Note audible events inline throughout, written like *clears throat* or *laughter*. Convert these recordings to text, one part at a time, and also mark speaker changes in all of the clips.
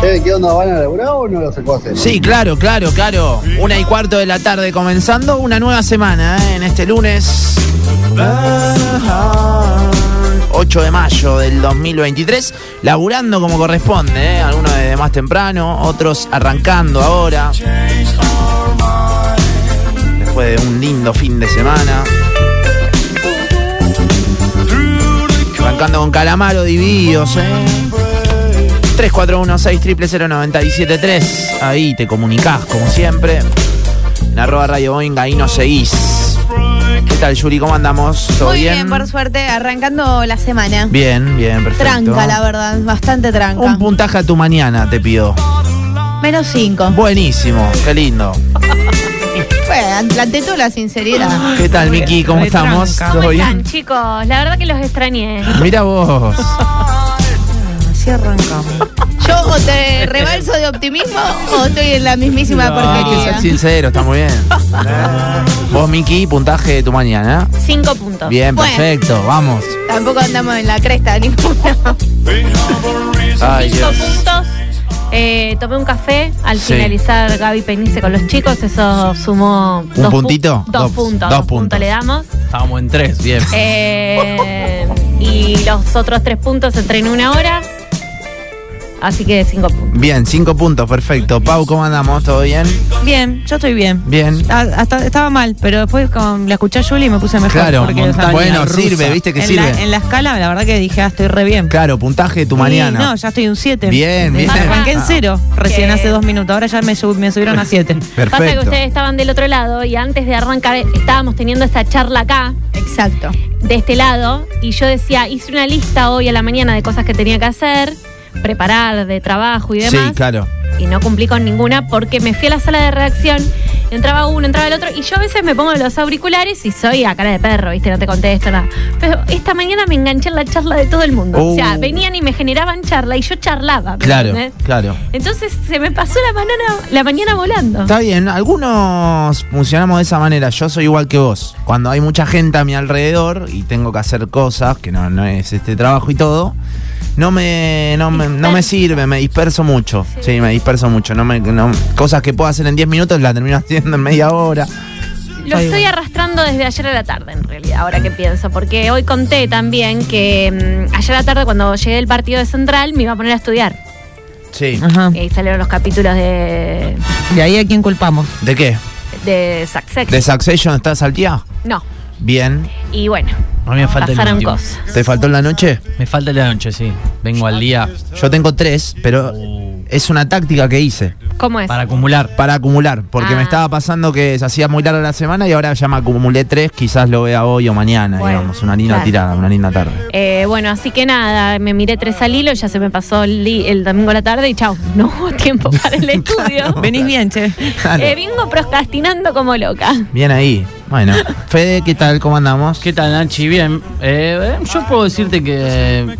Speaker 1: gente que onda van a laburar o no los secuaces. no?
Speaker 2: Sí, claro, claro, claro. Una y cuarto de la tarde comenzando una nueva semana ¿eh? en este lunes. 8 de mayo del 2023, laburando como corresponde, ¿eh? algunos desde más temprano, otros arrancando ahora, después de un lindo fin de semana. Arrancando con Calamaro Divididos, ¿eh? 3416-000973. Ahí te comunicás, como siempre. En arroba Radio Boeing, ahí nos seguís. ¿Qué tal, Yuri? ¿Cómo andamos? ¿Todo
Speaker 3: Muy bien? por suerte, arrancando la semana.
Speaker 2: Bien, bien, perfecto.
Speaker 3: Tranca, la verdad, bastante tranca.
Speaker 2: Un puntaje a tu mañana, te pido.
Speaker 3: Menos cinco.
Speaker 2: Buenísimo, qué lindo.
Speaker 3: Bueno, ante todo la sinceridad.
Speaker 2: Ah, ¿Qué tal,
Speaker 4: Muy bien,
Speaker 2: Miki? ¿Cómo
Speaker 4: re
Speaker 2: estamos?
Speaker 4: tranca.
Speaker 2: ¿Todo
Speaker 5: ¿Cómo
Speaker 2: bien?
Speaker 5: están, chicos? La verdad que los
Speaker 2: *laughs*
Speaker 5: extrañé.
Speaker 2: Mira vos.
Speaker 4: Así arrancamos.
Speaker 3: Yo o te rebalso de optimismo o estoy en la mismísima
Speaker 2: Hay Ah, que ser
Speaker 3: porquería.
Speaker 2: sincero, está muy bien. Vos, Miki, puntaje de tu mañana.
Speaker 5: Cinco puntos.
Speaker 2: Bien,
Speaker 3: Bueno.
Speaker 2: perfecto, vamos.
Speaker 3: Tampoco andamos en la cresta ninguno.
Speaker 2: Ay,
Speaker 5: Cinco
Speaker 2: Dios.
Speaker 5: puntos. Eh, tomé un café al
Speaker 2: Sí.
Speaker 5: finalizar Gaby Penice con los chicos. Eso sumó. dos pu-
Speaker 2: puntito?
Speaker 5: Dos,
Speaker 2: Dos-
Speaker 5: puntos.
Speaker 2: dos
Speaker 5: Dos puntos le damos.
Speaker 6: Estábamos en tres.
Speaker 2: Bien.
Speaker 5: Eh, y los otros tres puntos entré en una hora. Así que cinco puntos.
Speaker 2: Bien, cinco puntos, perfecto. Pau, ¿cómo andamos? ¿Todo bien?
Speaker 4: Bien, yo estoy bien.
Speaker 2: Bien.
Speaker 4: Ah, Hasta estaba mal, pero después con, la escuché a Julie y me puse mejor.
Speaker 2: Claro,
Speaker 4: porque,
Speaker 2: montaña Bueno,
Speaker 4: rusa.
Speaker 2: sirve, viste que
Speaker 4: en
Speaker 2: sirve.
Speaker 4: La, en la escala, la verdad que dije, ah, estoy re bien.
Speaker 2: Claro, puntaje de tu
Speaker 4: Y
Speaker 2: mañana.
Speaker 4: No, ya estoy un 7.
Speaker 2: Bien, Ah. bien.
Speaker 4: Arranqué en cero recién
Speaker 5: Que-
Speaker 4: hace dos minutos. Ahora ya me, sub- me subieron a 7.
Speaker 5: Pasa que
Speaker 2: *laughs* Perfecto.
Speaker 5: ustedes estaban del otro lado y antes de arrancar eh, estábamos teniendo esa charla acá.
Speaker 3: Exacto.
Speaker 5: de este lado y yo decía, hice una lista hoy a la mañana de cosas que tenía que hacer, preparar de trabajo y demás,
Speaker 2: Sí, claro.
Speaker 5: y no cumplí con ninguna porque me fui a la sala de redacción, entraba uno, entraba el otro, y yo a veces me pongo los auriculares y soy a cara de perro, ¿viste? No te contesto nada. Pero esta mañana me enganché en la charla de todo el mundo. O sea,
Speaker 2: Uh.
Speaker 5: venían y me generaban charla y yo charlaba. ¿me
Speaker 2: Claro,
Speaker 5: entendés?
Speaker 2: claro.
Speaker 5: Entonces se me pasó la mañana, la mañana volando.
Speaker 2: Está bien, algunos funcionamos de esa manera. Yo soy igual que vos. Cuando hay mucha gente a mi alrededor y tengo que hacer cosas, que no, no es este trabajo y todo, no me, no me, no me
Speaker 5: Disperso.
Speaker 2: sirve, me disperso mucho. Sí,
Speaker 5: Sí.
Speaker 2: me disperso mucho. No me, no- cosas que puedo hacer en 10 minutos las termino *laughs* haciendo en media hora.
Speaker 5: Lo estoy arrastrando desde ayer a la tarde, en realidad, ahora que pienso, porque hoy conté también que mm, ayer a la tarde, cuando llegué del partido de Central, me iba a poner a estudiar.
Speaker 2: Sí.
Speaker 4: Ajá.
Speaker 5: Y ahí salieron los capítulos de,
Speaker 4: De ahí a quién culpamos.
Speaker 2: ¿De qué?
Speaker 5: de Zack Sex.
Speaker 2: ¿De Succession estás al día?
Speaker 5: No,
Speaker 2: Bien.
Speaker 5: y bueno,
Speaker 6: A mí me falta el
Speaker 5: pasaron
Speaker 6: último.
Speaker 5: cosas.
Speaker 2: ¿Te faltó en la noche?
Speaker 6: Me falta la noche, sí. Vengo al día Oh.
Speaker 2: Yo tengo tres, pero es una táctica que hice
Speaker 5: ¿Cómo es?
Speaker 6: para acumular.
Speaker 2: para acumular, porque me
Speaker 5: Ah.
Speaker 2: estaba pasando que se hacía muy larga la semana y ahora ya me acumulé tres, quizás lo vea hoy o mañana,
Speaker 5: Bueno,
Speaker 2: digamos, una linda
Speaker 5: claro.
Speaker 2: tirada, una linda tarde.
Speaker 5: Eh, bueno, así que nada, me miré tres al hilo, ya se me pasó el, li- el domingo a la tarde y chao, no hubo tiempo para el estudio.
Speaker 4: Venís bien, che.
Speaker 2: Claro,
Speaker 5: Eh, vengo procrastinando como loca.
Speaker 2: Bien ahí.
Speaker 4: *laughs*
Speaker 2: Bueno, Fede, ¿qué tal? ¿Cómo andamos?
Speaker 6: ¿Qué tal, Nachi? Bien. Eh, eh, yo puedo decirte que eh,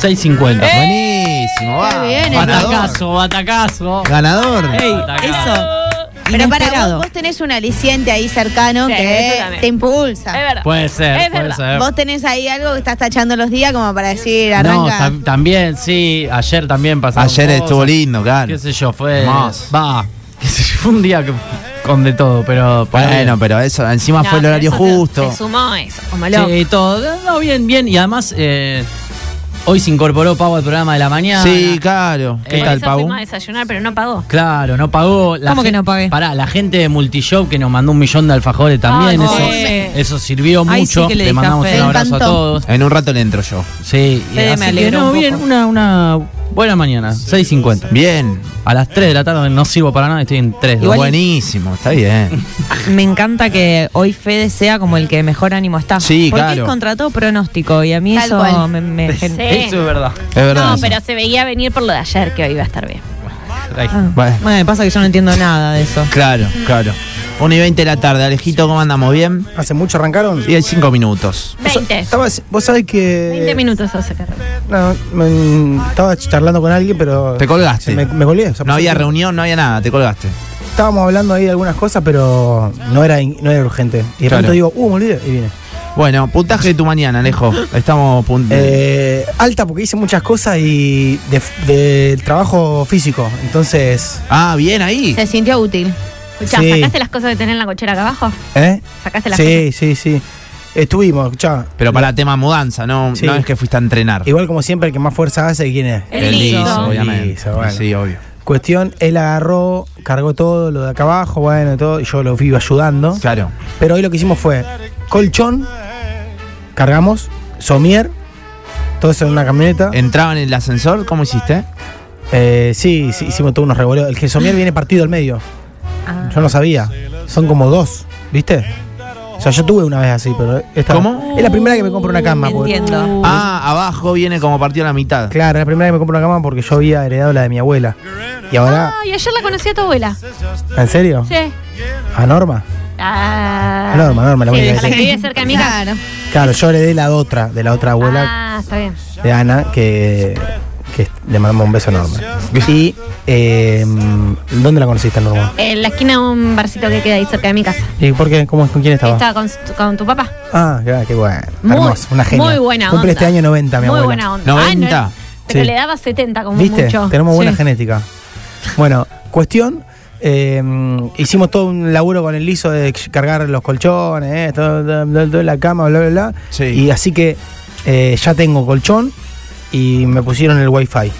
Speaker 6: 6.50.
Speaker 2: Buenísimo, va.
Speaker 3: Qué bien,
Speaker 2: ganador.
Speaker 6: Eh, Batacazo, batacazo.
Speaker 2: Ganador.
Speaker 6: Ey,
Speaker 4: Eso.
Speaker 3: Pero para
Speaker 4: Inesperado.
Speaker 3: vos, vos tenés un aliciente ahí cercano
Speaker 5: Sí,
Speaker 3: que
Speaker 5: eso también.
Speaker 3: te impulsa.
Speaker 5: Es verdad.
Speaker 6: Puede ser,
Speaker 5: Es
Speaker 6: puede
Speaker 5: verdad.
Speaker 6: ser.
Speaker 3: Vos tenés ahí algo que estás tachando los días como para decir,
Speaker 6: No,
Speaker 3: arranca.
Speaker 6: tam- también, sí. Ayer también pasaron
Speaker 2: Ayer
Speaker 6: cosas.
Speaker 2: estuvo lindo, claro.
Speaker 6: Qué sé yo, fue.
Speaker 2: Hermoso.
Speaker 6: Va. Ah, Qué sé yo, fue un día que- con de todo, pero. por ahí-
Speaker 2: Bueno, pero eso, encima
Speaker 5: No,
Speaker 2: fue el
Speaker 5: pero
Speaker 2: horario
Speaker 5: eso te-
Speaker 2: justo.
Speaker 5: Se sumó eso, como loco.
Speaker 6: Sí, todo. No, bien, bien. Y además, eh, hoy se incorporó Pau al programa de la mañana.
Speaker 2: Sí, claro. ¿Qué
Speaker 6: Eh,
Speaker 5: Por
Speaker 2: tal,
Speaker 5: eso
Speaker 2: Pau?
Speaker 5: fuimos a desayunar, pero no pagó.
Speaker 6: Claro, no pagó.
Speaker 4: ¿Cómo que
Speaker 6: gen-
Speaker 4: no pagué?
Speaker 6: Pará, la gente de Multishop que nos mandó un millón de alfajores también.
Speaker 5: Ay,
Speaker 6: eso,
Speaker 5: sí.
Speaker 6: eso sirvió
Speaker 4: Ahí
Speaker 6: mucho.
Speaker 4: sí que le
Speaker 6: le
Speaker 4: diste a
Speaker 6: mandamos
Speaker 4: Fede.
Speaker 6: un abrazo
Speaker 3: Me
Speaker 6: a
Speaker 3: encantó.
Speaker 6: todos.
Speaker 2: En un rato le entro yo.
Speaker 6: Sí, y
Speaker 4: Fede,
Speaker 6: así
Speaker 4: me
Speaker 6: que
Speaker 4: alegró
Speaker 6: no,
Speaker 4: un poco.
Speaker 6: bien, una, una buena mañana, 6.50.
Speaker 2: Bien.
Speaker 6: A las 3 de la tarde no sirvo para nada, estoy en 3.
Speaker 4: Igual-
Speaker 2: Buenísimo, está bien.
Speaker 4: Me encanta que hoy Fede sea como el que mejor ánimo está.
Speaker 2: Sí,
Speaker 4: Porque
Speaker 2: claro.
Speaker 4: es contra todo pronóstico y a mí
Speaker 3: Tal
Speaker 4: eso
Speaker 3: cual.
Speaker 4: me, me gen-
Speaker 5: Sí.
Speaker 6: Eso es verdad.
Speaker 2: Es verdad.
Speaker 5: No,
Speaker 2: eso.
Speaker 5: pero se veía venir por lo de ayer que hoy iba a estar bien.
Speaker 6: Ahí.
Speaker 4: Ah,
Speaker 2: Bueno.
Speaker 4: Bueno, pasa que yo no entiendo nada de eso.
Speaker 2: Claro, claro. 1 y 20 de la tarde, Alejito, ¿cómo andamos? ¿Bien?
Speaker 7: ¿Hace mucho arrancaron?
Speaker 2: Y hay 5 minutos.
Speaker 5: 20.
Speaker 7: Estabas- vos sabés que.
Speaker 5: 20 minutos hace carrera.
Speaker 7: No, me- estaba charlando con alguien, pero.
Speaker 2: Te colgaste.
Speaker 7: se me, me colgué. o sea,
Speaker 2: No había
Speaker 7: pasó-
Speaker 2: reunión, no había nada, te colgaste.
Speaker 7: Estábamos hablando ahí de algunas cosas, pero no era, in- no era urgente. Y de
Speaker 2: Claro.
Speaker 7: pronto digo, uh, me olvidé, y vine.
Speaker 2: Bueno, puntaje de tu mañana, Alejo. Estamos pun-
Speaker 7: *laughs* Eh, alta porque hice muchas cosas y de- del trabajo físico. Entonces.
Speaker 2: Ah, bien ahí.
Speaker 3: Se sintió útil.
Speaker 5: Escuchá,
Speaker 7: Sí.
Speaker 5: ¿sacaste las cosas que tenés en la cochera acá abajo?
Speaker 7: ¿Eh?
Speaker 5: ¿Sacaste las
Speaker 7: Sí, sí, sí. Estuvimos, escuchá.
Speaker 2: Pero para tema mudanza, no,
Speaker 7: Sí.
Speaker 2: no es que fuiste a entrenar.
Speaker 7: Igual como siempre, el que más fuerza hace, ¿quién es?
Speaker 5: El liso.
Speaker 2: obviamente.
Speaker 7: El liso, bueno.
Speaker 2: Sí, obvio.
Speaker 7: Cuestión, él agarró, cargó todo lo de acá abajo, bueno, y todo, y yo lo fui ayudando.
Speaker 2: Claro.
Speaker 7: Pero hoy lo que hicimos fue colchón, cargamos, somier, todo eso en una camioneta.
Speaker 2: ¿Entraban en el ascensor? ¿Cómo hiciste?
Speaker 7: Eh, sí, sí, hicimos todos unos revoleos. El que somier viene partido al medio. Yo no sabía. Son como dos, ¿viste? O sea, yo tuve una vez así, pero esta.
Speaker 2: ¿Cómo?
Speaker 7: Es la primera que me compro una cama, porque-
Speaker 4: Entiendo.
Speaker 2: Ah, abajo viene como partido a la mitad.
Speaker 7: Claro, la primera que me compro una cama porque yo había heredado la de mi abuela. Y ahora,
Speaker 5: Ah, y ayer la conocí a tu abuela.
Speaker 7: ¿en serio?
Speaker 5: Sí.
Speaker 7: ¿A Norma?
Speaker 5: Ah.
Speaker 7: A Norma, Norma, la
Speaker 5: Sí,
Speaker 7: única
Speaker 5: a la
Speaker 7: que
Speaker 5: que
Speaker 7: sé.
Speaker 5: vive cerca de mi casa.
Speaker 3: Claro.
Speaker 7: Claro, yo heredé la otra, de la otra abuela
Speaker 5: Ah, está bien.
Speaker 7: de Ana, que, que le mandamos un beso a Norma. Y, eh, ¿dónde la conociste, Norma?
Speaker 5: En la esquina de un barcito que queda ahí cerca de mi casa.
Speaker 7: ¿Y por qué? ¿Cómo, ¿Con quién estaba?
Speaker 5: Estaba con, su- con tu papá.
Speaker 7: Ah, ya, qué bueno.
Speaker 5: Muy-
Speaker 7: Hermoso, una genia.
Speaker 5: muy buena
Speaker 7: Cumple
Speaker 5: onda.
Speaker 7: este año 90, mi
Speaker 5: Muy
Speaker 7: abuela.
Speaker 5: buena onda. Ah, no,
Speaker 2: 90.
Speaker 5: pero
Speaker 7: Sí.
Speaker 5: le daba 70 como
Speaker 7: ¿Viste?
Speaker 5: mucho.
Speaker 7: Tenemos buena
Speaker 5: Sí.
Speaker 7: genética. Bueno, cuestión. eh, hicimos todo un laburo con el liso de cargar los colchones, eh, todo, todo, todo, todo, la cama, bla, bla, bla.
Speaker 2: Sí.
Speaker 7: Y así que eh, ya tengo colchón y me pusieron el wifi.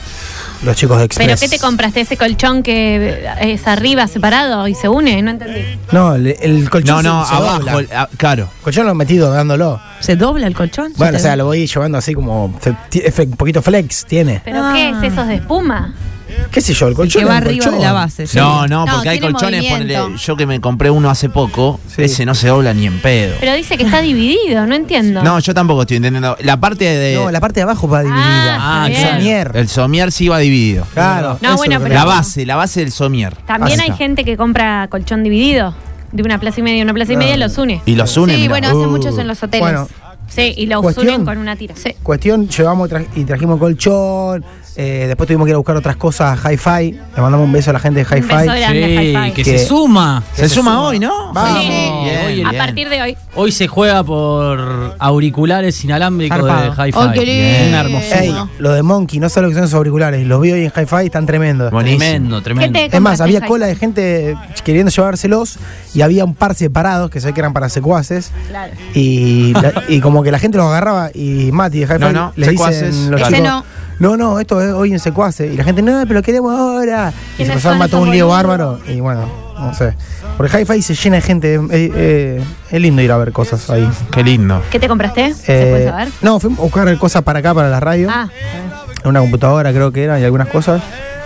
Speaker 7: Los chicos de Express.
Speaker 5: ¿Pero qué te compraste? ¿Ese colchón que es arriba, separado y se une? No entendí.
Speaker 7: No, le- el
Speaker 2: No,
Speaker 7: colchón.
Speaker 2: no,
Speaker 7: se- se
Speaker 2: abajo.
Speaker 7: dobla.
Speaker 2: ah, claro.
Speaker 7: El colchón lo he metido dándolo.
Speaker 4: ¿Se dobla el colchón?
Speaker 7: Bueno, o sea, lo voy llevando así como. fe- ti- fe- Un poquito flex tiene.
Speaker 5: ¿Pero
Speaker 4: Ah.
Speaker 5: qué es esos de espuma?
Speaker 7: ¿Qué sé yo? El colchón.
Speaker 4: que va
Speaker 7: es un
Speaker 4: arriba
Speaker 7: colchón.
Speaker 4: de la base. sí.
Speaker 2: No, no,
Speaker 3: No,
Speaker 2: porque hay
Speaker 3: tiene
Speaker 2: colchones,
Speaker 3: movimiento.
Speaker 2: ponele, yo que me compré uno hace poco,
Speaker 7: Sí.
Speaker 2: ese no se dobla ni en pedo.
Speaker 5: Pero dice que está dividido, no entiendo.
Speaker 2: No, yo tampoco estoy entendiendo. La parte de...
Speaker 7: No, la parte de abajo va dividida.
Speaker 5: Ah, está
Speaker 6: Ah, el
Speaker 5: bien.
Speaker 7: somier.
Speaker 2: El somier sí va dividido.
Speaker 7: Claro.
Speaker 5: No,
Speaker 7: eso
Speaker 5: bueno,
Speaker 7: es lo que-
Speaker 5: pero-
Speaker 2: La base, la base del somier.
Speaker 5: También
Speaker 2: Ahí
Speaker 5: hay
Speaker 2: está.
Speaker 5: gente que compra colchón dividido. De una plaza y media a una plaza y media y los une.
Speaker 2: Ah. Y los une,
Speaker 3: Sí,
Speaker 2: mirá.
Speaker 3: bueno, hace
Speaker 7: Uh.
Speaker 3: muchos en los hoteles.
Speaker 7: Bueno,
Speaker 5: Sí, y los
Speaker 7: Cuestión.
Speaker 5: unen con una tira. Sí.
Speaker 7: cuestión, llevamos tra- y trajimos colchón. eh, después tuvimos que ir a buscar otras cosas a Hi-Fi. Le mandamos un beso a la gente de
Speaker 5: Un beso
Speaker 7: Hi-Fi.
Speaker 5: grande,
Speaker 6: Sí,
Speaker 5: Hi-Fi.
Speaker 6: que
Speaker 7: Que-
Speaker 6: se suma.
Speaker 2: se, suma, hoy, ¿no?
Speaker 7: Vamos.
Speaker 2: Sí. Bien,
Speaker 6: Hoy
Speaker 5: A
Speaker 2: bien.
Speaker 5: partir de hoy.
Speaker 6: Hoy se juega por auriculares inalámbricos
Speaker 7: Zarpado.
Speaker 6: de hi-fi.
Speaker 3: Oh, qué lindo.
Speaker 6: Una hermosura.
Speaker 7: Ey, lo de Monkey, no sé lo que son esos auriculares. Los vi hoy en Hi-Fi, están tremendos.
Speaker 2: Buenísimo.
Speaker 6: Tremendo, tremendo.
Speaker 5: ¿Qué te-
Speaker 7: Es más,
Speaker 5: compraste
Speaker 7: había
Speaker 5: Hi-Fi?
Speaker 7: cola de gente queriendo llevárselos y había un par separados que sé que eran para secuaces.
Speaker 5: Claro.
Speaker 7: Y, la- y como que la gente los agarraba y Mati de Hi-Fi
Speaker 2: No, no,
Speaker 7: les
Speaker 2: secuaces.
Speaker 7: dicen los
Speaker 3: Ese
Speaker 7: chicos,
Speaker 3: no.
Speaker 7: No, no, esto es hoy en secuaces. Y la gente, no, pero lo queremos ahora. Y se
Speaker 5: ¿Quiénes
Speaker 7: pasaron
Speaker 5: son
Speaker 7: mató un
Speaker 5: esos
Speaker 7: lío
Speaker 5: boludos?
Speaker 7: bárbaro. Y bueno, no sé. Porque Hi-Fi se llena de gente. eh, eh, es lindo ir a ver cosas ahí.
Speaker 2: Qué lindo.
Speaker 5: ¿Qué te compraste? ¿Se
Speaker 7: Eh,
Speaker 5: puede saber?
Speaker 7: no, fuimos a buscar cosas para acá, para la radio.
Speaker 5: Ah,
Speaker 7: Una computadora creo que era y algunas cosas.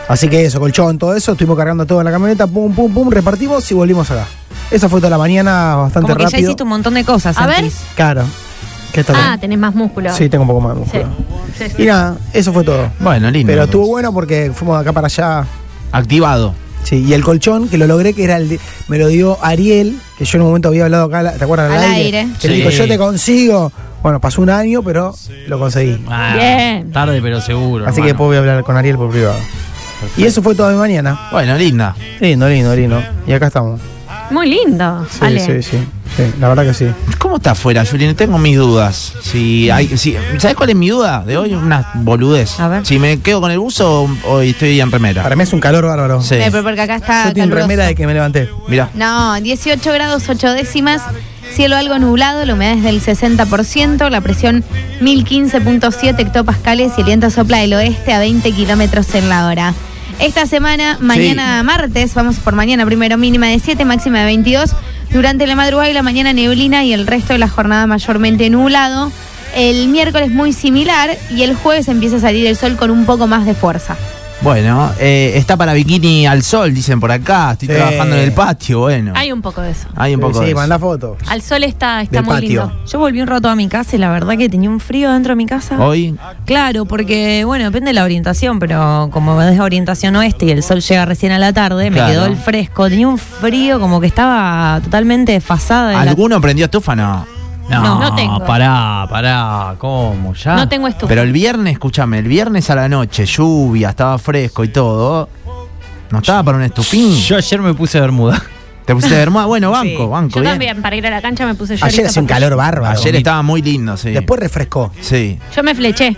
Speaker 7: Así que eso, colchón, todo eso. Estuvimos cargando todo en la camioneta. Pum, pum, pum. Repartimos y volvimos acá. Esa fue toda la mañana bastante
Speaker 4: Como que ya
Speaker 7: rápido.
Speaker 4: hiciste un montón de cosas.
Speaker 5: A
Speaker 4: Santi.
Speaker 7: Claro. ¿Qué tal?
Speaker 5: ah, tenés más músculo.
Speaker 7: sí, tengo un poco más de
Speaker 5: Sí.
Speaker 7: músculo.
Speaker 5: Sí, sí.
Speaker 7: Y nada, eso fue todo.
Speaker 2: Bueno, lindo.
Speaker 7: Pero estuvo bueno porque fuimos de acá para allá.
Speaker 2: Activado.
Speaker 7: Sí, y el colchón que lo logré, que era el. de- me lo dio Ariel, que yo en un momento había hablado acá, la- ¿te acuerdas?
Speaker 3: Al aire.
Speaker 7: Que le
Speaker 6: Sí.
Speaker 7: dijo, yo te consigo. Bueno, pasó un año, pero lo conseguí.
Speaker 6: Ah,
Speaker 5: Bien.
Speaker 6: Tarde, pero seguro.
Speaker 7: Así que después voy a hablar con Ariel por privado. Y eso fue toda mi mañana.
Speaker 2: Bueno, linda.
Speaker 7: Lindo, lindo, lindo. Y acá estamos.
Speaker 5: Muy lindo.
Speaker 7: Sí,
Speaker 5: Ale.
Speaker 7: sí, sí, sí. La verdad que sí.
Speaker 2: ¿Cómo está afuera, Julián? Tengo mis dudas.
Speaker 7: Mm.
Speaker 2: Si hay, si, ¿Sabes cuál es mi duda de hoy? Una boludez.
Speaker 4: A ver.
Speaker 2: Si me quedo con el buzo hoy estoy en remera.
Speaker 7: Para mí es un calor bárbaro.
Speaker 2: Sí.
Speaker 3: Eh, pero porque acá
Speaker 7: Yo
Speaker 3: está
Speaker 7: estoy en
Speaker 3: caluroso.
Speaker 7: remera de que me levanté.
Speaker 2: Mirá.
Speaker 3: No, 18 grados 8 décimas, cielo algo nublado, la humedad es del 60%, la presión 1015.7 hectopascales y el viento sopla del oeste a 20 kilómetros en la hora. Esta semana, mañana martes, vamos por mañana, primero mínima de 7, máxima de 22. Durante la madrugada y la mañana neblina y el resto de la jornada mayormente nublado. El miércoles muy similar y el jueves empieza a salir el sol con un poco más de fuerza.
Speaker 2: Bueno, eh, está para bikini al sol, dicen por acá. Estoy
Speaker 7: Sí.
Speaker 2: trabajando en el patio, bueno.
Speaker 5: Hay un poco de eso.
Speaker 2: Hay un poco
Speaker 7: sí,
Speaker 2: de eso.
Speaker 7: manda fotos.
Speaker 5: Al sol está, está
Speaker 7: Del
Speaker 5: muy
Speaker 7: patio.
Speaker 5: lindo.
Speaker 4: Yo volví un rato a mi casa y la verdad que tenía un frío dentro de mi casa.
Speaker 2: Hoy,
Speaker 4: Claro, porque, bueno, depende de la orientación, pero como es orientación oeste y el sol llega recién a la tarde,
Speaker 2: Claro.
Speaker 4: me quedó el fresco. Tenía un frío como que estaba totalmente desfasada. de la-
Speaker 2: ¿alguno prendió estufa? No.
Speaker 6: No,
Speaker 5: No, no tengo.
Speaker 6: pará, pará. ¿Cómo? ¿Ya?
Speaker 5: No tengo estufa.
Speaker 2: Pero el viernes, escúchame, el viernes a la noche, lluvia, estaba fresco y todo. No estaba para un estufín.
Speaker 6: Yo ayer me puse bermuda.
Speaker 2: ¿Te ¿Te pusiste bermuda?
Speaker 5: *laughs*
Speaker 2: Bueno, banco,
Speaker 4: Sí.
Speaker 2: banco.
Speaker 5: Yo
Speaker 2: bien.
Speaker 5: también, para ir a la cancha me puse yo.
Speaker 7: Ayer hacía un calor bárbaro.
Speaker 2: Ayer estaba muy lindo, sí.
Speaker 7: Después refrescó.
Speaker 2: Sí.
Speaker 5: Yo me fleché.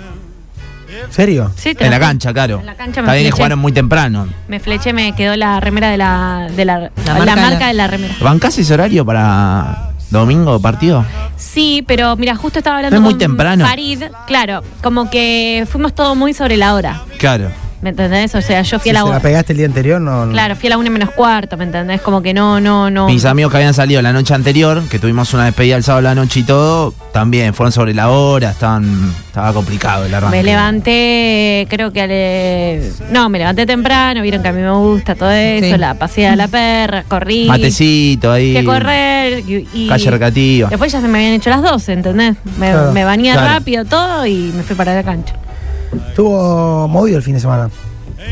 Speaker 7: ¿Serio?
Speaker 5: Sí, te
Speaker 2: En la
Speaker 5: lo juro.
Speaker 2: cancha, claro.
Speaker 5: En la cancha me
Speaker 2: Está bien que
Speaker 5: fleché.
Speaker 2: jugaron muy temprano.
Speaker 5: Me fleché, me quedó la remera de la. de la, la
Speaker 4: marca
Speaker 5: marca,
Speaker 4: de la-
Speaker 5: de la remera.
Speaker 2: ¿Bancás ese horario para domingo partido?
Speaker 5: Sí, pero mira, justo estaba hablando
Speaker 2: No es muy
Speaker 5: con
Speaker 2: temprano.
Speaker 5: Farid, claro, como que fuimos todo muy sobre la hora.
Speaker 2: Claro.
Speaker 5: ¿Me entendés? O sea, yo fui
Speaker 7: Si
Speaker 5: a la
Speaker 7: se la
Speaker 5: hora.
Speaker 7: pegaste el día anterior, no. no.
Speaker 5: Claro, fui a la una menos cuarto, ¿me entendés? Como que no, no, no.
Speaker 2: Mis amigos que habían salido la noche anterior, que tuvimos una despedida el sábado a la noche y todo, también fueron sobre la hora, estaban, estaba complicado el arranque.
Speaker 5: Me levanté, creo que al, eh, No, me levanté temprano, vieron que a mí me gusta todo eso,
Speaker 4: Sí.
Speaker 5: la pasé a la perra, corrí.
Speaker 2: Matecito ahí.
Speaker 5: Fui a correr y, y-
Speaker 2: Calle recreativa.
Speaker 5: Después ya se me habían hecho las 12, ¿entendés? Me,
Speaker 7: Claro.
Speaker 5: me bañé
Speaker 2: Claro.
Speaker 5: rápido todo y me fui para la cancha.
Speaker 7: Estuvo movido el fin de semana.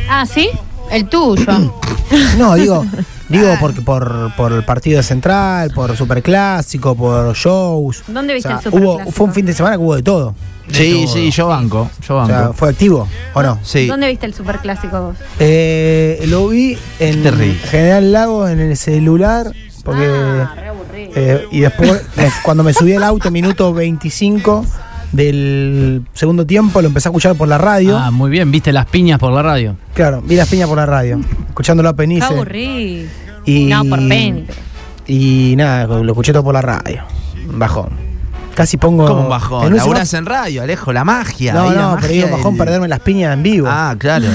Speaker 5: Ah, ¿sí?
Speaker 3: El tuyo.
Speaker 7: *clears throat* No, *laughs*
Speaker 3: *laughs*
Speaker 7: digo, digo porque por, por el partido de central, por superclásico, por shows. Ah,
Speaker 5: ¿Dónde viste el
Speaker 7: hubo,
Speaker 5: Superclásico?
Speaker 7: Fue un fin de semana que hubo de todo.
Speaker 2: Sí,
Speaker 7: De todo.
Speaker 2: sí, yo banco. Yo
Speaker 7: O
Speaker 2: banco.
Speaker 7: sea, fue activo, ¿o no?
Speaker 2: sí.
Speaker 5: ¿Dónde viste el superclásico vos?
Speaker 7: Eh, lo vi en
Speaker 2: Te reís.
Speaker 7: General Lago en el celular. Porque.
Speaker 5: Ah, re aburrido.
Speaker 7: eh, y después, me- cuando me subí al auto, minuto 25 del segundo tiempo, lo empecé a escuchar por la radio.
Speaker 6: Ah, muy bien, viste las piñas por la radio.
Speaker 7: Claro, vi las piñas por la radio, escuchándolo a
Speaker 5: Qué
Speaker 7: Penice.
Speaker 5: aburrido.
Speaker 7: Y,
Speaker 5: No, por Penny.
Speaker 7: Y nada, lo escuché todo por la radio. Un Bajón. Casi pongo.
Speaker 2: Como un bajón.
Speaker 7: en un
Speaker 2: Laburás
Speaker 7: semáforo-
Speaker 2: en radio, Alejo, la magia.
Speaker 7: No,
Speaker 2: ahí
Speaker 7: no,
Speaker 2: la magia
Speaker 7: pero digo bajón
Speaker 2: del-
Speaker 7: perderme las piñas en vivo.
Speaker 2: Ah, claro.
Speaker 7: *laughs*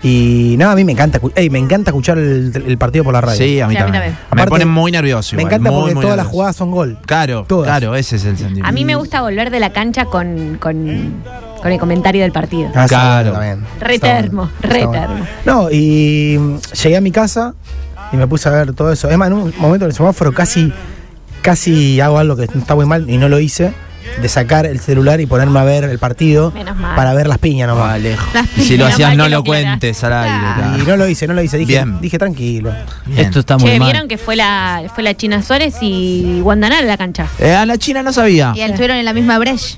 Speaker 7: Y no, a mí me encanta, escu- ey, me encanta escuchar el, el partido por la radio.
Speaker 2: Sí, a mí
Speaker 5: Sí, a mí
Speaker 2: también.
Speaker 5: también.
Speaker 2: Me
Speaker 7: Aparte,
Speaker 2: ponen muy nervioso.
Speaker 7: me
Speaker 2: igual,
Speaker 7: encanta
Speaker 2: muy,
Speaker 7: porque
Speaker 2: muy
Speaker 7: todas las
Speaker 2: nervioso.
Speaker 7: jugadas son gol.
Speaker 2: Claro,
Speaker 7: Todas.
Speaker 2: claro, ese es el sentido.
Speaker 5: A mí
Speaker 3: Mm.
Speaker 5: me gusta volver de la cancha con, con, con el comentario del partido.
Speaker 7: Ah, está
Speaker 2: Claro.
Speaker 7: bueno también.
Speaker 5: Re
Speaker 7: Está bueno,
Speaker 5: termo,
Speaker 7: está
Speaker 5: re
Speaker 7: bueno.
Speaker 5: termo.
Speaker 7: No, y mm, llegué a mi casa y me puse a ver todo eso. Es más, en un momento en el semáforo casi, casi hago algo que no está muy mal y no lo hice, de sacar el celular y ponerme a ver el partido
Speaker 5: Menos mal.
Speaker 7: para ver las piñas
Speaker 2: Ah,
Speaker 7: nomás.
Speaker 2: Alejo.
Speaker 3: Las
Speaker 2: *laughs* Si lo
Speaker 3: *laughs*
Speaker 5: piñas,
Speaker 2: hacías,
Speaker 5: mal
Speaker 2: no
Speaker 5: que
Speaker 2: lo
Speaker 5: lo quieras.
Speaker 2: cuentes al
Speaker 3: Claro.
Speaker 2: aire.
Speaker 7: Y
Speaker 2: claro.
Speaker 7: no lo hice, no lo hice, dije,
Speaker 2: Bien.
Speaker 7: dije tranquilo.
Speaker 2: Bien.
Speaker 6: Esto está muy
Speaker 5: Che,
Speaker 6: mal.
Speaker 5: vieron que fue la, fue la China Suárez y Guandanar a la cancha.
Speaker 2: Eh, a la China no sabía.
Speaker 3: Y estuvieron en la misma brecha.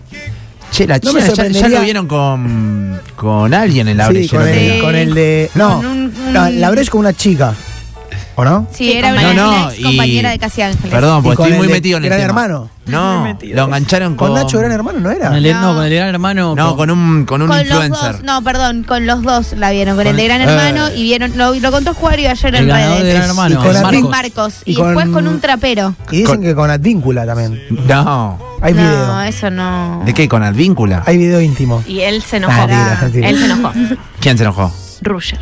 Speaker 2: Che, la
Speaker 7: No
Speaker 2: China
Speaker 7: me
Speaker 2: ya- ya,
Speaker 7: sorprendería-
Speaker 2: lo vieron con, con alguien en la
Speaker 7: Sí,
Speaker 2: brecha,
Speaker 7: con,
Speaker 2: ¿no?
Speaker 7: el,
Speaker 3: Sí.
Speaker 7: con el de. No,
Speaker 3: Con
Speaker 2: Mm,
Speaker 3: un-
Speaker 7: no, Ah, la brecha con una chica. ¿O no?
Speaker 3: Sí, era
Speaker 2: No,
Speaker 3: una
Speaker 2: no,
Speaker 3: ex compañera
Speaker 2: y-
Speaker 3: de Casi Ángeles.
Speaker 2: Perdón,
Speaker 7: Y
Speaker 2: porque
Speaker 7: con
Speaker 2: estoy
Speaker 7: el
Speaker 2: muy
Speaker 7: de
Speaker 2: metido en el
Speaker 7: Gran
Speaker 2: tema.
Speaker 7: Hermano.
Speaker 2: No, lo engancharon con...
Speaker 7: Con Nacho Gran Hermano no era.
Speaker 6: Con el- e- no, con el gran hermano.
Speaker 2: No, con un, con un
Speaker 3: Con
Speaker 2: influencer.
Speaker 3: los dos, no, perdón, con los dos la vieron, con,
Speaker 6: Con
Speaker 3: el de Gran
Speaker 2: el-
Speaker 3: Hermano
Speaker 2: eh.
Speaker 3: y vieron, lo, lo contó Juario ayer
Speaker 6: el
Speaker 3: en
Speaker 6: ganador de
Speaker 3: redes.
Speaker 6: gran hermano.
Speaker 7: Y con
Speaker 6: el
Speaker 7: la
Speaker 3: Marcos.
Speaker 6: Marcos.
Speaker 3: Marcos. Y,
Speaker 7: Y con-
Speaker 3: después con un trapero.
Speaker 7: Y dicen
Speaker 2: Con-
Speaker 7: que con Advíncula también.
Speaker 2: No.
Speaker 7: Hay
Speaker 3: no,
Speaker 7: video.
Speaker 3: eso no.
Speaker 2: ¿De qué? ¿Con Advíncula?
Speaker 7: Hay video íntimo.
Speaker 5: Y él se enojó.
Speaker 7: Ah, tira, tira.
Speaker 5: Él se enojó.
Speaker 2: ¿Quién se enojó?
Speaker 5: Ruger.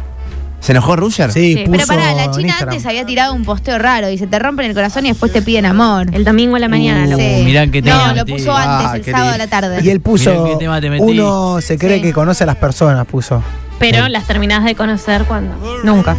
Speaker 2: ¿Se enojó Ruger?
Speaker 7: Sí,
Speaker 5: Sí,
Speaker 7: puso
Speaker 3: Pero pará, la
Speaker 7: en
Speaker 3: China
Speaker 7: Instagram.
Speaker 3: antes había tirado un posteo raro. Dice, te rompen el corazón y después te piden amor.
Speaker 5: El domingo a la mañana.
Speaker 6: Uh,
Speaker 5: lo-
Speaker 3: Sí.
Speaker 6: mirá que te
Speaker 3: No, lo
Speaker 6: metí.
Speaker 3: puso antes,
Speaker 2: Ah,
Speaker 3: el
Speaker 2: qué
Speaker 3: sábado
Speaker 2: lindo.
Speaker 3: a la tarde.
Speaker 7: Y él puso.
Speaker 6: Mirá en qué tema te metí.
Speaker 7: uno se cree
Speaker 3: Sí.
Speaker 7: que conoce a las personas, puso.
Speaker 5: Pero las terminás de conocer cuando.
Speaker 4: Nunca.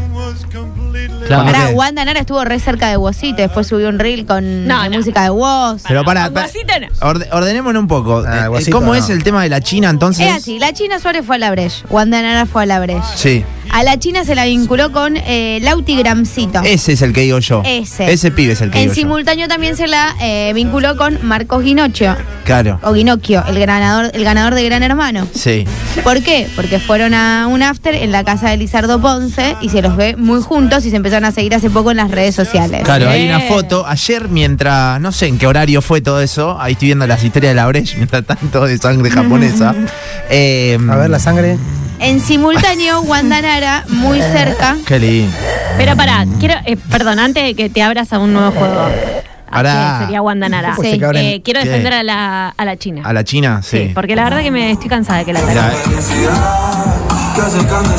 Speaker 6: Claro.
Speaker 7: Con
Speaker 3: Pará,
Speaker 7: Ok.
Speaker 3: Wanda Nara estuvo re cerca de Wosito, después subió un reel con
Speaker 5: No,
Speaker 3: la
Speaker 5: no.
Speaker 3: música de Woz.
Speaker 2: Pero para,
Speaker 5: Con Guasita no.
Speaker 2: ordenémonos un poco.
Speaker 7: Ah,
Speaker 2: Eh,
Speaker 7: Guasito
Speaker 2: ¿Cómo
Speaker 7: no.
Speaker 2: es el tema de la China entonces?
Speaker 3: Es así, la China Suárez fue a la Breche, Wanda Nara fue a la Breche.
Speaker 2: Sí.
Speaker 3: A la China se la vinculó con eh, Lauti Gramsito.
Speaker 2: Ese es el que digo yo.
Speaker 3: Ese.
Speaker 2: Ese pibe es el que
Speaker 3: En
Speaker 2: digo yo.
Speaker 3: simultáneo también se la eh, vinculó con Marcos Guinocho,
Speaker 2: Claro.
Speaker 3: o Ginocchio, el ganador, el ganador de Gran Hermano.
Speaker 2: Sí.
Speaker 3: ¿Por qué? Porque fueron a un after en la casa de Lizardo Ponce y se los ve muy juntos y se empezaron a seguir hace poco en las redes sociales. Eh,
Speaker 2: Claro, hay una foto. Ayer, mientras. No sé en qué horario fue todo eso. Ahí estoy viendo las historias de la Breche, *laughs* mientras tanto de
Speaker 3: *laughs*
Speaker 2: sangre japonesa. Eh,
Speaker 7: A ver la sangre.
Speaker 3: En simultáneo, Wanda Nara, muy cerca.
Speaker 2: Qué lindo.
Speaker 5: Pero pará, quiero. eh, perdón, antes de que te abras a un nuevo juego.
Speaker 2: Pará.
Speaker 5: Aquí Sería Guandanara.
Speaker 3: Ah, Sí.
Speaker 7: Se cabren-
Speaker 5: Eh, quiero
Speaker 2: ¿Qué?
Speaker 5: defender a la, a la China.
Speaker 2: A la China,
Speaker 5: sí.
Speaker 2: sí.
Speaker 5: porque la verdad que me estoy cansada de que la
Speaker 2: Mirá,
Speaker 5: ataquen.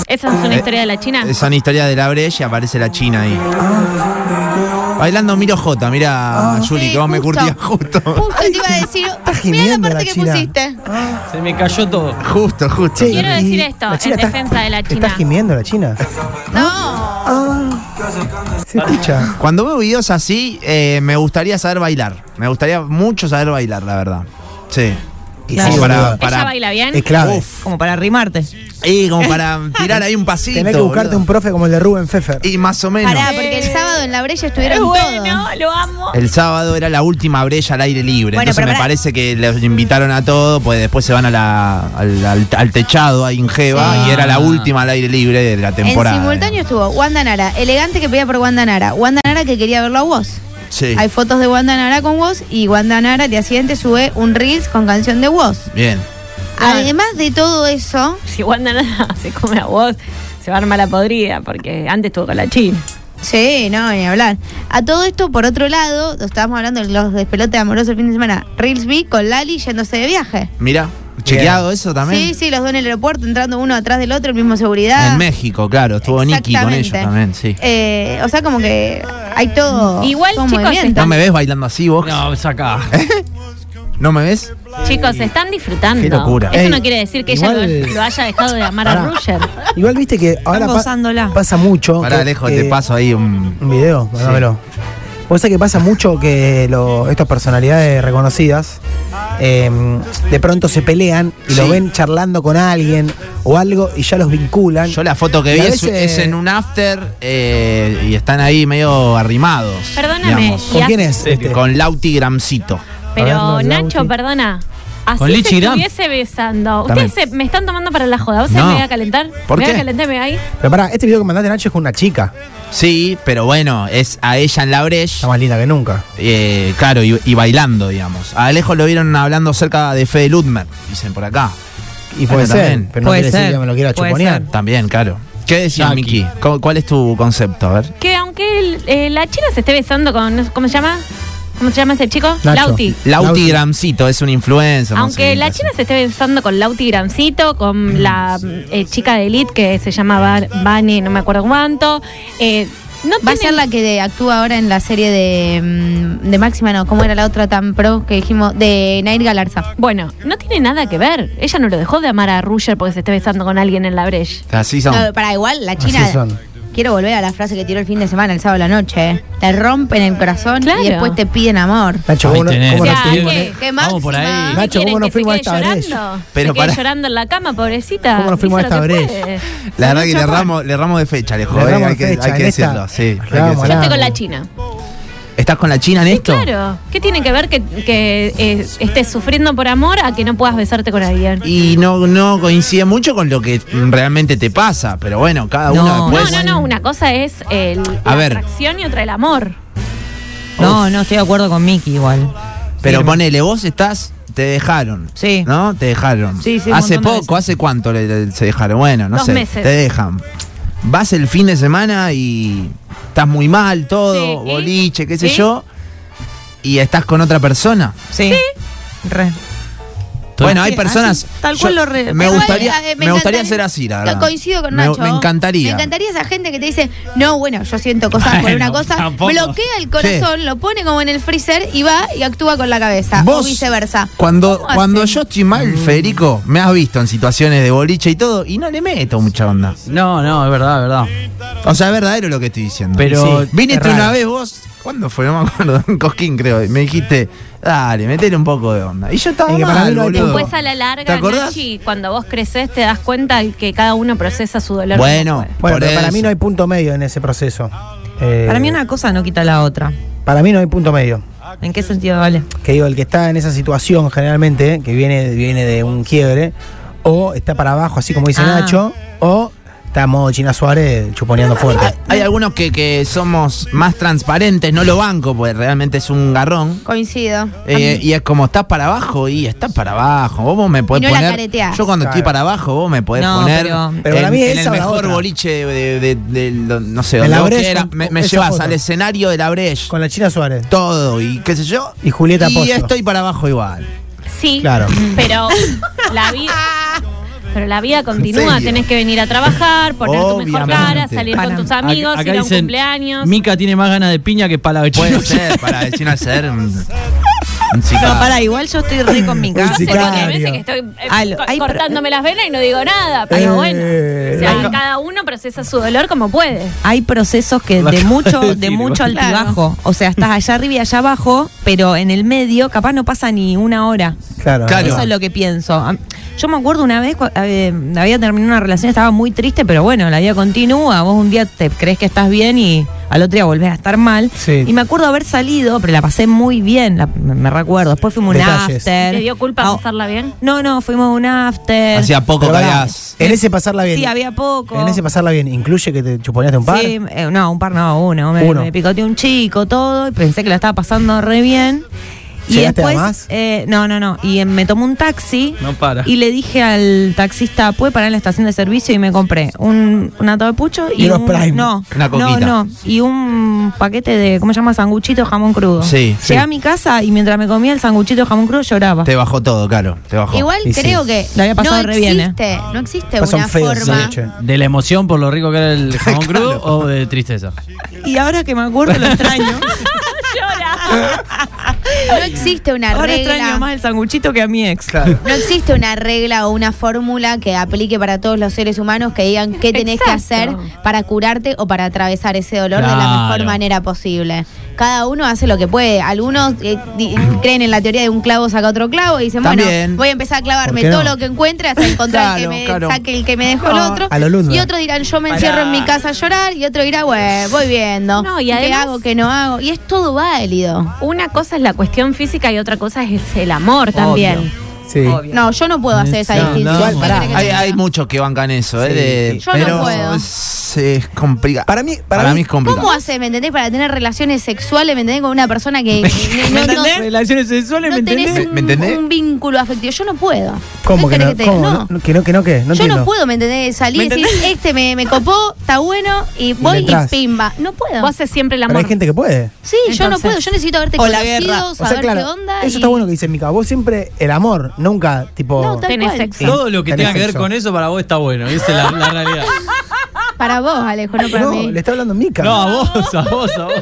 Speaker 5: Esa es una historia de la China.
Speaker 2: eh, son historias de la Breche y aparece la China ahí. Bailando Miro J, mira,
Speaker 7: Ah,
Speaker 2: Juli,
Speaker 3: Sí,
Speaker 2: que vos me
Speaker 3: justo.
Speaker 2: curtías justo.
Speaker 3: Justo te iba a decir, mira la
Speaker 7: gimiendo
Speaker 3: parte
Speaker 7: la
Speaker 3: que
Speaker 7: China.
Speaker 3: pusiste.
Speaker 7: Ah.
Speaker 6: Se me cayó todo.
Speaker 2: Justo, justo.
Speaker 7: Che,
Speaker 5: Quiero
Speaker 7: y
Speaker 5: decir esto,
Speaker 7: la China
Speaker 5: en defensa de la China.
Speaker 7: Está gimiendo la China.
Speaker 3: No.
Speaker 7: Se escucha.
Speaker 2: Cuando veo videos así, eh, me gustaría saber bailar. Me gustaría mucho saber bailar, la verdad. Sí.
Speaker 7: Y
Speaker 2: Como
Speaker 7: sí,
Speaker 2: para-
Speaker 7: boludo.
Speaker 5: ¿Ella
Speaker 2: para-
Speaker 5: baila bien?
Speaker 7: Es clave.
Speaker 2: Uf,
Speaker 4: Como para arrimarte.
Speaker 2: Y como
Speaker 7: *laughs*
Speaker 2: para tirar ahí un pasito.
Speaker 7: Tenés que buscarte
Speaker 2: boludo.
Speaker 7: un profe como el de Rubén Pfeffer.
Speaker 2: Y más o menos.
Speaker 3: Pará, porque el sábado en la Breya estuvieron todos.
Speaker 5: Eh, lo amo.
Speaker 2: El sábado era la última brella al aire libre.
Speaker 3: Bueno,
Speaker 2: Entonces
Speaker 3: pero
Speaker 2: me
Speaker 3: pará.
Speaker 2: parece que los invitaron a todo, pues después se van a la, al, al- al techado a Ingeva
Speaker 6: Sí.
Speaker 2: y era
Speaker 7: Ah.
Speaker 2: la última al aire libre de la temporada.
Speaker 3: En simultáneo estuvo Wanda Nara, elegante que pedía por Wanda Nara. Wanda Nara que quería verlo a vos.
Speaker 2: Sí.
Speaker 3: Hay fotos de Wanda Nara con vos y Wanda Nara al día siguiente sube un Reels con canción de vos.
Speaker 2: Bien.
Speaker 3: Además de todo eso,
Speaker 5: Ah. Si Wanda nada *laughs* se come a vos, se va a armar la podrida, porque antes estuvo con la China.
Speaker 3: sí, no, ni hablar. A todo esto, por otro lado, estábamos hablando de los despelotes amorosos el fin de semana. Reels B con Lali yéndose de viaje.
Speaker 2: Mira, chequeado eso también.
Speaker 3: Sí, sí, los dos en el aeropuerto entrando uno atrás del otro, el mismo seguridad.
Speaker 2: En México, claro, estuvo Nicky con ellos
Speaker 3: Exactamente.
Speaker 2: también, sí.
Speaker 3: Eh, o sea, como que hay todo.
Speaker 5: Igual,
Speaker 3: todo
Speaker 5: chicos,
Speaker 3: movimiento.
Speaker 2: ¿No me ves bailando así vos?
Speaker 6: No, saca.
Speaker 2: *laughs* ¿No me ves?
Speaker 5: Chicos, se están disfrutando.
Speaker 2: Qué locura.
Speaker 5: Eso
Speaker 7: Ey,
Speaker 5: no quiere decir que ella
Speaker 7: igual-
Speaker 5: lo, lo haya dejado de amar a
Speaker 7: Pará.
Speaker 5: Roger.
Speaker 7: Igual viste que ahora pa-
Speaker 4: gozándola.
Speaker 7: pasa mucho.
Speaker 2: Pará,
Speaker 7: que-
Speaker 2: Alejo,
Speaker 7: que-
Speaker 2: te paso ahí un.
Speaker 7: Un video, mándamelo. Vos sabés que pasa mucho que lo- estas personalidades reconocidas eh, de pronto se pelean y lo
Speaker 2: Sí.
Speaker 7: ven charlando con alguien o algo y ya los vinculan.
Speaker 2: Yo la foto que
Speaker 7: Y
Speaker 2: vi
Speaker 7: a
Speaker 2: es,
Speaker 7: veces-
Speaker 2: es en un after eh, y están ahí medio arrimados.
Speaker 5: Perdóname,
Speaker 2: digamos.
Speaker 5: y
Speaker 7: ¿Con quién es? este?
Speaker 2: Con Lauti Gramcito.
Speaker 7: ver,
Speaker 5: Pero
Speaker 7: no,
Speaker 5: Nacho,
Speaker 7: Lauti.
Speaker 5: perdona.
Speaker 6: Con
Speaker 5: Así
Speaker 6: Lichi
Speaker 5: se
Speaker 6: Gram.
Speaker 5: estuviese besando.
Speaker 2: También.
Speaker 5: Ustedes se- me están tomando para la joda. ¿Vos se
Speaker 2: No.
Speaker 5: me voy a calentar?
Speaker 2: ¿Por
Speaker 5: me voy
Speaker 2: qué?
Speaker 5: a calentar, me voy a ir.
Speaker 7: Pero pará, este video que mandaste Nacho es con una chica.
Speaker 2: Sí, pero bueno, es a ella en la
Speaker 7: Está
Speaker 2: brecha.
Speaker 7: más linda que nunca.
Speaker 2: eh, claro, y, y bailando, digamos. A Alejo lo vieron hablando cerca de Fede Ludmer, dicen por acá.
Speaker 7: Y puede
Speaker 2: Bueno,
Speaker 7: ser,
Speaker 2: también.
Speaker 7: pero no
Speaker 4: Puede
Speaker 7: quiere decir
Speaker 4: ser,
Speaker 7: que me lo quiera
Speaker 4: puede
Speaker 7: chuponear.
Speaker 4: ser.
Speaker 2: También, claro. ¿Qué decías,
Speaker 6: Jackie.
Speaker 2: Miki? ¿Cu- ¿Cuál es tu concepto? A ver.
Speaker 5: Que aunque el- eh, la china se esté besando con. no sé, ¿Cómo se llama? ¿Cómo se llama este chico?
Speaker 7: Nacho.
Speaker 5: Lauti.
Speaker 2: Lauti
Speaker 7: Lauti.
Speaker 2: Gramcito es un influencer. no sé
Speaker 5: Aunque
Speaker 2: qué
Speaker 5: la
Speaker 2: es.
Speaker 5: china se esté besando con Lauti Gramcito, con la eh, chica de Elite que se llama Ba- Vane, no me acuerdo cuánto. eh, no
Speaker 3: Va a ser
Speaker 5: tienen-
Speaker 3: la que de- actúa ahora en la serie de, mm, de Máxima, no, ¿cómo era la otra tan pro que dijimos? De Nair Galarza.
Speaker 5: Bueno, no tiene nada que ver. Ella no lo dejó de amar a Ruger porque se esté besando con alguien en la Breche.
Speaker 2: Así son.
Speaker 3: No, para igual, la
Speaker 7: Así
Speaker 3: China.
Speaker 7: son.
Speaker 3: Quiero volver a la frase que tiró el fin de semana, el sábado a la noche. eh. Te rompen el corazón
Speaker 5: Claro.
Speaker 3: y después te piden amor.
Speaker 7: Nacho,
Speaker 6: Ahí
Speaker 7: ¿cómo no,
Speaker 6: tenés.
Speaker 7: cómo no
Speaker 5: O sea,
Speaker 7: firma-
Speaker 5: que-
Speaker 3: qué máxima.
Speaker 6: Vamos por ahí.
Speaker 7: Nacho,
Speaker 5: ¿Qué quieren,
Speaker 7: ¿cómo no
Speaker 5: que se
Speaker 7: fuimos a
Speaker 5: quede
Speaker 7: esta brecha?
Speaker 5: llorando?
Speaker 2: Pero
Speaker 5: se quede
Speaker 2: pará.
Speaker 5: llorando en la cama, pobrecita.
Speaker 7: ¿Cómo no fuimos
Speaker 5: Hizo
Speaker 7: a
Speaker 5: lo
Speaker 7: esta Ah,
Speaker 5: que
Speaker 7: brecha?
Speaker 5: puede.
Speaker 2: La verdad que le ramos, le ramos de fecha, Alejo.
Speaker 7: Le
Speaker 2: eh,
Speaker 7: erramos
Speaker 2: hay
Speaker 7: de
Speaker 2: que,
Speaker 7: fecha,
Speaker 2: hay que
Speaker 7: en esta.
Speaker 2: decirlo, sí. hay que
Speaker 7: Erramos,
Speaker 2: decirlo.
Speaker 5: Yo
Speaker 7: Claro.
Speaker 5: estoy con la China.
Speaker 2: ¿Estás con la China en
Speaker 5: Sí,
Speaker 2: esto?
Speaker 5: claro. ¿Qué tiene que ver que, que, eh, estés sufriendo por amor a que no puedas besarte con alguien?
Speaker 2: Y no, no coincide mucho con lo que realmente te pasa, pero bueno, cada uno
Speaker 4: No.
Speaker 7: pues.
Speaker 2: después.
Speaker 5: no, no, no. Una cosa es el,
Speaker 2: A
Speaker 5: la
Speaker 2: ver.
Speaker 5: atracción y otra el amor.
Speaker 4: No, no estoy de acuerdo con Miki igual.
Speaker 2: Pero ponele, vos estás, te dejaron.
Speaker 4: Sí.
Speaker 2: ¿No? Te dejaron.
Speaker 4: Sí, sí, un
Speaker 2: Hace
Speaker 4: montón de
Speaker 2: poco, hace cuánto le- le- se dejaron. Bueno, no
Speaker 5: Dos
Speaker 2: sé.
Speaker 5: meses.
Speaker 2: Te dejan. Vas el fin de semana y estás muy mal, todo,
Speaker 5: Sí, ¿y?
Speaker 2: boliche, qué sé
Speaker 5: ¿Y?
Speaker 2: yo. Y estás con otra persona.
Speaker 4: Sí. Re.
Speaker 2: bueno, hay
Speaker 4: así,
Speaker 2: personas.
Speaker 4: tal cual lo re-
Speaker 2: me
Speaker 4: Igual,
Speaker 2: gustaría,
Speaker 3: eh,
Speaker 2: me
Speaker 3: encanta-
Speaker 2: gustaría ser así, la verdad.
Speaker 3: Coincido con
Speaker 2: Me-
Speaker 3: Nacho.
Speaker 2: Me, encantaría.
Speaker 3: Me encantaría esa gente que te dice, no, bueno, yo siento cosas por
Speaker 6: Bueno,
Speaker 3: una cosa,
Speaker 6: tampoco.
Speaker 3: bloquea el corazón, lo pone como en el freezer y va y actúa con la cabeza.
Speaker 2: Vos,
Speaker 3: o viceversa.
Speaker 2: Cuando,
Speaker 3: ¿Cómo hacen?
Speaker 2: cuando yo estoy
Speaker 7: Mm.
Speaker 2: mal, Federico, me has visto en situaciones de boliche y todo, y no le meto mucha onda.
Speaker 6: No, no, es verdad, es verdad.
Speaker 2: O sea, es verdad lo que estoy diciendo.
Speaker 6: Pero-
Speaker 2: viniste
Speaker 7: es raro.
Speaker 2: una vez vos, ¿cuándo fue? No me acuerdo, *laughs* en Cosquín creo, y me dijiste, dale, metele un poco de onda. Y yo estaba
Speaker 7: Es que para
Speaker 2: mal,
Speaker 7: mí no hay
Speaker 2: boludo.
Speaker 5: Después a la
Speaker 2: ¿Te
Speaker 5: larga,
Speaker 2: acordás?
Speaker 5: Nachi, cuando vos creces te das cuenta que cada uno procesa su dolor.
Speaker 2: Bueno,
Speaker 7: Bueno,
Speaker 2: por
Speaker 7: pero para
Speaker 2: eso.
Speaker 7: mí no hay punto medio en ese proceso. Eh,
Speaker 4: Para mí una cosa no quita la otra.
Speaker 7: para mí no hay punto medio.
Speaker 4: ¿En qué sentido vale?
Speaker 7: que digo, el que está en esa situación generalmente, eh, que viene, viene de un quiebre, o está para abajo, así como dice
Speaker 4: Ah.
Speaker 7: Nacho, o está modo China Suárez chuponeando fuerte.
Speaker 2: Hay algunos que, que somos más transparentes, no lo banco, porque realmente es un garrón.
Speaker 3: Coincido.
Speaker 2: Eh, y es como estás para abajo y estás para abajo. Vos, vos me podés
Speaker 3: Y no la
Speaker 2: poner.
Speaker 3: careteás.
Speaker 2: Yo cuando estoy
Speaker 7: Claro.
Speaker 2: para abajo, vos me podés
Speaker 4: No,
Speaker 2: poner
Speaker 4: pero-
Speaker 7: Pero para
Speaker 2: en,
Speaker 7: mí
Speaker 2: en
Speaker 7: esa
Speaker 2: el
Speaker 7: o la
Speaker 2: mejor
Speaker 7: otra.
Speaker 2: boliche de, de- de- del- do- no sé,
Speaker 7: En la
Speaker 2: donde vos
Speaker 7: Breche
Speaker 2: quieras.
Speaker 7: con-
Speaker 2: Me,
Speaker 7: con
Speaker 2: me
Speaker 7: esa
Speaker 2: llevas
Speaker 7: foto.
Speaker 2: al escenario de la Breche.
Speaker 7: Con la China Suárez.
Speaker 2: todo y qué sé yo.
Speaker 7: Y Julieta
Speaker 2: Y
Speaker 7: Pozo.
Speaker 2: estoy para abajo igual.
Speaker 5: Sí,
Speaker 7: Claro.
Speaker 5: pero la
Speaker 7: *laughs*
Speaker 5: vida... Pero la vida
Speaker 2: ¿En
Speaker 5: continúa,
Speaker 2: serio?
Speaker 5: tenés que venir a trabajar, poner tu mejor
Speaker 2: Obviamente.
Speaker 5: cara, salir con
Speaker 4: Para.
Speaker 5: tus amigos,
Speaker 6: Acá- acá
Speaker 5: ir a un
Speaker 6: dicen,
Speaker 5: cumpleaños.
Speaker 6: Mica tiene más ganas de piña que para la
Speaker 2: Puede ser, para vecino al ser. mm, Un sicario.
Speaker 4: No, pará, igual
Speaker 5: Eh,
Speaker 4: yo estoy re con mi casa.
Speaker 7: Sí,
Speaker 5: Hace
Speaker 7: claro.
Speaker 5: veinte meses que estoy eh,
Speaker 4: Al-
Speaker 5: co-
Speaker 4: hay pro-
Speaker 5: cortándome las venas y no digo nada, pero
Speaker 7: Eh,
Speaker 5: bueno. O sea,
Speaker 7: hay-
Speaker 5: cada uno procesa su dolor como puede.
Speaker 4: Hay procesos que de mucho, de, mucho
Speaker 3: igual.
Speaker 4: altibajo. O sea, estás allá arriba y allá abajo, pero en el medio capaz no pasa ni una hora.
Speaker 7: Claro.
Speaker 2: Claro.
Speaker 4: Eso es lo que pienso. Am- Yo me acuerdo una vez, cua- eh, había terminado una relación, estaba muy triste, pero bueno, la vida continúa. Vos un día te crees que estás bien y al otro día volvés a estar mal.
Speaker 7: Sí.
Speaker 4: Y me acuerdo haber salido, pero la pasé muy bien, la- me me recuerdo. Después fuimos a un
Speaker 7: Detalles.
Speaker 4: after.
Speaker 5: ¿Te dio culpa
Speaker 4: Ah,
Speaker 5: pasarla bien?
Speaker 4: No, no, fuimos a un after.
Speaker 2: Hacía poco
Speaker 7: Pero
Speaker 2: que
Speaker 7: pará,
Speaker 2: habías.
Speaker 7: En ese pasarla bien.
Speaker 4: Sí, había poco.
Speaker 7: En ese pasarla bien, ¿incluye que te chuponeaste un par?
Speaker 4: Sí, eh, no, un par no, uno. Me,
Speaker 7: Uno.
Speaker 4: me picoteó un chico, todo, y pensé que la estaba pasando re bien. Y
Speaker 7: ¿Llegaste a
Speaker 4: después,
Speaker 7: más?
Speaker 4: eh, no, no, no. Y eh, me tomó un taxi
Speaker 6: No para.
Speaker 4: y le dije al taxista, ¿puede parar en la estación de servicio? Y me compré un, un atado de pucho y,
Speaker 7: Y unos
Speaker 4: un,
Speaker 7: Prime.
Speaker 4: No,
Speaker 2: Una
Speaker 4: no,
Speaker 2: coquita.
Speaker 4: no. Y un paquete de, ¿cómo se llama? Sanguchito de jamón crudo.
Speaker 2: Sí,
Speaker 4: Llegué
Speaker 2: sí.
Speaker 4: a mi casa y mientras me comía el sanguchito de jamón crudo lloraba.
Speaker 2: Te bajó todo, claro. Te bajó.
Speaker 3: Igual
Speaker 7: Y sí.
Speaker 3: creo que
Speaker 4: Lo había pasado
Speaker 3: no
Speaker 4: re
Speaker 7: ¿eh?
Speaker 4: bien, ¿eh?
Speaker 3: existe, no existe
Speaker 7: Pasan
Speaker 3: una
Speaker 7: feos,
Speaker 3: forma.
Speaker 7: sí, che.
Speaker 6: ¿De la emoción por lo rico que era
Speaker 2: *laughs*
Speaker 6: el jamón crudo o de tristeza?
Speaker 4: Y ahora que me acuerdo lo extraño. *laughs*
Speaker 3: No existe una
Speaker 4: ahora
Speaker 3: regla.
Speaker 4: extraño más el sanguchito que a mi ex.
Speaker 3: No existe una regla o una fórmula que aplique para todos los seres humanos que digan qué tenés que hacer
Speaker 5: Exacto.
Speaker 3: para curarte o para atravesar ese dolor de la mejor
Speaker 6: Claro.
Speaker 3: manera posible. Cada uno hace lo que puede. Algunos eh, di- creen en la teoría de un clavo saca otro clavo y dicen,
Speaker 2: También.
Speaker 3: bueno, voy a empezar a clavarme
Speaker 7: ¿Por qué
Speaker 3: todo
Speaker 7: no?
Speaker 3: lo que encuentre hasta encontrar el que
Speaker 2: Claro,
Speaker 3: me
Speaker 2: claro.
Speaker 3: saque el que me dejó el otro.
Speaker 7: A lo Ludwig.
Speaker 3: y otros dirán, yo me encierro en mi casa a llorar y otro dirá, bueno, voy viendo.
Speaker 5: No, y
Speaker 3: ¿Qué
Speaker 5: además-
Speaker 3: hago, qué no hago? Y es todo válido.
Speaker 5: Una cosa es la cuestión física y otra cosa es el amor también.
Speaker 7: Sí.
Speaker 4: Obvio.
Speaker 3: No, yo no puedo hacer esa
Speaker 6: No,
Speaker 3: distinción.
Speaker 7: no,
Speaker 3: ¿Qué
Speaker 7: igual, pará.
Speaker 3: querés que te
Speaker 2: Hay,
Speaker 3: diga?
Speaker 2: hay muchos que bancan eso, ¿eh?
Speaker 7: Sí,
Speaker 2: de-
Speaker 3: sí. Yo no
Speaker 2: pero
Speaker 3: puedo.
Speaker 2: Es, es complicado.
Speaker 7: Para mí- para mí-
Speaker 2: es complicado.
Speaker 3: ¿Cómo hace, me entendés, para tener relaciones sexuales, me entendés, con una
Speaker 7: *laughs*
Speaker 3: persona que que no, no-
Speaker 6: Relaciones sexuales,
Speaker 3: no tenés, un,
Speaker 2: ¿Me entendés?
Speaker 3: un vínculo afectivo? Yo no puedo.
Speaker 7: ¿Cómo
Speaker 3: ¿Qué
Speaker 7: que no?
Speaker 3: querés que te diga?
Speaker 7: ¿Cómo?
Speaker 3: No.
Speaker 7: No, ¿Que no? ¿Que no qué? No
Speaker 3: Yo
Speaker 7: entiendo.
Speaker 3: no puedo, ¿me entendés? Salir y decir, este me, me copó, está bueno, y voy y,
Speaker 7: entrás.
Speaker 3: pimba. No puedo.
Speaker 5: Vos haces siempre el
Speaker 7: Pero
Speaker 5: amor.
Speaker 7: hay gente que puede.
Speaker 3: Sí, yo no
Speaker 5: Entonces.
Speaker 3: puedo. Yo necesito haberte
Speaker 4: O la guerra.
Speaker 3: conocido,
Speaker 7: O sea,
Speaker 3: saber
Speaker 7: claro,
Speaker 3: qué onda.
Speaker 7: Eso
Speaker 3: y-
Speaker 7: está bueno que dice Mica. Vos siempre el amor, nunca tipo.
Speaker 3: No, tal
Speaker 5: Tenés
Speaker 3: cual.
Speaker 5: sexo.
Speaker 6: Todo lo que
Speaker 7: Tenés
Speaker 6: tenga que ver
Speaker 7: sexo.
Speaker 6: con eso para vos está bueno. Esa es la, la
Speaker 2: *laughs*
Speaker 6: realidad.
Speaker 3: Ah, Para vos, Alejo, no para
Speaker 7: No,
Speaker 3: mí.
Speaker 7: le está hablando Mica.
Speaker 6: No, a vos, a vos, a vos.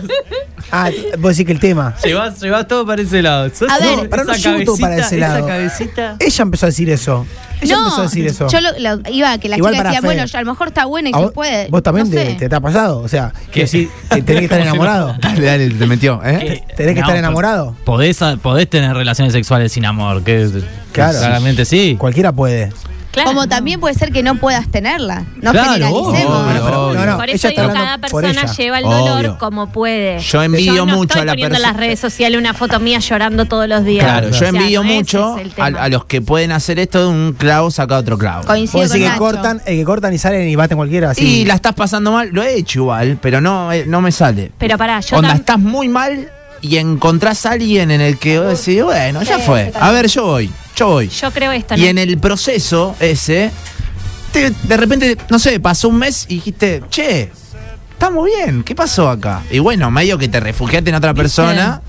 Speaker 7: Ah, vos decís que el tema.
Speaker 6: Llevás, llevás todo para ese lado. Sos-
Speaker 3: A ver,
Speaker 7: No, pará, no
Speaker 6: esa
Speaker 7: llevo todo para
Speaker 6: cabecita-
Speaker 7: ese lado.
Speaker 6: Esa cabecita.
Speaker 7: Ella empezó a decir eso. Ella empezó a decir eso.
Speaker 3: yo lo, lo- iba a que la
Speaker 7: Igual
Speaker 3: chica
Speaker 7: para
Speaker 3: decía,
Speaker 7: Fede.
Speaker 3: bueno, yo- a lo mejor está buena y
Speaker 7: A
Speaker 3: se
Speaker 7: vos,
Speaker 3: puede.
Speaker 7: vos también
Speaker 3: No
Speaker 7: te,
Speaker 3: sé.
Speaker 7: te, te ha pasado. O sea, que sí, te- *laughs*
Speaker 6: *laughs*
Speaker 7: tenés que estar
Speaker 6: ¿Cómo se llama?
Speaker 7: enamorado.
Speaker 2: Dale, dale, te metió, ¿eh?
Speaker 6: Eh,
Speaker 7: Tenés que estar
Speaker 6: pero
Speaker 7: enamorado.
Speaker 6: Podés, podés tener relaciones sexuales sin amor. Que,
Speaker 7: Claro.
Speaker 6: Claramente sí.
Speaker 7: Cualquiera puede.
Speaker 5: Claro.
Speaker 3: Como también puede ser que no puedas tenerla. No
Speaker 6: Claro,
Speaker 3: generalicemos.
Speaker 2: obvio, obvio.
Speaker 7: No, no,
Speaker 5: por
Speaker 7: ella
Speaker 5: eso
Speaker 7: está
Speaker 5: digo,
Speaker 7: hablando
Speaker 5: cada
Speaker 7: por
Speaker 5: persona
Speaker 7: ella.
Speaker 5: lleva el dolor
Speaker 2: Obvio.
Speaker 5: como puede.
Speaker 2: Yo envidio
Speaker 5: no
Speaker 2: mucho
Speaker 5: estoy
Speaker 2: a la
Speaker 5: poniendo en
Speaker 2: persona-
Speaker 5: las redes sociales una foto mía llorando todos los días.
Speaker 2: Claro, yo
Speaker 5: O sea, ¿eh?
Speaker 2: envidio
Speaker 5: no ese
Speaker 2: mucho
Speaker 5: es el
Speaker 2: a,
Speaker 5: tema.
Speaker 2: a los que pueden hacer esto de un clavo saca otro clavo.
Speaker 3: Coincido
Speaker 7: Vos
Speaker 3: con
Speaker 7: decís que
Speaker 3: Nacho.
Speaker 7: cortan, el que cortan y salen y baten cualquiera. Así.
Speaker 2: Y la estás pasando mal, lo he hecho igual, pero no, eh, no me sale.
Speaker 5: Pero pará, yo
Speaker 2: Onda,
Speaker 5: tam-
Speaker 2: estás muy mal y encontrás a alguien en el que vos decís, bueno, ya fue. A ver, yo voy, yo voy.
Speaker 5: yo creo esto.
Speaker 2: Y
Speaker 5: ¿no?
Speaker 2: en el proceso ese, te- de repente, no sé, pasó un mes y dijiste, che, estamos bien, ¿qué pasó acá? Y bueno, medio que te refugiaste en otra persona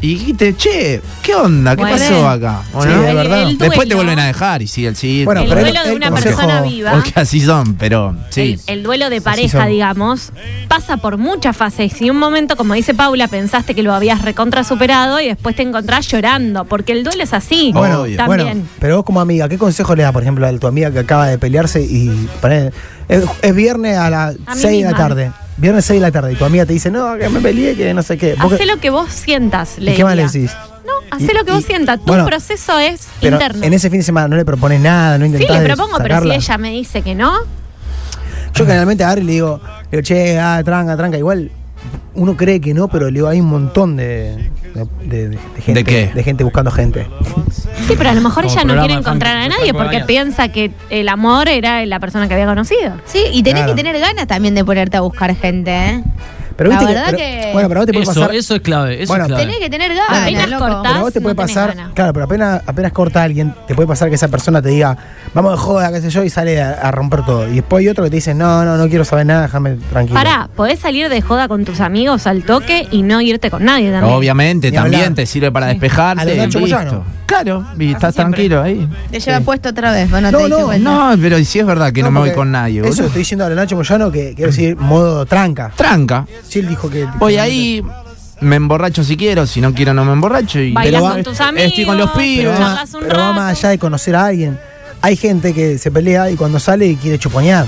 Speaker 2: y dijiste, che, ¿qué onda? ¿Qué
Speaker 5: Bueno.
Speaker 2: pasó acá? ¿O
Speaker 7: Sí,
Speaker 2: no?
Speaker 7: es El- verdad. el
Speaker 2: Después te
Speaker 5: duelo-
Speaker 2: vuelven a dejar y sigue el siguiente.
Speaker 7: Bueno,
Speaker 5: el
Speaker 7: pero
Speaker 5: duelo
Speaker 7: él-
Speaker 5: de
Speaker 7: él
Speaker 5: una
Speaker 7: consejó-
Speaker 5: persona viva.
Speaker 2: Porque así son, pero sí.
Speaker 5: El, el duelo de
Speaker 7: son.
Speaker 5: pareja, digamos, pasa por muchas fases. Y un momento, como dice Paula, pensaste que lo habías recontra superado y después te encontrás llorando, porque el duelo es así.
Speaker 7: Bueno,
Speaker 2: Obvio.
Speaker 7: bueno,
Speaker 5: también.
Speaker 7: pero vos como amiga, ¿qué consejo le das, por ejemplo, a tu amiga que acaba de pelearse y poner, es, es viernes a las
Speaker 5: A mí
Speaker 7: 6 de la
Speaker 5: misma.
Speaker 7: tarde? Viernes 6 de la tarde y tu amiga te dice, no, que me peleé, que no sé qué. Vos
Speaker 5: Hacé
Speaker 7: que-
Speaker 5: lo que vos sientas,
Speaker 7: ¿Y qué más le
Speaker 5: diría.
Speaker 7: decís?
Speaker 5: No, hacé lo que
Speaker 7: Y-
Speaker 5: vos
Speaker 7: y-
Speaker 5: sientas. Tu
Speaker 7: bueno,
Speaker 5: proceso es
Speaker 7: Pero
Speaker 5: interno.
Speaker 7: en ese fin de semana no le propones nada, no
Speaker 5: sí,
Speaker 7: intentás
Speaker 5: le
Speaker 7: de
Speaker 5: propongo, pero si
Speaker 7: sacarla.
Speaker 5: ella me dice que no,
Speaker 7: Yo generalmente agarro y le digo, le digo, che, ah, tranca, tranca. Igual uno cree que no, pero le digo, hay un montón de, de- de- de gente.
Speaker 2: ¿De qué?
Speaker 7: De gente buscando gente.
Speaker 5: sí, pero a lo mejor
Speaker 6: Como
Speaker 5: ella no
Speaker 6: programa
Speaker 5: quiere
Speaker 6: de
Speaker 5: encontrar
Speaker 6: Frank-
Speaker 5: a
Speaker 6: de
Speaker 5: nadie
Speaker 6: Franco
Speaker 5: porque
Speaker 6: Arias.
Speaker 5: piensa que el amor era la persona que había conocido.
Speaker 3: Sí, y tenés
Speaker 7: Claro.
Speaker 3: que tener ganas también de ponerte a buscar gente, ¿eh?
Speaker 7: Pero
Speaker 3: La
Speaker 7: viste
Speaker 3: verdad
Speaker 7: pero-
Speaker 3: que-
Speaker 7: Bueno, pero a vos te puede
Speaker 6: Eso,
Speaker 7: pasar.
Speaker 6: eso es clave. Eso
Speaker 7: Bueno,
Speaker 6: es clave.
Speaker 3: Tenés que tener
Speaker 5: Apenas
Speaker 3: ganas, loco.
Speaker 5: cortás.
Speaker 7: Pero a vos te
Speaker 5: no
Speaker 7: puede
Speaker 5: tenés
Speaker 7: pasar,
Speaker 5: ganas.
Speaker 7: claro, pero apenas, apenas corta a alguien, te puede pasar que esa persona te diga, vamos de joda, qué sé yo, y sale a, a romper todo. Y después hay otro que te dice, no, no, no quiero saber nada, déjame tranquilo.
Speaker 5: Pará, podés salir de joda con tus amigos al toque y no irte con nadie también.
Speaker 2: Obviamente,
Speaker 7: Ni
Speaker 2: también
Speaker 7: hablar.
Speaker 2: te sirve para despejarte.
Speaker 7: A los Nacho
Speaker 2: listo.
Speaker 7: Moyano.
Speaker 2: Claro, y estás tranquilo ahí.
Speaker 3: Te lleva puesto otra vez, vos no, te
Speaker 7: No,
Speaker 3: diste
Speaker 7: no,
Speaker 3: cuenta.
Speaker 2: No, pero si es verdad que no, me voy
Speaker 7: porque
Speaker 2: con nadie,
Speaker 7: Eso
Speaker 2: boludo.
Speaker 7: estoy diciendo a Nacho Moyano que quiero decir modo tranca.
Speaker 2: Tranca.
Speaker 7: Sí, él dijo que.
Speaker 2: Voy ahí, me emborracho si quiero, si no quiero no me emborracho. Y eh,
Speaker 5: Bailás
Speaker 7: Pero va- eh,
Speaker 5: con tus amigos.
Speaker 2: estoy con los pibes.
Speaker 7: Pero, va,
Speaker 5: charlas un
Speaker 7: pero va
Speaker 5: rato.
Speaker 7: más allá de conocer a alguien. Hay gente que se pelea y cuando sale quiere chuponear.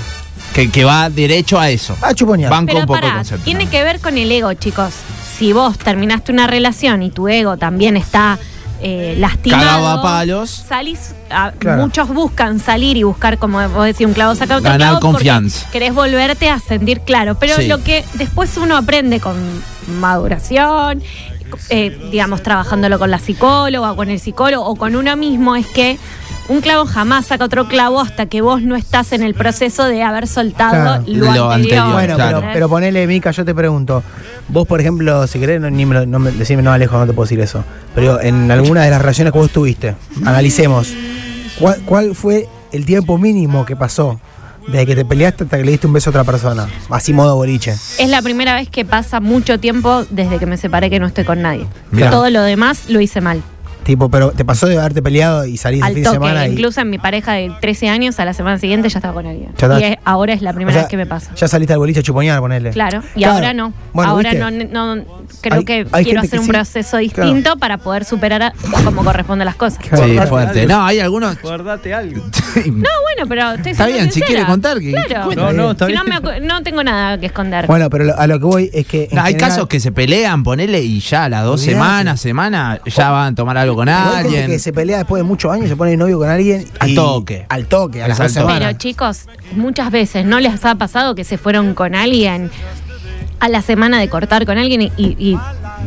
Speaker 2: que, que va derecho a eso.
Speaker 7: Va a chuponear.
Speaker 2: Banco
Speaker 5: Pero
Speaker 2: un poco el
Speaker 5: pará,
Speaker 2: concepto.
Speaker 5: tiene que ver con el ego, chicos. Si vos terminaste una relación y tu ego también está eh, lastimado.
Speaker 2: Cagado a palos.
Speaker 5: Salís, a-
Speaker 7: Claro.
Speaker 5: muchos buscan salir y buscar, como vos decís, un clavo saca otro
Speaker 2: Ganar
Speaker 5: clavo porque
Speaker 2: confianza.
Speaker 5: Querés volverte a sentir claro. Pero
Speaker 2: Sí.
Speaker 5: lo que después uno aprende con maduración, eh, digamos, trabajándolo con la psicóloga, o con el psicólogo o con uno mismo, es que un clavo jamás saca otro clavo hasta que vos no estás en el proceso de haber
Speaker 7: Claro.
Speaker 5: soltado lo,
Speaker 2: Lo
Speaker 5: anterior.
Speaker 2: anterior,
Speaker 7: Bueno,
Speaker 2: claro.
Speaker 7: pero, pero ponele, Mica, yo te pregunto. Vos, por ejemplo, si querés, no, ni me lo- no me- decime, no, Alejo, no te puedo decir eso. Pero en alguna de las relaciones que vos tuviste, analicemos. ¿Cuál, cuál fue el tiempo mínimo que pasó desde que te peleaste hasta que le diste un beso a otra persona? Así modo boliche.
Speaker 5: Es la primera vez que pasa mucho tiempo desde que me separé que no estoy con nadie.
Speaker 2: Mirá.
Speaker 5: Todo lo demás lo hice mal.
Speaker 7: Tipo, pero te pasó de haberte peleado y salir el
Speaker 5: Al
Speaker 7: fin de semana
Speaker 5: toque,
Speaker 7: y.
Speaker 5: incluso en mi pareja de 13 años, a la semana siguiente ya estaba con alguien.
Speaker 7: Ya está.
Speaker 5: Y es- ahora es la primera
Speaker 7: o sea,
Speaker 5: vez que me pasa.
Speaker 7: Ya saliste al boliche a chuponear, ponele.
Speaker 5: Claro, y
Speaker 7: Claro.
Speaker 5: ahora no.
Speaker 7: Bueno,
Speaker 5: ahora
Speaker 7: ¿viste?
Speaker 5: no, no- creo
Speaker 7: Hay-
Speaker 5: que
Speaker 7: hay gente
Speaker 5: quiero hacer
Speaker 7: que
Speaker 5: un
Speaker 7: sí.
Speaker 5: proceso distinto para poder superar a- como corresponde las cosas.
Speaker 7: Claro.
Speaker 2: Sí,
Speaker 7: Guardate
Speaker 2: fuerte.
Speaker 8: algo.
Speaker 2: No, hay algunos.
Speaker 8: Guardate algo.
Speaker 5: No, bueno, pero estoy
Speaker 2: Está
Speaker 5: siendo
Speaker 2: bien, si
Speaker 5: sincera.
Speaker 2: quiere contar, que- que
Speaker 5: Claro.
Speaker 2: cuente.
Speaker 8: No, no, está
Speaker 5: Si
Speaker 8: bien.
Speaker 5: no, me acu- no tengo nada que esconder.
Speaker 7: Bueno, pero lo- a lo que voy es que. en
Speaker 2: No, hay
Speaker 7: general-
Speaker 2: casos que se pelean, ponele, y ya a las dos
Speaker 7: Olvidate.
Speaker 2: semanas, semana, ya van a tomar algo con
Speaker 7: Igual gente
Speaker 2: alguien.
Speaker 7: que se pelea después de muchos años, se pone de novio con alguien.
Speaker 2: Al
Speaker 7: y-
Speaker 2: toque.
Speaker 7: Al toque, a
Speaker 2: Es
Speaker 7: las
Speaker 2: al
Speaker 7: dos
Speaker 2: toque.
Speaker 5: Pero
Speaker 7: semanas.
Speaker 5: chicos, muchas veces no les ha pasado que se fueron con alguien a la semana de cortar con alguien y, y- y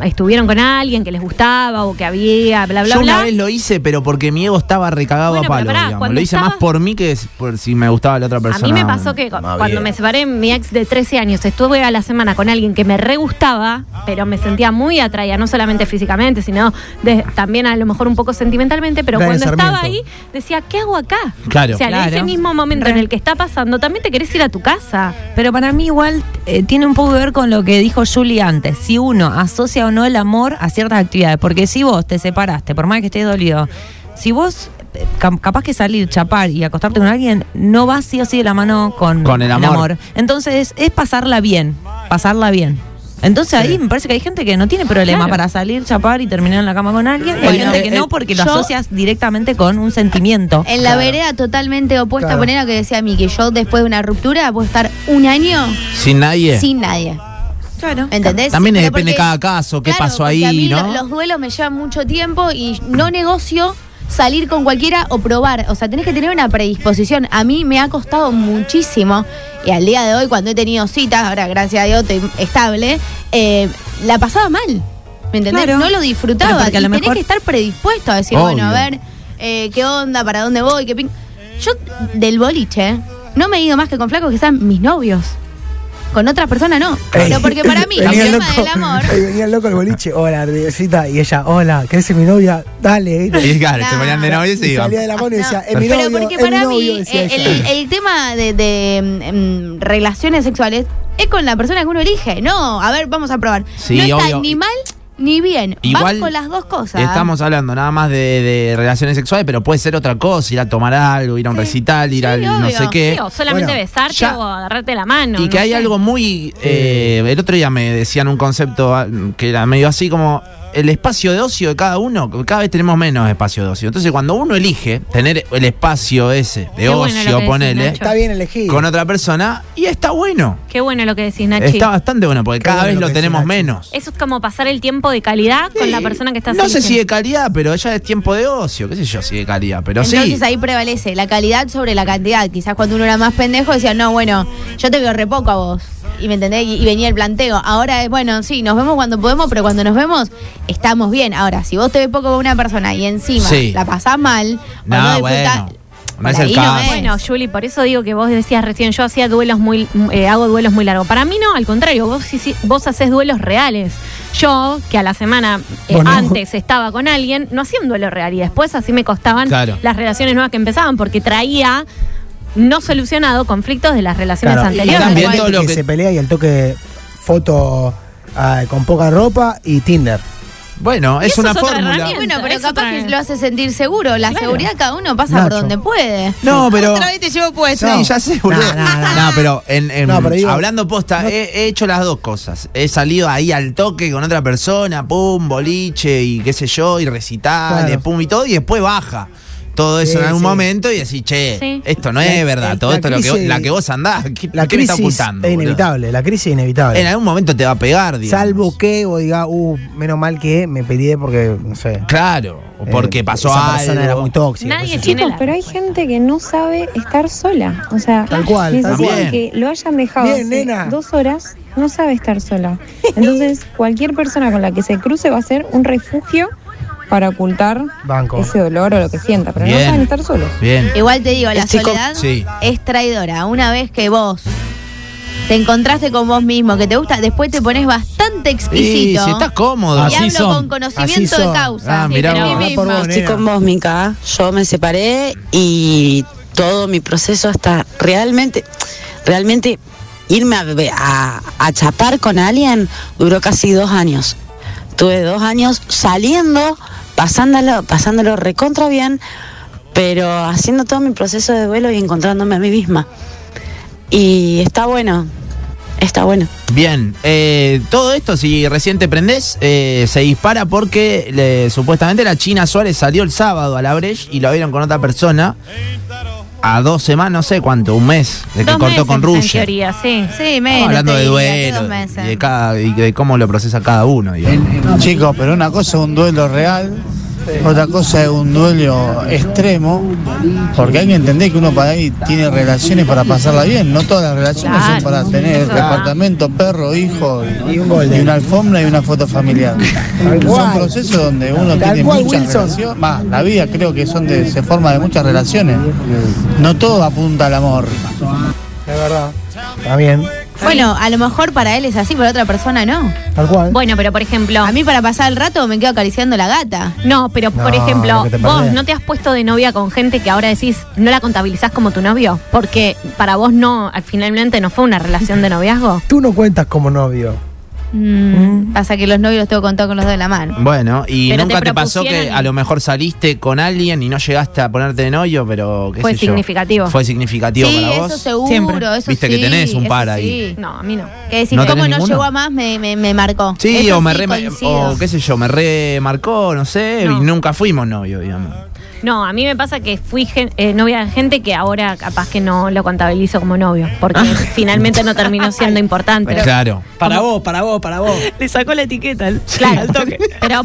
Speaker 5: estuvieron con alguien que les gustaba o que había, bla, bla,
Speaker 2: Yo
Speaker 5: bla.
Speaker 2: una vez lo hice, pero porque mi ego estaba recagado
Speaker 5: Bueno,
Speaker 2: a
Speaker 5: pero
Speaker 2: palo,
Speaker 5: pará,
Speaker 2: digamos.
Speaker 5: cuando
Speaker 2: Lo hice
Speaker 5: estabas-
Speaker 2: más por mí que es por si me gustaba la otra persona.
Speaker 5: a mí me pasó que cu-
Speaker 7: más
Speaker 5: cuando
Speaker 7: bien.
Speaker 5: me separé, mi ex de 13 años, estuve a la semana con alguien que me re gustaba, pero me sentía muy atraída, no solamente físicamente, sino de- también a lo mejor un poco sentimentalmente, pero
Speaker 7: Brian
Speaker 5: cuando estaba ahí,
Speaker 7: Sarmiento.
Speaker 5: decía, ¿qué hago acá?
Speaker 2: Claro.
Speaker 5: o sea, en ese
Speaker 4: Claro.
Speaker 5: mismo momento en
Speaker 4: Re.
Speaker 5: el que está pasando, también te querés ir a tu casa.
Speaker 4: Pero para mí igual eh, tiene un poco que ver con lo que dijo Julie antes, si uno asocia o no el amor a ciertas actividades, porque si vos te separaste, por más que estés dolido, si vos eh, cam- capaz que salir, chapar y acostarte con alguien, no vas sí o sí de la mano con,
Speaker 2: Con el amor.
Speaker 4: Entonces es pasarla bien, pasarla bien. Entonces ahí me parece que hay gente que no tiene problema
Speaker 5: Claro.
Speaker 4: para salir, chapar y terminar en la cama con alguien, y hay
Speaker 2: Bueno,
Speaker 4: gente que
Speaker 2: eh, eh,
Speaker 4: no porque
Speaker 2: yo-
Speaker 4: lo asocias directamente con un sentimiento.
Speaker 3: En la vereda totalmente opuesta
Speaker 7: Claro.
Speaker 3: a poner lo que decía Miki. Yo después de una ruptura puedo estar un año
Speaker 2: Sin nadie.
Speaker 3: sin nadie.
Speaker 4: Claro.
Speaker 3: ¿Me ¿Entendés?
Speaker 2: También
Speaker 3: Pero
Speaker 2: depende
Speaker 3: porque-
Speaker 2: cada caso, qué
Speaker 3: Claro,
Speaker 2: pasó
Speaker 3: porque
Speaker 2: ahí,
Speaker 3: a mí
Speaker 2: ¿no?
Speaker 3: lo- los duelos me llevan mucho tiempo y no negocio salir con cualquiera o probar. O sea, tenés que tener una predisposición. A mí me ha costado muchísimo y al día de hoy, cuando he tenido citas, ahora gracias a Dios estoy estable, eh, la pasaba mal. ¿Me entendés?
Speaker 4: Claro.
Speaker 3: No lo
Speaker 4: Pero
Speaker 3: disfrutaba. Y
Speaker 4: porque a lo
Speaker 3: tenés
Speaker 4: mejor-
Speaker 3: que estar predispuesto a decir,
Speaker 2: Obvio.
Speaker 3: bueno, a ver, eh, qué onda, para dónde voy, qué pin... Yo del boliche no me he ido más que con flacos que sean mis novios. Con otras personas no. Pero porque para mí el
Speaker 7: *laughs* Venía
Speaker 3: tema
Speaker 7: loco-
Speaker 3: del amor...
Speaker 7: ahí venía el loco al boliche. Hola, Diosita. Y ella, hola, ¿querés ser mi novia? Dale.
Speaker 2: Y claro, se ponían de novio y se
Speaker 7: Y
Speaker 2: iban.
Speaker 7: salía de la mano y
Speaker 3: No,
Speaker 7: decía, es mi novio.
Speaker 3: Pero porque
Speaker 7: es mi
Speaker 3: para
Speaker 7: novio",
Speaker 3: mí
Speaker 7: decía
Speaker 3: eh,
Speaker 7: ella.
Speaker 3: el, el tema de, de, mm, mm, relaciones sexuales es con la persona que uno elige. No, a ver, vamos a probar.
Speaker 2: Sí,
Speaker 3: no está
Speaker 2: obvio.
Speaker 3: ni mal ni bien.
Speaker 2: Igual
Speaker 3: Vas con las dos cosas.
Speaker 2: Estamos hablando nada más de, de relaciones sexuales, pero puede ser otra cosa, ir a tomar algo, ir a un recital, ir
Speaker 3: Sí,
Speaker 2: al no
Speaker 3: obvio.
Speaker 2: sé qué.
Speaker 5: Sí, o solamente
Speaker 7: Bueno,
Speaker 5: besarte
Speaker 2: ya-
Speaker 5: o agarrarte la mano.
Speaker 2: Y
Speaker 5: no
Speaker 2: que hay
Speaker 5: sé.
Speaker 2: algo muy... eh, el otro día me decían un concepto ah, que era medio así como... El espacio de ocio de cada uno, cada vez tenemos menos espacio de ocio. Entonces cuando uno elige tener el espacio ese de
Speaker 5: Qué bueno lo que
Speaker 2: ocio,
Speaker 5: decís,
Speaker 2: ponele,
Speaker 5: Nacho.
Speaker 7: Está bien elegido.
Speaker 2: con otra persona, y está bueno.
Speaker 5: Qué bueno lo que decís, Nachi.
Speaker 2: Está bastante bueno, porque
Speaker 7: Qué
Speaker 2: cada
Speaker 7: bueno
Speaker 2: vez
Speaker 7: lo
Speaker 2: lo
Speaker 7: que
Speaker 2: tenemos
Speaker 7: decís, Nachi.
Speaker 2: menos.
Speaker 5: Eso es como pasar el tiempo de calidad con la persona que estás
Speaker 2: No sé si de
Speaker 5: eligiendo.
Speaker 2: calidad, pero ya es tiempo de ocio, qué sé yo si de calidad, pero
Speaker 3: Entonces
Speaker 2: sí.
Speaker 3: ahí prevalece la calidad sobre la cantidad. Quizás cuando uno era más pendejo decía, no, bueno, yo te veo re poco a vos. Y me entendés, y, y venía el planteo. Ahora es, bueno, sí, nos vemos cuando podemos, pero cuando nos vemos, estamos bien. Ahora, si vos te ves poco con una persona y encima
Speaker 2: Sí.
Speaker 3: la pasás mal, o
Speaker 2: No,
Speaker 3: no disfrutás-
Speaker 2: bueno. No es
Speaker 3: Por
Speaker 2: el
Speaker 3: ahí no
Speaker 2: caso.
Speaker 3: es.
Speaker 5: Bueno, Juli, por eso digo que vos decías recién, yo hacía duelos muy, eh, hago duelos muy largos. Para mí no, al contrario, vos, sí- sí- vos haces duelos reales. Yo, que a la semana eh,
Speaker 7: Vos no.
Speaker 5: antes estaba con alguien, no hacía un duelo real. Y después así me costaban
Speaker 2: Claro.
Speaker 5: las relaciones nuevas que empezaban, porque traía no solucionado conflictos de las relaciones
Speaker 7: Claro.
Speaker 5: anteriores.
Speaker 2: Y también
Speaker 7: Hay
Speaker 2: todo
Speaker 7: gente
Speaker 2: lo
Speaker 7: que
Speaker 2: que-
Speaker 7: se pelea y al toque foto ah, con poca ropa y Tinder.
Speaker 2: Bueno,
Speaker 5: Y
Speaker 2: es
Speaker 5: eso
Speaker 2: una
Speaker 5: es otra
Speaker 2: fórmula.
Speaker 5: herramienta.
Speaker 3: Bueno, pero
Speaker 5: Eso
Speaker 3: capaz
Speaker 5: trae.
Speaker 3: que lo hace sentir seguro. La
Speaker 5: Claro.
Speaker 3: seguridad cada uno pasa por
Speaker 7: Nacho.
Speaker 3: donde puede.
Speaker 2: No, pero.
Speaker 3: Otra vez te llevo puesto.
Speaker 2: Sí, ya sé, *laughs* boludo.
Speaker 7: No, no, no.
Speaker 2: No, pero, en, en-
Speaker 7: No, pero digo-
Speaker 2: hablando posta, he, he hecho las dos cosas. He salido ahí al toque con otra persona, pum, boliche y qué sé yo, y recitales,
Speaker 7: Claro.
Speaker 2: pum y todo, y después baja. Todo eso
Speaker 7: Sí,
Speaker 2: en algún
Speaker 7: sí.
Speaker 2: momento y decís, che,
Speaker 5: Sí.
Speaker 2: esto no es
Speaker 7: La-
Speaker 2: verdad,
Speaker 7: la-
Speaker 2: todo
Speaker 7: la
Speaker 2: esto es lo que, vos-
Speaker 7: crisis-
Speaker 2: la que vos andás, ¿qué,
Speaker 7: La
Speaker 2: qué me está
Speaker 7: crisis
Speaker 2: ocultando?
Speaker 7: es
Speaker 2: boludo?
Speaker 7: inevitable, la crisis es inevitable.
Speaker 2: En algún momento te va a pegar, digamos.
Speaker 7: Salvo que vos digas, uh, menos mal que me peleé porque, no sé.
Speaker 2: Claro, o porque
Speaker 7: eh,
Speaker 2: pasó
Speaker 7: esa persona era
Speaker 2: algo.
Speaker 7: muy tóxica.
Speaker 5: Nadie
Speaker 7: qué sé yo.
Speaker 5: tiene
Speaker 8: Chicos,
Speaker 5: la
Speaker 8: pero hay gente que no sabe estar sola. O sea,
Speaker 7: Tal cual,
Speaker 8: es
Speaker 7: tal
Speaker 8: decir,
Speaker 2: cual.
Speaker 8: que lo hayan dejado
Speaker 7: Bien,
Speaker 8: hace
Speaker 7: nena.
Speaker 8: dos horas, no sabe estar sola.
Speaker 7: *laughs*
Speaker 8: Entonces, cualquier persona con la que se cruce va a ser un refugio para ocultar
Speaker 7: Banco.
Speaker 8: ese dolor o lo que sienta, pero
Speaker 2: Bien.
Speaker 8: no saben estar solos.
Speaker 2: Bien.
Speaker 3: Igual te digo, la
Speaker 2: chico-
Speaker 3: soledad
Speaker 2: Sí.
Speaker 3: es traidora. Una vez que vos te encontraste con vos mismo, que te gusta, después te pones bastante
Speaker 2: Y
Speaker 3: exquisito.
Speaker 2: si estás cómodo.
Speaker 3: y
Speaker 6: Así
Speaker 3: hablo
Speaker 6: son,
Speaker 3: con
Speaker 7: así
Speaker 3: conocimiento de
Speaker 7: son.
Speaker 3: causa.
Speaker 2: Ah,
Speaker 3: Sí,
Speaker 2: mirá
Speaker 3: pero
Speaker 5: vos.
Speaker 3: mi
Speaker 7: Ah, por
Speaker 3: misma.
Speaker 7: vos,
Speaker 9: Estoy
Speaker 7: nena.
Speaker 9: con vos, Mica. Yo me separé y todo mi proceso hasta realmente, realmente irme a, be- a- a chapar con alguien duró casi dos años. Tuve dos años saliendo, pasándolo, pasándolo recontra bien, pero haciendo todo mi proceso de duelo y encontrándome a mí misma. Y está bueno, está bueno.
Speaker 2: Bien, eh, todo esto, si recién te prendés, eh, se dispara porque le- supuestamente la China Suárez salió el sábado a la Breche y la vieron con otra persona a dos semanas, no sé cuánto, un mes, de que
Speaker 5: Dos
Speaker 2: cortó
Speaker 5: meses,
Speaker 2: con
Speaker 5: en
Speaker 2: Rusia.
Speaker 5: teoría, sí.
Speaker 3: Sí, menos,
Speaker 2: Estamos hablando
Speaker 3: te
Speaker 2: de
Speaker 3: diría, que dos
Speaker 2: duelo
Speaker 3: meses.
Speaker 2: y de, cada, y de cómo lo procesa cada uno. digamos.
Speaker 10: Chicos, pero una cosa es un duelo real, otra cosa es un duelo extremo, porque hay que entender que uno para ahí tiene relaciones para pasarla bien, no todas las relaciones
Speaker 5: Claro,
Speaker 10: son para tener
Speaker 5: eso.
Speaker 10: departamento, perro, hijo,
Speaker 7: Y
Speaker 10: y,
Speaker 7: un golden.
Speaker 10: una alfombra y una foto familiar.
Speaker 7: cual.
Speaker 10: Son procesos donde uno
Speaker 7: Tal
Speaker 10: tiene
Speaker 7: cual,
Speaker 10: muchas
Speaker 7: Wilson.
Speaker 10: relaciones, más la vida creo que son de, se forma de muchas relaciones, no todo apunta al amor.
Speaker 7: Es verdad. Está bien.
Speaker 3: Bueno, a lo mejor para él es así, para otra persona no.
Speaker 7: Tal cual.
Speaker 5: Bueno, pero por ejemplo.
Speaker 3: A mí para pasar el rato me quedo acariciando la gata.
Speaker 5: No, pero por
Speaker 7: No,
Speaker 5: ejemplo,
Speaker 7: lo que te
Speaker 5: vos
Speaker 7: perdés.
Speaker 5: no te has puesto de novia con gente que ahora decís no la contabilizás como tu novio, porque para vos no, al- finalmente no fue una relación de noviazgo.
Speaker 7: Tú no cuentas como novio.
Speaker 3: Mm, Pasa que los novios tengo contado con los dos de la mano.
Speaker 2: Bueno, y
Speaker 5: Pero te
Speaker 2: nunca te, pasó que
Speaker 5: propusieron-
Speaker 2: a lo mejor saliste con alguien y no llegaste a ponerte de novio, pero qué
Speaker 5: Fue
Speaker 2: sé yo.
Speaker 5: significativo.
Speaker 2: Fue significativo
Speaker 3: sí,
Speaker 2: para
Speaker 3: eso
Speaker 2: vos.
Speaker 3: seguro,
Speaker 4: Siempre.
Speaker 3: eso
Speaker 2: Viste que
Speaker 3: sí,
Speaker 2: tenés un
Speaker 3: eso
Speaker 2: par ahí.
Speaker 3: sí.
Speaker 5: No, a mí no.
Speaker 3: Que decís,
Speaker 2: ¿No
Speaker 3: ¿cómo
Speaker 2: tenés
Speaker 3: no
Speaker 2: ninguno?
Speaker 3: llegó a más? Me, me, me marcó.
Speaker 2: Sí,
Speaker 3: Eso
Speaker 2: o me re,
Speaker 3: coincido.
Speaker 2: o qué sé yo, me remarcó, no sé,
Speaker 5: No.
Speaker 2: y nunca fuimos novios, digamos.
Speaker 5: No, a mí me pasa que fui gen- eh, novia de gente que ahora capaz que no lo contabilizo como novio, porque
Speaker 7: Ah.
Speaker 5: finalmente no terminó siendo importante.
Speaker 2: claro.
Speaker 6: Para vos, para vos,
Speaker 3: *laughs*
Speaker 6: para vos.
Speaker 4: Le sacó la etiqueta al,
Speaker 5: Claro, *laughs* pero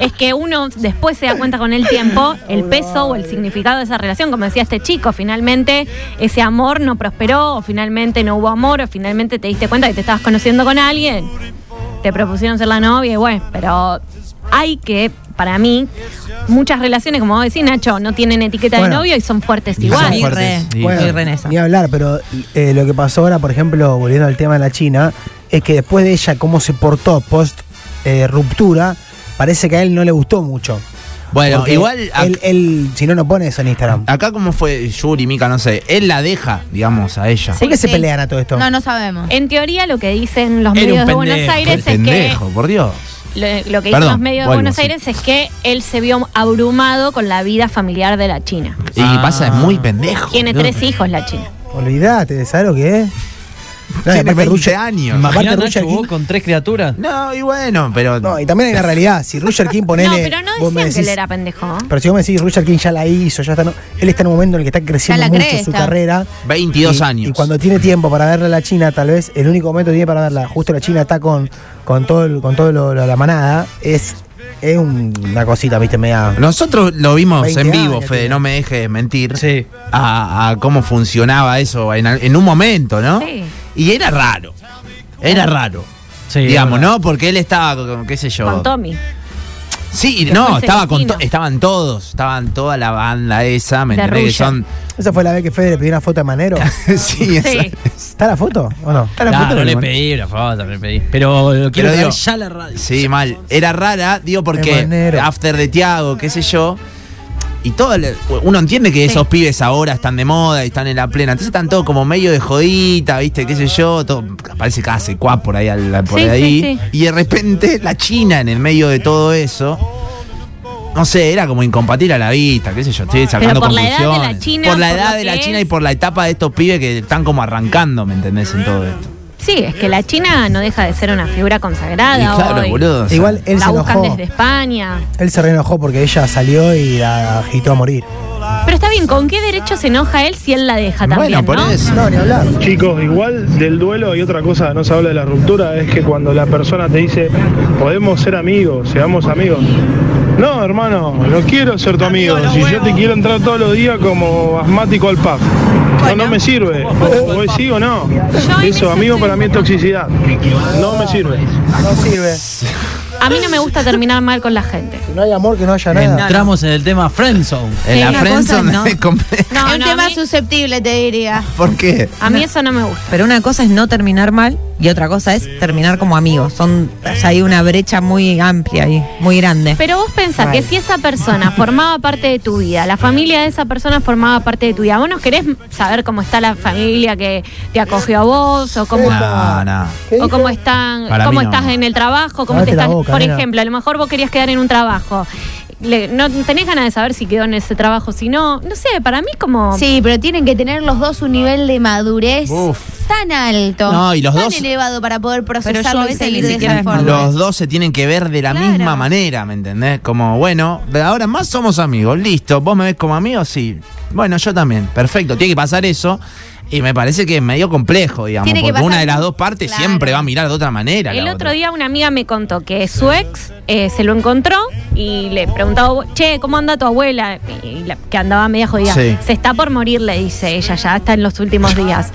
Speaker 5: es que uno después se da cuenta con el tiempo el peso o el significado de esa relación, como decía este chico, finalmente ese amor no prosperó, o finalmente no hubo amor, o finalmente te diste cuenta que te estabas conociendo con alguien, te propusieron ser la novia y bueno, pero hay que, para mí, muchas relaciones, como vos decís, Nacho, no tienen etiqueta
Speaker 7: Bueno.
Speaker 5: de novio y son fuertes
Speaker 2: Y
Speaker 5: igual.
Speaker 2: son fuertes. Sí.
Speaker 4: Bueno, soy re en esa.
Speaker 7: ni hablar, pero eh, lo que pasó ahora, por ejemplo, volviendo al tema de la China, es que después de ella, cómo se portó post eh, ruptura, parece que a él no le gustó mucho.
Speaker 2: Bueno,
Speaker 7: Porque
Speaker 2: igual ac-
Speaker 7: Él, él, si no, no pone eso en Instagram.
Speaker 2: acá como fue Yuri, Mika, no sé, él la deja, digamos, a ella.
Speaker 7: ¿Por qué se
Speaker 3: sí.
Speaker 7: pelean a todo esto?
Speaker 3: No, no sabemos.
Speaker 5: En teoría, lo que dicen los
Speaker 2: Era un
Speaker 5: medios de
Speaker 2: pendejo,
Speaker 5: Buenos Aires es que
Speaker 2: pendejo, por Dios.
Speaker 5: Lo, lo
Speaker 2: Perdón,
Speaker 5: que dicen los medios
Speaker 2: vuelvo,
Speaker 5: de Buenos
Speaker 2: sí.
Speaker 5: Aires es que él se vio abrumado con la vida familiar de la China.
Speaker 2: Y
Speaker 7: Ah.
Speaker 2: pasa, es muy pendejo.
Speaker 5: Tiene
Speaker 2: boludo.
Speaker 5: tres hijos la China.
Speaker 7: Olvídate, ¿sabes lo que es? No, y
Speaker 2: Tiene
Speaker 7: aparte
Speaker 2: 20
Speaker 7: Roger-
Speaker 2: años.
Speaker 6: Imagínate
Speaker 7: Aparte,
Speaker 6: Nacho
Speaker 7: Rucha
Speaker 6: vos
Speaker 7: aquí-
Speaker 6: con tres criaturas.
Speaker 2: No, y bueno, pero...
Speaker 7: No, y también hay una realidad. Si Roger King ponele.
Speaker 5: no, pero no
Speaker 7: vos me
Speaker 5: decían que él
Speaker 7: decís-
Speaker 5: era pendejo. ¿eh?
Speaker 7: Pero si vos me decís, Roger King ya la hizo, ya está. no- él está en un momento en el que está creciendo
Speaker 3: la
Speaker 7: mucho
Speaker 3: cresta.
Speaker 7: su carrera.
Speaker 2: 22
Speaker 7: y,
Speaker 2: años.
Speaker 7: Y cuando tiene tiempo para verla a la China, tal vez el único momento que tiene para verla, justo la China está con, con todo, el- con todo lo- lo- la manada, es, es un- una cosita, viste, media.
Speaker 2: Nosotros lo vimos
Speaker 7: 20
Speaker 2: en vivo,
Speaker 7: años
Speaker 2: Fede,
Speaker 7: tiene.
Speaker 2: no me dejes mentir.
Speaker 6: Sí.
Speaker 2: A, a cómo funcionaba eso en, al- en un momento, ¿no?
Speaker 5: Sí.
Speaker 2: Y era raro. Era raro.
Speaker 6: Sí,
Speaker 2: digamos,
Speaker 6: es verdad.
Speaker 2: ¿no? Porque él estaba con, qué sé yo.
Speaker 5: Con Tommy.
Speaker 2: Sí,
Speaker 5: Que
Speaker 2: no,
Speaker 5: fue
Speaker 2: estaba con
Speaker 5: Celestino.
Speaker 2: to- estaban todos, estaban toda la banda esa, me
Speaker 5: De
Speaker 2: enteré que
Speaker 5: Rulla.
Speaker 2: son.
Speaker 7: Esa fue la vez que Fede le pidió una foto a Manero.
Speaker 2: *laughs* sí, esa-
Speaker 5: Sí.
Speaker 7: ¿Está la foto o no?
Speaker 2: está Ah, la
Speaker 6: Nah,
Speaker 2: foto
Speaker 6: no
Speaker 2: del
Speaker 6: le
Speaker 2: man-
Speaker 6: pedí la foto, no le pedí. Pero lo
Speaker 2: Pero
Speaker 6: quiero ver
Speaker 2: digo-
Speaker 6: ya la radio.
Speaker 2: Sí, mal. Era rara, digo,
Speaker 7: De
Speaker 2: porque
Speaker 7: manero.
Speaker 2: after de Tiago, qué sé yo. Y todo, el- uno entiende que esos pibes ahora están de moda y están en la plena. Entonces están todos como medio de jodita, ¿viste? ¿Qué sé yo? Todo, aparece cada secuá por ahí. al- por
Speaker 5: Sí, sí,
Speaker 2: ahí.
Speaker 5: sí.
Speaker 2: Y de repente la China en el medio de todo eso. No sé, era como incompatible a la vista, qué sé yo, estoy sacando
Speaker 5: por la edad de la
Speaker 2: conclusiones.
Speaker 5: China,
Speaker 2: Por la
Speaker 5: por
Speaker 2: edad
Speaker 5: lo
Speaker 2: de
Speaker 5: que
Speaker 2: la
Speaker 5: es.
Speaker 2: China y por la etapa de estos pibes que están como arrancando, ¿me entendés? En todo esto.
Speaker 5: Sí, es que la China no deja de ser una figura consagrada.
Speaker 2: Y claro,
Speaker 5: hoy.
Speaker 2: boludo. o sea,
Speaker 7: Igual él
Speaker 5: la
Speaker 7: se
Speaker 5: buscan
Speaker 7: enojó.
Speaker 5: desde España.
Speaker 7: Él se reenojó porque ella salió y la agitó a morir.
Speaker 5: Pero está bien, ¿con qué derecho se enoja él si él la deja también? ¿no?
Speaker 7: No, ni hablar.
Speaker 11: Chicos, igual del duelo y otra cosa, no se habla de la ruptura, es que cuando la persona te dice, podemos ser amigos, seamos amigos. No, hermano, no quiero ser tu amigo. Si yo te quiero entrar todos los días como asmático al pub. No, no me sirve. O, o es sí o no. Eso, amigo para mí es toxicidad. No me sirve.
Speaker 7: No sirve.
Speaker 5: A mí no me gusta terminar mal con la gente.
Speaker 7: No hay amor que no haya nada.
Speaker 6: Entramos en el tema friendzone.
Speaker 2: En la
Speaker 4: una
Speaker 2: friendzone
Speaker 4: cosa
Speaker 6: *laughs*
Speaker 4: es
Speaker 5: No,
Speaker 3: un
Speaker 5: no,
Speaker 3: tema
Speaker 5: a, mí,
Speaker 3: susceptible, te diría.
Speaker 11: *laughs*
Speaker 2: ¿Por qué?
Speaker 5: a mí eso no me gusta.
Speaker 4: Pero una cosa es no terminar mal y otra cosa es terminar como amigos. Son, o sea, hay una brecha muy amplia y muy grande.
Speaker 5: Pero vos pensás que si esa persona formaba parte de tu vida, la familia de esa persona formaba parte de tu vida, vos no querés saber cómo está la familia que te acogió a vos o cómo...
Speaker 2: No, no.
Speaker 5: O cómo están,
Speaker 2: Para
Speaker 5: cómo
Speaker 2: mí no.
Speaker 5: estás en el trabajo, cómo
Speaker 7: Cállate
Speaker 5: te
Speaker 7: la
Speaker 5: estás,
Speaker 7: boca,
Speaker 5: por
Speaker 7: nena.
Speaker 5: ejemplo, a lo mejor vos querías quedar en un trabajo. Le- no tenés ganas de saber si quedó en ese trabajo, si no, no sé, para mí como
Speaker 3: Sí, pero tienen que tener los dos un nivel de madurez
Speaker 2: Uf.
Speaker 3: tan alto,
Speaker 2: No, y los
Speaker 3: tan
Speaker 2: dos-
Speaker 3: elevado para poder
Speaker 4: yo a
Speaker 3: procesarlo y
Speaker 4: veces
Speaker 3: seguir
Speaker 4: ni
Speaker 3: de
Speaker 4: siquiera
Speaker 3: esa
Speaker 4: es
Speaker 3: forma.
Speaker 4: maduro.
Speaker 2: Los dos se tienen que ver de la
Speaker 3: Claro.
Speaker 2: misma manera, ¿me entendés? Como, bueno, de ahora en más somos amigos, listo. ¿Vos me ves como amigo? Sí. Bueno, yo también. Perfecto, tiene que pasar eso. Y me parece que es medio complejo, digamos,
Speaker 3: Tiene
Speaker 2: porque
Speaker 3: que pasar-
Speaker 2: una de las dos partes
Speaker 3: Claro.
Speaker 2: siempre va a mirar de otra manera. a la
Speaker 5: El otro
Speaker 2: otra.
Speaker 5: día una amiga me contó que su ex eh, se lo encontró y le preguntaba, che, ¿cómo anda tu abuela? Y la- que andaba media jodida.
Speaker 2: Sí.
Speaker 5: Se está por morir, le dice ella, ya está en los últimos días.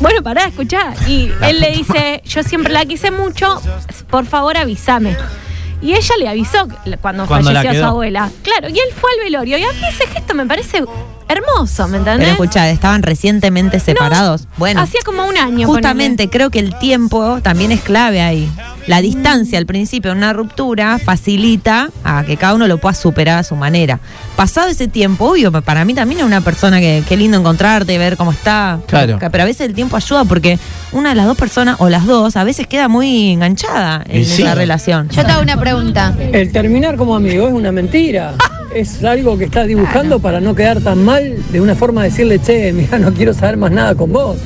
Speaker 5: bueno, pará, escuchá. Y él le dice, yo siempre la quise mucho, por favor avísame. Y ella le avisó cuando,
Speaker 6: Cuando la
Speaker 5: falleció su
Speaker 6: quedó.
Speaker 5: abuela. Claro, y él fue al velorio. Y a mí ese gesto me parece hermoso, ¿me entendés?
Speaker 4: Pero escuchá, estaban recientemente separados. bueno,
Speaker 5: Hacía como un año.
Speaker 4: justamente creo que el tiempo también es clave ahí.
Speaker 5: Mm.
Speaker 4: La distancia al principio, en una ruptura, facilita a que cada uno lo pueda superar a su manera. Pasado ese tiempo, obvio, para mí también es una persona que qué lindo encontrarte, ver cómo está.
Speaker 2: Claro.
Speaker 4: Pero a veces el tiempo ayuda porque una de las dos personas o las dos a veces queda muy enganchada en
Speaker 2: Y sí.
Speaker 4: esa relación.
Speaker 3: Yo te hago una pregunta.
Speaker 12: El terminar como amigo es una mentira. Es algo que estás dibujando para no quedar tan mal, de una forma de decirle, che, mira, no quiero saber más nada con vos.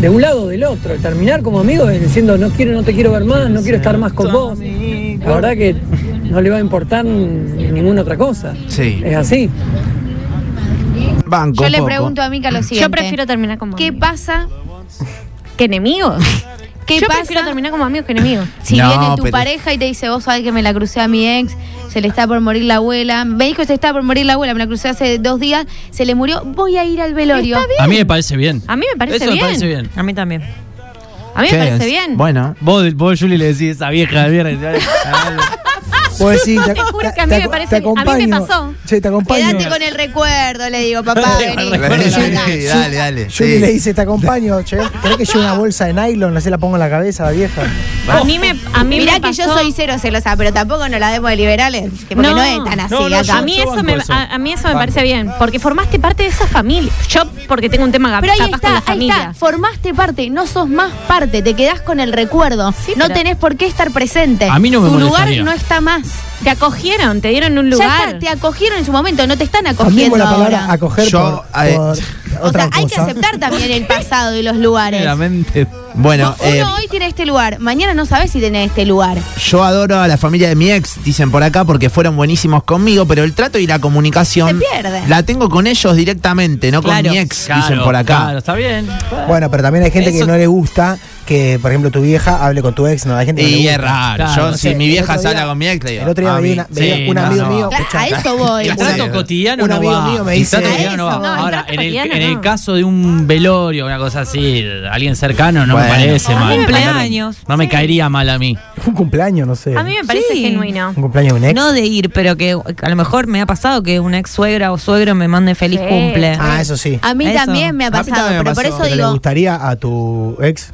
Speaker 12: De un lado o del otro. El terminar como amigo es diciendo, no quiero, no te quiero ver más, no quiero estar más con vos. La verdad que no le va a importar ninguna otra cosa.
Speaker 2: Sí.
Speaker 12: Es así.
Speaker 2: Banco.
Speaker 3: Yo le
Speaker 2: poco.
Speaker 3: pregunto a Mica lo
Speaker 5: Yo
Speaker 3: siguiente.
Speaker 5: prefiero terminar como
Speaker 3: ¿Qué
Speaker 5: amigo.
Speaker 3: pasa?
Speaker 5: que enemigos.
Speaker 3: ¿Qué
Speaker 5: Yo
Speaker 3: pasa?
Speaker 5: prefiero terminar como amigos que enemigos.
Speaker 3: Si
Speaker 2: No,
Speaker 3: viene tu
Speaker 2: pero-
Speaker 3: pareja y te dice, vos sabés que me la crucé a mi ex, se le está por morir la abuela, me dijo que se está por morir la abuela, me la crucé hace dos días, se le murió, voy a ir al velorio.
Speaker 6: A mí me parece bien.
Speaker 5: A mí Ah, me parece
Speaker 6: Eso
Speaker 5: bien.
Speaker 6: me parece bien.
Speaker 4: A mí también.
Speaker 5: A mí
Speaker 2: ¿Qué
Speaker 5: me parece
Speaker 2: es?
Speaker 5: bien.
Speaker 2: Bueno.
Speaker 6: Vos, vos Juli, le decís esa vieja de viernes.
Speaker 7: Vos decís, te,
Speaker 5: juro
Speaker 7: te-
Speaker 5: que a mí
Speaker 7: te
Speaker 5: me
Speaker 7: aco-
Speaker 5: parece-
Speaker 7: te
Speaker 5: a mí me
Speaker 7: acompaño.
Speaker 5: pasó.
Speaker 7: Che, te acompaño.
Speaker 3: Quédate con el recuerdo, le
Speaker 6: *laughs*
Speaker 3: digo, papá, vení.
Speaker 2: dale, dale, dale.
Speaker 7: Yo
Speaker 2: sí.
Speaker 7: le dice, te acompaño, che. ¿Crees que llevo una bolsa de nylon? Así la pongo en la cabeza, la vieja.
Speaker 5: A mí me a mí
Speaker 3: Mirá
Speaker 5: me
Speaker 3: que yo
Speaker 5: pasó-
Speaker 3: soy cero celosa, pero tampoco nos la demos de liberales, que porque no, es tan así
Speaker 6: no, no,
Speaker 3: acá.
Speaker 5: A mí,
Speaker 6: yo
Speaker 5: eso
Speaker 6: banco
Speaker 5: me,
Speaker 6: eso.
Speaker 5: A, a mí eso me parece bien, porque formaste parte de esa familia. Yo, porque tengo un tema
Speaker 3: Pero ahí
Speaker 5: capaz con
Speaker 3: está,
Speaker 5: la
Speaker 3: ahí
Speaker 5: familia.
Speaker 3: está, formaste parte, no sos más parte, te quedás con el recuerdo, no
Speaker 5: pero-
Speaker 3: tenés por qué estar presente.
Speaker 6: A mí no me
Speaker 3: Tu lugar
Speaker 6: molestaría.
Speaker 3: no está más.
Speaker 5: Te acogieron, te dieron un
Speaker 3: Ya
Speaker 5: lugar.
Speaker 3: está, te acogieron en su momento, no te están acogiendo
Speaker 7: Cambiemos la palabra
Speaker 3: ahora.
Speaker 7: acoger
Speaker 2: Yo,
Speaker 7: por,
Speaker 2: *laughs* eh,
Speaker 7: por
Speaker 3: O
Speaker 7: otra
Speaker 3: sea, hay que
Speaker 7: cosa.
Speaker 3: aceptar también el pasado y los lugares.
Speaker 2: Bueno,
Speaker 3: Uno
Speaker 2: eh,
Speaker 3: hoy tiene este lugar, mañana no sabes si tiene este lugar.
Speaker 2: yo adoro a la familia de mi ex, dicen por acá, porque fueron buenísimos conmigo, pero el trato y la comunicación
Speaker 3: Se pierde.
Speaker 2: la tengo con ellos directamente, no con mi ex, dicen por acá.
Speaker 6: Claro, está bien.
Speaker 7: Bueno, pero también hay gente
Speaker 6: Eso-
Speaker 7: que no le gusta que, por ejemplo, tu vieja hable con tu ex. No, hay gente que no le
Speaker 2: Y es
Speaker 7: gusta.
Speaker 2: raro.
Speaker 6: Claro,
Speaker 2: Yo,
Speaker 6: no
Speaker 2: si
Speaker 7: sé,
Speaker 2: mi
Speaker 7: el
Speaker 2: vieja
Speaker 7: otro
Speaker 2: sale
Speaker 7: día-
Speaker 2: con mi ex, le digo.
Speaker 7: el otro día
Speaker 2: "Mami".
Speaker 7: veía una- veía un amigo mío-
Speaker 3: Claro,
Speaker 7: Escuchá,
Speaker 3: a eso voy.
Speaker 6: El
Speaker 7: Una-
Speaker 6: trato cotidiano
Speaker 7: un
Speaker 6: no
Speaker 7: amigo
Speaker 6: va.
Speaker 7: mío me
Speaker 6: El
Speaker 7: dice-
Speaker 6: trato
Speaker 7: A
Speaker 6: cotidiano no
Speaker 5: eso,
Speaker 6: va.
Speaker 5: no, el
Speaker 6: Ahora,
Speaker 5: trato
Speaker 6: en el,
Speaker 5: cotidiano
Speaker 6: en el
Speaker 5: no. Ah.
Speaker 6: caso de un velorio, una cosa así, de alguien cercano, no
Speaker 2: Bueno.
Speaker 6: me parece
Speaker 2: A mí
Speaker 6: mal.
Speaker 4: me cumpleaños.
Speaker 6: No me caería mal a mí.
Speaker 7: Un cumpleaños, no sé.
Speaker 5: a mí me parece
Speaker 4: Sí.
Speaker 5: genuino.
Speaker 7: Un cumpleaños de un ex.
Speaker 4: No de ir, pero que a lo mejor me ha pasado que una ex suegra o suegro me mande feliz
Speaker 5: Sí.
Speaker 4: cumple.
Speaker 7: ah, eso sí.
Speaker 3: A mí
Speaker 4: Eso.
Speaker 3: también me ha
Speaker 2: A mí
Speaker 3: pasado,
Speaker 2: también me
Speaker 3: pero por
Speaker 2: pasó.
Speaker 3: eso
Speaker 7: Pero le
Speaker 3: digo,
Speaker 7: gustaría a tu ex.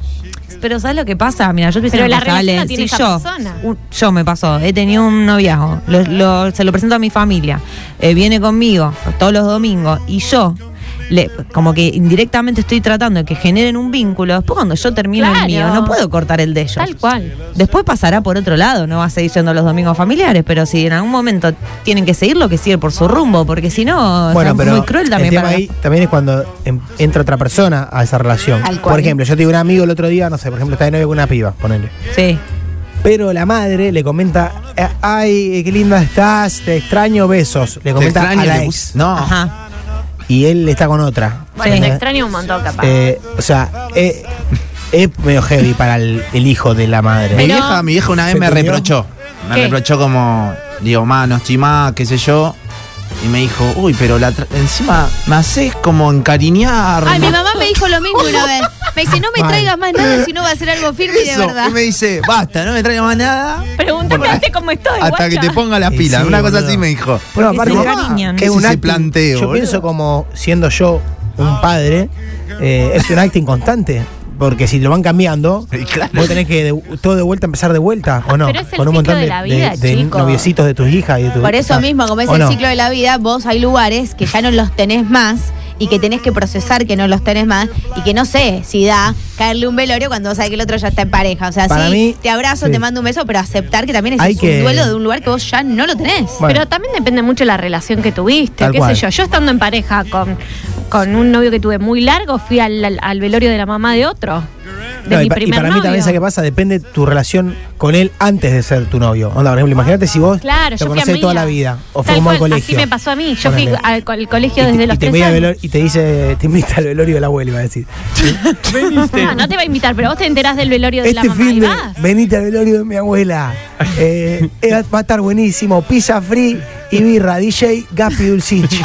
Speaker 4: pero ¿sabes lo que pasa? Mira, yo te voy a decir
Speaker 5: Pero
Speaker 4: una
Speaker 5: la
Speaker 4: cosa,
Speaker 5: relación
Speaker 4: Ale.
Speaker 5: la tiene
Speaker 4: Si
Speaker 5: esa
Speaker 4: yo,
Speaker 5: persona.
Speaker 4: un- yo me pasó, he tenido un noviazgo, lo- lo- se lo presento a mi familia, eh, viene conmigo todos los domingos y yo. le- como que indirectamente estoy tratando de que generen un vínculo. Después, cuando yo termino
Speaker 5: Claro.
Speaker 4: el mío, no puedo cortar el de ellos.
Speaker 5: Tal cual.
Speaker 4: Después pasará por otro lado, no va a seguir yendo los domingos familiares, pero si en algún momento tienen que seguirlo, que sigue por su rumbo, porque si no, o sea,
Speaker 7: Bueno,
Speaker 4: es
Speaker 7: pero
Speaker 4: muy cruel también
Speaker 7: el tema
Speaker 4: para
Speaker 7: ahí también es cuando em- entra otra persona a esa relación.
Speaker 4: Tal cual.
Speaker 7: Por ejemplo, yo tengo un amigo el otro día, no sé, por ejemplo, está de novio con una piba, ponele.
Speaker 4: Sí.
Speaker 7: Pero la madre le comenta, eh, ay, eh, qué linda estás, te extraño, besos. Le comenta
Speaker 2: extraño,
Speaker 7: a la
Speaker 2: te
Speaker 7: ex.
Speaker 2: pus- no.
Speaker 4: Ajá.
Speaker 7: Y él está con otra.
Speaker 5: Bueno, te
Speaker 7: ¿Entendés?
Speaker 5: extraño un montón, capaz.
Speaker 7: Eh, o sea, eh, es medio heavy para el, el hijo de la madre.
Speaker 2: Mi vieja, mi vieja una vez
Speaker 7: ¿Se
Speaker 2: me
Speaker 7: te unió?
Speaker 2: reprochó. Me
Speaker 5: ¿Qué?
Speaker 2: reprochó como, digo, ma, no estoy más, qué sé yo. Y me dijo, uy, pero la tra- encima me haces como encariñar.
Speaker 3: Ay, mi
Speaker 2: ma-
Speaker 3: mamá me dijo lo mismo una vez. Me dice, no me
Speaker 2: Mal.
Speaker 3: traigas más nada, si no va a ser algo firme y de
Speaker 2: Eso.
Speaker 3: verdad.
Speaker 2: Y me dice, basta, no me traigas más nada
Speaker 5: Pregúntame antes cómo estoy.
Speaker 2: hasta que
Speaker 5: guacha.
Speaker 2: te ponga las
Speaker 7: Sí,
Speaker 2: pilas.
Speaker 7: sí,
Speaker 2: una cosa
Speaker 7: boludo.
Speaker 2: así me dijo.
Speaker 7: Bueno,
Speaker 4: Porque
Speaker 7: aparte,
Speaker 4: se
Speaker 7: mamá,
Speaker 4: encariñan.
Speaker 7: que es
Speaker 2: Ese
Speaker 7: un
Speaker 2: se
Speaker 7: acting-
Speaker 2: planteo, ¿eh?
Speaker 7: Yo
Speaker 2: boludo.
Speaker 7: pienso como siendo yo un padre, eh, es un acting constante. Porque si lo van cambiando,
Speaker 2: Y claro.
Speaker 7: vos tenés que de- todo de vuelta empezar de vuelta, ¿o no?
Speaker 5: Pero es el
Speaker 7: Con un
Speaker 5: ciclo
Speaker 7: montón
Speaker 5: de
Speaker 7: de,
Speaker 5: la vida,
Speaker 7: de- de
Speaker 5: chico.
Speaker 7: noviecitos de tus hijas y de tus
Speaker 3: Por eso
Speaker 7: ah,
Speaker 3: mismo, como es
Speaker 7: ¿o
Speaker 3: el
Speaker 7: no?
Speaker 3: ciclo de la vida, vos hay lugares que ya no los tenés más y que tenés que procesar que no los tenés más y que no sé si da caerle un velorio cuando vos sabés que el otro ya está en pareja. O sea,
Speaker 7: Para
Speaker 3: sí,
Speaker 7: mí,
Speaker 3: te abrazo,
Speaker 7: sí.
Speaker 3: te mando un beso, pero aceptar que también ese
Speaker 7: Hay
Speaker 3: es
Speaker 7: que-
Speaker 3: un duelo de un lugar que vos ya no lo tenés.
Speaker 7: Bueno.
Speaker 5: Pero también depende mucho de la relación que tuviste,
Speaker 7: Tal
Speaker 5: qué
Speaker 7: cual.
Speaker 5: sé yo. Yo estando en pareja con, con un novio que tuve muy largo, fui al, al- al velorio de la mamá de otro. De
Speaker 7: No,
Speaker 5: mi
Speaker 7: y, pa- y
Speaker 5: primer
Speaker 7: para mí
Speaker 5: novio.
Speaker 7: también, ¿sabes qué pasa? Depende tu relación con él antes de ser tu novio. Onda, por ejemplo, imagínate si vos
Speaker 5: Claro,
Speaker 7: lo
Speaker 5: yo fui
Speaker 7: conocés
Speaker 5: amiga.
Speaker 7: toda la vida o
Speaker 5: Tal
Speaker 7: fuimos al
Speaker 5: cual,
Speaker 7: colegio.
Speaker 5: Así me pasó a mí. Yo fui
Speaker 7: Ponele.
Speaker 5: al, co- al colegio
Speaker 7: Y te-
Speaker 5: desde los
Speaker 7: y te,
Speaker 5: tres
Speaker 7: mira al
Speaker 5: años.
Speaker 7: velor- y te dice, te invita al velorio de la abuela, iba a decir.
Speaker 5: *laughs* No, no te va a invitar, pero vos te enterás del velorio de
Speaker 7: Este
Speaker 5: la mamá
Speaker 7: fin
Speaker 5: y
Speaker 7: de,
Speaker 5: vas.
Speaker 7: venite al velorio de mi abuela. Eh, eh, va a estar buenísimo. Pizza free y birra. DJ Gapi Dulcinchi.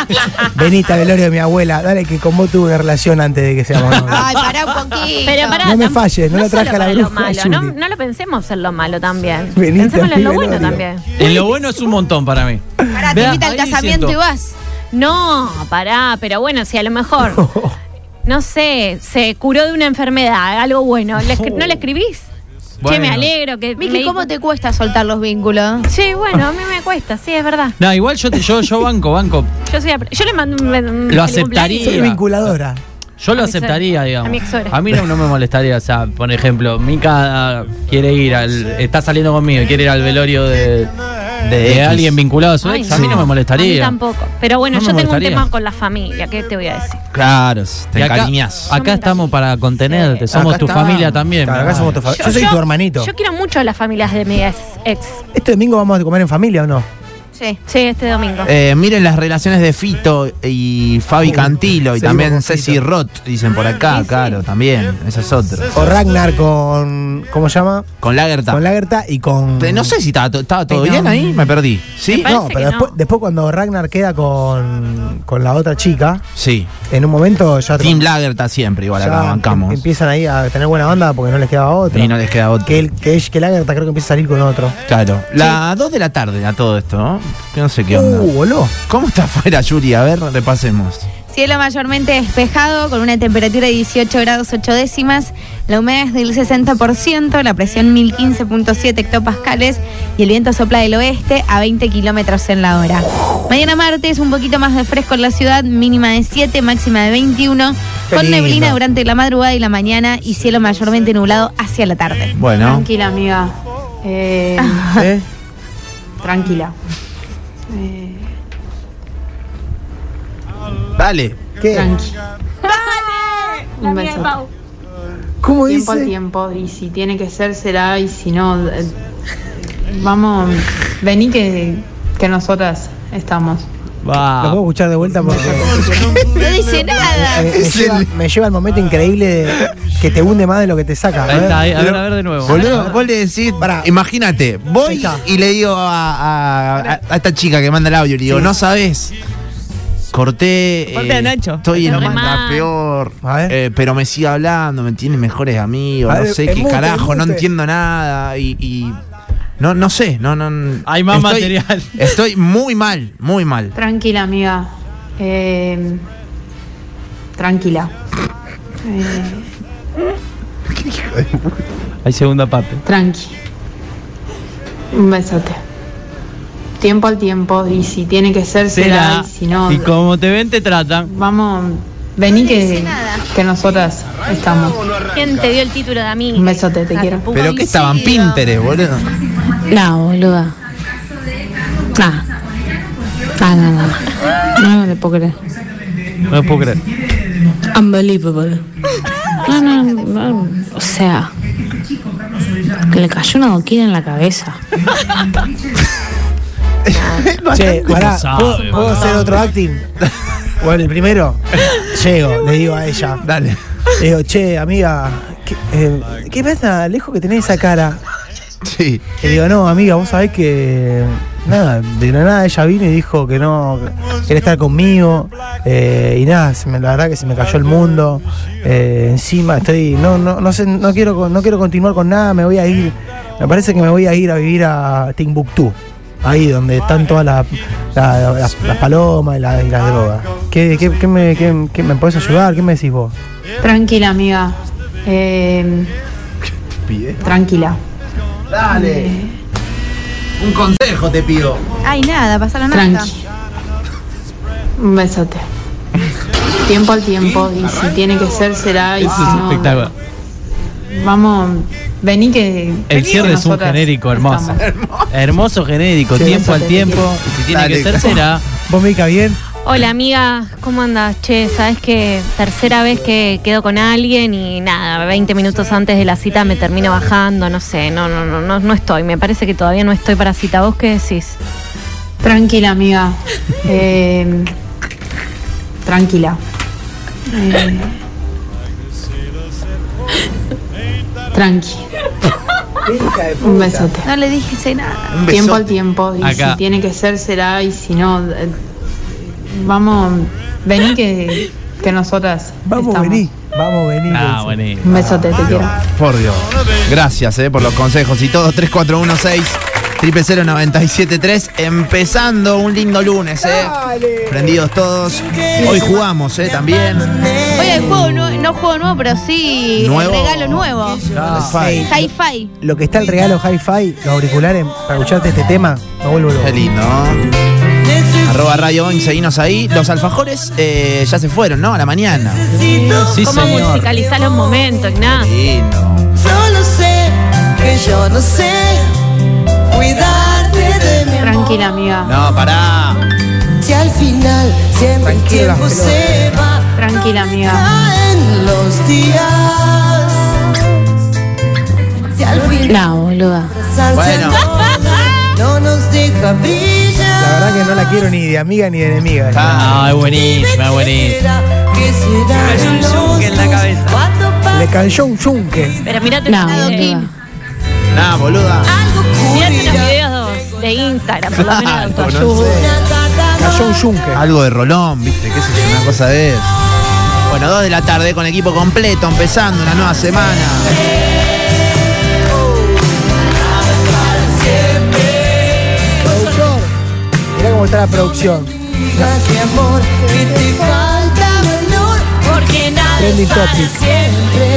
Speaker 7: venite al velorio de mi abuela. Dale que con vos tuve una relación antes de que seamos novios.
Speaker 3: Ay, pará un poquito.
Speaker 5: Pero pará,
Speaker 7: No me
Speaker 5: tam-
Speaker 7: falles, no la traje
Speaker 5: solo
Speaker 7: a la
Speaker 5: para
Speaker 7: bruja,
Speaker 5: lo malo, no,
Speaker 7: Yuri.
Speaker 5: no lo pensemos en lo malo también.
Speaker 7: Venite
Speaker 5: Pensémoslo en
Speaker 7: al
Speaker 5: lo
Speaker 7: velorio.
Speaker 5: bueno también.
Speaker 6: En lo bueno es un montón para mí.
Speaker 3: Pará, te
Speaker 6: Vea,
Speaker 3: invita al
Speaker 6: ahí
Speaker 3: casamiento y
Speaker 6: siento.
Speaker 3: vas.
Speaker 5: No, pará, pero bueno, si a
Speaker 7: *laughs*
Speaker 5: lo mejor, no sé, se curó de una enfermedad, algo bueno, le escri- ¿no le escribís? Che,
Speaker 6: Bueno.
Speaker 5: me alegro que... me
Speaker 3: Miki,
Speaker 5: di
Speaker 3: ¿cómo te cuesta soltar los vínculos?
Speaker 5: Sí, bueno, a mí me cuesta, sí, es verdad.
Speaker 6: No, igual yo, te- yo, yo banco, banco.
Speaker 5: Yo, soy, apre- yo le mando un- un... un
Speaker 6: Lo
Speaker 5: feliz
Speaker 6: aceptaría.
Speaker 5: cumpleaños.
Speaker 7: Soy vinculadora.
Speaker 6: Yo lo
Speaker 5: A mi suegra.
Speaker 6: aceptaría, digamos.
Speaker 5: A mi suegra.
Speaker 6: A mí no, no me molestaría. O sea, por ejemplo, Mica quiere ir al. Está saliendo conmigo, y quiere ir al velorio de, de
Speaker 2: X.
Speaker 6: alguien vinculado a su
Speaker 5: Ay,
Speaker 6: ex. A mí
Speaker 5: no.
Speaker 6: no me
Speaker 5: A mí
Speaker 6: molestaría.
Speaker 5: tampoco. Pero bueno,
Speaker 6: No me
Speaker 5: yo tengo un
Speaker 6: molestaría.
Speaker 5: tema con la familia, ¿qué te voy a decir?
Speaker 2: Claro, te
Speaker 6: Y acá,
Speaker 2: encariñas.
Speaker 6: acá estamos para contenerte. Somos
Speaker 7: Acá
Speaker 6: tu
Speaker 7: estamos.
Speaker 6: familia también.
Speaker 7: Claro, acá
Speaker 6: ¿verdad?
Speaker 7: somos tu fa- yo, soy tu hermanito.
Speaker 11: *laughs*
Speaker 5: Yo quiero mucho a las familias de mi ex. ex.
Speaker 7: ¿Este domingo vamos a comer en familia o no?
Speaker 3: Sí.
Speaker 5: Sí, este domingo.
Speaker 2: Eh, miren las relaciones de Fito y Fabi
Speaker 7: Uh,
Speaker 2: Cantilo
Speaker 7: seguimos con
Speaker 2: y también Ceci
Speaker 7: Fito.
Speaker 2: Roth, dicen por acá, claro, también. Esa es otra.
Speaker 7: O Ragnar con. ¿Cómo se llama?
Speaker 2: Con Lagerta.
Speaker 7: Con Lagerta y con.
Speaker 2: Eh, No sé si estaba, to- estaba todo
Speaker 7: Pero-
Speaker 2: bien ahí, me perdí. ¿Sí?
Speaker 5: Parece
Speaker 7: No,
Speaker 5: que
Speaker 7: pero
Speaker 5: no.
Speaker 7: después, después cuando Ragnar queda con, con la otra chica,
Speaker 2: Sí.
Speaker 7: en un momento ya,
Speaker 2: Team Lagerta siempre, igual acá
Speaker 7: ya em-
Speaker 2: bancamos.
Speaker 7: empiezan ahí a tener buena onda porque no les quedaba otra.
Speaker 2: Y no les queda otro.
Speaker 7: Que, el, que, es- que Lagerta creo que empieza a salir con otro.
Speaker 2: Claro. Las 2 de la tarde a todo esto, ¿no? Que no sé qué onda.
Speaker 7: Uh, voló.
Speaker 2: ¿Cómo está *laughs* afuera, Yuri? A ver, repasemos.
Speaker 3: Cielo mayormente despejado, con una temperatura de 18 grados 8 décimas, la humedad es del 60%, la presión 1015.7 hectopascales y el viento sopla del oeste a 20 kilómetros en la hora. Mañana martes, un poquito más de fresco en la ciudad, mínima de 7, máxima de 21,
Speaker 7: Qué
Speaker 3: con
Speaker 7: lindo.
Speaker 3: neblina durante la madrugada y la mañana y cielo mayormente nublado hacia la tarde.
Speaker 2: Bueno,
Speaker 13: Tranquila, amiga. Eh,
Speaker 7: ¿Eh?
Speaker 13: tranquila.
Speaker 2: dale.
Speaker 7: ¿Qué?
Speaker 13: Tranqui. Un beso.
Speaker 7: ¿Cómo
Speaker 13: Tiempo al
Speaker 7: dice?
Speaker 13: tiempo. Y si tiene que ser, será. Y si no, eh, vamos. Vení que, que nosotras estamos.
Speaker 7: Lo puedo escuchar de vuelta
Speaker 6: *laughs*
Speaker 7: porque
Speaker 3: *laughs* No dice nada.
Speaker 7: me, me lleva, me lleva al momento increíble de- que te hunde más de lo que te saca.
Speaker 6: Ahí está,
Speaker 7: ¿eh?
Speaker 6: ahí- a ver, a ver de nuevo.
Speaker 2: Boludo, vos le decís,
Speaker 7: Pará.
Speaker 2: imagínate,
Speaker 7: Ahí
Speaker 2: voy
Speaker 7: está.
Speaker 2: y le digo a, a- a- a esta chica que manda el audio, le digo, no sabes, corté, eh,
Speaker 4: Corté a Nacho.
Speaker 2: estoy en
Speaker 5: Corté re
Speaker 2: la
Speaker 5: mal.
Speaker 2: peor,
Speaker 7: A ver.
Speaker 2: eh, pero me sigue hablando, me tiene mejores amigos,
Speaker 7: A
Speaker 2: no
Speaker 7: ver,
Speaker 2: sé qué
Speaker 7: enmute,
Speaker 2: carajo, no
Speaker 7: enmute.
Speaker 2: entiendo nada y... y no, no sé, no, no. no.
Speaker 6: Hay más
Speaker 2: Estoy-
Speaker 6: material.
Speaker 2: Estoy muy mal, muy mal.
Speaker 13: Tranquila, amiga. Em, Eh, tranquila. Eh,
Speaker 6: Hay segunda parte.
Speaker 13: Tranqui. Un besote. Tiempo al tiempo. Y si tiene que ser, será.
Speaker 6: Será.
Speaker 13: Y si no,
Speaker 6: Y como te ven, te tratan.
Speaker 13: vamos. Vení que, que nosotras estamos.
Speaker 5: ¿Quién te dio el título de amiga?
Speaker 13: Un besote, te quiero.
Speaker 2: Pero que estaban Pinterest, boludo.
Speaker 9: No, boluda. Nah. Nah, nah, nah. No, no le puedo creer.
Speaker 6: No puedo creer.
Speaker 9: Unbelievable. No, no, no, o sea, que le cayó una doquina en la cabeza.
Speaker 7: *laughs* Che,
Speaker 9: ¿Cómo
Speaker 7: pará,
Speaker 9: sabe,
Speaker 7: ¿puedo,
Speaker 9: boludo?
Speaker 7: puedo hacer otro acting? Bueno, el primero, llego, le digo a ella.
Speaker 2: Dale.
Speaker 7: Le digo, che, amiga, ¿qué, eh, ¿qué pasa, Alejo, que tenés esa cara?
Speaker 2: Sí.
Speaker 7: Le digo, no, amiga, vos sabés que. Nada, de la nada ella vino y dijo que no, que quería estar conmigo. eh, y nada, se me- la verdad que se me cayó el mundo. eh, encima estoy. No, no, no sé, no quiero, con- no quiero continuar con nada, me voy a ir. Me parece que me voy a ir a vivir a Timbuktu. Ahí donde están todas las, la- las- las palomas y, la- y las drogas. ¿Qué, qué- qué me, qué- qué me podés ayudar? ¿Qué me decís vos?
Speaker 13: Tranquila, amiga. Eh, tranquila.
Speaker 2: Dale. Un consejo te pido.
Speaker 3: Ay, nada, pasaron nada.
Speaker 13: Tranqui. Un besote. Tiempo al tiempo. Y si tiene que ser, será. Y
Speaker 6: Eso
Speaker 13: si
Speaker 6: es
Speaker 13: no,
Speaker 6: espectacular.
Speaker 13: vamos. Vení que.
Speaker 6: El cierre es un
Speaker 13: nosotras
Speaker 6: genérico hermoso. Hermoso genérico,
Speaker 7: Sí,
Speaker 6: tiempo
Speaker 7: eso
Speaker 6: al
Speaker 7: te
Speaker 6: tiempo.
Speaker 7: quiero.
Speaker 6: Y si tiene
Speaker 7: Dale.
Speaker 6: que ser, será.
Speaker 7: ¿Vos me cae bien?
Speaker 5: Hola amiga, ¿cómo andas? Che, sabes que tercera vez que quedo con alguien y nada, 20 minutos antes de la cita me termino bajando, no sé, no, no, no, no, no estoy, me parece que todavía no estoy para cita. ¿Vos qué decís?
Speaker 13: Tranquila,
Speaker 5: *laughs*
Speaker 13: amiga. Eh, tranquila. Eh, tranqui. Un besote.
Speaker 3: No le dije nada.
Speaker 13: Un Tiempo al tiempo. Y
Speaker 6: Acá.
Speaker 13: si tiene que ser, será. Y si no, eh, vamos. Vení que, que nosotras.
Speaker 7: Vamos, vení. Vamos, vení.
Speaker 2: Ah, buenísimo.
Speaker 13: Un besote, te quiero.
Speaker 2: Por Dios. Gracias eh, por los consejos y todo. 3416 000973. Empezando un lindo lunes, eh. Prendidos todos. Hoy jugamos, eh, también.
Speaker 3: Oye, hay juego nue- no juego nuevo, pero sí
Speaker 2: Nuevo.
Speaker 3: regalo nuevo.
Speaker 7: Hi-Fi.
Speaker 3: Hi-Fi.
Speaker 7: Lo que está el regalo hi-fi, los auriculares, para escucharte este tema, me vuelvo loco.
Speaker 2: Qué lindo. Arroba Radio On, seguinos ahí. Los alfajores eh, ya se fueron, ¿no? A la mañana. Sí,
Speaker 5: ¿Cómo
Speaker 2: señor.
Speaker 5: musicalizar los momentos, Ignacio?
Speaker 14: Solo sé que yo no sé cuidarte de mi
Speaker 13: Tranquila, amiga.
Speaker 2: No, pará.
Speaker 14: Si al final siempre el
Speaker 13: Tranquila,
Speaker 14: tiempo se va
Speaker 13: Tranquila, amiga.
Speaker 14: en los días. Si al final
Speaker 9: No, boluda.
Speaker 14: Bueno. no nos deja brillar.
Speaker 7: La verdad que no la quiero ni de amiga ni de enemiga.
Speaker 6: Ah, es buenísimo, es buenísimo.
Speaker 14: Que será en los dos? Cuando
Speaker 7: Le cayó un yunque.
Speaker 5: Pero mirate no,
Speaker 3: No,
Speaker 2: Nah, Ah, boluda.
Speaker 5: Mirate unos videos de Instagram, por lo menos de
Speaker 2: Claro, no
Speaker 5: autoayuda.
Speaker 7: Cayó un yunque.
Speaker 2: Algo de Rolón, viste, qué sé yo, una cosa de eso. Bueno, 2 de la tarde con equipo completo, empezando una nueva semana.
Speaker 7: Productor, mirá cómo está la producción.
Speaker 14: digas mi amor que te falta valor porque nada es
Speaker 7: Trending
Speaker 14: para
Speaker 7: topic.
Speaker 14: siempre.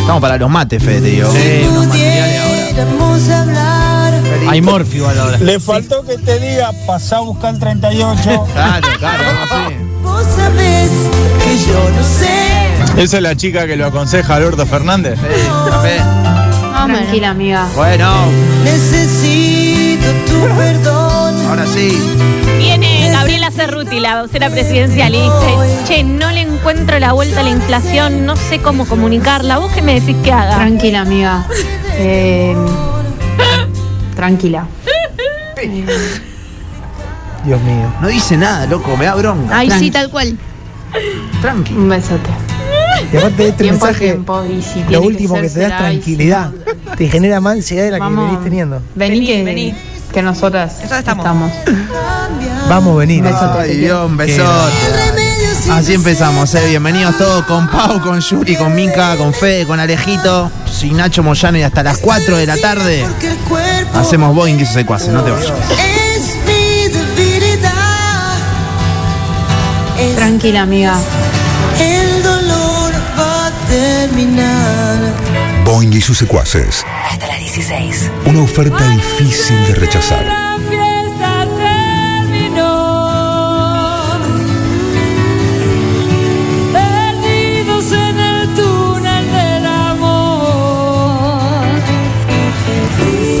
Speaker 2: Estamos para los mates, Fede, te digo.
Speaker 14: Pudiéramos hablar.
Speaker 6: Hay Morphy ahora.
Speaker 11: Le faltó que te diga, pasá a buscar el *laughs* 38.
Speaker 2: Claro, claro, así.
Speaker 14: Vos sabés que yo no sé.
Speaker 11: Esa es la chica que lo aconseja Alberto Fernández.
Speaker 13: Tranquila, amiga.
Speaker 2: Bueno,
Speaker 14: Necesito tu perdón.
Speaker 2: ahora sí.
Speaker 5: Viene Gabriela Cerruti, la vocera presidencial, y dice, che, no le encuentro la vuelta a la inflación, no sé cómo comunicarla, vos qué me decís que haga.
Speaker 13: Tranquila, amiga. Eh, tranquila. Eh,
Speaker 7: Dios mío.
Speaker 2: No dice nada, loco, me da bronca.
Speaker 3: Ay,
Speaker 13: Tranqui.
Speaker 3: sí, tal cual.
Speaker 2: Tranqui.
Speaker 13: un besote.
Speaker 7: Y aparte de este
Speaker 13: Tiempo al
Speaker 7: mensaje,
Speaker 13: tiempo. Y si tiene
Speaker 7: lo último que,
Speaker 13: ser,
Speaker 7: te da es
Speaker 13: será, y si
Speaker 7: tranquilidad. Te genera más ansiedad de la que
Speaker 13: Vamos.
Speaker 7: venís teniendo.
Speaker 13: Vení, que, que nosotras estamos.
Speaker 7: Vamos, venir.
Speaker 2: Ay, Dios, un besote. Así empezamos, eh. Bienvenidos todos con Pau, con Yuri, con Minka, con Fede, con Alejito, sin Nacho Moyano y hasta las 4 de la tarde.
Speaker 14: Porque el cuerpo
Speaker 2: Hacemos Boeing y sus secuaces, no te vayas.
Speaker 14: es mi debilidad. Es-
Speaker 13: Tranquila, amiga.
Speaker 14: El dolor va a terminar. terminar.
Speaker 15: Boing y sus secuaces.
Speaker 14: Hasta las 16.
Speaker 15: Una oferta difícil de rechazar.
Speaker 14: La fiesta terminó. Perdidos en el túnel del amor.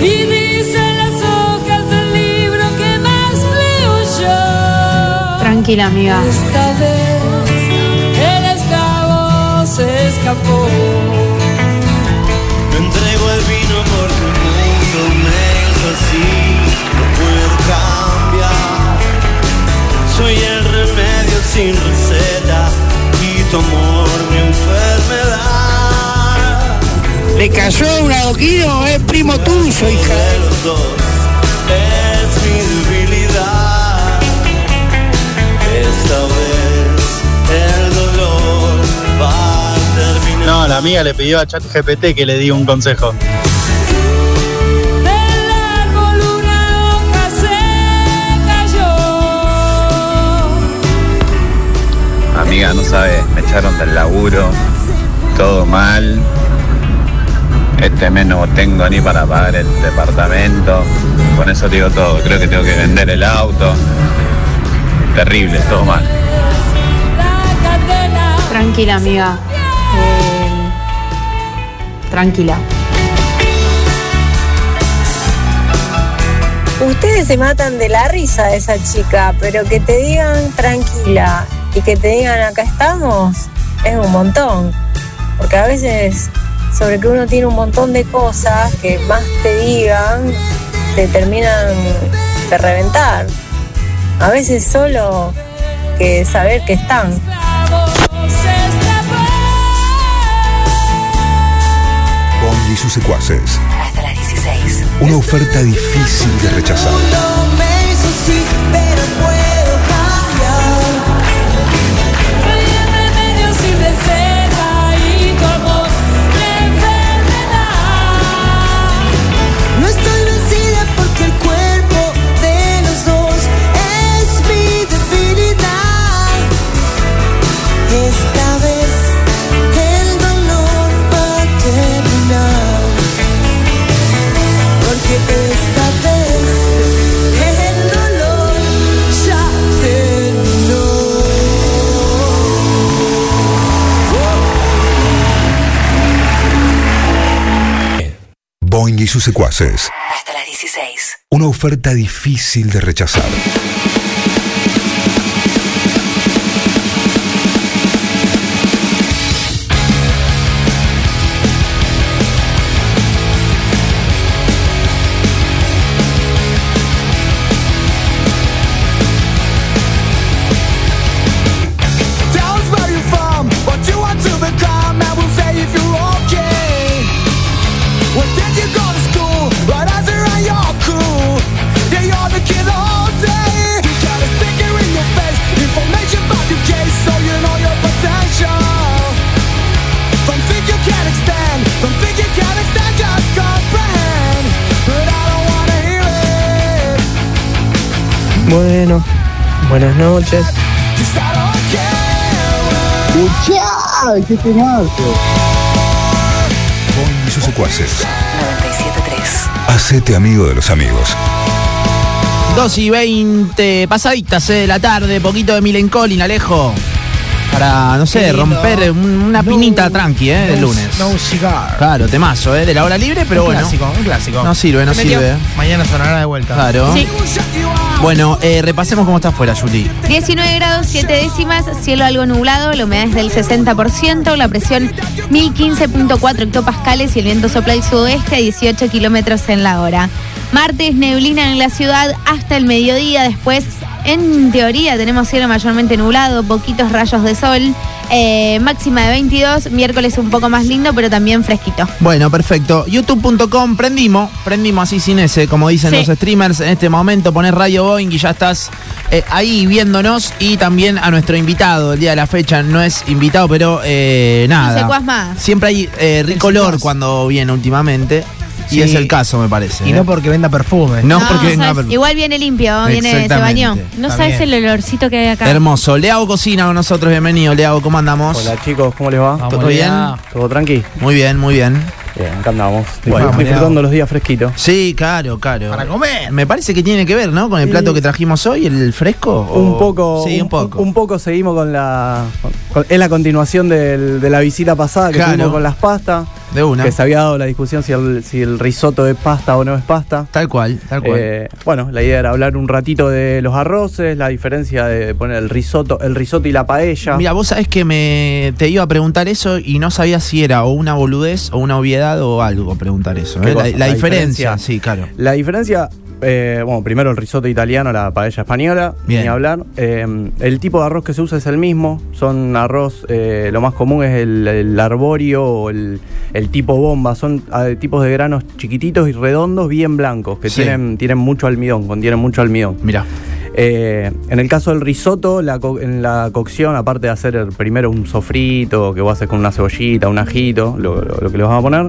Speaker 14: Y dicen las hojas del libro que más leo yo.
Speaker 13: Tranquila, amiga.
Speaker 14: Esta vez el esclavo se escapó.
Speaker 16: Me entrego al vino porque el mundo me es así, no puedo cambiar. Soy el remedio sin receta y tu amor mi enfermedad.
Speaker 17: Le cayó un adoquino, es primo tuyo, hija.
Speaker 16: De los dos es mi debilidad. Esta vez el dolor va a terminar.
Speaker 10: No, la amiga le pidió a ChatGPT que le diga un consejo.
Speaker 14: Del árbol una hoja se cayó.
Speaker 18: Amiga, no sabes, me echaron del laburo, todo mal. Este mes no tengo ni para pagar el departamento. Con eso digo todo, creo que tengo que vender el auto. Terrible, todo mal.
Speaker 13: Tranquila, amiga. Eh, tranquila.
Speaker 19: Ustedes se matan de la risa de esa chica, pero que te digan tranquila y que te digan acá estamos es un montón. Porque a veces sobre que uno tiene un montón de cosas que más te digan, te terminan de reventar. A veces solo que saber que están.
Speaker 15: Boing y sus secuaces.
Speaker 14: Hasta las 16.
Speaker 15: Una oferta difícil de rechazar.
Speaker 14: No me hizo así, pero puedo cambiar. Soy el remedio sin receta y tu amor me enfermedad. No estoy vencida porque el cuerpo de los dos es mi debilidad. Esta vez el dolor va a terminar. Porque esta vez el dolor ya
Speaker 15: Boing y sus secuaces.
Speaker 14: Hasta las 16.
Speaker 15: Una oferta difícil de rechazar.
Speaker 14: Tell us where you're from, what you want to become, and we'll say if you're okay. Well, did you go to school? But as you're on your crew, yeah, you're the kid all day. You got a sticker in your face, information about your case, so you know your potential. Don't think you can extend, don't think you can extend, just comprehend. But I don't wanna hear it.
Speaker 12: Bueno, buenas noches.
Speaker 14: Cause I don't
Speaker 1: ¡Escuchá! ¡Qué temazo!
Speaker 15: Boing y sus secuaces.
Speaker 14: 97.3.
Speaker 15: Hacete amigo de los amigos.
Speaker 2: 2 y 20, pasaditas eh, de la tarde, poquito de Milencolin, Alejo. Para, no sé,
Speaker 7: Qué lindo.
Speaker 2: romper un- una pinita tranqui, ¿eh? El
Speaker 7: No-
Speaker 2: lunes.
Speaker 7: No cigar.
Speaker 2: Claro, temazo, ¿eh? De la hora libre, pero
Speaker 7: un
Speaker 2: bueno.
Speaker 7: Clásico, un clásico.
Speaker 2: No sirve, no
Speaker 7: Se metió.
Speaker 2: sirve.
Speaker 7: Mañana sonará de vuelta.
Speaker 2: Claro. Bueno, eh, repasemos cómo está afuera, Juli.
Speaker 3: 19 grados, 7 décimas, cielo algo nublado, la humedad es del 60%, la presión 1015.4 hectopascales y el viento sopla del sudoeste a 18 kilómetros en la hora. Martes, neblina en la ciudad hasta el mediodía. Después, en teoría, tenemos cielo mayormente nublado, poquitos rayos de sol, eh, máxima de 22. Miércoles un poco más lindo, pero también fresquito.
Speaker 2: Bueno, perfecto. YouTube.com, prendimos, prendimos así sin ese, como dicen
Speaker 3: Sí.
Speaker 2: los streamers en este momento. Ponés Radio Boeing y ya estás eh, ahí viéndonos. Y también a nuestro invitado, el día de la fecha, no es invitado, pero eh, nada.
Speaker 3: secuaz más.
Speaker 2: Siempre hay eh, ricolor cuando viene últimamente. Y es el caso, me parece.
Speaker 7: Y
Speaker 2: ¿eh?
Speaker 7: no porque venda perfume.
Speaker 2: No, porque venga
Speaker 3: sabes,
Speaker 2: perfume.
Speaker 3: Igual viene limpio, viene, se
Speaker 2: Exactamente.
Speaker 3: bañó.
Speaker 5: No
Speaker 2: Está
Speaker 5: sabes
Speaker 2: bien.
Speaker 5: el olorcito que hay acá.
Speaker 2: Hermoso. Leao Cocina con nosotros, bienvenido. Leao, ¿cómo andamos?
Speaker 20: Hola chicos, ¿cómo les va?
Speaker 2: ¿Todo Leao.
Speaker 20: ¿Todo tranqui?
Speaker 2: Muy bien, muy bien.
Speaker 20: Bien, acá andamos.
Speaker 2: Bueno,
Speaker 20: Disfrut- disfrutando
Speaker 2: Leao.
Speaker 20: los días fresquitos.
Speaker 2: Sí, claro, claro. Para
Speaker 7: comer.
Speaker 2: Me parece que tiene que ver, ¿no? Con el plato que trajimos hoy, el fresco.
Speaker 20: Un
Speaker 2: o-
Speaker 20: poco,
Speaker 2: Sí, un poco.
Speaker 20: Un, poco seguimos con la. con- es la continuación del- de la visita pasada que
Speaker 2: Claro.
Speaker 20: tuvimos con las pastas.
Speaker 2: De una.
Speaker 20: Que se había dado la discusión si el, si el risotto es pasta o no es pasta.
Speaker 2: Tal cual, tal cual.
Speaker 20: Eh, bueno, la idea era hablar un ratito de los arroces, la diferencia de poner el risotto, el risotto y la paella.
Speaker 2: Mira, vos sabés que me te iba a preguntar eso y no sabía si era o una boludez o una obviedad o algo preguntar eso.
Speaker 20: ¿Qué
Speaker 2: ¿eh? La,
Speaker 20: cosa?
Speaker 2: la
Speaker 20: La
Speaker 2: diferencia,
Speaker 20: diferencia.
Speaker 2: sí, claro.
Speaker 20: La diferencia, eh, bueno, primero el risotto italiano, la paella española,
Speaker 2: Bien.
Speaker 20: ni hablar. Eh, el tipo de arroz que se usa es el mismo. Son arroz, eh, lo más común es el, el arborio o el, el tipo bomba. Son ah, tipos de granos chiquititos y redondos, bien blancos, que
Speaker 2: Sí.
Speaker 20: tienen, tienen mucho almidón, contienen mucho almidón.
Speaker 2: Mira.
Speaker 20: Eh, en el caso del risotto, la co- en la cocción, aparte de hacer el- primero un sofrito que vos haces con una cebollita, un ajito, lo, lo- lo que les vas a poner,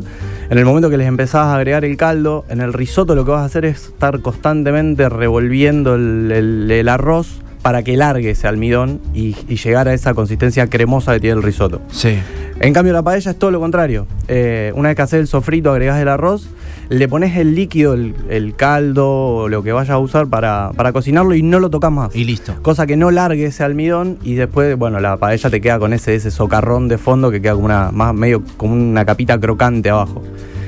Speaker 20: en el momento que les empezás a agregar el caldo, en el risotto lo que vas a hacer es estar constantemente revolviendo el, el- el arroz para que largue ese almidón y, y llegar a esa consistencia cremosa que tiene el risotto.
Speaker 2: Sí.
Speaker 20: En cambio, la paella es todo lo contrario. Eh, una vez que haces el sofrito, agregás el arroz, le pones el líquido, el, el caldo, o lo que vayas a usar para, para cocinarlo y no lo tocas más.
Speaker 2: Y listo.
Speaker 20: Cosa que no largue ese almidón y después, bueno, la paella te queda con ese, ese socarrón de fondo que queda como una, más medio como una capita crocante abajo.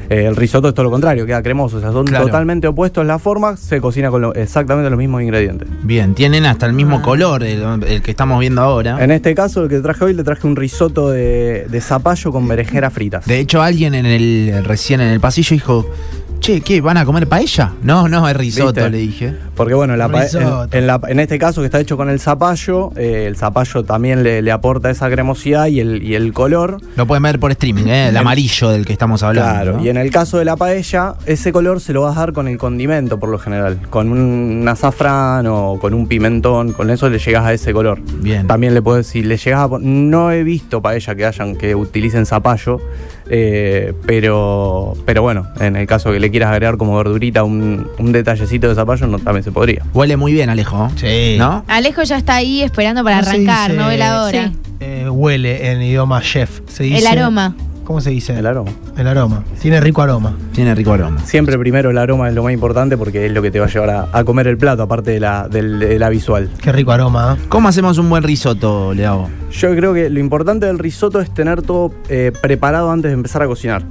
Speaker 20: Eh, el risotto es todo lo contrario, queda cremoso. O sea, son
Speaker 2: Claro.
Speaker 20: totalmente opuestos las formas, se cocina con lo- exactamente los mismos ingredientes.
Speaker 2: Bien, tienen hasta el
Speaker 20: Ah.
Speaker 2: mismo color, el, el que estamos viendo ahora.
Speaker 20: En este caso, el que traje hoy, le traje un risotto de, de zapallo con berenjenas fritas.
Speaker 2: De hecho, alguien en el recién en el pasillo dijo, che, ¿qué? ¿Van a comer paella? No, no, es risotto,
Speaker 20: ¿Viste?
Speaker 2: le dije.
Speaker 20: Porque bueno, la
Speaker 2: Un
Speaker 20: pa-
Speaker 2: risotto.
Speaker 20: en, en la- en este caso que está hecho con el zapallo, eh, el zapallo también le, le aporta esa cremosidad y el, y el color.
Speaker 2: Lo pueden ver por streaming, ¿eh? el
Speaker 20: En-
Speaker 2: amarillo del que estamos hablando.
Speaker 20: Claro,
Speaker 2: ¿no?
Speaker 20: y en el caso de la paella, ese color se lo vas a dar con el condimento por lo general, con un azafrán o con un pimentón, con eso le llegas a ese color.
Speaker 2: Bien.
Speaker 20: También le puedes, si le llegas a pon- no he visto paella que hayan que utilicen zapallo, eh, pero, pero bueno, en el caso que le quieras agregar como verdurita un, un detallecito de zapallo, no, también se podría.
Speaker 2: Huele muy bien, Alejo. Sí. ¿No?
Speaker 3: Alejo ya está ahí esperando
Speaker 2: Ah,
Speaker 3: para
Speaker 7: ¿Cómo se
Speaker 3: arrancar,
Speaker 7: dice?
Speaker 3: no ve la hora.
Speaker 7: Sí. Eh, huele en idioma chef. Se dice,
Speaker 3: El aroma.
Speaker 7: ¿Cómo se dice?
Speaker 20: El aroma.
Speaker 7: El aroma. Tiene rico aroma.
Speaker 2: Tiene rico aroma.
Speaker 20: Siempre primero el aroma es lo más importante porque es lo que te va a llevar a, a comer el plato, aparte de la, del- de la visual.
Speaker 7: Qué rico aroma. ¿eh?
Speaker 2: ¿Cómo hacemos un buen risotto, Leao?
Speaker 20: Yo creo que lo importante del risotto es tener todo eh, preparado antes de empezar a cocinar.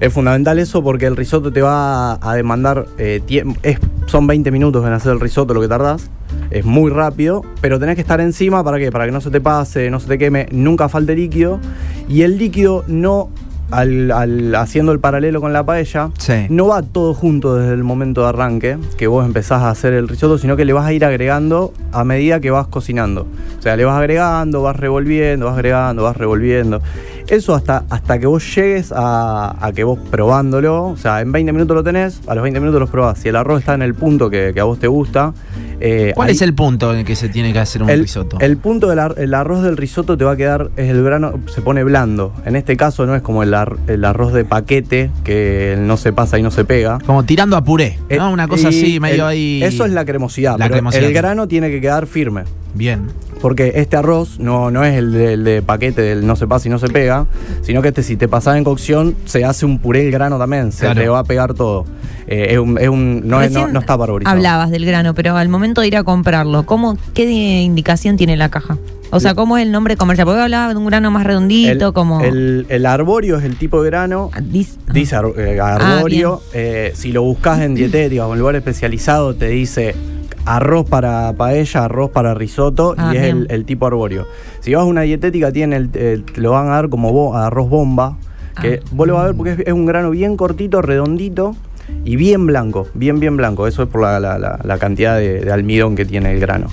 Speaker 20: Es fundamental eso porque el risotto te va a demandar tiempo. son 20 minutos en hacer el risotto lo que tardás. Es muy rápido, pero tenés que estar encima para qué? Para que no se te pase, no se te queme, nunca falte líquido. Y el líquido no, al, al- haciendo el paralelo con la paella,
Speaker 2: Sí.
Speaker 20: no va todo junto desde el momento de arranque, que vos empezás a hacer el risotto, sino que le vas a ir agregando a medida que vas cocinando. O sea, le vas agregando, vas revolviendo, vas agregando, vas revolviendo. Eso hasta, hasta que vos llegues a, a que vos probándolo, o sea, en 20 minutos lo tenés, a los 20 minutos los probás. Si el arroz está en el punto que, que a vos te gusta... eh,
Speaker 2: ¿Cuál
Speaker 20: ahí-
Speaker 2: es el punto en el que se tiene que hacer un
Speaker 20: el,
Speaker 2: risotto?
Speaker 20: el punto del ar- el arroz del risotto te va a quedar, es el grano, se pone blando. En este caso no es como el, ar- el arroz de paquete, que no se pasa y no se pega.
Speaker 2: Como tirando a puré, ¿no?
Speaker 20: Eh,
Speaker 2: Una
Speaker 20: y
Speaker 2: cosa así, medio
Speaker 20: el-
Speaker 2: ahí.
Speaker 20: Eso es la cremosidad.
Speaker 2: La
Speaker 20: pero
Speaker 2: cremosidad.
Speaker 20: El grano tiene que quedar firme.
Speaker 2: Bien.
Speaker 20: Porque este arroz no, no es el de, el de paquete del no se pasa y no se pega, sino que este, si te pasás en cocción, se hace un puré el grano también, se
Speaker 2: Claro.
Speaker 20: te va a pegar todo. Eh, es un, es un- no, es- no-
Speaker 4: Recién
Speaker 20: no está barbarizado.
Speaker 4: Hablabas del grano, pero al momento de ir a comprarlo, ¿cómo, ¿qué di- indicación tiene la caja? O sea, ¿cómo es el nombre comercial? Porque hablaba de un grano más redondito,
Speaker 20: el,
Speaker 4: como... Ah,
Speaker 20: el- el arborio es el tipo de grano. Dice ar- eh, arborio. Eh, si lo
Speaker 4: *clears throat*
Speaker 20: buscas en dietética o en lugar especializado, te dice arroz para paella, arroz para risotto
Speaker 4: Ah,
Speaker 20: y es
Speaker 4: bien.
Speaker 20: el, el tipo arborio. Si vas a una dietética, tiene el- eh, te lo van a dar como bo- arroz bomba. Que
Speaker 4: Ah.
Speaker 20: vos lo vas a ver porque es, es un grano bien cortito, redondito y bien blanco, bien, bien blanco. Eso es por la, la- la- la cantidad de, de almidón que tiene el grano.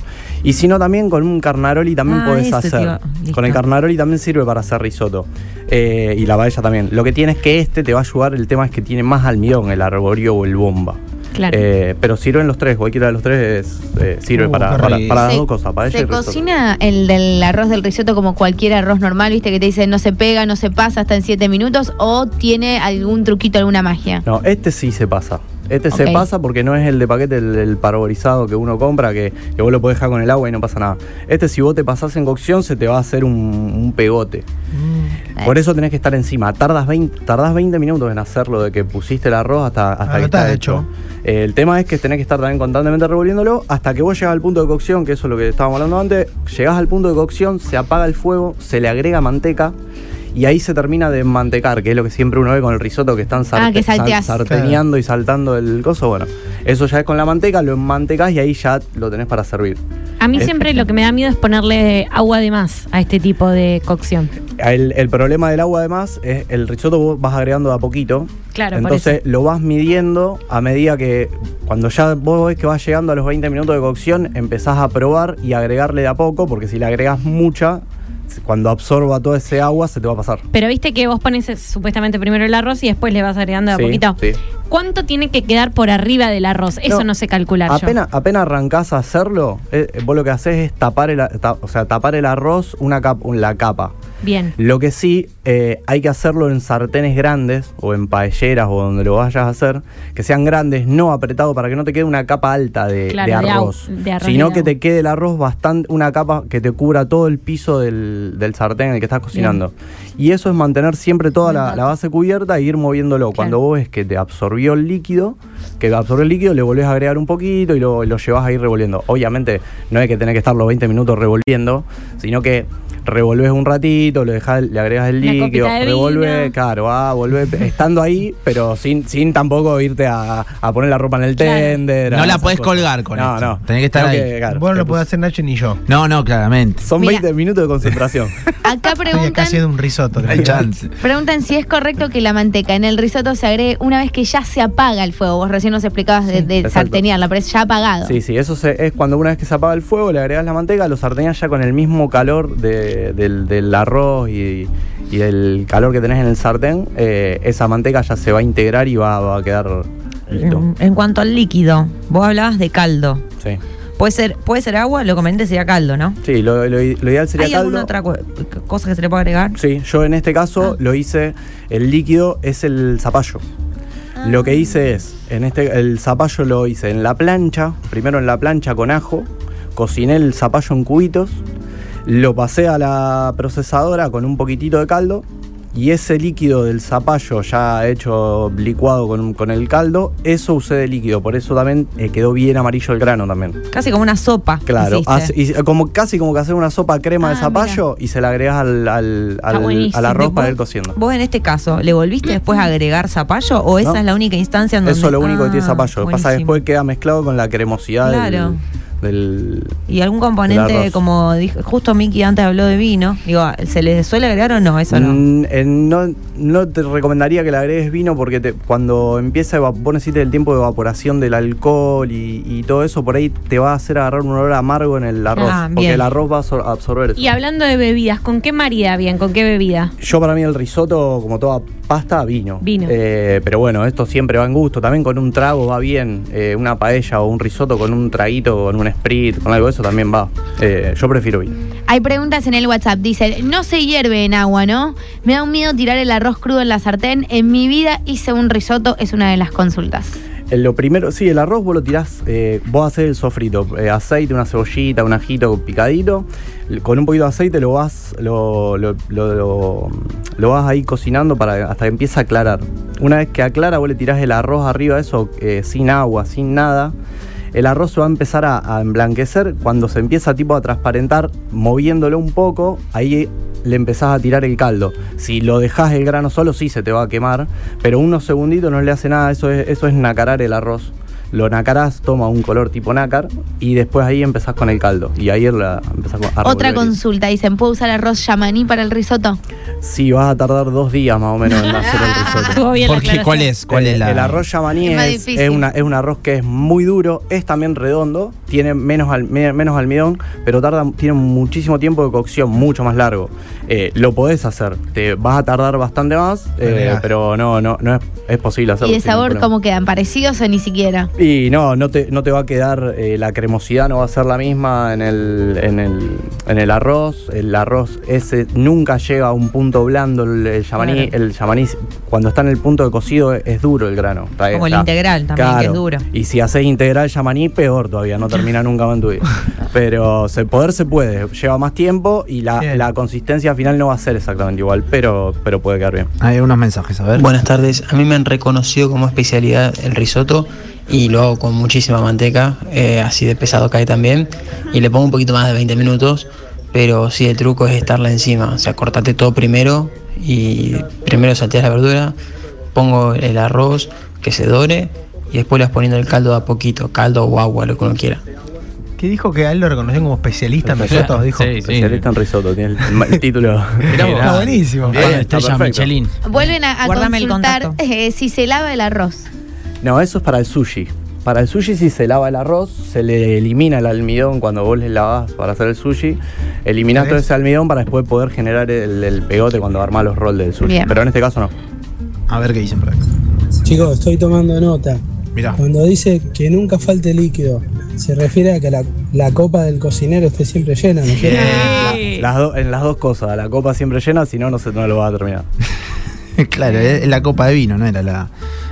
Speaker 20: Y si no, también con un carnaroli también
Speaker 4: Ah,
Speaker 20: podés
Speaker 4: eso te
Speaker 20: hacer.
Speaker 4: iba-
Speaker 20: Con el
Speaker 4: listo.
Speaker 20: carnaroli también sirve para hacer risotto. Eh, y la paella también. Lo que tiene es que este te va a ayudar, el tema es que tiene más almidón, el arborio o el bomba.
Speaker 3: Claro.
Speaker 20: Eh, pero sirven los tres, cualquiera de los tres eh, sirve
Speaker 7: Uh,
Speaker 20: para,
Speaker 7: qué
Speaker 20: para,
Speaker 7: rico.
Speaker 20: para las
Speaker 3: Se-
Speaker 20: dos cosas. Para ella y
Speaker 3: ¿Se
Speaker 20: el risotto.
Speaker 3: cocina el del arroz del risotto como cualquier arroz normal, viste, que te dice no se pega, no se pasa hasta en 7 minutos? ¿O tiene algún truquito, alguna magia?
Speaker 20: No, este sí se pasa. Este
Speaker 3: Ok.
Speaker 20: se pasa porque no es el de paquete, el, el parborizado que uno compra, que, que vos lo podés dejar con el agua y no pasa nada. Este, si vos te pasás en cocción, se te va a hacer un, un pegote. Por eso tenés que estar encima. Tardas 20, tardás 20 minutos en hacerlo, de que pusiste el arroz hasta, hasta
Speaker 7: Ah,
Speaker 20: que
Speaker 7: no
Speaker 20: está
Speaker 7: está
Speaker 20: hecho. Eh, el tema es que tenés que estar también constantemente revolviéndolo hasta que vos llegás al punto de cocción, que eso es lo que estábamos hablando antes. Llegás al punto de cocción, se apaga el fuego, se le agrega manteca. Y ahí se termina de mantecar, que es lo que siempre uno ve con el risotto que están
Speaker 3: Ah, que
Speaker 20: sarte- sal-
Speaker 3: salteás.
Speaker 20: sarteneando y saltando el coso. Bueno, eso ya es con la manteca, lo enmantecás y ahí ya lo tenés para servir.
Speaker 5: A mí
Speaker 20: Es-
Speaker 5: siempre lo que me da miedo es ponerle agua de más a este tipo de cocción.
Speaker 20: El, el problema del agua, además, es el risotto vos vas agregando de a poquito.
Speaker 5: Claro, por
Speaker 20: Entonces lo vas midiendo a medida que cuando ya vos ves que vas llegando a los 20 minutos de cocción, empezás a probar y agregarle de a poco, porque si le agregás mucha, cuando absorba todo ese agua se te va a pasar.
Speaker 5: Pero viste que vos pones eh, supuestamente primero el arroz y después le vas agregando de a
Speaker 20: Sí,
Speaker 5: poquito.
Speaker 20: sí.
Speaker 5: ¿Cuánto tiene que quedar por arriba del arroz? Eso no,
Speaker 20: No,
Speaker 5: sé calcular yo.
Speaker 20: Apenas, apenas arrancás a hacerlo, eh, vos lo que haces es tapar el, a- ta- o sea, tapar el arroz una capa, la capa.
Speaker 5: Bien.
Speaker 20: Lo que sí, eh, hay que hacerlo en sartenes grandes o en paelleras o donde lo vayas a hacer, que sean grandes, no apretado para que no te quede una capa alta de,
Speaker 5: Claro,
Speaker 20: de
Speaker 5: de au-
Speaker 20: arroz,
Speaker 5: de arroz y
Speaker 20: sino
Speaker 5: de
Speaker 20: que
Speaker 5: agua.
Speaker 20: te quede el arroz bastante, una capa que te cubra todo el piso del, del sartén en el que estás cocinando. Y eso es mantener siempre toda la, la base cubierta e ir moviéndolo. Cuando vos ves que te absorbió el líquido, que absorbió el líquido, le volvés a agregar un poquito y lo, lo llevas a ir revolviendo. Obviamente no hay que tener que estar los 20 minutos revolviendo, sino que revolvés un ratito, lo dejás, le agregas el
Speaker 7: Una
Speaker 20: líquido,
Speaker 7: copita de
Speaker 20: revolve,
Speaker 7: vino.
Speaker 20: claro, va,
Speaker 7: *laughs*
Speaker 20: volvé, estando ahí, pero sin, sin tampoco irte a, a poner la ropa en el tender.
Speaker 2: No
Speaker 20: a
Speaker 2: la
Speaker 20: esas
Speaker 2: podés
Speaker 20: cosas.
Speaker 2: colgar con
Speaker 20: No,
Speaker 2: esto.
Speaker 20: no.
Speaker 2: Tenés que estar
Speaker 20: Tengo
Speaker 2: ahí.
Speaker 20: claro,
Speaker 7: Vos no lo
Speaker 20: te-
Speaker 7: podés hacer Nacho ni yo.
Speaker 2: No, no, claramente.
Speaker 20: Son
Speaker 3: Mira.
Speaker 20: 20 minutos de
Speaker 7: *laughs*
Speaker 20: concentración. *laughs*
Speaker 7: Estoy
Speaker 3: Acá
Speaker 7: acá
Speaker 3: preguntan,
Speaker 7: haciendo un risotto.
Speaker 2: No hay chance. *laughs*
Speaker 3: preguntan si es correcto que la manteca en el risotto se agregue una vez que ya se apaga el fuego. Vos recién nos explicabas de, de
Speaker 20: Exacto.
Speaker 3: sartenearla, pero es ya apagado.
Speaker 20: Sí, sí, eso se- es cuando una vez que se apaga el fuego le agregas la manteca, lo sarteñas ya con el mismo calor de- del, del arroz y, y del calor que tenés en el sartén, eh, esa manteca ya se va a integrar y va, va a quedar listo.
Speaker 4: En, en cuanto al líquido, vos hablabas de caldo.
Speaker 20: Sí,
Speaker 4: Puede ser, puede ser agua, lo conveniente sería caldo, ¿no?
Speaker 20: sí lo, lo i- lo ideal sería
Speaker 4: ¿Hay
Speaker 20: caldo.
Speaker 4: alguna otra cu- cosa que se le puede agregar? Ah.
Speaker 20: Sí, yo en este caso lo hice, el líquido es el zapallo.
Speaker 4: Ah.
Speaker 20: Lo que hice es, en este, el zapallo lo hice en la plancha, primero en la plancha con ajo, cociné el zapallo en cubitos, lo pasé a la procesadora con un poquitito de caldo y ese líquido del zapallo ya hecho licuado con, con el caldo, eso usé de líquido, por eso también eh, quedó bien amarillo el grano también.
Speaker 4: Casi como una sopa.
Speaker 20: Claro,
Speaker 4: hiciste. Ah,
Speaker 20: hace- y- como, casi como que hacer una sopa crema de zapallo y se la agregas al, al, al-
Speaker 4: buenísimo.
Speaker 20: al arroz
Speaker 4: Vos-
Speaker 20: para ir cociendo.
Speaker 4: Vos en este caso, ¿le volviste después a agregar zapallo o esa
Speaker 20: No.
Speaker 4: es la única instancia en donde
Speaker 20: Eso es lo único que tiene
Speaker 4: Ah,
Speaker 20: zapallo. Lo que Pasa es que
Speaker 4: buenísimo.
Speaker 20: después queda mezclado con la cremosidad del-
Speaker 4: Claro.
Speaker 20: del,
Speaker 4: Y algún
Speaker 20: del
Speaker 4: componente,
Speaker 20: arroz.
Speaker 4: como dijo, justo Miki antes habló de vino, digo, ¿se le suele agregar o no? Eso no.
Speaker 20: Mm, eh, no, no te recomendaría que le agregues vino porque te- cuando empieza a eva- vos necesitas el tiempo de evaporación del alcohol y, y todo eso, por ahí te va a hacer agarrar un olor amargo en el arroz.
Speaker 5: Ah, bien.
Speaker 20: porque el arroz va a absor- absorber eso.
Speaker 5: Y hablando de bebidas, ¿con qué marida bien? ¿Con qué bebida?
Speaker 20: Yo para mí el risotto, como toda pasta, vino.
Speaker 5: Vino.
Speaker 20: Eh, pero bueno, esto siempre va en gusto. También con un trago va bien. Eh, una paella o un risotto con un traguito, con un sprit, con algo de eso también va. Eh, yo prefiero vino.
Speaker 3: Hay preguntas en el WhatsApp. Dice, no se hierve en agua, ¿no? Me da un miedo tirar el arroz crudo en la sartén. En mi vida hice un risotto, es una de las consultas.
Speaker 20: Eh, Lo primero, sí, el arroz vos lo tirás, eh, vos haces el sofrito, eh, aceite, una cebollita, un ajito picadito, l- con un poquito de aceite lo vas, lo, lo- lo- lo- lo vas ahí cocinando para hasta que empieza a aclarar. Una vez que aclara, vos le tirás el arroz arriba, eso eh, sin agua, sin nada. El arroz se va a empezar a, a emblanquecer cuando se empieza tipo a transparentar, moviéndolo un poco, ahí le empezás a tirar el caldo. Si lo dejás el grano solo, sí se te va a quemar, pero unos segunditos no le hace nada, eso es, eso es nacarar el arroz. Lo nacarás, toma un color tipo nácar y después ahí empezás con el caldo. Y ahí la empezás a
Speaker 3: Otra
Speaker 20: revolver.
Speaker 3: consulta. Dicen, ¿puedo usar arroz yamaní para el risotto?
Speaker 20: Sí, vas a tardar dos días más o menos en hacer el risotto.
Speaker 3: Ah,
Speaker 20: Eh,
Speaker 3: Estuvo bien la Porque, aclaración.
Speaker 2: ¿cuál es? ¿Cuál es la-
Speaker 20: El arroz yamaní
Speaker 3: Es más
Speaker 20: es,
Speaker 3: difícil.
Speaker 20: es una- es un arroz que es muy duro, es también redondo, tiene menos, al- me- menos almidón, pero tarda, tiene muchísimo tiempo de cocción, mucho más largo. Eh, lo podés hacer, te vas a tardar bastante más, eh,
Speaker 7: Renegás.
Speaker 20: pero no, no, no es, es posible hacerlo.
Speaker 3: ¿Y de
Speaker 20: sin
Speaker 3: sabor
Speaker 20: ningún problema.
Speaker 3: cómo quedan? ¿Parecidos o ni siquiera?
Speaker 20: Y no, no te, no te va a quedar, eh, la cremosidad no va a ser la misma en el, en el, en el arroz. El arroz ese nunca llega a un punto blando. El, el yamaní,
Speaker 4: Claro.
Speaker 20: el yamaní, cuando está en el punto de cocido, es, es duro el grano. Está-
Speaker 4: Como el
Speaker 20: está-
Speaker 4: integral también, que es duro.
Speaker 20: Y si haces integral yamaní, peor todavía, no termina nunca más en tu
Speaker 4: *laughs*
Speaker 20: vida. Pero se, poder se puede, lleva más tiempo y la, la consistencia final no va a ser exactamente igual, pero, pero puede quedar bien.
Speaker 2: Hay unos mensajes, a ver.
Speaker 21: Buenas tardes, a mí me han reconocido como especialidad el risotto y lo hago con muchísima manteca, eh, así de pesado cae también, y le pongo un poquito más de 20 minutos, pero sí el truco es estarla encima, o sea, cortate todo primero y primero salteas la verdura, pongo el arroz que se dore y después le vas poniendo el caldo de a poquito, caldo o agua, lo que uno quiera.
Speaker 7: ¿Qué dijo que a él lo reconocen como especialista en risotto? Dijo.
Speaker 20: Especialista en risotto, tiene el, el
Speaker 2: *laughs*
Speaker 20: título.
Speaker 7: Está buenísimo.
Speaker 20: Bien,
Speaker 7: Bueno,
Speaker 20: está
Speaker 7: estrella
Speaker 20: perfecto.
Speaker 3: Vuelven a, a
Speaker 4: Guardame el
Speaker 3: consultar *laughs* eh, si se lava el arroz.
Speaker 20: No, eso es para el sushi. Para el sushi si se lava el arroz, se le elimina el almidón cuando vos le lavas para hacer el sushi. Eliminás todo
Speaker 2: ¿Sabés?
Speaker 20: ese almidón para después poder generar el, el pegote cuando armás los rolls del sushi.
Speaker 2: Bien.
Speaker 20: Pero en este caso no.
Speaker 2: A ver qué dicen por acá.
Speaker 22: Chicos, estoy tomando nota.
Speaker 2: Mirá.
Speaker 22: Cuando dice que nunca falte líquido, se refiere a que la, la copa del cocinero esté siempre llena, ¿no es cierto?
Speaker 20: Las do- en las dos cosas, la copa siempre llena, si no, no se no lo va a terminar.
Speaker 2: claro, es la copa de vino, no era la.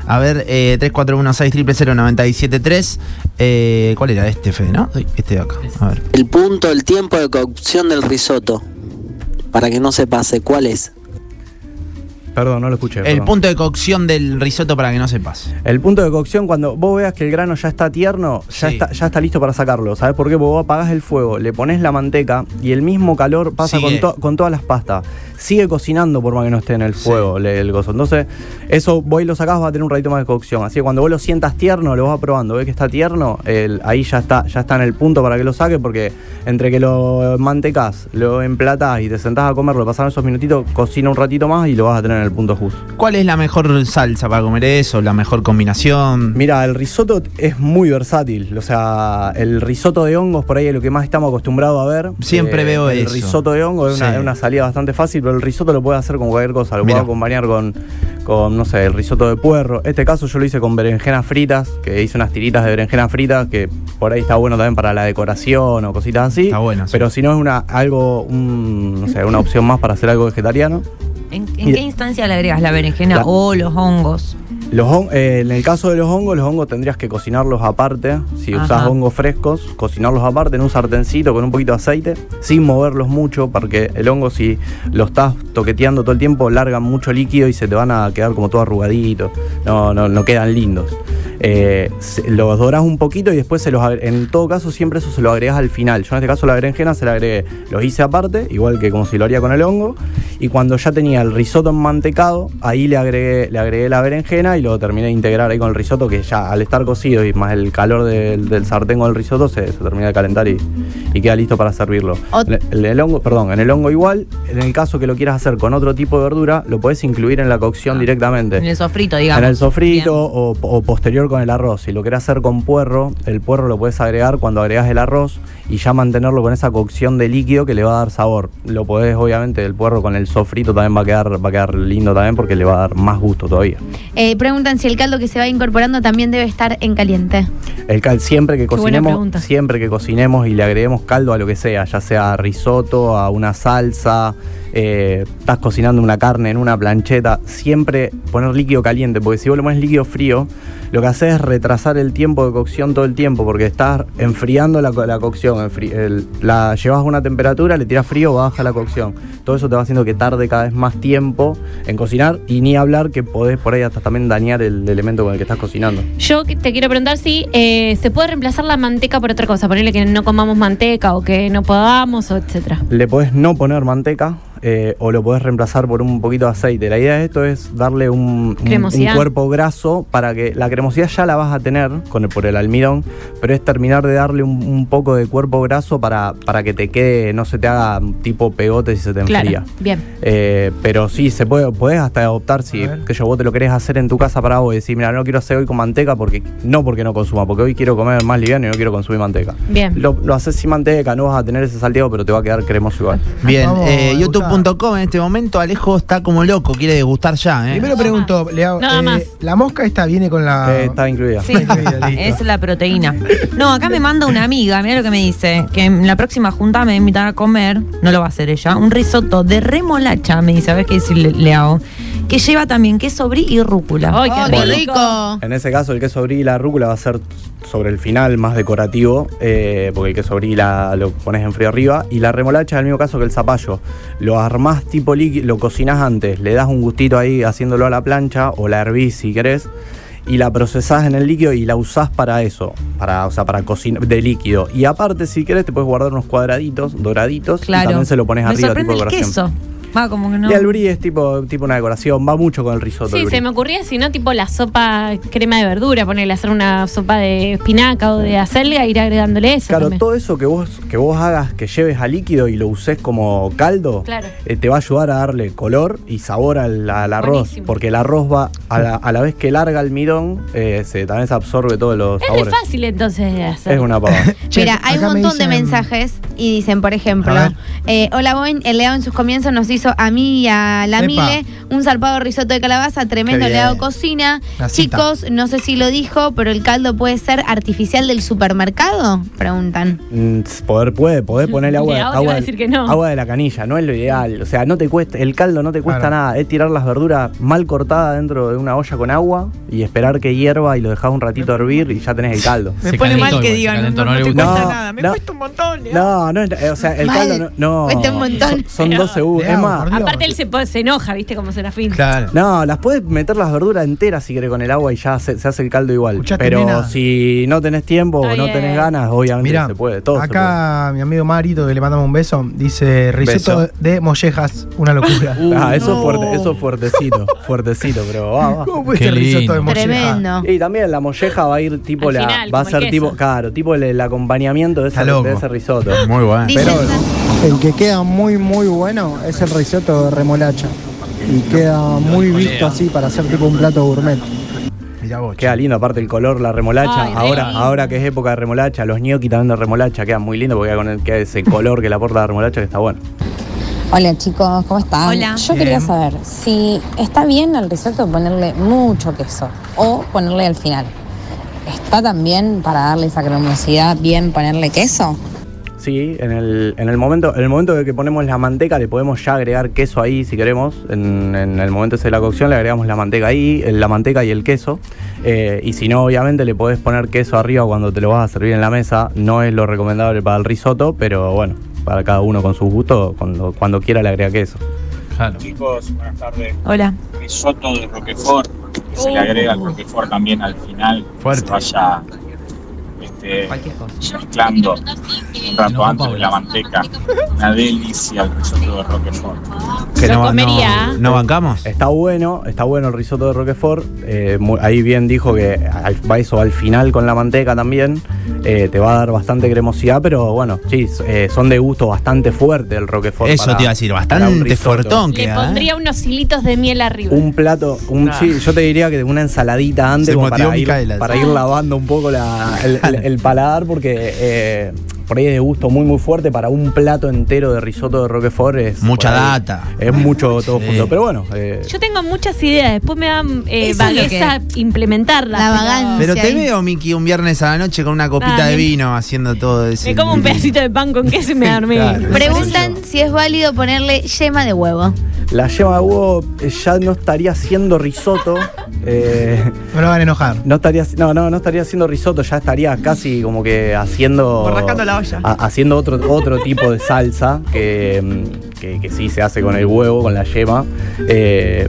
Speaker 2: A ver, eh, 3416 eh, ¿Cuál era este, Fede, no? Uy, Este de acá. A ver.
Speaker 23: El punto, el tiempo de cocción del risotto. Para que no se pase, ¿cuál es?
Speaker 20: Perdón, no lo escuché.
Speaker 2: El
Speaker 20: perdón.
Speaker 2: punto de cocción del risotto para que no se pase.
Speaker 20: El punto de cocción, cuando vos veas que el grano ya está tierno, ya, está, ya está listo para sacarlo. ¿Sabes por qué? Porque vos apagás el fuego, le pones la manteca y el mismo calor pasa con,
Speaker 2: Sigue.
Speaker 20: to- con todas las pastas. Sigue cocinando por más que no esté en el fuego le- el gozo. Entonces, eso vos y lo sacás, va a tener un ratito más de cocción. Así que cuando vos lo sientas tierno, lo vas probando, ves que está tierno, el- ahí ya está, ya está en el punto para que lo saques, porque entre que lo mantecas, lo emplatás y te sentás a comerlo, pasan esos minutitos, cocina un ratito más y lo vas a tener en el punto justo.
Speaker 2: ¿Cuál es la mejor salsa para comer eso? ¿La mejor combinación?
Speaker 20: Mira, el risotto es muy versátil. O sea, el risotto de hongos por ahí es lo que más estamos acostumbrados a ver. Eh,
Speaker 2: Siempre veo
Speaker 20: el El
Speaker 2: eso.
Speaker 20: risotto de hongos es una,
Speaker 2: Sí.
Speaker 20: es una salida bastante fácil, pero el risotto lo puede hacer con cualquier cosa. Lo
Speaker 2: Mirá.
Speaker 20: puedo acompañar con, con, no sé, el risotto de puerro. Este caso yo lo hice con berenjenas fritas, que hice unas tiritas de berenjenas fritas, que por ahí está bueno también para la decoración o cositas así. Está bueno. Pero si no es una, algo, un- no sé, una opción más para hacer algo vegetariano.
Speaker 4: ¿En, en qué instancia le agregas la berenjena
Speaker 20: La-
Speaker 4: o los hongos?
Speaker 20: Los hon- eh, en el caso de los hongos, los hongos tendrías que cocinarlos aparte. Si
Speaker 4: Ajá.
Speaker 20: usás hongos frescos, cocinarlos aparte en un sartencito con un poquito de aceite, sin moverlos mucho, porque el hongo, si lo estás toqueteando todo el tiempo, largan mucho líquido y se te van a quedar como todo arrugaditos. No, no, no quedan lindos. Eh, se- los dorás un poquito y después se los agre- en todo caso siempre eso se lo agregas al final. Yo en este caso la berenjena se la agregué, los hice aparte, igual que como si lo haría con el hongo, y cuando ya tenía el risotto mantecado, ahí le agregué, le agregué la berenjena y lo terminé de integrar ahí con el risotto que ya al estar cocido y más el calor del, del sartén con el risotto se, se termina de calentar y, y queda listo para servirlo.
Speaker 3: Ot-
Speaker 20: En el- en el hongo, perdón, en el hongo igual, en el caso que lo quieras hacer con otro tipo de verdura, lo podés incluir en la cocción directamente.
Speaker 4: En el sofrito, digamos.
Speaker 20: En el sofrito o, o posterior con el arroz. Si lo querés hacer con puerro, el puerro lo puedes agregar cuando agregás el arroz y ya mantenerlo con esa cocción de líquido que le va a dar sabor. Lo podés, obviamente, el puerro con el sofrito también va a quedar, va a quedar lindo también porque le va a dar más gusto todavía.
Speaker 3: Eh, preguntan si el caldo que se va incorporando también debe estar en caliente.
Speaker 20: El cal, siempre que
Speaker 3: buena pregunta.
Speaker 20: cocinemos, siempre que cocinemos y le agreguemos caldo a lo que sea, ya sea risotto, a una salsa, eh, estás cocinando una carne en una plancheta, siempre poner líquido caliente, porque si vos le pones líquido frío, lo que haces es retrasar el tiempo de cocción todo el tiempo, porque estás enfriando la, co- la cocción, enfri- el- la llevas a una temperatura, le tiras frío, baja la cocción. Todo eso te va haciendo que tarde cada vez más tiempo en cocinar y ni hablar que podés por ahí hasta también dañar el elemento con el que estás cocinando.
Speaker 5: Yo que- te quiero preguntar si eh, se puede reemplazar la manteca por otra cosa. Ponerle que no comamos manteca o que no podamos, o etcétera.
Speaker 20: Le podés no poner manteca eh, o lo podés reemplazar por un poquito de aceite. La idea de esto es darle un, un- un,
Speaker 5: Cremosidad.
Speaker 20: cuerpo graso para que la cremosidad ya la vas a tener con el- por el almidón, pero es terminar de darle un, un poco de cuerpo graso para, para que te quede, no se te haga tipo pegote si se te enfría.
Speaker 5: Bien.
Speaker 20: Eh, pero sí, se puede, podés hasta adoptar si que yo vos te lo querés hacer en tu casa para vos y decir, mira, no quiero hacer hoy con manteca porque no porque no consuma, porque hoy quiero comer más liviano y no quiero consumir manteca.
Speaker 5: Bien.
Speaker 20: Lo, lo haces sin manteca, no vas a tener ese salteado, pero te va a quedar cremoso igual.
Speaker 2: Bien, eh, YouTube Cocina.com en este momento. Alejo está como loco, quiere degustar ya. ¿eh?
Speaker 7: Primero pregunto, Leao,
Speaker 4: Nada
Speaker 7: eh,
Speaker 4: más.
Speaker 7: ¿la mosca esta viene con la.
Speaker 20: Eh, está incluida. *laughs*
Speaker 4: Sí, *laughs* es la proteína. No, acá me manda una amiga, mira lo que me dice, que en la próxima junta me va a invitar a comer, no lo va a hacer ella, un risotto de remolacha, me dice, a ver qué decirle le hago, que lleva también queso brie y rúcula.
Speaker 3: ¡Ay, qué rico!
Speaker 20: En ese caso, el queso brie y la rúcula va a ser sobre el final más decorativo, eh, porque el queso brie la, lo pones en frío arriba. Y la remolacha, en el mismo caso que el zapallo, lo armás tipo líquido, lo cocinas antes, le das un gustito ahí haciéndolo a la plancha o la hervís si querés. Y la procesás en el líquido y la usás para eso, para, o sea, para cocinar de líquido. Y aparte, si querés, te puedes guardar unos cuadraditos doraditos y
Speaker 4: Claro.
Speaker 20: también se lo pones
Speaker 4: me
Speaker 20: arriba, tipo
Speaker 4: sorprende el
Speaker 20: decoración.
Speaker 4: queso. Va, como que no.
Speaker 20: Y el brie es tipo, tipo una decoración, va mucho con el risotto. el
Speaker 5: Sí,
Speaker 20: brie.
Speaker 5: se me ocurría, si no, tipo la sopa crema de verdura, ponerle a hacer una sopa de espinaca o de acelga, ir agregándole eso.
Speaker 20: Claro,
Speaker 5: también.
Speaker 20: todo eso que vos, que vos hagas, que lleves a líquido y lo uses como caldo,
Speaker 5: Claro.
Speaker 20: eh, te va a ayudar a darle color y sabor al, al arroz.
Speaker 5: Buenísimo.
Speaker 20: Porque el arroz va, a la, a la vez que larga el mirón, eh, se, también se absorbe todos los
Speaker 5: Es re
Speaker 20: sabores.
Speaker 5: fácil entonces de hacer.
Speaker 20: Es una pava.
Speaker 5: *laughs*
Speaker 3: Mira, hay un
Speaker 5: acá me
Speaker 3: montón de
Speaker 5: dicen-
Speaker 3: mensajes y dicen, por ejemplo,
Speaker 20: A ver.
Speaker 3: eh, hola Boen, el Leao en sus comienzos nos hizo a mí y a la
Speaker 4: Epa.
Speaker 3: Mile un zarpado risotto de calabaza, tremendo
Speaker 4: Qué bien.
Speaker 3: Leao cocina.
Speaker 4: La cita.
Speaker 3: Chicos, no sé si lo dijo, pero el caldo puede ser artificial del supermercado, preguntan.
Speaker 20: Mm, Poder puede, poder ponerle agua,
Speaker 3: Leao te
Speaker 20: agua,
Speaker 3: iba a decir que no.
Speaker 20: agua de la canilla, no es lo ideal. O sea, no te cuesta, el caldo no te cuesta nada. Es tirar las verduras mal cortadas dentro de una olla con agua y esperar que hierva y lo dejas un ratito a hervir y ya tenés el caldo.
Speaker 2: Me Se pone calentó mal que igual, se digan, calentó, no, no no le te gusta. cuesta ¿eh? nada,
Speaker 20: me cuesta un montón. No, no, es- o sea, el
Speaker 5: Mal,
Speaker 20: caldo no. no,
Speaker 5: cuesta un montón.
Speaker 20: Son, son
Speaker 5: Pero-
Speaker 20: 12 u, es más.
Speaker 5: Aparte él se, po- se enoja, ¿viste? Como Serafín.
Speaker 20: No, las puedes meter las verduras enteras si querés con el agua y ya se, se hace el caldo igual. Pero
Speaker 7: nena.
Speaker 20: si no tenés tiempo o no tenés ganas, obviamente
Speaker 7: Mirá,
Speaker 20: se puede. Todo se
Speaker 7: acá mi amigo Marito, que le mandamos un beso, dice risotto
Speaker 20: Beso.
Speaker 7: de mollejas, una *laughs* locura.
Speaker 20: *laughs* ah, eso es fuerte, eso es
Speaker 7: *laughs*
Speaker 20: fuertecito, fuertecito, pero va, va.
Speaker 7: ¿Cómo puede Qué ser risotto lindo. de molleja? Tremendo.
Speaker 20: Y también la molleja va a ir tipo
Speaker 7: Al
Speaker 20: la
Speaker 7: final,
Speaker 20: va a
Speaker 7: como el
Speaker 20: ser tipo,
Speaker 7: queso.
Speaker 20: claro, tipo el, el acompañamiento de ese,
Speaker 7: Está loco.
Speaker 20: de ese risotto.
Speaker 2: Muy bueno.
Speaker 20: Pero
Speaker 6: Uh, El que queda muy muy bueno es el risotto de remolacha. Y queda muy visto así para hacer tipo un plato gourmet.
Speaker 20: queda lindo aparte el color, la remolacha.
Speaker 6: Ay, re
Speaker 20: ahora,
Speaker 6: lindo.
Speaker 20: ahora que es época de remolacha, los ñoquis también de remolacha quedan muy lindo porque queda con el- queda ese color que le aporta la remolacha que está bueno.
Speaker 8: Hola chicos, ¿cómo están?
Speaker 6: Hola.
Speaker 8: Yo quería
Speaker 20: Bien.
Speaker 8: saber si está bien al risotto ponerle mucho queso o ponerle al final. ¿Está también para darle esa cremosidad bien ponerle queso?
Speaker 20: Sí, en el, en el momento, en el momento de que ponemos la manteca le podemos ya agregar queso ahí si queremos. En, en el momento ese de la cocción le agregamos la manteca ahí, eh, la manteca y el queso. Eh, y si no, obviamente le podés poner queso arriba cuando te lo vas a servir en la mesa. No es lo recomendable para el risotto, pero bueno, para cada uno con su gusto, cuando, cuando quiera le agrega queso.
Speaker 9: Chicos, buenas tardes.
Speaker 4: Hola.
Speaker 9: Risotto de Roquefort. que Se le
Speaker 14: Uh.
Speaker 9: agrega el Roquefort también al final.
Speaker 2: Fuerte.
Speaker 9: Que se vaya este, mezclando un rato antes de la manteca. Una delicia el risotto de Roquefort.
Speaker 2: Que no, no, no bancamos.
Speaker 20: Está bueno, está bueno el risotto de Roquefort. eh, mu- ahí bien dijo que al- va eso al final con la manteca también. eh, te va a dar bastante cremosidad, pero bueno, sí, s- eh, son de gusto bastante fuerte el Roquefort.
Speaker 2: Eso te iba a decir,
Speaker 20: para un
Speaker 2: bastante
Speaker 20: risotto.
Speaker 2: fuertón
Speaker 5: Le pondría unos hilitos de miel arriba.
Speaker 20: Un plato, un,
Speaker 5: Ah.
Speaker 20: sí, yo te diría que una ensaladita antes
Speaker 2: Se
Speaker 20: como
Speaker 2: motivó
Speaker 20: para, ir,
Speaker 2: Micaela.
Speaker 20: para ir lavando un poco la- el, el- el paladar, porque eh, por ahí es de gusto muy, muy fuerte. Para un plato entero de risotto de Roquefort es.
Speaker 2: Mucha
Speaker 20: por ahí,
Speaker 2: data.
Speaker 20: Es mucho todo
Speaker 2: Sí.
Speaker 20: junto. Pero bueno. eh,
Speaker 5: Yo tengo muchas ideas, después me dan eh,
Speaker 3: Eso es lo
Speaker 5: vagueza implementarlas.
Speaker 3: La
Speaker 5: pero-
Speaker 3: vagancia.
Speaker 2: Pero te veo, Miki, un viernes a la noche con una copita
Speaker 5: Ah,
Speaker 2: de
Speaker 5: me-
Speaker 2: vino haciendo todo eso.
Speaker 5: Me como un pedacito de pan con queso y me dormí.
Speaker 20: Claro.
Speaker 3: Preguntan si es válido ponerle yema de huevo.
Speaker 20: La yema de huevo eh, ya no estaría siendo
Speaker 7: *laughs*
Speaker 20: risotto. eh,
Speaker 7: no lo van a enojar.
Speaker 20: No estaría, no, no, no estaría haciendo risotto, ya estaría casi como que haciendo.
Speaker 24: Borrascando la olla.
Speaker 20: a- haciendo otro, otro tipo de salsa que, mm, que, que sí se hace con el huevo, con la yema. eh,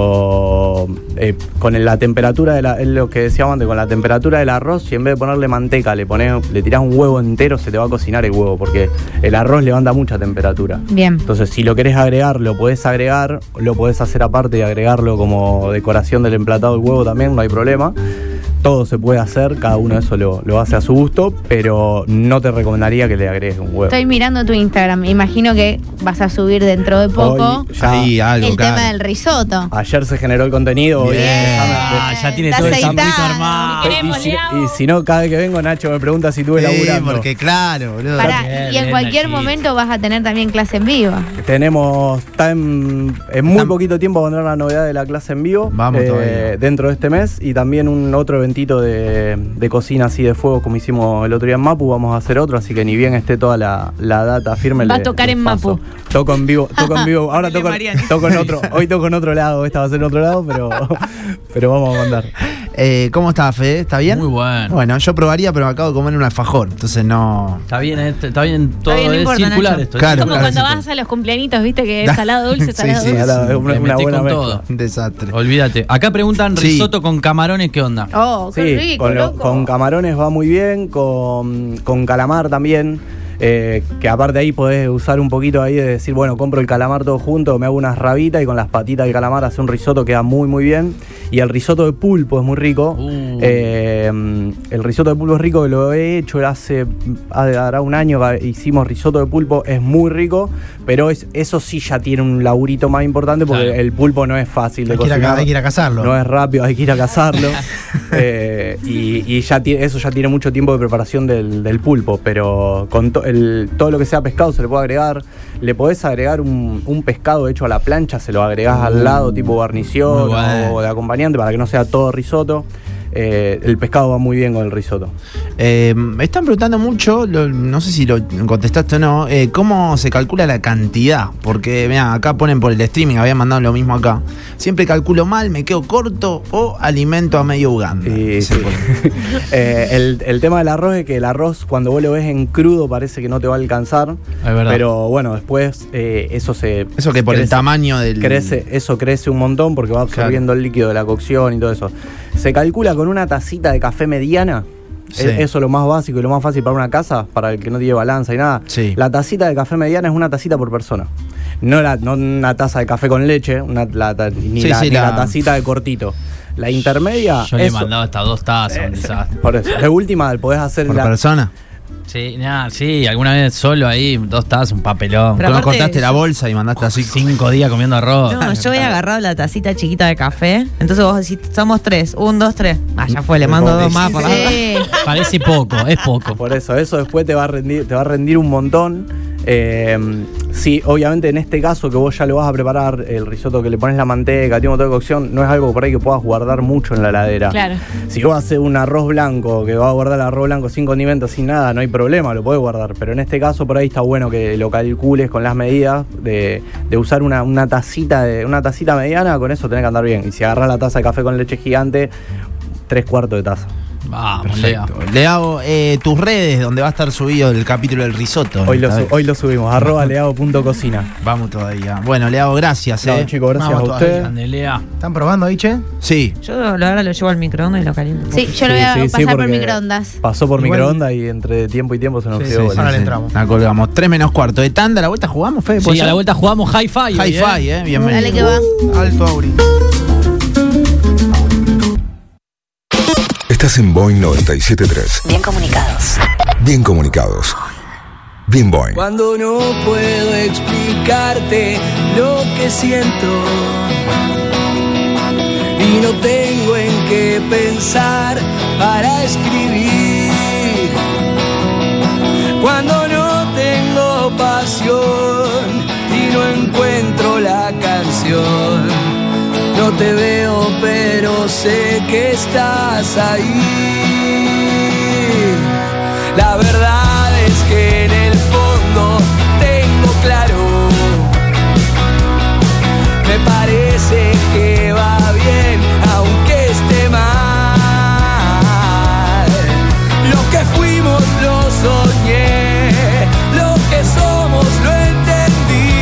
Speaker 20: pero eh, con el- la temperatura de la, es lo que decíamos antes, con la temperatura del arroz, si en vez de ponerle manteca, le pones, le tirás un huevo entero, se te va a cocinar el huevo, porque el arroz levanta mucha temperatura.
Speaker 3: Bien.
Speaker 20: Entonces, si lo querés agregar, lo podés agregar, lo podés hacer aparte y agregarlo como decoración del emplatado del huevo también, no hay problema. Todo se puede hacer, cada uno eso lo, lo hace a su gusto, pero no te recomendaría que le agregues un huevo.
Speaker 3: Estoy mirando tu Instagram, imagino que vas a subir dentro de poco
Speaker 20: Hoy ya- Ahí, algo,
Speaker 3: el
Speaker 20: claro.
Speaker 3: tema del risotto.
Speaker 20: Ayer se generó el contenido, hoy
Speaker 3: Bien.
Speaker 20: empezamos
Speaker 2: Ah, ya tiene
Speaker 3: Está
Speaker 2: todo el
Speaker 3: aceitado.
Speaker 2: campito armado.
Speaker 20: Y si, y si no, cada vez que vengo, Nacho me pregunta si tuve
Speaker 2: Sí,
Speaker 20: laburando.
Speaker 2: porque claro, boludo.
Speaker 3: Pará,
Speaker 20: Bien,
Speaker 3: y en
Speaker 20: bien,
Speaker 3: cualquier
Speaker 20: Nachi.
Speaker 3: momento vas a tener también clase en vivo.
Speaker 20: Tenemos, está en, en muy poquito tiempo vendrá la novedad de la clase en vivo. eh,
Speaker 2: Vamos todavía.
Speaker 20: Dentro de este mes y también un otro eventito de, de cocina así de fuego como hicimos el otro día en Mapu. Vamos a hacer otro, así que ni bien esté toda la, la data firme.
Speaker 5: Va a
Speaker 20: le-
Speaker 5: tocar
Speaker 20: les
Speaker 5: en
Speaker 20: paso. Toco en vivo, toco en vivo. Ahora toco,
Speaker 5: Mariano.
Speaker 20: toco en otro. Hoy toco en otro lado, esta va a ser en otro lado, pero, pero vamos a mandar.
Speaker 2: Eh, ¿Cómo está, Fede? ¿Está bien? Muy bueno. Bueno, yo probaría, pero me acabo de comer un alfajor, entonces no.
Speaker 11: Está
Speaker 6: eh,
Speaker 11: bien, este- está bien todo,
Speaker 5: bien, no
Speaker 11: es
Speaker 5: importa,
Speaker 11: circular
Speaker 5: Nacho.
Speaker 11: esto. ¿eh? es
Speaker 2: Claro,
Speaker 5: Como
Speaker 11: circular.
Speaker 5: cuando vas a los cumpleañitos, viste que es salado dulce, salado dulce.
Speaker 11: Le
Speaker 20: una-
Speaker 11: metí
Speaker 20: una buena
Speaker 11: con
Speaker 20: mezcla.
Speaker 11: todo.
Speaker 2: Un desastre.
Speaker 11: Olvídate. Acá preguntan
Speaker 20: Sí.
Speaker 11: risotto con camarones, ¿qué onda?
Speaker 3: Oh, qué
Speaker 20: Sí,
Speaker 3: rico,
Speaker 20: con, lo-
Speaker 3: loco.
Speaker 20: con camarones va muy bien, con, con calamar también. eh, que aparte ahí podés usar un poquito ahí de decir, bueno, compro el calamar todo junto, me hago unas rabitas y con las patitas del calamar hace un risotto, queda muy muy bien. Y el risotto de pulpo es muy rico.
Speaker 7: Uh.
Speaker 20: Eh, el risotto de pulpo es rico, lo he hecho hace, hará un año que hicimos risotto de pulpo, es muy rico, pero es, eso sí ya tiene un laurito más importante porque
Speaker 7: Claro.
Speaker 20: el pulpo no es fácil de
Speaker 7: Hay que ir a-
Speaker 20: cocinar.
Speaker 7: hay que ir a cazarlo.
Speaker 20: No es rápido, hay que ir a cazarlo.
Speaker 7: *laughs*
Speaker 20: Eh, y y ya tiene- eso ya tiene mucho tiempo de preparación del, del pulpo, pero con to- el- todo lo que sea pescado se le puede agregar. Le podés agregar un, un pescado hecho a la plancha, se lo agregás al lado, tipo guarnición
Speaker 11: Mm. muy bueno.
Speaker 20: o de acompañante, para que no sea todo risotto. Eh, el pescado va muy bien con el risotto.
Speaker 2: Eh, me están preguntando mucho, lo- no sé si lo contestaste o no, eh, cómo se calcula la cantidad. Porque, mira, acá ponen por el streaming, habían mandado lo mismo acá. Siempre calculo mal, me quedo corto o alimento a medio Uganda.
Speaker 20: Sí, sí. *laughs* Eh, el, el tema del arroz es que el arroz cuando vos lo ves en crudo parece que no te va a alcanzar.
Speaker 2: Es verdad.
Speaker 20: Pero bueno, después eh, eso se...
Speaker 2: Eso que por el
Speaker 20: crece-
Speaker 2: tamaño del-
Speaker 20: Crece, eso crece un montón porque va absorbiendo el líquido de la cocción y todo eso. Se calcula con una tacita de café mediana.
Speaker 2: Sí.
Speaker 20: E- Eso es lo más básico y lo más fácil para una casa, para el que no tiene balanza y nada. La tacita de café mediana es una tacita por persona. No, la, no una taza de café con leche, una, la ta- ni,
Speaker 11: Sí,
Speaker 20: la,
Speaker 11: sí,
Speaker 20: ni la
Speaker 11: la-
Speaker 20: tacita de cortito. La intermedia.
Speaker 11: Yo le he
Speaker 20: eso-
Speaker 11: mandado hasta dos tazas, un desastre.
Speaker 20: por eso. De última, podés hacer
Speaker 11: Por
Speaker 20: la
Speaker 2: persona.
Speaker 11: Sí, nada, sí, alguna vez solo ahí, dos tazas, un papelón.
Speaker 4: Pero Cuando aparte- cortaste la
Speaker 2: bolsa y mandaste así.
Speaker 11: Cinco días comiendo arroz.
Speaker 4: No, yo había agarrado la tacita chiquita de café. Entonces vos decís, somos tres. Un, dos, tres. Ah, ya fue, le mando dos más por la duda.
Speaker 11: Parece poco, es poco.
Speaker 20: Por eso, eso después te va a rendir, te va a rendir un montón. Eh, sí, obviamente en este caso que vos ya lo vas a preparar, el risotto que le pones la manteca, tiene un montón de cocción, no es algo por ahí que puedas guardar mucho en la heladera.
Speaker 5: Claro.
Speaker 20: Si vos haces un arroz blanco, que vas a guardar el arroz blanco sin condimentos, sin nada, no hay problema, lo podés guardar. Pero en este caso por ahí está bueno que lo calcules con las medidas de, de usar una, una tacita de, una tacita mediana, con eso tenés que andar bien. Y si agarras la taza de café con leche gigante, tres cuartos de taza.
Speaker 11: Vamos,
Speaker 2: Perfecto. Le hago eh, tus redes donde va a estar subido el capítulo del risotto.
Speaker 20: Hoy lo,
Speaker 2: Está
Speaker 20: su-
Speaker 2: bien.
Speaker 20: hoy lo subimos, arroba leao.cocina.
Speaker 2: Vamos todavía. Bueno, Leao, gracias.
Speaker 20: No,
Speaker 2: eh.
Speaker 20: chicos, gracias a ustedes.
Speaker 7: ¿Están probando ahí, che?
Speaker 2: Sí.
Speaker 4: Yo lo- ahora lo llevo al microondas y lo caliento.
Speaker 3: Sí, yo lo voy a pasar por microondas.
Speaker 20: Pasó por
Speaker 2: Igual-
Speaker 20: microondas y entre tiempo y tiempo se nos
Speaker 2: Sí,
Speaker 20: quedó.
Speaker 2: sí,
Speaker 20: boludo.
Speaker 2: sí, sí. La colgamos. 3 menos cuarto. De tanda, a la vuelta jugamos, Fede. ¿puede
Speaker 11: Sí, a la
Speaker 2: ser?
Speaker 11: vuelta jugamos hi-fi. hoy,
Speaker 2: Hi-Fi, eh. Bienvenido.
Speaker 3: Dale que va.
Speaker 2: Alto Auri.
Speaker 15: Estás en Boeing 97.3.
Speaker 8: Bien comunicados.
Speaker 15: Bien comunicados. Bien Boeing.
Speaker 8: Cuando no puedo explicarte lo que siento y no tengo en qué pensar para escribir. Cuando no tengo pasión y no encuentro la canción. No te veo, pero sé que estás ahí. La verdad es que en el fondo tengo claro. Me parece que va bien, aunque esté mal. Lo que fuimos lo soñé, lo que somos lo entendí.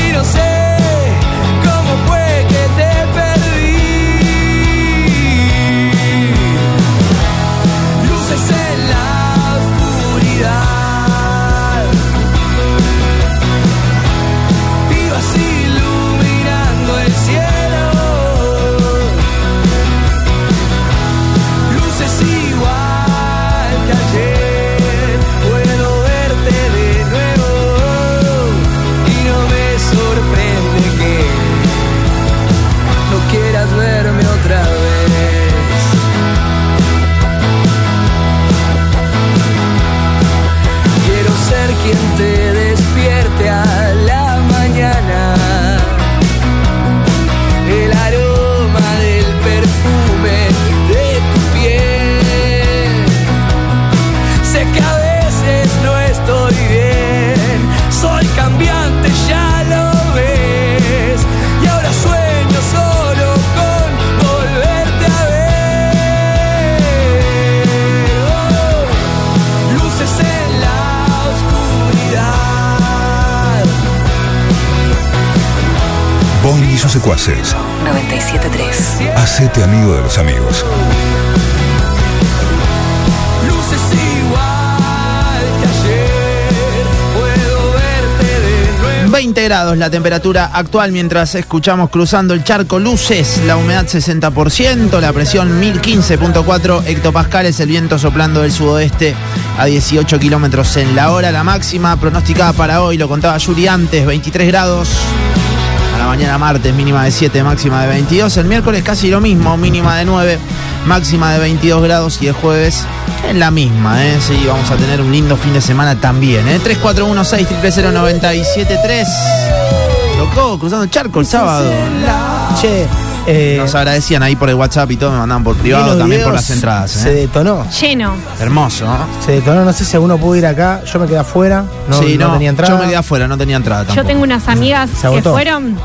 Speaker 8: Y no sé cómo fue que te perdí luces en la oscuridad. Oh.
Speaker 15: secuaces.
Speaker 10: 973.
Speaker 15: Hacete amigo de los amigos.
Speaker 16: Luces igual que ayer. Puedo verte de nuevo.
Speaker 2: 20 grados la temperatura actual mientras escuchamos cruzando el charco luces, la humedad 60%, la presión 1015.4 hectopascales, el viento soplando del sudoeste a 18 kilómetros en la hora, la máxima pronosticada para hoy, lo contaba Yuri antes, 23 grados. Para mañana martes mínima de 7, máxima de 22. El miércoles casi lo mismo, mínima de 9, máxima de 22 grados. Y el jueves en la misma, ¿eh? Sí, vamos a tener un lindo fin de semana también, ¿eh? 3416-000973. Tocó, cruzando el charco el sábado.
Speaker 7: Che, eh,
Speaker 2: Nos agradecían ahí por el WhatsApp y todo, me mandaban por
Speaker 7: vi
Speaker 2: privado,
Speaker 7: los
Speaker 2: también por
Speaker 7: videos,
Speaker 2: las entradas,
Speaker 7: Se
Speaker 2: ¿eh?
Speaker 7: detonó.
Speaker 5: Lleno.
Speaker 2: Ah, Hermoso, ¿no?
Speaker 7: Se detonó, no sé si alguno pudo ir acá. Yo me quedé afuera. No,
Speaker 2: sí,
Speaker 7: no
Speaker 2: no,
Speaker 7: tenía entrada.
Speaker 2: yo me quedé afuera, no tenía entrada tampoco.
Speaker 5: Yo tengo unas amigas
Speaker 7: Se
Speaker 5: que
Speaker 7: agotó.
Speaker 5: fueron,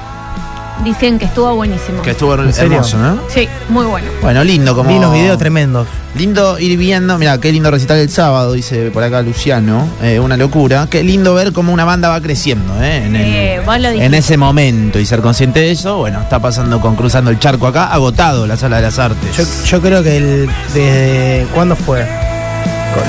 Speaker 5: dicen que estuvo buenísimo.
Speaker 2: Que estuvo
Speaker 7: ¿En serio?
Speaker 2: hermoso, ¿no?
Speaker 5: Sí, muy bueno.
Speaker 2: Bueno, lindo como...
Speaker 7: Vi unos videos tremendos.
Speaker 2: Lindo ir viendo, mira, qué lindo recital el sábado, dice por acá Luciano, eh, una locura. Qué lindo ver cómo una banda va creciendo, ¿eh? En, el-
Speaker 5: Eh, vos lo dijiste.
Speaker 2: en ese momento y ser consciente de eso, bueno, está pasando con Cruzando el Charco acá, agotado la Sala de las Artes.
Speaker 7: Yo, yo creo que el, desde cuándo fue?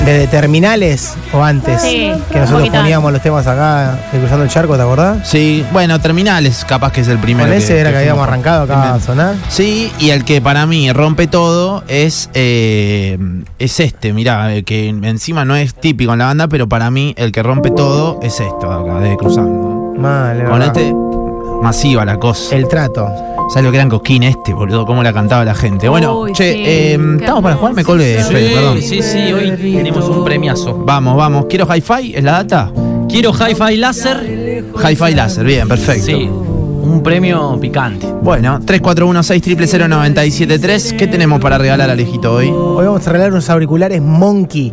Speaker 7: ¿Desde terminales o antes?
Speaker 5: Sí,
Speaker 7: que
Speaker 5: un
Speaker 7: nosotros
Speaker 5: poquito
Speaker 7: poníamos los temas acá, de cruzando el charco, ¿te acordás?
Speaker 2: Sí, bueno, Terminales capaz que es el primero.
Speaker 7: Con ese era que
Speaker 2: fuimos
Speaker 7: habíamos
Speaker 2: con-
Speaker 7: arrancado acá a sonar.
Speaker 2: Sí, y el que para mí rompe todo es, eh, es este, mirá, eh, que encima no es típico en la banda, pero para mí el que rompe todo es esto, acá, de Cruzando.
Speaker 7: Mal, es
Speaker 2: Con
Speaker 7: verdad.
Speaker 2: este, masiva la cosa.
Speaker 7: El trato.
Speaker 2: ¿Sabes lo que eran cosquín este, boludo? ¿Cómo la cantaba la gente? Bueno,
Speaker 11: Uy,
Speaker 2: che,
Speaker 11: sí,
Speaker 2: eh, ¿estamos para jugar? Me colgué, Eh, Fede, perdón.
Speaker 11: sí, sí, hoy tenemos un premiazo.
Speaker 2: Vamos, vamos. ¿Quiero hi-fi? ¿Es la data?
Speaker 11: Quiero Hi-Fi Láser.
Speaker 2: Hi-fi láser, bien, perfecto.
Speaker 11: Sí, un premio picante.
Speaker 2: Bueno, 341-6000973. ¿Qué tenemos para regalar a Alejito hoy?
Speaker 7: Hoy vamos a regalar unos auriculares Monkey,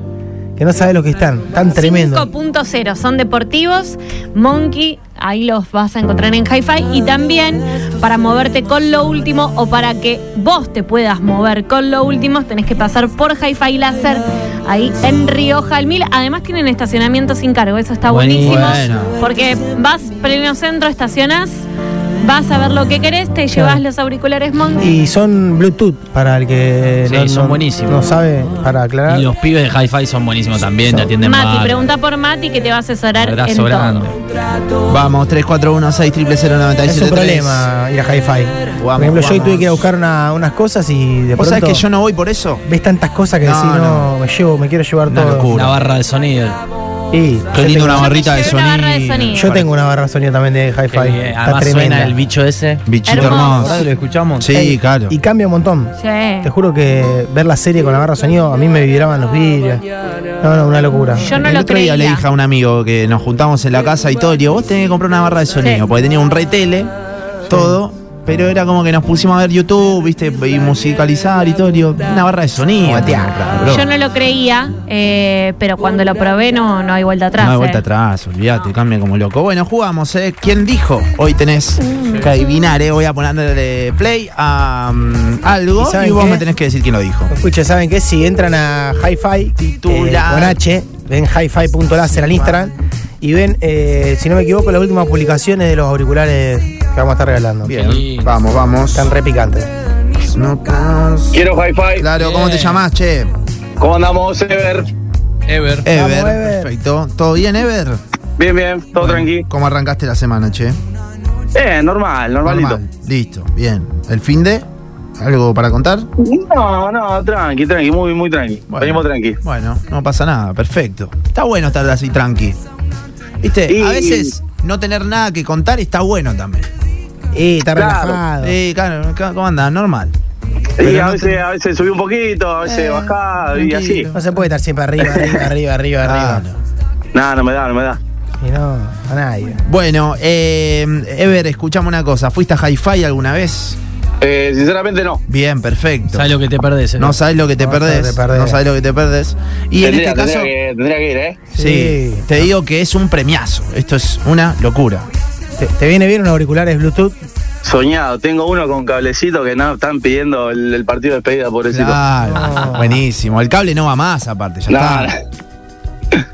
Speaker 7: que no sabés lo que están, tan tremendo.
Speaker 5: 5.0 son deportivos, Monkey, ahí los vas a encontrar en Hi-Fi y también para moverte con lo último o para que vos te puedas mover con lo último tenés que pasar por Hi-Fi Láser ahí en Rioja al Mil. Además tienen estacionamiento sin cargo, eso está buenísimo
Speaker 2: Bueno.
Speaker 5: porque vas pleno centro, estacionás, vas a ver lo que querés, te llevas los auriculares Monkey.
Speaker 7: Y son Bluetooth, para el que
Speaker 11: Sí, son buenísimos.
Speaker 7: no sabe, para aclarar.
Speaker 11: Y los pibes de Hi-Fi son buenísimos también, te atienden
Speaker 5: Mati,
Speaker 11: mal.
Speaker 5: pregunta por Mati que te va a asesorar
Speaker 11: Verdad,
Speaker 5: en
Speaker 11: sobrando.
Speaker 5: todo.
Speaker 2: Vamos, 341-6000973.
Speaker 7: Es un problema ir a Hi-Fi. Por ejemplo, yo hoy tuve que ir a buscar una- unas cosas y de
Speaker 2: ¿Vos
Speaker 7: pronto
Speaker 2: sabés que yo no voy por eso?
Speaker 7: ves tantas cosas que
Speaker 2: No,
Speaker 7: decís, no, me llevo, me quiero llevar
Speaker 2: Una
Speaker 7: todo.
Speaker 2: locura.
Speaker 11: Una barra de sonido.
Speaker 7: Y
Speaker 2: Qué lindo una barrita de
Speaker 5: Una barra de
Speaker 2: sonido.
Speaker 5: sonido.
Speaker 7: Yo tengo una barra sonido también de hi-fi.
Speaker 11: Que, eh,
Speaker 7: Está
Speaker 11: además suena
Speaker 7: tremenda.
Speaker 11: el bicho ese.
Speaker 2: Bichito
Speaker 5: Hermoso.
Speaker 2: hermoso.
Speaker 11: ¿Lo escuchamos?
Speaker 2: Sí, claro.
Speaker 7: Y cambia un montón.
Speaker 5: Sí.
Speaker 7: Te juro que ver la serie con la barra sonido, a mí me vibraban los vidrios. No, no, una locura.
Speaker 5: Yo no
Speaker 2: el
Speaker 5: lo
Speaker 2: otro día
Speaker 5: creía.
Speaker 2: le dije a un amigo que nos juntamos en la casa y todo, le digo, vos tenés que comprar una barra de sonido, porque tenía un retele, todo, pero era como que nos pusimos a ver YouTube, viste, y musicalizar y todo, le digo, una barra de sonido. Batearla, bro.
Speaker 5: Yo no lo creía, eh, pero cuando lo probé no, no hay vuelta atrás.
Speaker 2: No hay
Speaker 5: eh.
Speaker 2: vuelta atrás, olvídate, cambia como loco. Bueno, jugamos, ¿eh? ¿Quién dijo? Hoy tenés que adivinar, ¿eh? Voy a ponerle play a mm,
Speaker 7: ¿Y
Speaker 2: algo y,
Speaker 7: saben
Speaker 2: vos
Speaker 7: qué?
Speaker 2: me tenés que decir quién lo dijo.
Speaker 7: Escucha, ¿saben qué? Si entran a hi-fi, eh,
Speaker 2: Titular.
Speaker 7: con H, ven hi-fi.láser al Instagram y ven, eh, si no me equivoco, las últimas publicaciones de los auriculares que vamos a estar regalando.
Speaker 2: Bien, vamos, vamos.
Speaker 7: Están re picantes.
Speaker 2: No pas-
Speaker 17: Quiero hi-fi.
Speaker 2: Claro, ¿cómo te
Speaker 11: Bien.
Speaker 2: llamás, che?
Speaker 17: ¿Cómo andamos, Ever?
Speaker 11: Ever.
Speaker 2: Ever,
Speaker 7: Vamos, Ever.
Speaker 2: perfecto. ¿Todo bien, Ever?
Speaker 17: Bien, bien, todo
Speaker 2: Bueno,
Speaker 17: tranqui.
Speaker 2: ¿Cómo arrancaste la semana, che?
Speaker 17: Eh, normal, normalito.
Speaker 2: Normal. Listo, bien. ¿El fin de? ¿Algo para contar?
Speaker 17: No, no, tranqui, tranqui, muy, muy tranqui.
Speaker 2: Bueno.
Speaker 17: Venimos tranqui.
Speaker 2: Bueno, no pasa nada, perfecto. Está bueno estar así tranqui. Viste, a
Speaker 17: Y-
Speaker 2: veces no tener nada que contar está bueno también.
Speaker 7: Y está
Speaker 17: Claro.
Speaker 7: relajado.
Speaker 2: Eh, claro, ca- ¿cómo andás? Normal.
Speaker 17: Y
Speaker 2: Pero
Speaker 17: a
Speaker 2: no
Speaker 17: veces, a veces subí un poquito, a veces bajá y así.
Speaker 2: tranquilo.
Speaker 7: No se puede estar siempre
Speaker 2: *laughs*
Speaker 7: arriba, arriba, arriba,
Speaker 17: *laughs*
Speaker 7: arriba, arriba.
Speaker 2: Claro.
Speaker 17: Ah. No, no me da, no me da.
Speaker 7: Y no, a nadie.
Speaker 2: Bueno, eh, Ever, escuchame una cosa. ¿Fuiste a Hi-Fi alguna vez?
Speaker 17: Eh, sinceramente no.
Speaker 2: Bien, perfecto.
Speaker 11: ¿Sabes lo que te perdés? eh?
Speaker 2: No sabes lo que te
Speaker 7: No
Speaker 2: perdés.
Speaker 7: te perdés.
Speaker 2: No sabes lo que te perdés. Y en
Speaker 17: tendría,
Speaker 2: este caso,
Speaker 17: tendría que, tendría que ir, ¿eh?
Speaker 2: sí,
Speaker 7: Sí.
Speaker 2: te digo que es un premiazo. Esto es una locura.
Speaker 7: ¿Te, te viene bien unos auriculares Bluetooth?
Speaker 17: Soñado, tengo uno con cablecito que no están pidiendo el, el partido de despedida, pobrecito.
Speaker 2: Claro,
Speaker 7: No.
Speaker 2: buenísimo. El cable no va más, aparte, ya
Speaker 17: No,
Speaker 2: está.
Speaker 11: *laughs*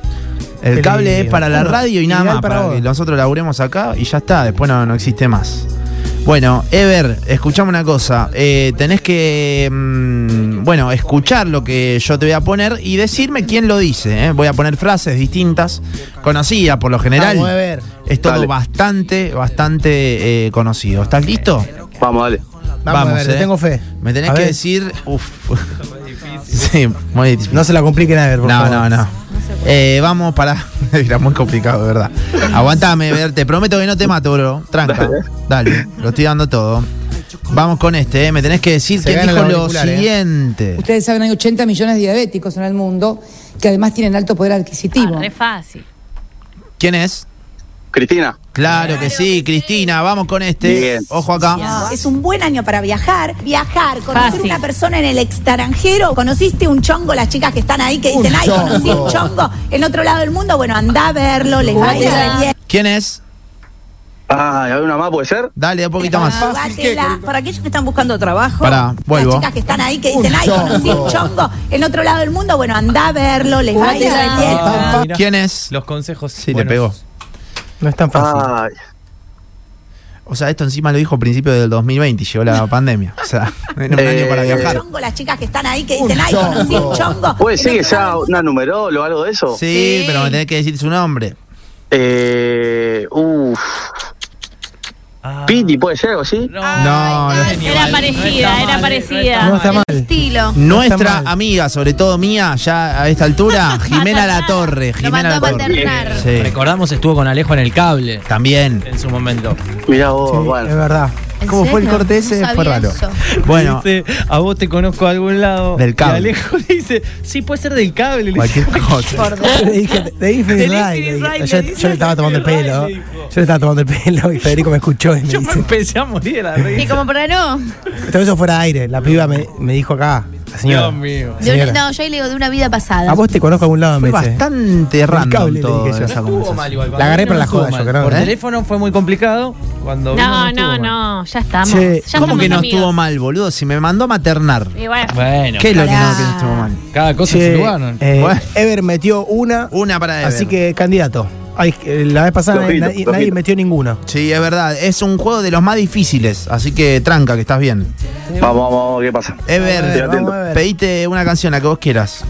Speaker 2: El
Speaker 7: Qué
Speaker 2: cable
Speaker 7: lindo.
Speaker 2: es para la radio y nada
Speaker 7: Ideal
Speaker 2: más,
Speaker 7: para
Speaker 2: para
Speaker 7: vos.
Speaker 2: que nosotros laburemos acá y ya está, después no, no existe más. Bueno, Ever, escuchame una cosa. Eh, tenés que, mm, bueno, escuchar lo que yo te voy a poner y decirme quién lo dice. ¿eh? Voy a poner frases distintas, conocidas por lo general.
Speaker 7: Vamos, Ever.
Speaker 2: Es todo
Speaker 7: Dale.
Speaker 2: bastante, bastante eh, conocido. ¿Estás listo? ¿eh?
Speaker 21: Vamos, dale.
Speaker 7: Vamos, Ever, te tengo fe.
Speaker 2: Me tenés
Speaker 7: A
Speaker 2: que
Speaker 7: ver.
Speaker 2: decir, uff. sí, muy difícil.
Speaker 7: No se la compliquen a ver, por
Speaker 2: No,
Speaker 7: favor.
Speaker 2: no, no. Eh, vamos para. *laughs* Era muy complicado, de verdad. Aguantame, Ver, te prometo que no te mato, bro. Tranca. Dale, lo estoy dando todo. Vamos con este, eh. me tenés que decir
Speaker 25: Se
Speaker 2: que
Speaker 25: gana
Speaker 2: dijo
Speaker 25: el
Speaker 2: lo
Speaker 25: auricular, eh.
Speaker 2: siguiente.
Speaker 25: Ustedes saben, hay 80 millones de diabéticos en el mundo que además tienen alto poder adquisitivo. Ah.
Speaker 5: Es fácil.
Speaker 2: ¿Quién es?
Speaker 21: Cristina.
Speaker 2: Claro que sí, Cristina, vamos con este.
Speaker 21: Bien.
Speaker 2: Ojo acá.
Speaker 1: Ah, Es un buen año para viajar, viajar, conocer
Speaker 2: Fácil.
Speaker 1: una persona en el extranjero. ¿Conociste un chongo? Las chicas que están ahí que dicen, ay, conocí
Speaker 2: chongo".
Speaker 1: un chongo en otro lado del mundo. Bueno, anda a verlo, les va a ir re bien.
Speaker 2: ¿Quién es?
Speaker 21: Ah, ¿alguna más puede ser?
Speaker 2: Dale, un poquito más.
Speaker 1: Jugátela. Ah, Para aquellos que están buscando trabajo,
Speaker 2: Pará,
Speaker 1: las
Speaker 2: vuelvo.
Speaker 1: chicas que están ahí que dicen, ay, conocí un chongo en otro lado del mundo. Bueno, anda a verlo, les va a ir re bien.
Speaker 2: ¿Quién es?
Speaker 11: Ah, Los consejos.
Speaker 2: Sí,
Speaker 11: buenos.
Speaker 2: le pegó. No es tan fácil. O sea, esto encima lo dijo a principios del 2020 y
Speaker 11: *laughs*
Speaker 2: llegó la pandemia. O sea, *laughs* era un año para
Speaker 21: Eh,
Speaker 2: viajar.
Speaker 1: Chongo, las chicas que están ahí que dicen, ay, conocí un chongo.
Speaker 21: ¿Puede ser que sea una numeróloga o algo de eso?
Speaker 2: Sí, pero me tenés que decir su nombre.
Speaker 21: Eh, uff.
Speaker 11: Ah.
Speaker 21: Piti, ¿puede ser o sí?
Speaker 2: No, no,
Speaker 5: Era parecida, era parecida.
Speaker 2: No está mal.
Speaker 5: Estilo.
Speaker 2: Nuestra amiga, sobre todo mía, ya a esta altura, Jimena La Torre. Jimena La Torre. Sí.
Speaker 11: Recordamos estuvo con Alejo en el cable.
Speaker 2: También.
Speaker 11: En su momento.
Speaker 21: Mirá vos, bueno.
Speaker 7: Es verdad.
Speaker 2: ¿Cómo fue el corte ese? Fue raro.
Speaker 11: *laughs*
Speaker 2: Bueno.
Speaker 11: Dice, a vos te conozco de algún lado.
Speaker 2: Del cable.
Speaker 11: Y Alejo *laughs* le dice, sí, puede ser del cable.
Speaker 7: *laughs*
Speaker 11: Le
Speaker 2: Cualquier cosa.
Speaker 3: *laughs*
Speaker 7: Le dije, de Infinite Ride, le dije. Yo, yo le estaba tomando el pelo. Yo le estaba tomando el pelo y Federico me escuchó y me dice.
Speaker 11: *laughs* Empecé a morir de la
Speaker 3: Y
Speaker 11: risa.
Speaker 3: como para no.
Speaker 7: Todo eso fuera aire. La piba me, me dijo acá. La señora.
Speaker 11: Dios mío.
Speaker 3: de
Speaker 7: Señora.
Speaker 3: un- no, yo le digo de una vida pasada.
Speaker 7: A vos te conozco a algún lado, me
Speaker 2: Fue
Speaker 7: dice.
Speaker 2: bastante
Speaker 7: Del
Speaker 2: random
Speaker 7: cable, le
Speaker 2: todo ¿eh?
Speaker 7: dije yo.
Speaker 2: esa
Speaker 11: Estuvo mal igual.
Speaker 7: La agarré para la
Speaker 11: Estuvo
Speaker 7: joda, yo
Speaker 11: mal.
Speaker 7: creo,
Speaker 11: Por
Speaker 7: ¿eh?
Speaker 11: teléfono fue muy complicado. Cuando vino
Speaker 5: No,
Speaker 11: estuvo
Speaker 5: no,
Speaker 11: mal.
Speaker 5: no, ya estamos.
Speaker 2: Che,
Speaker 5: ya
Speaker 2: ¿Cómo
Speaker 5: somos
Speaker 2: que no
Speaker 5: amigos.
Speaker 2: estuvo mal, boludo? Si me mandó a maternar.
Speaker 5: Y bueno,
Speaker 11: Bueno.
Speaker 2: ¿Qué es lo que
Speaker 5: Pará.
Speaker 2: no, que no estuvo mal?
Speaker 11: Cada cosa
Speaker 7: Che,
Speaker 11: en su lugar. ¿no?
Speaker 7: eh,
Speaker 11: Bueno.
Speaker 7: Ever metió una.
Speaker 2: Una para Ever.
Speaker 7: Así que candidato. Ay, eh, la vez pasada nadie-
Speaker 2: Flojito,
Speaker 7: nadie,
Speaker 2: flojito.
Speaker 7: nadie metió ninguna.
Speaker 2: Sí, es verdad. Es un juego de los más difíciles. Así que tranca, que estás bien.
Speaker 21: Vamos, vamos, vamos, ¿qué pasa? Estoy
Speaker 2: Ever,
Speaker 21: atento.
Speaker 2: pedite una canción, la que vos quieras.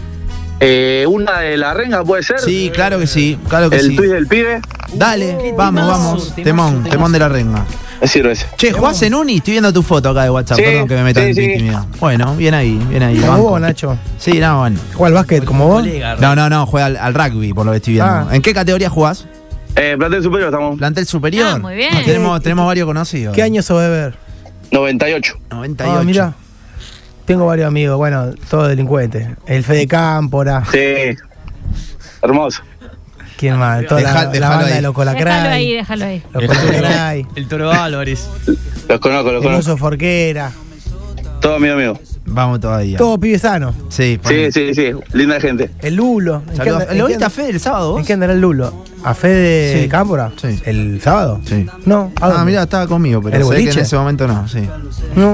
Speaker 21: Eh, ¿Una de la renga puede ser?
Speaker 2: Sí, claro que sí. Claro que
Speaker 21: ¿El
Speaker 2: sí.
Speaker 21: tuit del pibe?
Speaker 5: Uh,
Speaker 2: Dale, vamos, vamos. Temón, temón de la renga.
Speaker 21: Me sirve ese.
Speaker 2: Che, jugás en Uni, estoy viendo tu foto acá de WhatsApp,
Speaker 21: Sí,
Speaker 2: perdón que me meta
Speaker 21: sí,
Speaker 2: en tu
Speaker 21: sí.
Speaker 2: intimidad. Bueno, bien ahí, bien ahí.
Speaker 7: Como
Speaker 2: banco.
Speaker 7: vos, Nacho.
Speaker 2: Sí, no, bueno.
Speaker 7: Juega al básquet como vos.
Speaker 2: No, no, no, juega al, al rugby, por lo que estoy viendo.
Speaker 7: Ah.
Speaker 2: ¿En qué categoría jugás?
Speaker 21: Eh, plantel superior estamos.
Speaker 2: Plantel superior.
Speaker 5: Ah, muy bien.
Speaker 2: Tenemos, tenemos varios conocidos.
Speaker 7: ¿Qué año sos Ever?
Speaker 21: 98.
Speaker 2: 98.
Speaker 7: Ah, mira. Tengo varios amigos, bueno, todos delincuentes. El Fede Cámpora,
Speaker 21: Sí. Hermoso.
Speaker 7: ¿quién más? Toda la-
Speaker 2: Dejá-
Speaker 7: la,
Speaker 2: dejalo
Speaker 7: banda
Speaker 2: ahí.
Speaker 7: de los
Speaker 5: déjalo ahí,
Speaker 7: Colacray,
Speaker 5: déjalo ahí.
Speaker 7: los Colacray,
Speaker 11: El toro Álvarez.
Speaker 21: Los conozco, los
Speaker 7: el
Speaker 21: conozco.
Speaker 7: Oso Forquera,
Speaker 21: Todo amigo mío.
Speaker 2: Vamos todavía.
Speaker 7: todo pibe sano.
Speaker 2: Sí,
Speaker 21: Sí,
Speaker 2: ponele.
Speaker 21: sí, sí. Linda gente.
Speaker 7: El Lulo. ¿En qué
Speaker 2: Saludos.
Speaker 7: anda- en
Speaker 2: ¿Lo
Speaker 7: qué
Speaker 2: viste a
Speaker 7: anda-
Speaker 2: Fede el sábado
Speaker 7: ¿En
Speaker 2: vos?
Speaker 7: qué andará el Lulo? ¿A Fede
Speaker 2: Sí.
Speaker 7: Cámpora?
Speaker 2: Sí.
Speaker 7: ¿El sábado?
Speaker 2: Sí.
Speaker 7: No, ¿a
Speaker 2: Ah,
Speaker 7: dónde?
Speaker 2: mira, estaba conmigo, pero
Speaker 7: ¿El
Speaker 2: sé que en
Speaker 7: boliche?
Speaker 2: ese momento no, sí.
Speaker 7: No.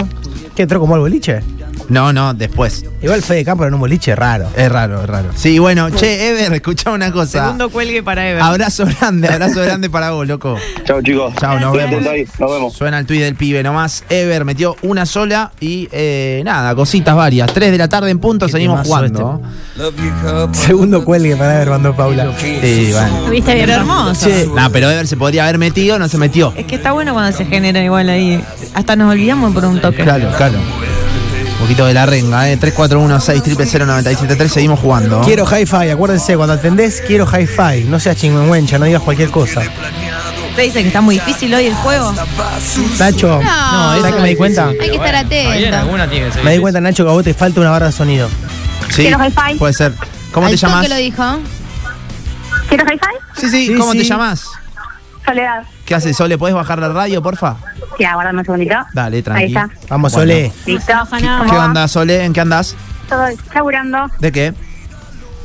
Speaker 7: ¿Qué entró como al boliche?
Speaker 2: No, no, después.
Speaker 7: Igual Fede Cámpora en un boliche raro.
Speaker 2: Es raro, es raro. Sí, bueno, che, Ever, escuchá una cosa.
Speaker 11: cuelgue para
Speaker 2: Abrazo grande, abrazo
Speaker 8: *laughs*
Speaker 2: grande para vos, loco.
Speaker 21: Chao, chicos.
Speaker 2: Chao, nos
Speaker 21: Estoy
Speaker 2: vemos.
Speaker 21: atento ahí. Nos vemos.
Speaker 2: Suena el tuit del pibe nomás. Ever metió una sola y eh, nada, cositas varias. 3 de la tarde en punto, seguimos
Speaker 11: temazo
Speaker 2: jugando.
Speaker 7: este. Segundo cuelgue para Ever mandó Paula.
Speaker 2: Sí, bueno.
Speaker 4: Viste bien hermoso.
Speaker 2: Che, nah, pero Ever se podría haber metido, no se metió.
Speaker 4: Es que está bueno cuando se genera igual ahí. Hasta nos olvidamos por un toque.
Speaker 2: Claro, claro. Un poquito de la renga, eh. 341-600-973, seguimos jugando.
Speaker 7: Quiero hi-fi, acuérdense, cuando atendés, quiero hi-fi. No seas chingüengüencha, no digas cualquier cosa.
Speaker 4: Te dicen que está muy difícil hoy el juego.
Speaker 7: Nacho,
Speaker 3: No,
Speaker 7: ¿sabes
Speaker 3: eso
Speaker 7: que me di cuenta?
Speaker 3: Hay que estar
Speaker 11: Bien,
Speaker 3: atento.
Speaker 11: alguna tiene que ser.
Speaker 7: Me di cuenta, Nacho, que a vos te falta una barra de sonido.
Speaker 2: Sí,
Speaker 1: Quiero hi-fi.
Speaker 2: puede ser. ¿Cómo te
Speaker 3: Al toque
Speaker 2: llamas?
Speaker 3: lo dijo?
Speaker 1: ¿Quieres hi-fi?
Speaker 2: Sí, sí,
Speaker 7: Sí,
Speaker 2: ¿cómo te
Speaker 7: sí.
Speaker 2: llamas?
Speaker 1: Soledad.
Speaker 2: ¿Qué haces, Sole? ¿Podés bajar la radio, porfa?
Speaker 1: Sí, aguardame un segundito.
Speaker 2: Dale, tranqui.
Speaker 1: Ahí
Speaker 7: Vamos,
Speaker 2: Bueno.
Speaker 7: Sole.
Speaker 1: Listo,
Speaker 2: ¿Qué onda, Sole? ¿En qué andás?
Speaker 1: Estoy laburando
Speaker 2: ¿De qué?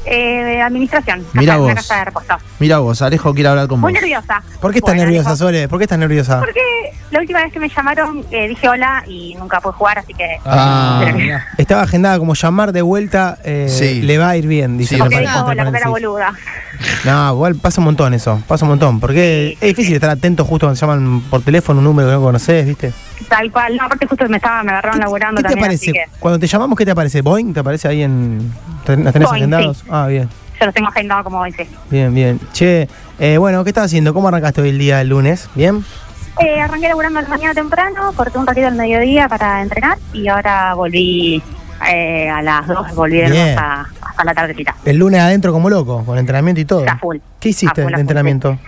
Speaker 1: eh, administración. Acá
Speaker 2: Mirá
Speaker 1: en
Speaker 2: vos.
Speaker 1: Una casa de reposo.
Speaker 2: Mira vos, Alejo quiere hablar con vos.
Speaker 1: Muy nerviosa.
Speaker 7: ¿Por qué estás
Speaker 1: Bueno,
Speaker 7: nerviosa,
Speaker 1: dijo,
Speaker 7: Sole? ¿Por qué estás nerviosa?
Speaker 1: Porque la última vez que me llamaron eh, dije hola y nunca pude jugar, así que.
Speaker 2: Ah,
Speaker 1: *laughs* Pero-
Speaker 2: mirá.
Speaker 7: Estaba agendada como llamar de vuelta, eh,
Speaker 2: Sí.
Speaker 7: le va a ir bien, dice.
Speaker 2: Sí,
Speaker 7: la
Speaker 2: me
Speaker 1: porque
Speaker 2: parece
Speaker 1: dijo,
Speaker 7: pareja.
Speaker 1: la primera boluda.
Speaker 7: No, igual pasa un montón eso, pasa un montón. Porque es difícil estar atento justo cuando llaman por teléfono un número que no conoces, ¿viste?
Speaker 1: Tal cual. No, aparte justo me estaba, me agarraron laburando
Speaker 7: ¿Qué te
Speaker 1: también.
Speaker 7: aparece?
Speaker 1: así que
Speaker 7: Cuando te llamamos, ¿qué te aparece? ¿Boeing? ¿Te aparece ahí en. ten- ¿Las tenés
Speaker 1: Boing,
Speaker 7: agendados?
Speaker 1: sí.
Speaker 7: Ah, bien,
Speaker 1: yo los tengo agendado como hoy, sí.
Speaker 7: bien, bien. Che, eh, bueno, ¿qué estás haciendo? ¿Cómo arrancaste hoy el día del lunes? ¿Bien?
Speaker 1: Eh, arranqué laburando a la mañana temprano, corté un ratito al mediodía para entrenar y ahora volví eh, a las 2, volví de nuevo
Speaker 7: Bien.
Speaker 1: hasta, hasta la tardecita.
Speaker 7: El lunes adentro como loco, con entrenamiento y todo.
Speaker 1: A full.
Speaker 7: ¿Qué hiciste
Speaker 1: A full, a
Speaker 7: de
Speaker 1: full,
Speaker 7: entrenamiento?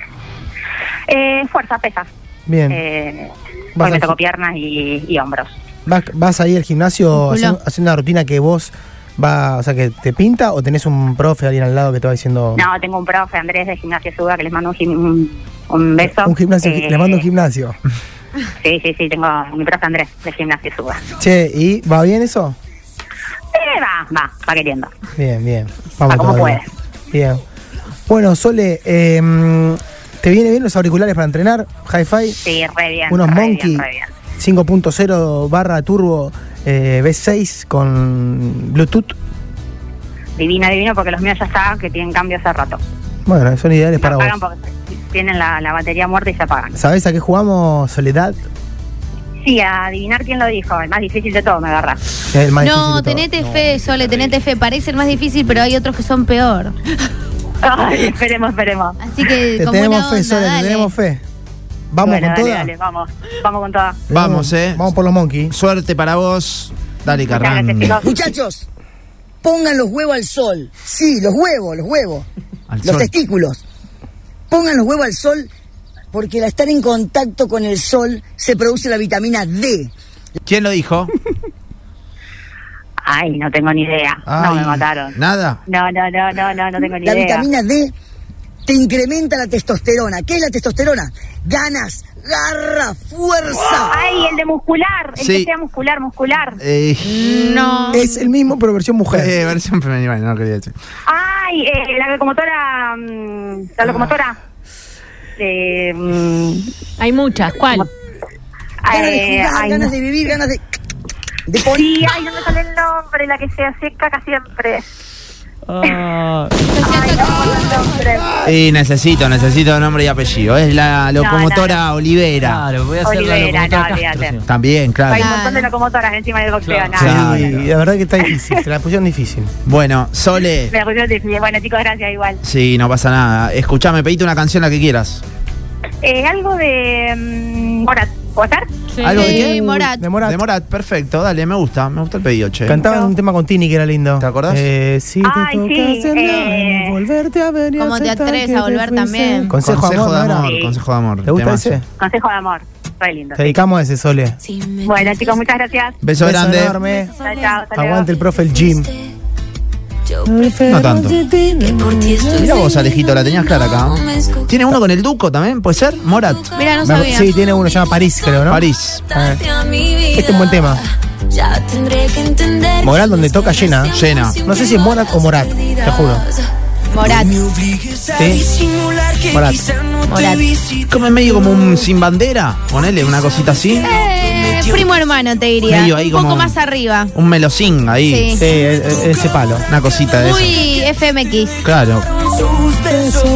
Speaker 1: Eh, fuerza, pesas.
Speaker 7: Bien.
Speaker 1: Eh,
Speaker 7: Vas
Speaker 1: hoy me
Speaker 7: al-
Speaker 1: tocó piernas y, y hombros.
Speaker 7: ¿Vas, vas ahí al gimnasio
Speaker 1: Musculo.
Speaker 7: haciendo, haciendo una rutina que vos va, o sea, que te pinta o tenés un profe alguien al lado que te va diciendo
Speaker 1: No, tengo un profe, Andrés, de Gimnasia Suba, que les mando un, gim- un- un beso.
Speaker 7: un gimnasio,
Speaker 1: Eh,
Speaker 7: le mando un gimnasio?
Speaker 1: Sí, sí, sí, tengo mi profe Andrés, de Gimnasia Suba.
Speaker 7: Che, ¿y va bien eso?
Speaker 1: Eh, va, va, va queriendo.
Speaker 7: Bien, bien. Vamos
Speaker 1: como
Speaker 7: todavía. Bien. Bueno, Sole, em, ¿te viene bien los auriculares para entrenar? Hi-Fi.
Speaker 1: Sí, re bien.
Speaker 7: Unos
Speaker 1: re bien,
Speaker 7: Monkey
Speaker 1: re bien.
Speaker 7: 5.0 barra turbo eh, V6 con Bluetooth.
Speaker 1: Divino, divino, porque los míos ya estaban que tienen cambio hace rato.
Speaker 7: Bueno, son ideales
Speaker 1: Se
Speaker 7: para
Speaker 1: apagan
Speaker 7: vos.
Speaker 1: porque tienen la, la batería muerta y se apagan.
Speaker 7: ¿Sabés a qué jugamos, Soledad?
Speaker 1: Sí, a adivinar quién lo dijo, el más difícil de todo me agarras.
Speaker 7: Es el más difícil
Speaker 3: No,
Speaker 7: de todo.
Speaker 3: tenete fe, Sole, tenete fe. Parece el más difícil, pero hay otros que son peor.
Speaker 7: *laughs*
Speaker 1: Ay, esperemos, esperemos.
Speaker 3: Así que,
Speaker 7: Te
Speaker 3: como
Speaker 7: tenemos
Speaker 3: una
Speaker 7: fe,
Speaker 3: Eh, onda,
Speaker 7: Sole, te
Speaker 3: dale.
Speaker 7: tenemos fe. Vamos
Speaker 1: Bueno,
Speaker 7: con
Speaker 1: dale,
Speaker 7: toda.
Speaker 1: dale, vamos, vamos con toda.
Speaker 2: Vamos, eh.
Speaker 7: Vamos por los Monkey.
Speaker 2: Suerte para vos. Dale, Carrán.
Speaker 12: Muchachos, pongan los huevos al sol. Sí, los huevos, los huevos.
Speaker 2: Al
Speaker 12: los
Speaker 2: sol.
Speaker 12: testículos. Pongan los huevos al sol porque al estar en contacto con el sol se produce la vitamina D.
Speaker 2: ¿Quién lo dijo?
Speaker 1: Ay, no tengo ni idea. No
Speaker 2: Ay,
Speaker 1: me mataron.
Speaker 2: Nada.
Speaker 1: No, no, no, no, no, no tengo ni
Speaker 12: La
Speaker 1: idea.
Speaker 12: vitamina D te incrementa la testosterona. ¿Qué es la testosterona? Ganas, garra, fuerza.
Speaker 1: Ay, el de muscular, el
Speaker 7: Sí.
Speaker 1: que sea muscular, muscular.
Speaker 2: Eh,
Speaker 1: No.
Speaker 7: Es el mismo, pero versión mujer.
Speaker 2: eh, versión femenina, bueno, no lo quería decir.
Speaker 1: Ay, eh, la locomotora, mm, la locomotora.
Speaker 12: Ah.
Speaker 1: Eh, Ah,
Speaker 5: Hay muchas, ¿cuál?
Speaker 1: Ganas de
Speaker 12: Ganas de
Speaker 1: jugar,
Speaker 12: jugar, ganas de vivir, ganas de... de poner-
Speaker 1: Sí, ay, no me sale el nombre, la que se hace caca siempre. Ay, no, me sale el nombre.
Speaker 2: Y necesito, necesito nombre y apellido. Es la locomotora
Speaker 1: No, no, no.
Speaker 2: Olivera.
Speaker 11: Claro, voy a hacer la
Speaker 1: Olivera, no,
Speaker 11: locomotora Castro,
Speaker 1: olvídate.
Speaker 11: sí.
Speaker 2: También,
Speaker 1: Hay
Speaker 2: claro.
Speaker 1: un montón de locomotoras encima del boxeo,
Speaker 7: Sí,
Speaker 1: nada.
Speaker 7: la verdad que está difícil, se la pusieron difícil.
Speaker 2: Bueno, Sole.
Speaker 1: Me acuerdo de ti. Bueno, chicos, gracias igual.
Speaker 2: Sí, no pasa nada. Escuchame, pedite una canción la que quieras.
Speaker 1: Eh, algo de mm, Morat, ¿puedo estar?
Speaker 2: ¿Algo de qué?
Speaker 3: Morat.
Speaker 7: De Morat.
Speaker 2: De Morat, perfecto, dale, me gusta, me gusta el pedido, che.
Speaker 7: Cantaban un tema con Tini que era lindo. ¿Te
Speaker 2: acordás?
Speaker 7: Eh, sí, te
Speaker 1: Ay, sí,
Speaker 7: tocas en
Speaker 1: eh.
Speaker 7: la- volverte a venir.
Speaker 3: Como te
Speaker 7: aceptar
Speaker 3: atreves
Speaker 7: que
Speaker 3: a
Speaker 7: te
Speaker 3: volver
Speaker 7: fuiste.
Speaker 3: también.
Speaker 7: Consejo, de amor. ¿no era?
Speaker 2: amor, consejo de amor.
Speaker 7: ¿Te gusta
Speaker 2: temazo.
Speaker 7: ese?
Speaker 1: Consejo de amor, re lindo.
Speaker 7: Te dedicamos a ese, Sole.
Speaker 1: Bueno, chicos, muchas gracias.
Speaker 7: Beso
Speaker 2: Beso, grande.
Speaker 7: enorme.
Speaker 1: Chao, chao, hasta luego.
Speaker 7: Aguante el profe el gym.
Speaker 2: No tanto. Mira vos, Alejito, la tenías clara acá. ¿no? ¿Tiene uno con el Duco también? ¿Puede ser? Morat.
Speaker 3: Mira, no
Speaker 7: Me-
Speaker 3: sabía.
Speaker 7: sí, tiene uno, se llama París, creo, ¿no?
Speaker 2: París.
Speaker 7: Ah, Este es un buen tema.
Speaker 14: Ya tendré que entender.
Speaker 7: Morat donde toca llena.
Speaker 2: Llena.
Speaker 7: No sé si es Morat o Morat, te juro.
Speaker 3: Morat.
Speaker 7: Sí. Morat.
Speaker 3: Morat.
Speaker 2: Como es medio como un sin bandera, ponele una cosita así.
Speaker 3: Eh, primo hermano, te diría.
Speaker 2: Medio ahí
Speaker 3: Un poco
Speaker 2: como-
Speaker 3: más arriba.
Speaker 2: Un melocín ahí.
Speaker 3: Sí.
Speaker 7: Sí, e- e- ese palo.
Speaker 2: Una cosita de eso.
Speaker 3: Muy FMX.
Speaker 2: Claro.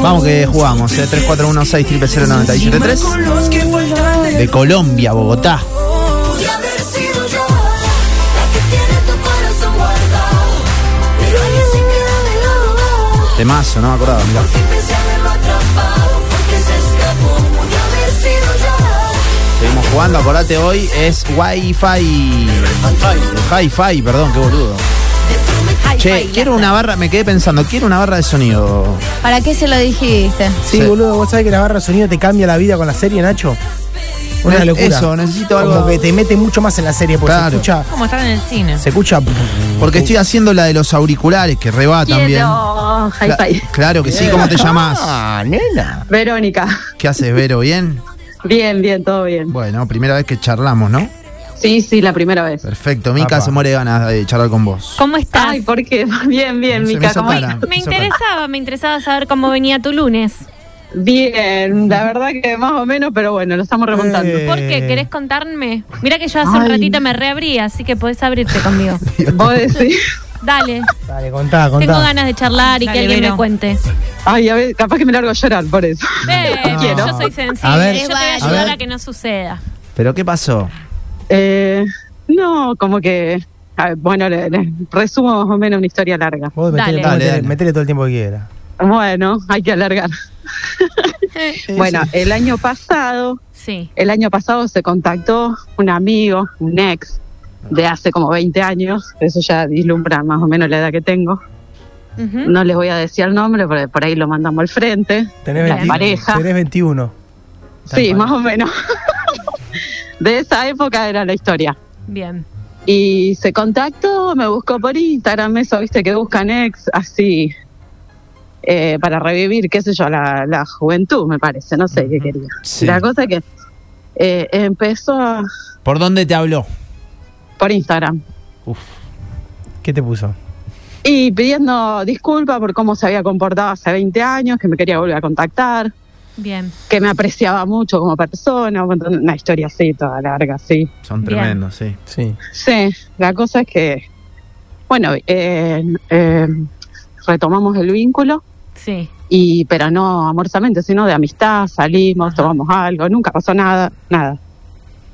Speaker 2: Vamos que jugamos, eh, 3416
Speaker 14: Los que faltan de
Speaker 2: De Colombia, Bogotá.
Speaker 14: Podría haber sido yo la que tiene tu corazón guardado. Pero alguien se queda de lado.
Speaker 2: Temazo, no me acordaba, mirá.
Speaker 14: Porque pensé haberlo atrapado. Porque se escapó. Podría haber sido yo.
Speaker 2: Seguimos jugando, acordate, hoy es Wi-Fi. Hi-Fi, perdón, qué boludo. Che, quiero una barra, me quedé pensando, quiero una barra de sonido.
Speaker 3: ¿Para qué se lo dijiste?
Speaker 7: Sí,
Speaker 2: Sí.
Speaker 7: boludo, vos sabés que la barra de sonido te cambia la vida con la serie, Nacho. Una
Speaker 2: Ne-
Speaker 7: locura.
Speaker 2: eso, necesito algo-
Speaker 7: Como que te mete mucho más en la serie, porque
Speaker 2: Claro.
Speaker 7: se escucha.
Speaker 4: Como estar en el cine.
Speaker 7: Se escucha.
Speaker 2: Porque estoy haciendo la de los auriculares, que reba también.
Speaker 24: Quiero hi-fi.
Speaker 2: Cla- claro que sí, ¿cómo te llamas?
Speaker 7: Ah, nena.
Speaker 24: Verónica.
Speaker 2: ¿Qué haces, Vero? ¿Bien?
Speaker 24: Bien, bien, todo bien.
Speaker 2: Bueno, primera vez que charlamos, ¿no?
Speaker 24: Sí, sí, la primera vez.
Speaker 2: Perfecto, Mica
Speaker 7: Apa.
Speaker 2: se muere de ganas de charlar con vos.
Speaker 5: ¿Cómo estás?
Speaker 24: Ay, ¿por qué? *laughs* Bien, bien,
Speaker 2: Se me
Speaker 24: Mica.
Speaker 2: hizo
Speaker 24: ¿cómo
Speaker 2: cara.
Speaker 24: estás?
Speaker 5: me interesaba, me interesaba saber cómo venía tu lunes.
Speaker 24: Bien, la verdad que más o menos, pero bueno, lo estamos remontando.
Speaker 7: Eh.
Speaker 5: ¿Por qué? ¿Querés contarme? Mira que yo hace un
Speaker 24: Ay.
Speaker 5: ratito me reabrí, así que podés abrirte
Speaker 24: *laughs*
Speaker 5: conmigo.
Speaker 24: Vos decís.
Speaker 5: Dale,
Speaker 7: Dale, contá,
Speaker 5: tengo
Speaker 7: contá.
Speaker 2: Ah,
Speaker 5: ganas de charlar y
Speaker 4: Dale,
Speaker 5: que alguien
Speaker 4: Vero.
Speaker 5: me cuente.
Speaker 24: Ay, a ver, capaz que me largo a llorar por eso.
Speaker 5: Eh,
Speaker 24: No quiero.
Speaker 5: Yo soy sensible.
Speaker 2: Ah, A ver.
Speaker 5: yo te voy a
Speaker 2: A
Speaker 5: ayudar
Speaker 2: ver.
Speaker 5: a que no suceda.
Speaker 2: ¿Pero qué pasó?
Speaker 24: Eh, no, como que. a ver, bueno, le- le resumo más o menos una historia larga.
Speaker 7: Vos metele,
Speaker 24: Dale.
Speaker 7: vos
Speaker 24: Dale,
Speaker 7: metele-
Speaker 24: dale.
Speaker 7: metele todo el tiempo que quiera.
Speaker 24: Bueno, hay que alargar. bueno, el año pasado,
Speaker 5: sí.
Speaker 24: el año pasado se contactó un amigo, un ex de hace como 20 años, eso ya vislumbra más o menos la edad que tengo. No les voy a decir el nombre porque por ahí lo mandamos al frente.
Speaker 7: Tenés,
Speaker 24: la
Speaker 7: 20
Speaker 24: pareja.
Speaker 7: tenés 21.
Speaker 24: Sí, más o menos. *laughs* de esa época era la historia.
Speaker 5: Bien.
Speaker 24: Y se contactó, me buscó por Instagram, eso, viste, que buscan ex, así, eh, para revivir, qué sé yo, la, la juventud, me parece, no sé qué quería. La cosa que eh, empezó a-
Speaker 2: ¿Por dónde te habló?
Speaker 24: por Instagram.
Speaker 7: ¿Qué te puso?
Speaker 24: Y pidiendo disculpas por cómo se había comportado hace 20 años, que me quería volver a contactar,
Speaker 5: Bien.
Speaker 24: que me apreciaba mucho como persona, un montón- una historia así, toda larga, así.
Speaker 2: Son tremendos, sí.
Speaker 7: Sí.
Speaker 24: Sí, la cosa es que, bueno, eh, eh, retomamos el vínculo,
Speaker 5: Sí.
Speaker 24: y pero no amorosamente, sino de amistad, salimos, tomamos algo, nunca pasó nada, nada.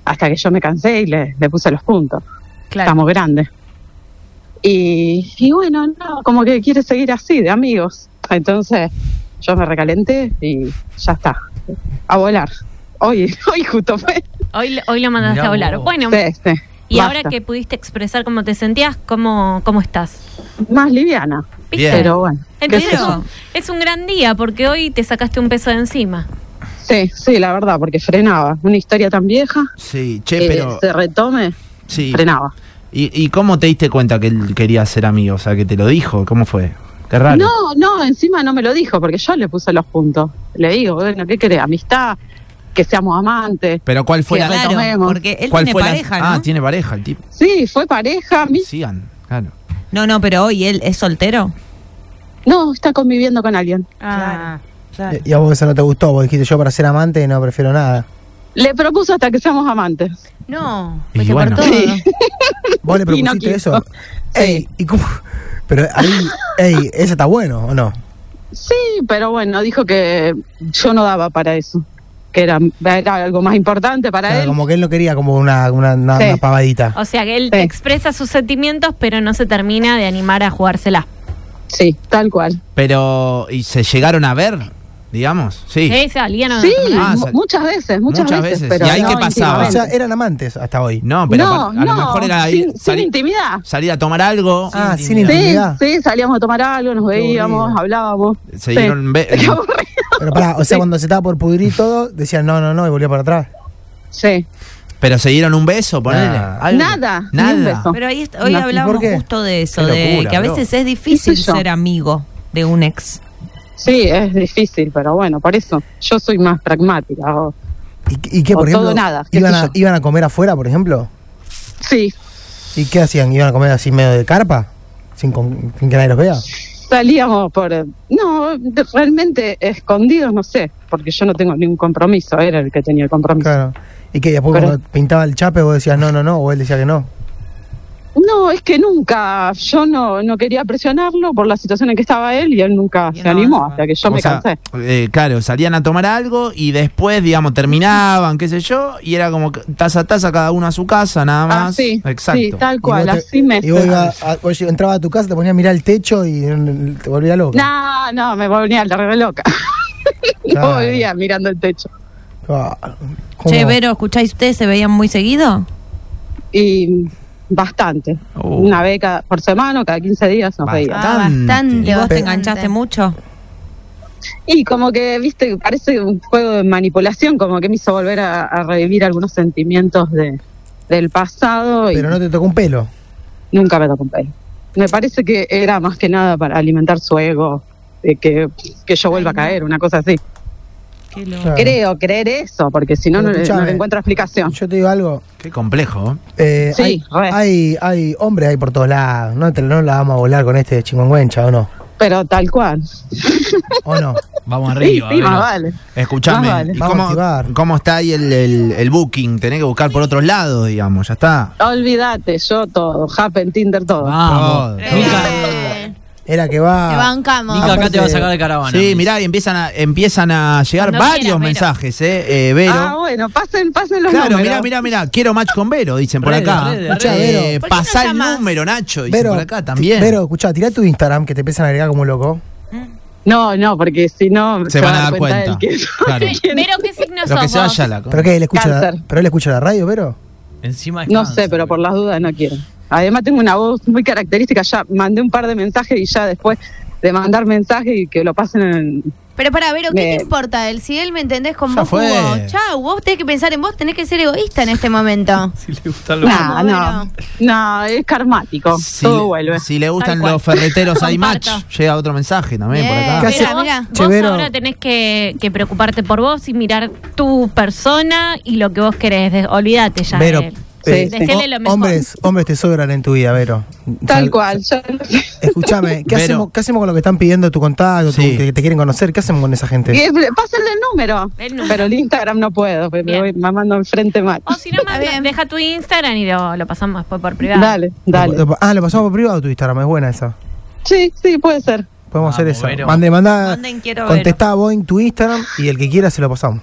Speaker 24: Hasta que yo me cansé y le, le puse los puntos.
Speaker 5: Claro.
Speaker 24: Estamos grandes. Y, y bueno, no, como que quiere seguir así, de amigos. Entonces yo me recalenté y ya está, a volar. Hoy, *laughs* hoy justo fue.
Speaker 5: Hoy, hoy lo mandaste
Speaker 24: Mirá
Speaker 5: a volar.
Speaker 24: vos.
Speaker 5: Bueno.
Speaker 24: Sí, sí,
Speaker 5: Y
Speaker 24: basta.
Speaker 5: ahora que pudiste expresar cómo te sentías, ¿cómo, cómo estás?
Speaker 24: Más liviana.
Speaker 5: Bien.
Speaker 24: Pero bueno. qué sé
Speaker 5: Entonces es
Speaker 24: yo.
Speaker 5: un, es un gran día porque hoy te sacaste un peso de encima.
Speaker 24: Sí, sí, la verdad, porque frenaba. Una historia tan vieja
Speaker 2: Sí, che,
Speaker 24: que
Speaker 2: pero.
Speaker 24: Eh, se retome.
Speaker 2: Sí.
Speaker 24: frenaba.
Speaker 2: ¿Y, y cómo te diste cuenta que él quería ser amigo? O sea, que te lo dijo. ¿Cómo fue? Qué raro.
Speaker 24: No, no, encima no me lo dijo, porque yo le puse los puntos. Le digo, bueno, ¿qué querés? Amistad, que seamos amantes.
Speaker 2: Pero ¿cuál fue
Speaker 24: que
Speaker 2: la
Speaker 24: retomemos.
Speaker 2: ¿Cuál fue la- Ah, tiene pareja el tipo.
Speaker 24: Sí, fue pareja. mi-
Speaker 2: Sigan, claro.
Speaker 4: No, no, pero hoy él es soltero.
Speaker 24: No, está conviviendo con alguien.
Speaker 4: Ah,
Speaker 7: Eh, Y a vos eso no te gustó, vos dijiste yo para ser amante no prefiero nada.
Speaker 24: Le propuso hasta que seamos amantes.
Speaker 5: No,
Speaker 7: Y fuiste por bueno. todo. Vos le
Speaker 24: *laughs* Y no
Speaker 7: propusiste
Speaker 24: quiso.
Speaker 7: eso. Ey, ¿y cómo? Pero ahí, ey, ¿ese está bueno o no?
Speaker 24: Sí, pero bueno, dijo que yo no daba para eso. Que era, era algo más importante para
Speaker 7: Claro,
Speaker 24: él.
Speaker 7: como que él no quería como una, una, una-
Speaker 24: Sí.
Speaker 7: una pavadita.
Speaker 5: O sea, que él te expresa sus sentimientos, pero no se termina de animar a jugársela.
Speaker 24: Sí, tal cual.
Speaker 2: Pero, ¿y se llegaron a ver? Digamos, sí.
Speaker 5: Eh, salían a-
Speaker 24: Sí,
Speaker 2: Ah,
Speaker 24: mu-
Speaker 2: sal-
Speaker 24: muchas veces, muchas,
Speaker 2: Muchas
Speaker 24: veces.
Speaker 2: veces.
Speaker 24: Pero
Speaker 2: ¿Y ahí
Speaker 24: no
Speaker 2: qué pasaba?
Speaker 24: íntimamente.
Speaker 7: O sea, eran amantes hasta hoy.
Speaker 2: No, pero
Speaker 24: No,
Speaker 2: a lo
Speaker 24: no,
Speaker 2: mejor era ir-
Speaker 24: sin- sin
Speaker 2: salir,
Speaker 24: intimidad.
Speaker 2: salir a tomar algo.
Speaker 7: Ah, sin
Speaker 24: Sí, sí, salíamos a tomar algo, nos veíamos, hablábamos.
Speaker 2: Se dieron
Speaker 24: *laughs*
Speaker 2: be-
Speaker 24: Sí.
Speaker 7: Pero pará, o sea, cuando se estaba por pudrir todo, decían no, no, no, y volvía para atrás.
Speaker 24: Sí.
Speaker 2: Pero se dieron un beso, ponele.
Speaker 7: Nah.
Speaker 2: algo.
Speaker 24: Nada, ni un
Speaker 2: Nada.
Speaker 24: beso.
Speaker 4: Pero ahí est- hoy
Speaker 24: No, ¿y
Speaker 4: hablábamos
Speaker 24: por qué?
Speaker 4: justo de eso,
Speaker 2: Qué
Speaker 4: de
Speaker 2: locura,
Speaker 4: que a
Speaker 2: bro.
Speaker 4: veces es
Speaker 24: ¿Qué
Speaker 4: difícil
Speaker 24: sé yo?
Speaker 4: ser amigo de un ex.
Speaker 24: Sí, es difícil, pero bueno, por eso yo soy más pragmática. o-
Speaker 7: ¿Y qué, por
Speaker 24: O
Speaker 7: ejemplo?
Speaker 24: todo nada, qué
Speaker 7: iban,
Speaker 24: sé
Speaker 7: a,
Speaker 24: yo.
Speaker 7: ¿Iban a comer afuera, por ejemplo?
Speaker 24: Sí,
Speaker 7: ¿Y qué hacían? ¿Iban a comer así medio de carpa? ¿Sin, con- sin que nadie los vea?
Speaker 24: salíamos por... No, de- realmente escondidos, no sé, porque yo no tengo ningún compromiso, era el que tenía el compromiso.
Speaker 7: Claro. ¿Y que después
Speaker 24: Pero-
Speaker 7: cuando pintaba el chape vos decías no, no, no? ¿O él decía que no?
Speaker 24: No, es que nunca, yo no, no quería presionarlo por la situación en que estaba él y él nunca se animó hasta que yo
Speaker 2: O
Speaker 24: me
Speaker 2: sea,
Speaker 24: cansé.
Speaker 2: eh, claro, salían a tomar algo y después, digamos, terminaban, qué sé yo, y era como que taza a taza cada uno a su casa, nada más.
Speaker 24: Ah, sí,
Speaker 2: Exacto.
Speaker 24: sí, tal
Speaker 7: Y
Speaker 24: cual,
Speaker 7: vos te-
Speaker 24: así me...
Speaker 7: Y vos, ibas a- vos entrabas a tu casa, te ponías a mirar el techo y mm, te volvías loca.
Speaker 24: No, no, me volvía la re loca. *laughs*
Speaker 7: Claro.
Speaker 24: no volvía mirando el techo.
Speaker 7: Ah, ¿cómo?
Speaker 4: Che, Vero, ¿escucháis ustedes? ¿Se veían muy seguido?
Speaker 24: Y bastante.
Speaker 7: Oh.
Speaker 24: Una vez cada- por semana o cada 15 días nos veíamos.
Speaker 4: Ah, bastante. ¿Y vos te
Speaker 7: Pe-
Speaker 4: enganchaste mucho?
Speaker 24: Y como que, viste, parece un juego de manipulación, como que me hizo volver a, a revivir algunos sentimientos de, del pasado y
Speaker 7: Pero no te tocó un pelo.
Speaker 24: nunca me tocó un pelo. Me parece que era más que nada para alimentar su ego, de que, que yo vuelva a caer, una cosa así.
Speaker 7: Claro.
Speaker 24: Creo, creer eso, porque si no,
Speaker 7: Pero
Speaker 24: no, le- no
Speaker 7: escuchame,
Speaker 24: le encuentro explicación.
Speaker 7: Yo te digo algo.
Speaker 2: Qué complejo.
Speaker 7: Eh,
Speaker 24: Sí,
Speaker 7: hay,
Speaker 24: re.
Speaker 7: hay, hay hombres ahí por todos lados. No, te- no la vamos a volar con este chingüengüencha, ¿o no?
Speaker 24: Pero tal cual.
Speaker 7: ¿O no?
Speaker 11: Vamos arriba.
Speaker 24: sí, sí,
Speaker 11: Vero.
Speaker 24: más vale.
Speaker 2: Escuchame,
Speaker 24: Más vale.
Speaker 2: ¿y
Speaker 7: Vamos a
Speaker 2: cómo,
Speaker 7: activar.
Speaker 2: cómo está ahí el, el- el booking? Tenés que buscar por otros lados, digamos, ya está.
Speaker 24: Olvídate, yo todo, Happen, Tinder, todo.
Speaker 11: Vamos.
Speaker 2: Todo.
Speaker 11: Mica,
Speaker 7: era que va.
Speaker 3: Te bancamos.
Speaker 11: Mica, acá te va a sacar de caravana.
Speaker 2: Sí, mirá, y empiezan a, empiezan a llegar
Speaker 11: Cuando
Speaker 2: varios
Speaker 11: quieras, Vero.
Speaker 2: mensajes, ¿eh? eh, Vero.
Speaker 24: Ah, bueno, pasen, pasen los
Speaker 2: Claro,
Speaker 24: números.
Speaker 2: mirá, mirá, mirá, quiero match con Vero, dicen por
Speaker 7: Rede,
Speaker 2: acá.
Speaker 7: rede,
Speaker 2: *laughs*
Speaker 7: Escuchá, rede.
Speaker 2: Eh,
Speaker 7: Vero. ¿Por qué no
Speaker 2: pasá el
Speaker 7: llamás?
Speaker 2: número, Nacho, dicen
Speaker 7: Vero,
Speaker 2: por acá también.
Speaker 7: Pero, escuchá, tirá tu Instagram que te empiezan a agregar como loco.
Speaker 24: No, no, porque si no
Speaker 7: Se van a dar cuenta.
Speaker 24: del que soy. *laughs*
Speaker 2: Claro.
Speaker 5: Pero qué signo
Speaker 7: Lo
Speaker 5: sos
Speaker 7: que se
Speaker 5: vos?
Speaker 2: vaya la
Speaker 7: ¿Pero qué? ¿Le ¿eh? escucha la,
Speaker 24: Cáncer.
Speaker 7: ¿Pero él escucha la radio, Vero?
Speaker 11: Encima es
Speaker 24: No sé, pero por las dudas no quiero. Además tengo una voz muy característica, ya mandé un par de mensajes y ya después de mandar mensajes y que lo pasen en...
Speaker 3: Pero para, Vero, ¿qué
Speaker 24: Me-
Speaker 3: te importa de él? Si él me entendés con
Speaker 24: Ya
Speaker 3: vos,
Speaker 24: fue.
Speaker 3: jugó. Chau, vos tenés que pensar en vos, tenés que ser egoísta en este
Speaker 24: *laughs*
Speaker 3: momento.
Speaker 24: Nah, no, no, es karmático,
Speaker 2: Si,
Speaker 24: todo
Speaker 2: le-
Speaker 24: vuelve.
Speaker 2: si le gustan
Speaker 24: Tal cual.
Speaker 2: los ferreteros hay match, llega otro mensaje también por acá.
Speaker 5: Pero vos, vos ahora tenés que, que preocuparte por vos y mirar tu persona y lo que vos querés. De- olvídate ya.
Speaker 7: Vero.
Speaker 5: de él.
Speaker 7: eh,
Speaker 5: Dejale lo mejor.
Speaker 7: hombres, hombres te sobran en tu vida, Vero.
Speaker 24: Tal cual, ya-
Speaker 7: Escúchame, ¿qué
Speaker 24: Vero.
Speaker 7: hacemos, ¿qué hacemos con los que están pidiendo tu contacto, tu- que te quieren conocer? ¿Qué hacemos con esa gente?
Speaker 24: Y es- Pásenle el número, Oh. pero el Instagram no puedo, me voy mamando enfrente mal.
Speaker 5: O si no, manda- deja tu Instagram y lo, lo pasamos después por privado.
Speaker 24: Dale, dale.
Speaker 7: Lo- lo- Ah, lo pasamos por privado tu Instagram, es buena esa.
Speaker 24: Sí, sí, puede ser.
Speaker 7: Podemos hacer eso.
Speaker 24: Vero.
Speaker 7: Mande, manda,
Speaker 24: Manden, quiero
Speaker 7: contestá a Boeing tu Instagram y el que quiera se lo pasamos.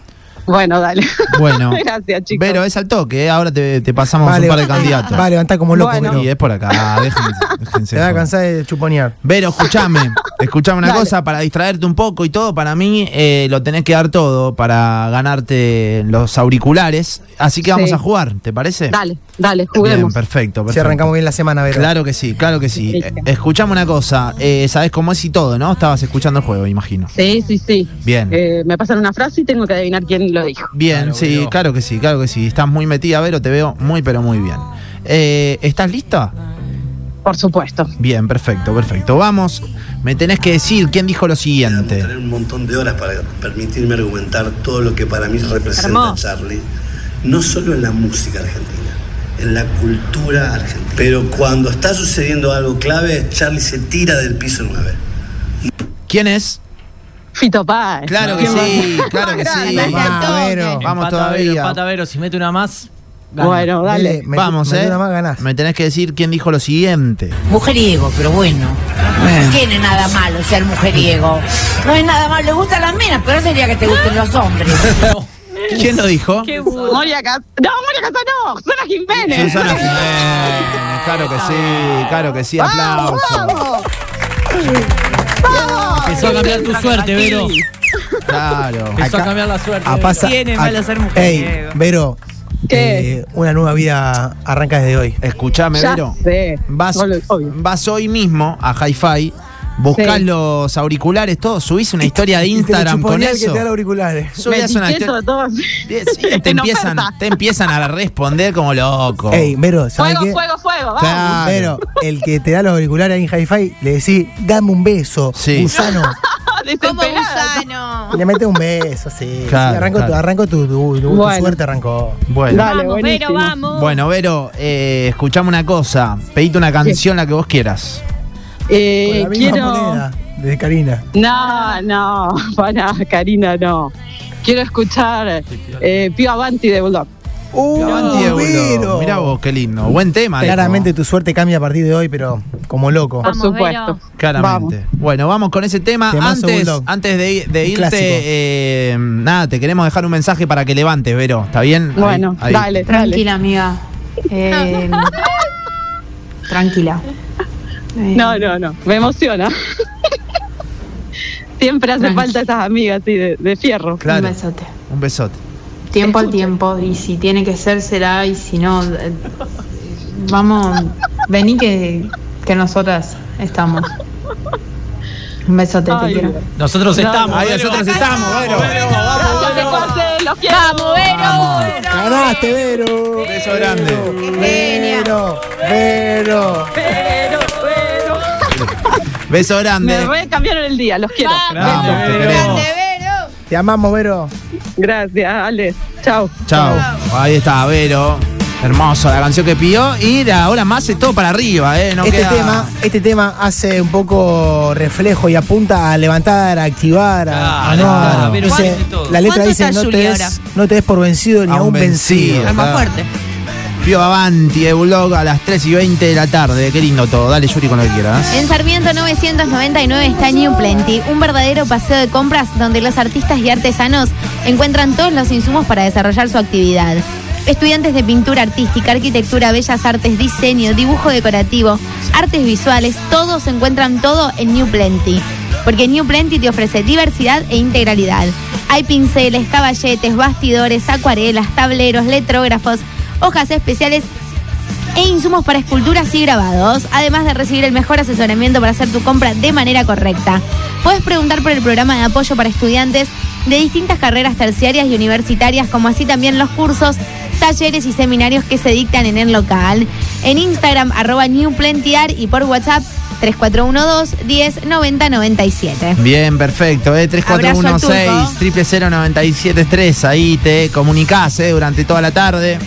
Speaker 24: Bueno, dale.
Speaker 2: Bueno.
Speaker 24: Gracias, chicos.
Speaker 2: Vero, es al toque, ¿eh? ahora te, te pasamos
Speaker 7: Vale,
Speaker 2: un par de
Speaker 7: va-
Speaker 2: candidatos.
Speaker 7: va a levantar como loco, Bueno. Vero.
Speaker 2: Y es por acá, déjense. déjense
Speaker 7: Te vas a
Speaker 2: joder.
Speaker 7: cansar de chuponear. *laughs*
Speaker 2: Vero, escúchame, escuchame una
Speaker 7: Dale.
Speaker 2: cosa, para distraerte un poco y todo, para mí eh, lo tenés que dar todo para ganarte los auriculares, así que vamos
Speaker 24: Sí.
Speaker 2: a jugar, ¿te parece?
Speaker 24: Dale, dale,
Speaker 2: Bien,
Speaker 24: juguemos.
Speaker 2: perfecto, perfecto.
Speaker 7: Si arrancamos bien la semana, Vero.
Speaker 2: Claro que sí, claro que sí. Eh, Escuchame una cosa, eh, sabes cómo es y todo, ¿no? Estabas escuchando el juego, imagino.
Speaker 24: Sí, sí, sí.
Speaker 2: Bien.
Speaker 24: Eh, me pasan una frase y tengo que adivinar quién lo dijo.
Speaker 2: Bien, sí, claro que sí, claro que sí. Estás muy metida, Vero, te veo muy, pero muy bien. Eh, ¿Estás lista?
Speaker 24: Por supuesto.
Speaker 2: Bien, perfecto, perfecto. Vamos, me tenés que decir quién dijo lo siguiente.
Speaker 6: un montón de horas para permitirme argumentar todo lo que para mí representa
Speaker 2: Hermoso.
Speaker 6: Charlie, no solo en la música argentina, en la cultura argentina. Pero cuando está sucediendo algo clave, Charlie se tira del piso nueve.
Speaker 2: ¿Quién es?
Speaker 24: Fito Páez.
Speaker 2: Claro que sí, claro
Speaker 24: *laughs*
Speaker 2: que sí.
Speaker 11: Ah,
Speaker 2: Vamos todavía.
Speaker 11: Empata Vero, si mete una más.
Speaker 24: Bueno, dale.
Speaker 2: Vamos, eh. Me tenés que decir quién dijo lo siguiente.
Speaker 18: Mujeriego, pero bueno. No tiene nada malo ser mujeriego. No es nada malo, le gustan las minas, pero no sería que te gusten los hombres.
Speaker 2: ¿Quién lo dijo?
Speaker 24: Moria Cas- No, Moria Casano, no. Susana Jiménez.
Speaker 2: Susana Jiménez. Claro que sí, claro que sí. Aplausos.
Speaker 24: ¡Vamos!
Speaker 11: Empezó a cambiar tu suerte, Vero.
Speaker 2: Claro.
Speaker 11: Empezó a cambiar la suerte.
Speaker 7: A Ah, pasa- a- Ey, Vero. eh, una nueva vida arranca desde hoy.
Speaker 2: Escuchame,
Speaker 7: Ya
Speaker 2: Vero.
Speaker 24: sé.
Speaker 2: Vas, vas hoy mismo a Hi-Fi, buscás
Speaker 7: Sí.
Speaker 2: los auriculares, todo, subís una historia de Instagram con
Speaker 7: chuponea el que
Speaker 2: eso.
Speaker 7: te da los auriculares.
Speaker 2: Subí
Speaker 24: Me
Speaker 2: hace una
Speaker 24: etiqueto a todos.
Speaker 7: *laughs*
Speaker 2: Y te, empiezan, te empiezan a responder como loco.
Speaker 7: Ey, Vero, ¿sabes
Speaker 24: Fuego,
Speaker 7: qué?
Speaker 24: fuego, fuego, vamos.
Speaker 2: Claro.
Speaker 7: Vero, el que te da los auriculares ahí en Hi-Fi, le decís, dame un beso, *laughs* gusano.
Speaker 3: ¿Cómo gusano?
Speaker 7: Le mete un beso, sí.
Speaker 2: Claro,
Speaker 7: Sí, arranco
Speaker 2: claro.
Speaker 7: tu, arranco tu, tu- tu
Speaker 24: Bueno.
Speaker 7: suerte arrancó.
Speaker 2: Bueno.
Speaker 24: Dale,
Speaker 5: Vamos, Vero,
Speaker 24: buenísimo.
Speaker 5: vamos.
Speaker 2: Bueno, Vero, eh, escuchame una cosa. Pedite una canción, la que vos quieras.
Speaker 24: Eh,
Speaker 7: La misma
Speaker 24: quiero.
Speaker 7: moneda de Karina.
Speaker 24: No, no, *laughs* para, Karina, no. Quiero escuchar eh, Pío Avanti de Bulldog.
Speaker 2: Avanti de Bulldog. Mirá vos, qué lindo. Buen tema. dijo.
Speaker 7: Claramente tu suerte cambia a partir de hoy, pero como loco.
Speaker 24: Por supuesto.
Speaker 2: Claramente. Bueno, vamos con ese tema.
Speaker 7: Temazo,
Speaker 2: Antes,
Speaker 7: Bulldog.
Speaker 2: antes de, ir- de
Speaker 7: Un
Speaker 2: irte,
Speaker 7: clásico.
Speaker 2: eh, nada, te queremos dejar un mensaje para que levantes, Vero. ¿Está bien? Ahí,
Speaker 24: Bueno,
Speaker 2: ahí.
Speaker 24: dale, dale.
Speaker 18: amiga. Eh, tranquila.
Speaker 24: No, no, no, me emociona. Siempre hace falta esas amigas así de, de fierro.
Speaker 2: Claro. Un besote. Un besote.
Speaker 18: Tiempo al tiempo, y si tiene que ser, será, y si no, eh, vamos, vení que, que nosotras estamos. Un besote, te
Speaker 24: Ay,
Speaker 18: quiero.
Speaker 11: Nosotros estamos.
Speaker 2: Ahí
Speaker 11: Vero.
Speaker 2: nosotros estamos, Vero.
Speaker 24: Gracias, José, los quiero.
Speaker 7: ¡Ganaste, Vero!
Speaker 2: Beso grande.
Speaker 7: ¡Vero! ¡Vero!
Speaker 24: Pero, pero.
Speaker 2: Beso
Speaker 24: Me
Speaker 2: grande.
Speaker 24: recambiaron el día, los quiero.
Speaker 2: Vamos, te queremos.
Speaker 7: Te amamos, Vero.
Speaker 24: Gracias, Ale. Chao.
Speaker 2: Chao. Ahí está, Vero. Hermoso la canción que pidió. Y de ahora más es todo para arriba, ¿eh? No
Speaker 7: este,
Speaker 2: queda-
Speaker 7: tema, este tema hace un poco reflejo y apunta a levantar, a activar, a, a no.
Speaker 11: claro, pero
Speaker 7: Dice-
Speaker 11: sí, todo.
Speaker 7: la letra
Speaker 11: ¿Cuánto
Speaker 7: dice:
Speaker 11: está
Speaker 7: no
Speaker 11: Juli
Speaker 7: te,
Speaker 11: ahora?
Speaker 7: des, no te des por vencido ni
Speaker 2: A un
Speaker 7: aún
Speaker 2: vencido,
Speaker 7: vencido.
Speaker 2: Alma claro. fuerte. Pío Avanti, el blog a las 3 y 20 de la tarde. Qué lindo todo. Dale, Yuri, con lo que quieras.
Speaker 3: En Sarmiento 999 está New Plenty, un verdadero paseo de compras donde los artistas y artesanos encuentran todos los insumos para desarrollar su actividad. Estudiantes de pintura artística, arquitectura, bellas artes, diseño, dibujo decorativo, artes visuales, todos encuentran todo en New Plenty. Porque New Plenty te ofrece diversidad e integralidad. Hay pinceles, caballetes, bastidores, acuarelas, tableros, letrógrafos, hojas especiales e insumos para esculturas y grabados, además de recibir el mejor asesoramiento para hacer tu compra de manera correcta. Puedes preguntar por el programa de apoyo para estudiantes de distintas carreras terciarias y universitarias, como así también los cursos, talleres y seminarios que se dictan en el local. En Instagram, arroba newplentiar y por WhatsApp 3412 10 90 97.
Speaker 2: Bien, perfecto. Eh,
Speaker 3: Abrazo al
Speaker 2: 3416-000973. Ahí te comunicás eh, durante toda la tarde.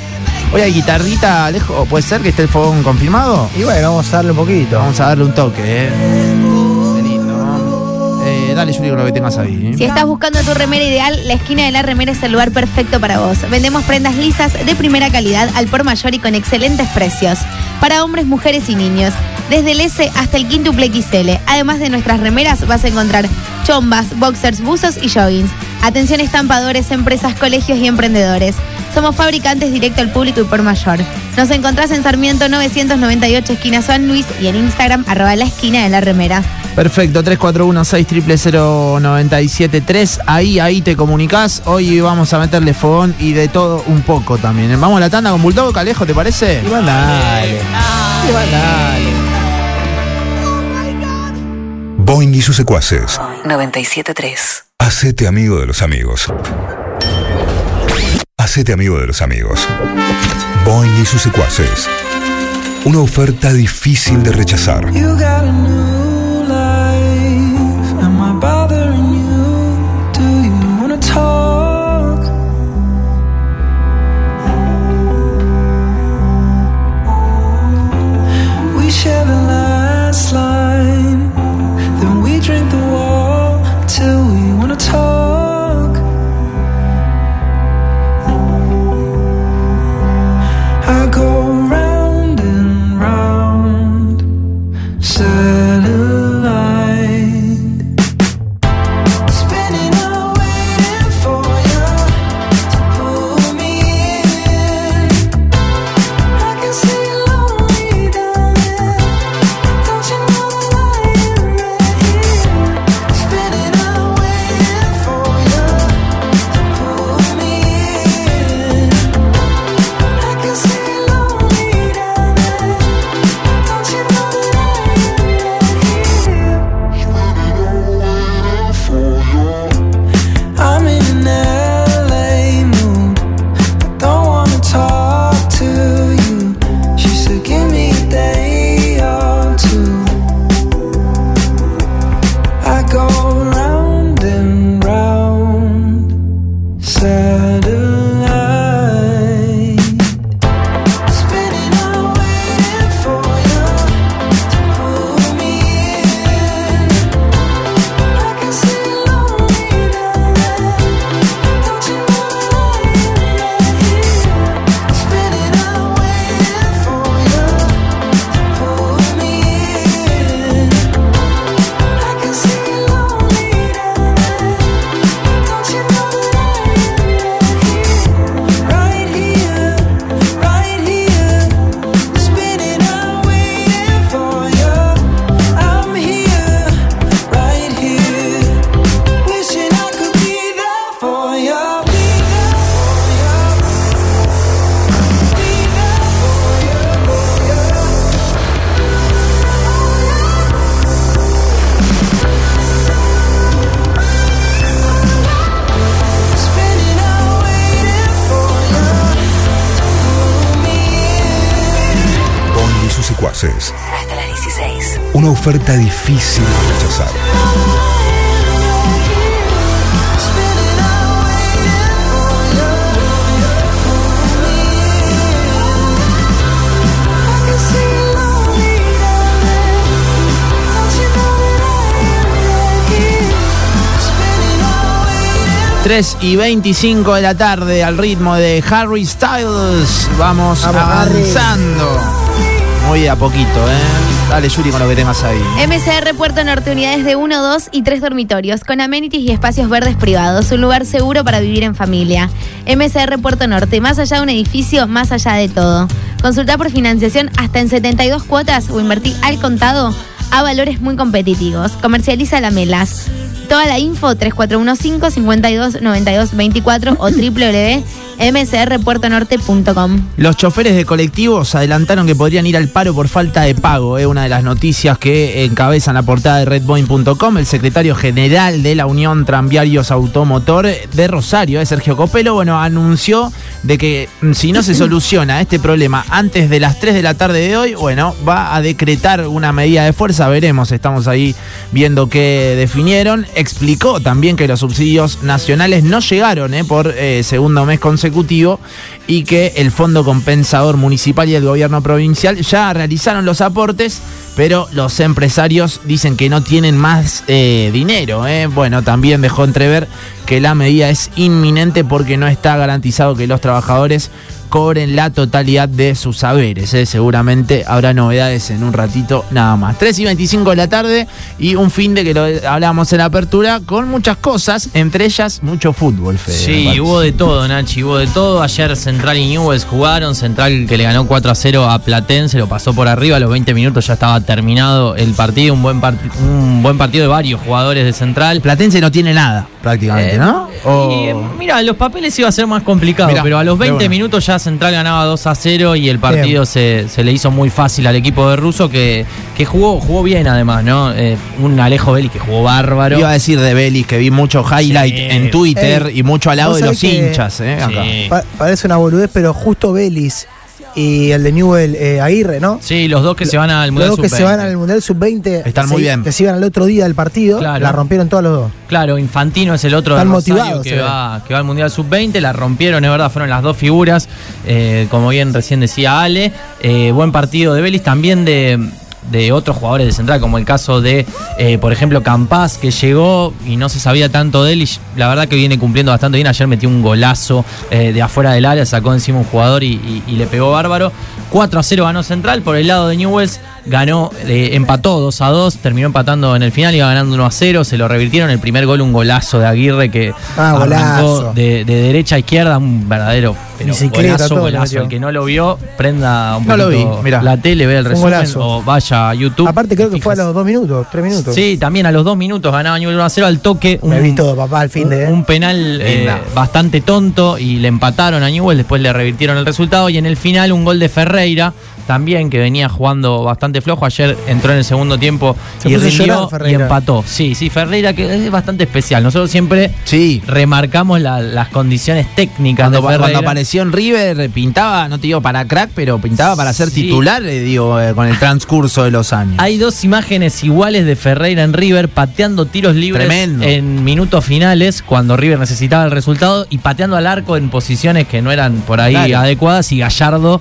Speaker 2: Hoy hay guitarrita, Alejo. ¿Puede ser que esté el fogón confirmado?
Speaker 7: Y bueno, vamos a darle un poquito.
Speaker 2: Vamos a darle un toque. Eh. Qué lindo. Eh, dale, Yuri, con lo que tengas ahí. eh.
Speaker 3: Si estás buscando tu remera ideal, la esquina de la remera es el lugar perfecto para vos. Vendemos prendas lisas de primera calidad al por mayor y con excelentes precios. Para hombres, mujeres y niños. Desde el S hasta el quíntuple XL. Además de nuestras remeras vas a encontrar chombas, boxers, buzos y joggings. Atención estampadores, empresas, colegios y emprendedores. Somos fabricantes directo al público y por mayor. Nos encontrás en Sarmiento 998 esquina San Luis y en Instagram arroba la esquina de la remera.
Speaker 2: Perfecto, 3416-000973. Ahí, ahí te comunicás. Hoy vamos a meterle fogón y de todo un poco también. ¿eh? Vamos a la tanda con Bulldog, Alejo, ¿te parece?
Speaker 7: Igual dale. Igual dale.
Speaker 15: Boing y sus secuaces.
Speaker 10: 973.
Speaker 15: Hacete amigo de los amigos. Hacete amigo de los amigos. Boing y sus secuaces. Una oferta difícil de rechazar.
Speaker 14: You got a new life. Am I bothering you? Do you wanna talk? We share the last line, then we drink the wall till we wanna talk. I go round and round satellite. Spinning out, waiting for you to pull me in. I can see you lonely down there. Don't you know that I am right here? Spinning out, waiting for you to pull me in. I can see you lonely down there. Don't you know that I am right here? I'm in an LA mood. I don't wanna talk to you. She said, Give me a day or two. I go round and round. Satellite. Spinning out, waiting for you to pull me in. I can see you lonely down there. Don't you know that I am right here? Spinning out, waiting for you to pull me in. I can see you lonely down there. Don't you know that I am right here? Right here, right here. Spinning out, waiting for you. I'm here, right here. Wishing I could be there for you. Be there for you. Be there for you, for you. Spinning out, waiting for you to pull me in.
Speaker 15: Boing y sus secuaces.
Speaker 10: Hasta las 16.
Speaker 15: Una oferta difícil de rechazar.
Speaker 14: Spinning out, waiting for you to pull me in. I can see you lonely down there. Don't you know that I am right here? Spinning out, waiting
Speaker 2: 3 y 25 de la tarde al ritmo de Harry Styles. Vamos, avanzando. Muy de a poquito, ¿eh? Dale, Yuri, con lo que temas ahí.
Speaker 3: MCR Puerto Norte, unidades de 1, 2 y 3 dormitorios, con amenities y espacios verdes privados, un lugar seguro para vivir en familia. MCR Puerto Norte, más allá de un edificio, más allá de todo. Consulta por financiación hasta en 72 cuotas o invertí al contado a valores muy competitivos. Comercializa la Melas. Toda la info 3415 52 92 24 o www.mcrpuertonorte.com.
Speaker 2: Los choferes de colectivos adelantaron que podrían ir al paro por falta de pago. Es una de las noticias que encabezan la portada de redboeing.com. El secretario general de la Unión Tranviarios Automotor de Rosario, eh, Sergio Copelo, bueno, anunció de que mm, si no se soluciona este problema antes de las 3 de la tarde de hoy, bueno, va a decretar una medida de fuerza. Veremos, estamos ahí viendo qué definieron. Explicó también que los subsidios nacionales no llegaron eh, por eh, segundo mes consecutivo y que el Fondo Compensador Municipal y el Gobierno Provincial ya realizaron los aportes, pero los empresarios dicen que no tienen más eh, dinero. eh. Bueno, también dejó entrever que la medida es inminente porque no está garantizado que los trabajadores cobren la totalidad de sus saberes. eh. Seguramente habrá novedades en un ratito nada más. 3 y 25 de la tarde y un fin de que lo hablábamos en la apertura con muchas cosas, entre ellas mucho fútbol. Fede, me
Speaker 11: Sí,
Speaker 2: parece.
Speaker 11: hubo de todo, Nachi, hubo de todo. Ayer Central y Newells jugaron, Central que le ganó 4 a 0 a Platense, lo pasó por arriba, a los 20 minutos ya estaba terminado el partido, un buen, part- un buen partido de varios jugadores de Central.
Speaker 2: Platense no tiene nada, prácticamente, ¿no? O-
Speaker 11: Y, eh, mira, los papeles iba a ser más complicado,
Speaker 2: Mirá,
Speaker 11: pero a los
Speaker 2: de
Speaker 11: 20
Speaker 2: una.
Speaker 11: minutos ya Central ganaba 2 a 0 y el partido
Speaker 2: Bien.
Speaker 11: se, se le hizo muy fácil al equipo de Russo que, que jugó, jugó bien además, ¿no? Eh, un Alejo Vélez que jugó bárbaro.
Speaker 2: Iba a decir de Belis que vi mucho highlight
Speaker 11: Sí.
Speaker 2: en Twitter
Speaker 11: Ey,
Speaker 2: y mucho al lado
Speaker 7: vos
Speaker 2: de los
Speaker 7: sabés que-
Speaker 2: hinchas, ¿eh? Acá.
Speaker 7: Pa- parece una boludez, pero justo Vélez y el de Newell eh, Aguirre, ¿no?
Speaker 11: Sí, los dos que se van al Mundial
Speaker 7: Luego que se van
Speaker 11: Sub-20.
Speaker 7: al Mundial Sub-20.
Speaker 11: Están
Speaker 7: que
Speaker 11: muy
Speaker 7: se-
Speaker 11: bien.
Speaker 7: Que se iban al otro día del partido.
Speaker 11: Claro.
Speaker 7: La rompieron todos los dos.
Speaker 11: Claro, Infantino es el otro de
Speaker 7: Están
Speaker 11: Rosario
Speaker 7: motivados,
Speaker 11: que,
Speaker 7: se ve.
Speaker 11: va, que va al Mundial Sub-20. La rompieron, es verdad, fueron las dos figuras. eh, como bien recién decía Ale. Eh, buen partido de Vélez, también de, de otros jugadores de central, como el caso de, eh, por ejemplo, Campaz, que llegó y no se sabía tanto de él. Y la verdad que viene cumpliendo bastante bien. Ayer metió un golazo eh, de afuera del área, sacó encima un jugador y, y- y le pegó bárbaro. 4 a 0 ganó Central por el lado de Newells. Ganó, eh, empató 2 a 2, terminó empatando en el final, iba ganando 1 a 0, se lo revirtieron. El primer gol, un golazo de Aguirre que
Speaker 7: Ah,
Speaker 11: arrancó
Speaker 7: golazo.
Speaker 11: de, de derecha a izquierda, un verdadero pero
Speaker 7: Bicicleta,
Speaker 11: golazo,
Speaker 7: todo,
Speaker 11: golazo.
Speaker 7: metió.
Speaker 11: El que no lo vio, prenda un
Speaker 2: No lo
Speaker 11: poquito
Speaker 2: vi, mirá.
Speaker 11: la tele, ve el
Speaker 7: Un
Speaker 11: resumen
Speaker 7: golazo.
Speaker 11: o vaya a YouTube.
Speaker 7: Aparte, creo que fue a los dos minutos, tres minutos.
Speaker 11: Sí, también a los dos minutos ganaba Newell 1 a 0 al toque.
Speaker 7: Me
Speaker 11: un-
Speaker 7: vi todo, papá, al fin de.
Speaker 11: un penal eh,
Speaker 7: Linda.
Speaker 11: bastante tonto y le empataron a Newell, después le revirtieron el resultado y en el final un gol de Ferreira también que venía jugando bastante flojo, ayer entró en el segundo tiempo
Speaker 7: Se
Speaker 11: y
Speaker 7: puso a llorar
Speaker 11: rindió y
Speaker 7: Ferreira.
Speaker 11: empató. Sí, sí, Ferreira que es bastante especial. Nosotros siempre remarcamos la- las condiciones técnicas
Speaker 2: Cuando,
Speaker 11: de Ferreira.
Speaker 2: cuando apareció en River, pintaba, no te digo para crack, pero pintaba para ser titular, eh, digo, eh, con el transcurso de los años.
Speaker 11: Hay dos imágenes iguales de Ferreira en River pateando tiros libres
Speaker 2: Tremendo.
Speaker 11: en minutos finales cuando River necesitaba el resultado y pateando al arco en posiciones que no eran por ahí
Speaker 2: Claro.
Speaker 11: adecuadas y Gallardo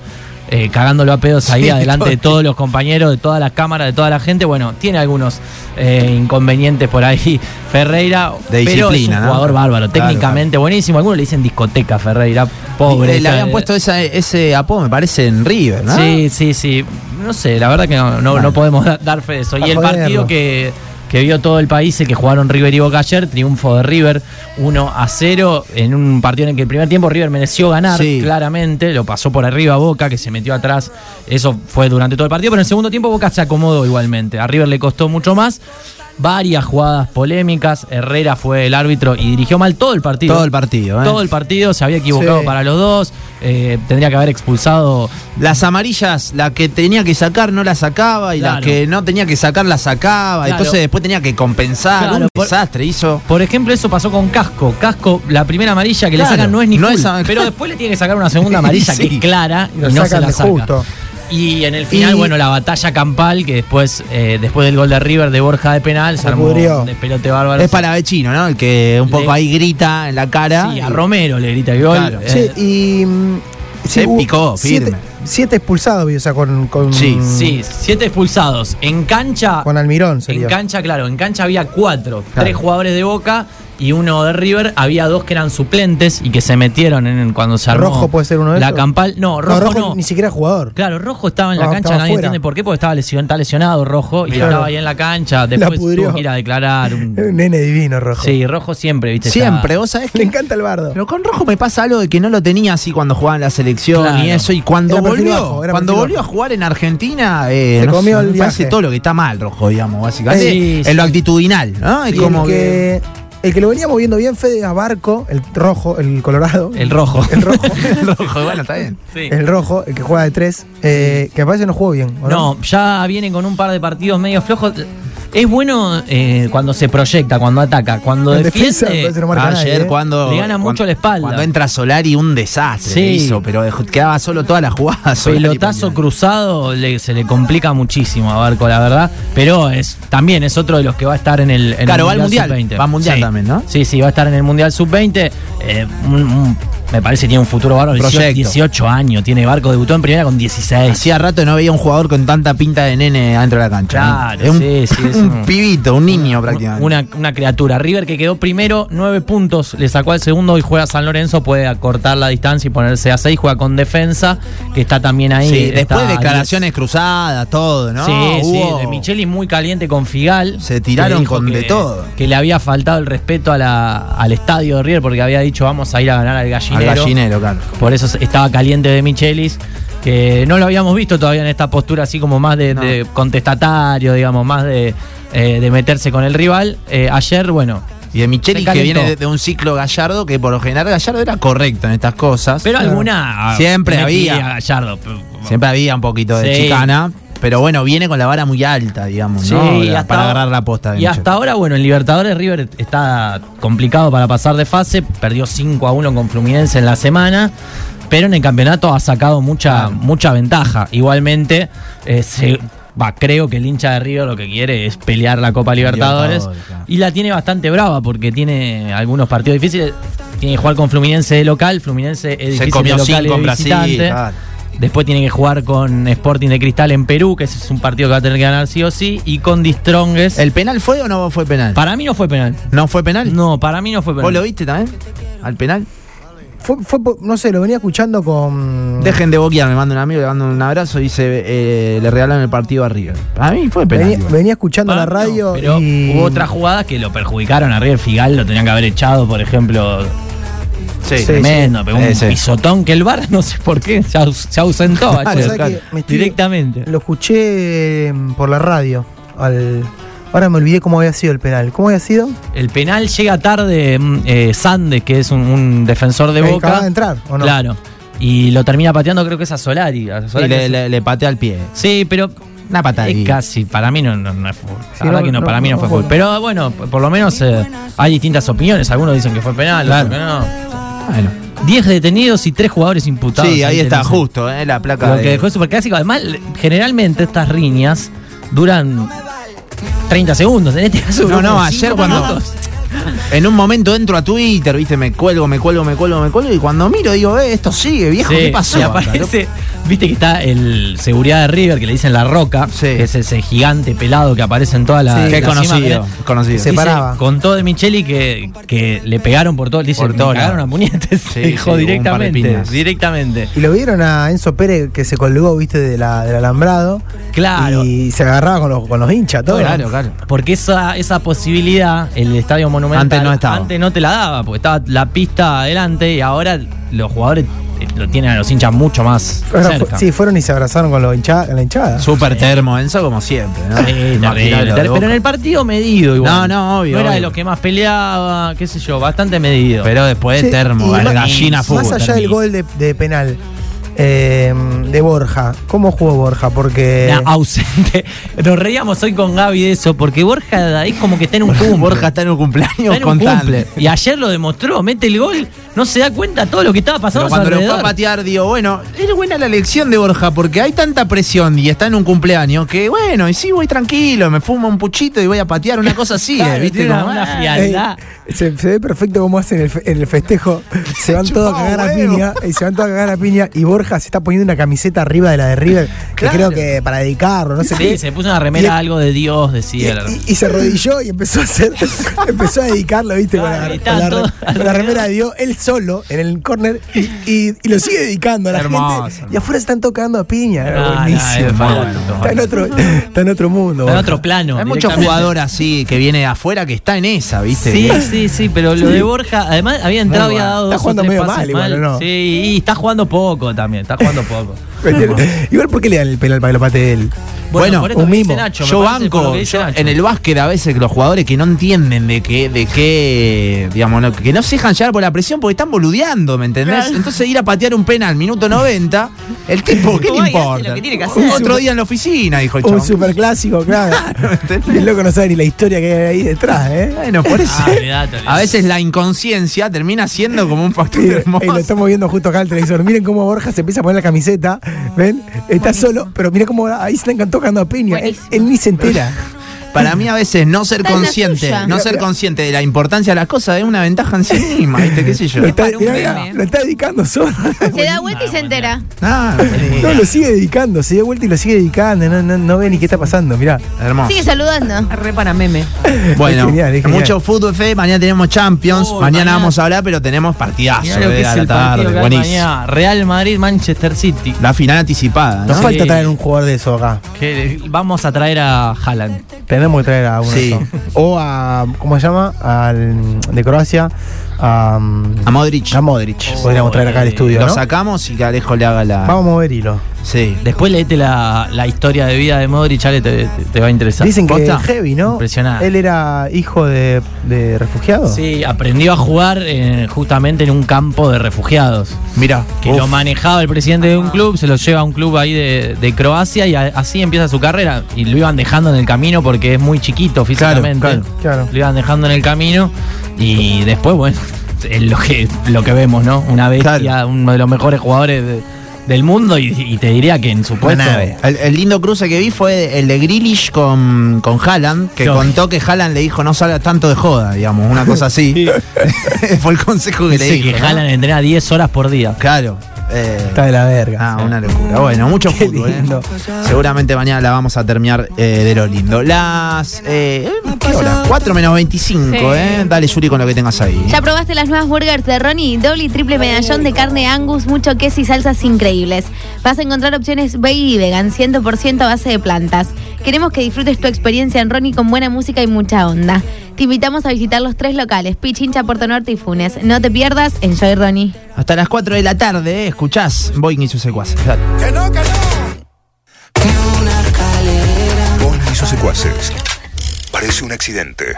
Speaker 11: eh, cagándolo a pedos ahí
Speaker 2: Sí,
Speaker 11: adelante de
Speaker 2: todo.
Speaker 11: todos los compañeros, de todas las cámaras, de toda la gente. Bueno, tiene algunos eh, inconvenientes por ahí *laughs* Ferreira,
Speaker 2: De
Speaker 11: pero es un
Speaker 2: disciplina, ¿no?
Speaker 11: jugador bárbaro,
Speaker 2: Claro,
Speaker 11: técnicamente buenísimo. Algunos le dicen discoteca Ferreira, pobre.
Speaker 2: Eh, le
Speaker 11: está-
Speaker 2: habían puesto esa- ese apodo, me parece, en River, ¿no?
Speaker 11: Sí, sí, sí. No sé, la verdad que no, no, no podemos da- dar fe de eso.
Speaker 2: A
Speaker 11: Y el
Speaker 2: joderlo.
Speaker 11: partido que, que vio todo el país, el que jugaron River y Boca ayer, triunfo de River 1 a 0, en un partido en el que el primer tiempo River mereció ganar,
Speaker 2: Sí.
Speaker 11: claramente, lo pasó por arriba a Boca, que se metió atrás, eso fue durante todo el partido, pero en el segundo tiempo Boca se acomodó igualmente, a River le costó mucho más. Varias jugadas polémicas, Herrera fue el árbitro y dirigió mal todo el partido.
Speaker 2: Todo el partido, ¿eh?
Speaker 11: Todo el partido, se había equivocado
Speaker 2: Sí.
Speaker 11: para los dos, eh, tendría que haber expulsado
Speaker 2: Las amarillas, la que tenía que sacar no la sacaba y la
Speaker 11: Claro.
Speaker 2: que no tenía que sacar la sacaba.
Speaker 11: Claro.
Speaker 2: Entonces después tenía que compensar.
Speaker 11: Claro,
Speaker 2: un
Speaker 11: por-
Speaker 2: desastre hizo.
Speaker 11: Por ejemplo, eso pasó con Casco. Casco, la primera amarilla que
Speaker 2: Claro,
Speaker 11: le sacan no es ni
Speaker 2: no
Speaker 11: full,
Speaker 2: es a-
Speaker 11: pero después le tiene que sacar una
Speaker 2: *laughs*
Speaker 11: segunda amarilla
Speaker 2: Sí.
Speaker 11: que es clara y
Speaker 7: Lo
Speaker 11: no se
Speaker 7: sacan
Speaker 11: la
Speaker 7: de
Speaker 11: saca.
Speaker 7: justo.
Speaker 11: Y en el final,
Speaker 7: Y-
Speaker 11: bueno, la batalla campal que después eh, después del gol de River de Borja de penal se
Speaker 2: Se
Speaker 11: armó
Speaker 2: pudrió.
Speaker 11: de pelote bárbaro.
Speaker 2: Es para Vecino, ¿no? El que un poco
Speaker 11: Le-
Speaker 2: ahí grita en la cara.
Speaker 11: Sí, a Romero le grita el gol.
Speaker 2: Claro.
Speaker 11: Eh,
Speaker 7: Sí, y. mm,
Speaker 2: Se
Speaker 7: hubo
Speaker 2: picó,
Speaker 7: siete-
Speaker 2: firme.
Speaker 7: Siete, expulsados, vi, o sea, con. con
Speaker 11: Sí, sí, siete expulsados. En cancha
Speaker 7: Con Almirón
Speaker 11: En
Speaker 7: sería.
Speaker 11: cancha, claro, en cancha había cuatro,
Speaker 7: Claro.
Speaker 11: tres jugadores de Boca y uno de River, había dos que eran suplentes y que se metieron en cuando se armó.
Speaker 7: Rojo puede ser uno de
Speaker 11: La
Speaker 7: esos.
Speaker 11: campal. No, rojo no.
Speaker 7: ni siquiera jugador.
Speaker 11: Claro, Rojo estaba en
Speaker 7: Ah,
Speaker 11: la cancha,
Speaker 7: estaba
Speaker 11: nadie
Speaker 7: fuera.
Speaker 11: entiende por qué, porque estaba lesionado, está lesionado Rojo y
Speaker 7: Mirá.
Speaker 11: estaba ahí en la cancha. Después
Speaker 7: pudrió.
Speaker 11: tuvo que ir a declarar. un-
Speaker 7: *laughs* Un nene divino, Rojo.
Speaker 11: Sí, Rojo siempre, ¿viste? está-
Speaker 2: Siempre, vos sabés que. Le
Speaker 7: encanta el bardo.
Speaker 2: Pero con Rojo me pasa algo de que no lo tenía así cuando jugaba en la selección
Speaker 11: Claro.
Speaker 2: y eso. Y cuando
Speaker 11: Era perfil
Speaker 2: volvió,
Speaker 11: bajo, era
Speaker 2: cuando
Speaker 11: perfil
Speaker 2: volvió a jugar en Argentina, eh,
Speaker 7: Se
Speaker 2: no sé,
Speaker 7: comió el
Speaker 2: me parece
Speaker 7: viaje.
Speaker 2: todo lo que está mal, Rojo, digamos, básicamente.
Speaker 7: Sí,
Speaker 2: en
Speaker 7: sí.
Speaker 2: lo actitudinal, ¿no? Es
Speaker 7: Y
Speaker 2: Ah, como
Speaker 7: el que, el que lo venía moviendo bien, Fede Gabarco, el rojo, el colorado.
Speaker 11: El rojo.
Speaker 7: El rojo.
Speaker 2: el rojo, bueno, está bien.
Speaker 7: El rojo, el que juega de tres, eh, que me parece no jugó bien. ¿o
Speaker 11: No, ya viene con un par de partidos medio flojos. Es bueno eh, cuando se proyecta, cuando ataca, cuando
Speaker 2: En
Speaker 11: defiende.
Speaker 2: defensa, parece no marca nadie,
Speaker 11: ayer
Speaker 2: ¿eh?
Speaker 11: cuando le
Speaker 2: *laughs*
Speaker 11: gana
Speaker 2: cuando-
Speaker 11: mucho la espalda.
Speaker 2: Cuando entra Solari, un desastre
Speaker 11: Sí.
Speaker 2: le hizo, pero dejó- quedaba solo toda la jugada. Solari
Speaker 11: Pelotazo cruzado le- se le complica muchísimo a Barco, la verdad. Pero es también es otro de los que va a estar en el. en el
Speaker 2: Claro, va al Mundial,
Speaker 11: Sub-20.
Speaker 2: va al Mundial
Speaker 11: Sí.
Speaker 2: también, ¿no?
Speaker 11: Sí, sí, va a estar en el Mundial Sub-20. Eh, un- un- me parece que tiene un futuro bárbaro. 18,
Speaker 2: Proyecto.
Speaker 11: 18 años tiene Barco, debutó en primera con 16.
Speaker 2: Hacía rato no veía un jugador con tanta pinta de nene adentro de la cancha.
Speaker 11: Claro,
Speaker 2: ¿no? Es un,
Speaker 11: sí,
Speaker 2: *laughs*
Speaker 11: sí, es
Speaker 2: un
Speaker 11: un-
Speaker 2: pibito, un niño prácticamente.
Speaker 11: Una, una criatura. River que quedó primero, nueve puntos, le sacó al segundo y juega San Lorenzo, puede acortar la distancia y ponerse a seis, juega con defensa, que está también ahí.
Speaker 2: Sí, después
Speaker 11: está
Speaker 2: declaraciones cruzadas, todo, ¿no?
Speaker 11: Sí,
Speaker 2: Hubo-
Speaker 11: sí, de Micheli muy caliente con Figal. Se
Speaker 2: tiraron con de todo.
Speaker 11: Que le había faltado el respeto a la- al estadio de River porque había dicho vamos a ir a ganar al gallinero.
Speaker 2: Al gallinero, claro.
Speaker 11: Por eso estaba caliente de Michelis, que no lo habíamos visto todavía en esta postura así como más de, de contestatario, digamos, más de, eh, de meterse con el rival. Eh, ayer, bueno.
Speaker 2: Y de Micheli que viene de,
Speaker 11: de
Speaker 2: de un ciclo Gallardo que por lo general Gallardo era correcto en estas cosas.
Speaker 11: Pero alguna.
Speaker 2: Siempre
Speaker 11: le metía
Speaker 2: había.
Speaker 11: Gallardo.
Speaker 2: Siempre había un poquito de
Speaker 11: Sí.
Speaker 2: chicana. Pero bueno, viene con la vara muy alta, digamos,
Speaker 11: Sí,
Speaker 2: ¿no?
Speaker 11: y
Speaker 2: La-
Speaker 11: hasta-
Speaker 2: para agarrar la posta. de
Speaker 11: Y hasta ahora, bueno, en Libertadores River está complicado para pasar de fase. Perdió 5 a 1 con Fluminense en la semana. Pero en el campeonato ha sacado mucha, mucha ventaja. Igualmente, eh, se- va, creo que el hincha de River lo que quiere es pelear la Copa Libertadores.
Speaker 2: Libertadores, claro.
Speaker 11: Y la tiene bastante brava porque tiene algunos partidos difíciles. Tiene que jugar con Fluminense de local. Fluminense es difícil
Speaker 2: comió
Speaker 11: de local y
Speaker 2: cinco
Speaker 11: de
Speaker 2: en Brasil,
Speaker 11: visitante.
Speaker 2: claro.
Speaker 11: Después tiene que jugar con Sporting de Cristal en Perú, que ese es un partido que va a tener que ganar sí o sí, y con Distrongues.
Speaker 2: ¿El penal fue o no fue penal?
Speaker 11: Para mí no fue penal.
Speaker 2: ¿No fue penal?
Speaker 11: No, para mí no fue penal.
Speaker 2: ¿Vos lo viste también? ¿Al penal?
Speaker 7: Fue, fue po- no sé, lo venía escuchando con.
Speaker 2: Dejen de boquear, me manda un amigo, le mando un abrazo y dice, eh, le regalaron el partido a River. Para mí fue penal.
Speaker 7: venía,
Speaker 2: igual.
Speaker 7: venía escuchando la radio
Speaker 11: Ah, Pero
Speaker 7: y.
Speaker 11: hubo otras jugadas que lo perjudicaron a River Figal, lo tenían que haber echado, por ejemplo.
Speaker 2: Sí,
Speaker 11: tremendo,
Speaker 2: sí.
Speaker 11: pegó
Speaker 2: Sí,
Speaker 11: un
Speaker 2: sí.
Speaker 11: pisotón que el bar *laughs* no sé por qué se, aus-
Speaker 7: *laughs*
Speaker 11: se ausentó.
Speaker 7: Claro,
Speaker 11: ayer.
Speaker 7: o sea que me estoy-
Speaker 11: Directamente.
Speaker 7: Lo escuché mm, por la radio. Al, ahora me olvidé cómo había sido el penal. ¿Cómo había sido?
Speaker 11: El penal llega tarde, mm, eh, Sandes, que es un, un defensor de
Speaker 7: Que
Speaker 11: Boca.
Speaker 7: acaba de entrar, ¿o no?
Speaker 11: Claro. Y lo termina pateando, creo que es a Solari. a
Speaker 2: Sí,
Speaker 11: Solari
Speaker 2: le,
Speaker 11: es-
Speaker 2: le- le patea al pie.
Speaker 11: Sí, pero. Una
Speaker 2: patadita.
Speaker 11: casi, para mí no, no- no es fútbol. La
Speaker 2: Sí,
Speaker 11: verdad
Speaker 2: no,
Speaker 11: que no,
Speaker 2: no,
Speaker 11: para mí no,
Speaker 2: no,
Speaker 11: fue
Speaker 2: no.
Speaker 11: fútbol. Pero bueno, p- por lo menos eh, hay distintas opiniones. Algunos dicen que fue penal, otros que no.
Speaker 2: Bueno.
Speaker 11: 10 detenidos y 3 jugadores imputados.
Speaker 2: Sí, ahí está,
Speaker 11: tenés
Speaker 2: justo, eh, la placa.
Speaker 11: Lo
Speaker 2: de-
Speaker 11: que dejó el superclásico. Además, le- generalmente estas riñas duran 30 segundos. En este caso,
Speaker 2: No,
Speaker 11: duró
Speaker 2: no,
Speaker 11: como
Speaker 2: ayer
Speaker 11: cinco
Speaker 2: cuando.
Speaker 11: minutos.
Speaker 2: *laughs* En un momento entro a Twitter, viste, me cuelgo, me cuelgo, me cuelgo, me cuelgo. Y cuando miro, digo, eh, esto sigue, viejo,
Speaker 11: Sí,
Speaker 2: ¿qué pasó?
Speaker 11: y
Speaker 2: acá,
Speaker 11: aparece, viste que está el seguridad de River, que le dicen la roca, que es ese gigante pelado que aparece en toda la.
Speaker 2: Sí,
Speaker 11: la
Speaker 2: que es
Speaker 11: cima,
Speaker 2: conocido,
Speaker 7: ¿eh?
Speaker 11: que-
Speaker 2: conocido.
Speaker 11: dice,
Speaker 2: Se paraba.
Speaker 11: Contó de Micheli que, que le pegaron por todo. Dice,
Speaker 2: Por
Speaker 11: me
Speaker 2: todo
Speaker 11: cagaron
Speaker 2: lado.
Speaker 11: a puñetes.
Speaker 2: Sí, sí,
Speaker 11: *laughs* dijo
Speaker 2: hubo un par de
Speaker 11: directamente.
Speaker 2: piñas.
Speaker 11: Directamente.
Speaker 7: Y lo vieron a Enzo Pérez que se colgó, viste, de la, del alambrado.
Speaker 11: Claro.
Speaker 7: Y se agarraba con los, con los hinchas, todo.
Speaker 11: Bueno, Porque esa, esa posibilidad, el Estadio Monumental,
Speaker 2: Antes no estaba.
Speaker 11: antes no te la daba, porque estaba la pista adelante y ahora los jugadores eh, lo tienen a los hinchas mucho más
Speaker 7: Ahora fu-
Speaker 11: cerca.
Speaker 7: sí, fueron y se abrazaron con, los hincha- con la hinchada.
Speaker 2: Súper termo, Enzo, como siempre, ¿no?
Speaker 11: Sí, terrible,
Speaker 2: Maquinaria de
Speaker 11: terrible.
Speaker 2: Boca.
Speaker 11: eh, Pero en el partido medido igual.
Speaker 2: No, no, obvio,
Speaker 11: No era de
Speaker 2: obvio.
Speaker 11: los que más peleaba, qué sé yo, bastante medido.
Speaker 2: Pero después
Speaker 7: Che,
Speaker 2: termo,
Speaker 7: y
Speaker 2: la
Speaker 7: ma-
Speaker 2: gallina fútbol.
Speaker 7: Más allá del
Speaker 2: termo.
Speaker 7: gol de, de penal eh, de Borja, ¿cómo jugó Borja? Porque.
Speaker 11: Nah, ausente. Nos reíamos hoy con Gaby de eso, porque Borja es como que está en un cumple.
Speaker 2: Borja está en un cumpleaños
Speaker 11: Está en un
Speaker 2: contando.
Speaker 11: cumple. Y ayer lo demostró, mete el gol, no se da cuenta todo lo que estaba pasando
Speaker 2: Pero
Speaker 11: a su
Speaker 2: cuando lo fue
Speaker 11: alrededor.
Speaker 2: a patear, digo, bueno, es buena la elección de Borja porque hay tanta presión y está en un cumpleaños que, bueno, y sí, voy tranquilo, me fumo un puchito y voy a patear, una cosa así,
Speaker 11: *laughs* Claro,
Speaker 2: eh, ¿viste?
Speaker 11: tiene una-
Speaker 2: Como,
Speaker 11: una
Speaker 2: ah,
Speaker 11: frialdad.
Speaker 7: Ey, se, se ve perfecto cómo hacen el fe- en el festejo. Se
Speaker 11: *laughs*
Speaker 7: van todos a cagar a
Speaker 2: huevo.
Speaker 7: piña. Y se van todos a cagar a piña. Y Borja se está poniendo una camiseta arriba de la de River. Que creo que para dedicarlo, no sé
Speaker 11: sí,
Speaker 7: qué.
Speaker 11: se puso una remera,
Speaker 7: Y-
Speaker 11: algo de Dios, decía. la-
Speaker 7: Y, y se arrodilló y empezó a hacer. *laughs* empezó a dedicarlo, ¿viste? Con la, con la- con la remera de Dios, él solo, en el córner. Y, y- y lo sigue dedicando a la
Speaker 11: Hermoso,
Speaker 7: gente. Y afuera se están tocando a piña.
Speaker 11: No, Ah, no,
Speaker 7: Buenísimo.
Speaker 11: es fantástico.
Speaker 7: está, en otro, está en otro mundo.
Speaker 11: Está en
Speaker 7: Borja.
Speaker 11: otro plano.
Speaker 2: Hay mucho
Speaker 11: directamente.
Speaker 2: jugador así que viene de afuera que está en esa, ¿viste?
Speaker 11: Sí, sí, sí, pero lo
Speaker 2: Sí.
Speaker 11: de Borja, además había
Speaker 2: Muy
Speaker 11: entrado y
Speaker 2: bueno.
Speaker 11: había dado
Speaker 2: Está
Speaker 11: dos o
Speaker 2: jugando
Speaker 11: tres
Speaker 2: medio
Speaker 11: pases
Speaker 2: mal igual, ¿o no?
Speaker 11: Sí, y está jugando poco también, está jugando
Speaker 2: *laughs*
Speaker 11: poco.
Speaker 7: *laughs* Igual, ¿por qué le dan el penal para que lo patee él?
Speaker 2: Bueno,
Speaker 11: por esto
Speaker 2: un
Speaker 11: que dice
Speaker 2: mimo.
Speaker 11: Nacho, me
Speaker 2: yo
Speaker 11: parece por lo
Speaker 2: banco
Speaker 11: que dice
Speaker 2: yo
Speaker 11: Nacho.
Speaker 2: en el básquet a veces que los jugadores que no entienden de qué, de qué, digamos, no- que no se dejan llevar por la presión porque están boludeando, ¿me entendés?
Speaker 11: Claro.
Speaker 2: Entonces ir a patear un penal minuto 90, el tipo, ¿qué
Speaker 11: Como
Speaker 2: le
Speaker 11: ahí hace
Speaker 2: importa?
Speaker 11: lo que tiene que hacer.
Speaker 2: Otro día en la oficina, dijo el
Speaker 7: Un *laughs*
Speaker 2: chabón.
Speaker 7: superclásico, claro. Y el loco no sabe ni la historia que hay ahí detrás, ¿eh?
Speaker 2: Bueno, por eso.
Speaker 11: Ah,
Speaker 7: *laughs*
Speaker 11: olvidate, olvidate.
Speaker 2: A veces la inconsciencia termina siendo como un factor
Speaker 7: Y,
Speaker 2: hermoso.
Speaker 7: y lo estamos viendo justo acá al televisor. Miren cómo Borja se empieza a poner la camiseta. ¿Ven? Está solo, pero miren cómo ahí se están tocando a piña. Él, él ni se entera.
Speaker 2: Para mí a veces no ser
Speaker 7: Está en la
Speaker 2: consciente,
Speaker 7: suya.
Speaker 2: no ser consciente de la importancia de las cosas es una ventaja en sí misma, ¿viste? ¿Qué sé yo?
Speaker 7: Lo está, mirá, mirá, lo está dedicando solo.
Speaker 3: Se da vuelta y se entera.
Speaker 11: *laughs*
Speaker 2: Ah,
Speaker 7: No, lo sigue dedicando. Se dio vuelta y lo sigue dedicando. No, no, no ve ni qué está pasando. Mirá.
Speaker 2: Hermoso.
Speaker 3: Sigue saludando.
Speaker 4: Repara meme.
Speaker 7: Es
Speaker 2: Bueno,
Speaker 7: genial, es genial.
Speaker 2: mucho fútbol, Fede. Mañana tenemos Champions.
Speaker 11: Uy,
Speaker 2: mañana,
Speaker 11: mañana.
Speaker 2: vamos a hablar, pero tenemos partidazo.
Speaker 11: Mirá lo que
Speaker 2: eh,
Speaker 11: es
Speaker 2: a la
Speaker 11: el partido que
Speaker 2: tarde.
Speaker 11: hay
Speaker 2: Buenísimo.
Speaker 11: mañana. Real Madrid, Manchester City.
Speaker 2: La final anticipada. ¿no?
Speaker 7: Nos falta
Speaker 11: Sí.
Speaker 7: traer un jugador de eso acá.
Speaker 11: Que vamos a traer a Haaland.
Speaker 7: Tenemos que traer a uno
Speaker 2: Sí.
Speaker 7: de esos. O a, ¿cómo se llama? Al de Croacia. A,
Speaker 2: A Modric.
Speaker 7: a Modric.
Speaker 11: Oh,
Speaker 7: Podríamos traer acá al
Speaker 2: Eh,
Speaker 7: estudio,
Speaker 2: Lo
Speaker 7: ¿no?
Speaker 2: sacamos y que Alejo le haga la.
Speaker 7: Vamos a mover hilo.
Speaker 2: Sí.
Speaker 11: Después leete la, la historia de vida de Modric, Ale, te, te- te va a interesar.
Speaker 7: Dicen que
Speaker 11: ¿Posta?
Speaker 7: es heavy, ¿no?
Speaker 11: Impresionante.
Speaker 7: Él era hijo de, de refugiado.
Speaker 11: Sí, aprendió a jugar eh, justamente en un campo de refugiados.
Speaker 2: Mira.
Speaker 11: Que lo manejaba el presidente de un club, se lo lleva a un club ahí de, de Croacia y a- así empieza su carrera. Y lo iban dejando en el camino porque es muy chiquito físicamente.
Speaker 7: claro, claro.
Speaker 11: Lo iban dejando en el camino y después, bueno, *laughs* es lo que, lo que vemos, ¿no? Una bestia, uno de los mejores jugadores de- del mundo y, y te diría que en su puesto.
Speaker 2: El, el lindo cruce que vi fue el de Grealish con, con Haaland, que
Speaker 11: Yo.
Speaker 2: contó que Haaland le dijo no salga tanto de joda, digamos, una
Speaker 11: *laughs*
Speaker 2: cosa así. *laughs* fue el consejo que le
Speaker 11: Dice
Speaker 2: dijo.
Speaker 11: que
Speaker 2: ¿no?
Speaker 11: Haaland entrena 10 horas por día.
Speaker 2: Claro. eh,
Speaker 7: Está de la verga.
Speaker 2: Ah, una locura. Bueno, mucho
Speaker 7: *laughs* Qué
Speaker 2: fútbol. ¿eh?
Speaker 7: lindo.
Speaker 2: Seguramente mañana la vamos a terminar eh, de lo lindo. Las. Eh, ¿Qué hora? 4 menos 25,
Speaker 3: Sí.
Speaker 2: ¿eh? Dale, Yuri, con lo que tengas ahí.
Speaker 3: ¿Ya probaste las nuevas burgers de Ronnie? Doble y triple medallón de carne angus, mucho queso y salsas increíbles. Vas a encontrar opciones veggie y vegan, 100% a base de plantas. Queremos que disfrutes tu experiencia en Ronnie con buena música y mucha onda. Te invitamos a visitar los tres locales, Pichincha, Puerto Norte y Funes. No te pierdas, Enjoy Ronnie.
Speaker 2: Hasta las 4 de la tarde, ¿eh? Escuchás Boing y sus secuaces. Dale.
Speaker 15: Boing y sus secuaces. Parece un accidente.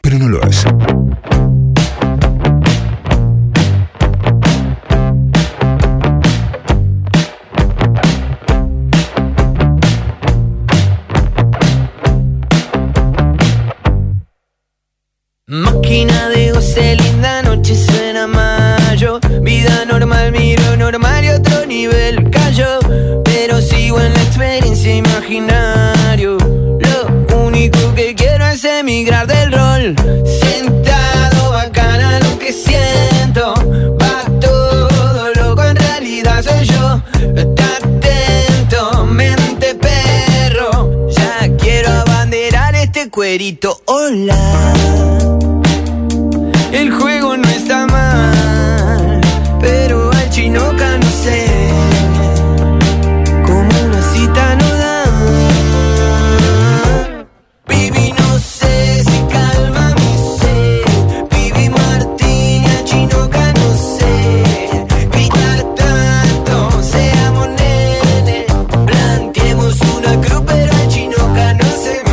Speaker 15: Pero no lo es.
Speaker 14: Máquina de goce, linda noche suena mayo. Vida normal, miro normal y otro nivel cayó. Pero sigo en la experiencia imaginario. Lo único que quiero es emigrar del rol. Sentado, bacana lo que siento. Va todo loco, en realidad soy yo. Está atento, mente perro. Ya quiero abanderar este cuerito. Hola. El juego no está mal, pero al chinoca no sé Como una cita no da. Vivi no sé si calma mi sed. Vivi Martini al chinoca no sé. Gritar tanto, seamos nene. Planteemos una cruz, pero al chinoca no sé.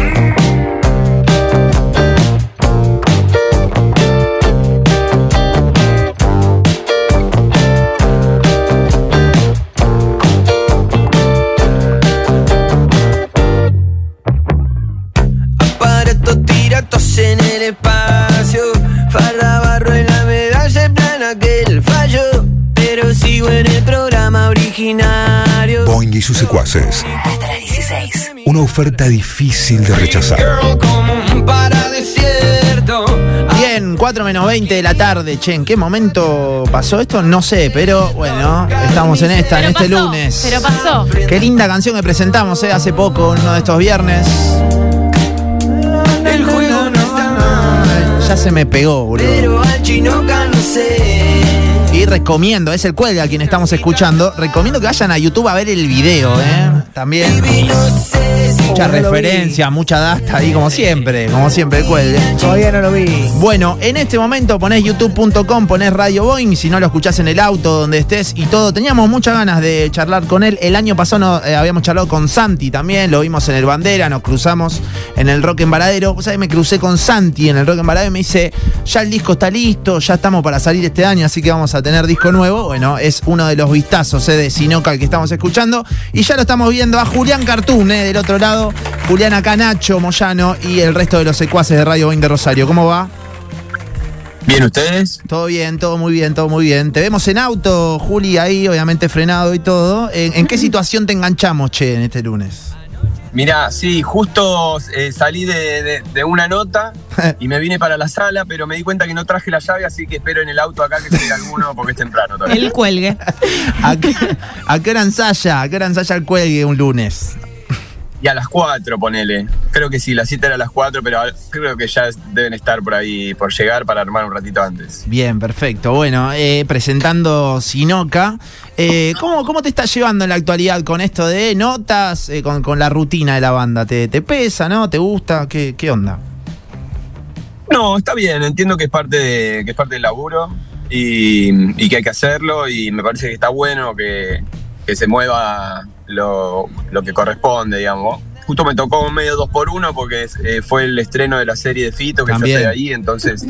Speaker 14: aparatos tiratos en el espacio, farra barro en la vereda.
Speaker 8: en aquel fallo, pero sigo en el programa originario.
Speaker 15: Boing y sus secuaces.
Speaker 10: Hasta las 16.
Speaker 15: Una oferta difícil de rechazar.
Speaker 2: Bien, 4 menos 20 de la tarde, che, ¿en qué momento pasó esto? No sé, pero bueno, estamos en esta, en este lunes.
Speaker 5: Pero pasó.
Speaker 2: Qué linda canción que presentamos eh, hace poco, uno de estos viernes.
Speaker 8: El juego no está mal,
Speaker 2: Ya se me pegó, boludo.
Speaker 8: pero al chinoca no sé.
Speaker 2: Y recomiendo, es el cuelga a quien estamos escuchando. Recomiendo que vayan a YouTube a ver el video, ¿eh? También.
Speaker 7: Oh,
Speaker 2: Mucha referencia, mucha data ahí, como siempre, como siempre, el cuelga.
Speaker 7: Todavía no lo vi.
Speaker 2: Bueno, en este momento ponés youtube.com, ponés Radio Boeing, si no lo escuchás en el auto, donde estés y todo. Teníamos muchas ganas de charlar con él. El año pasado no, eh, habíamos charlado con Santi también, lo vimos en el Bandera, nos cruzamos en el Rock en Varadero. Vos sabés, me crucé con Santi en el Rock en Varadero y me dice, ya el disco está listo, ya estamos para salir este año, así que vamos a tener disco nuevo. Bueno, es uno de los vistazos eh, de Sinocal que estamos escuchando. Y ya lo estamos viendo a Julián Cartoon, eh, del otro lado, Julián acá, Nacho Moyano y el resto de los secuaces de Radio Boeing de Rosario. ¿Cómo va?
Speaker 21: Bien, ¿ustedes?
Speaker 2: Todo bien, todo muy bien, todo muy bien. Te vemos en auto, Juli, ahí, obviamente frenado y todo. ¿En, en qué situación te enganchamos, che, en este lunes?
Speaker 21: Mira, sí, justo eh, salí de, de- de una nota y me vine para la sala, pero me di cuenta que no traje la llave, así que espero en el auto acá que llegue alguno porque es temprano todavía.
Speaker 2: cuelgue. *laughs* ¿A qué, a qué hora ensaya? ¿A qué hora ensaya el cuelgue un lunes?
Speaker 21: Y a las 4, ponele. Creo que sí, la cita era a las 4, pero a- creo que ya es- deben estar por ahí, por llegar para armar un ratito antes.
Speaker 2: Bien, perfecto. Bueno, eh, presentando Sinoca. Eh, ¿cómo, ¿Cómo te está llevando en la actualidad con esto de notas, eh, con, con la rutina de la banda? ¿Te, te pesa, no? ¿Te gusta? ¿Qué, qué onda?
Speaker 21: No, está bien, entiendo que es parte, de- que es parte del laburo y, y que hay que hacerlo y me parece que está bueno que, que se mueva lo, lo que corresponde, digamos. Justo me tocó un medio dos por uno porque eh, fue el estreno de la serie de Fito que
Speaker 2: También.
Speaker 21: yo estoy ahí, entonces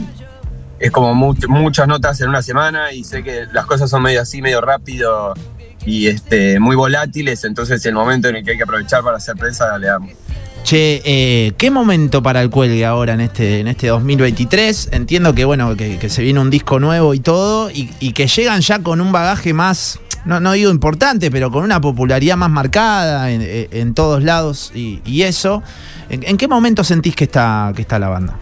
Speaker 21: es como much- muchas notas en una semana y sé que las cosas son medio así, medio rápido y este, muy volátiles, entonces el momento en el que hay que aprovechar para hacer prensa le damos.
Speaker 2: Che, eh, ¿qué momento para el cuelgue ahora en este, en este 2023? Entiendo que, bueno, que, que se viene un disco nuevo y todo, y, y que llegan ya con un bagaje más, no, no digo importante, pero con una popularidad más marcada en, en- en todos lados y, y eso. ¿En, en qué momento sentís que está, que está la banda?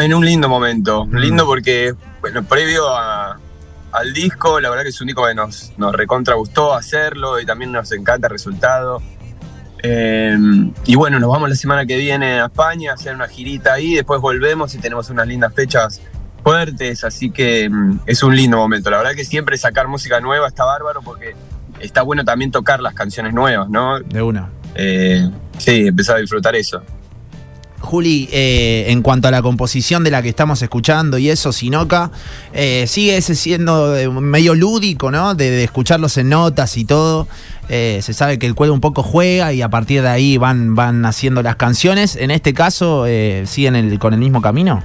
Speaker 21: En un lindo momento,
Speaker 2: Mm.
Speaker 21: lindo porque, bueno, previo a- al disco, la verdad que es un disco que nos, nos recontra gustó hacerlo y también nos encanta el resultado. Eh, y bueno, nos vamos la semana que viene a España a hacer una girita ahí, después volvemos y tenemos unas lindas fechas fuertes, así que mm, es un lindo momento. La verdad que siempre sacar música nueva está bárbaro porque está bueno también tocar las canciones nuevas, ¿no?
Speaker 2: De una.
Speaker 21: Eh, sí, empezar a disfrutar eso.
Speaker 2: Juli, eh, en cuanto a la composición de la que estamos escuchando y eso, Sinoca, eh, sigue ese siendo eh, medio lúdico, ¿no? De, de escucharlos en notas y todo. Eh, se sabe que el cuello un poco juega y a partir de ahí van, van haciendo las canciones. En este caso, eh, ¿siguen el- con el mismo camino?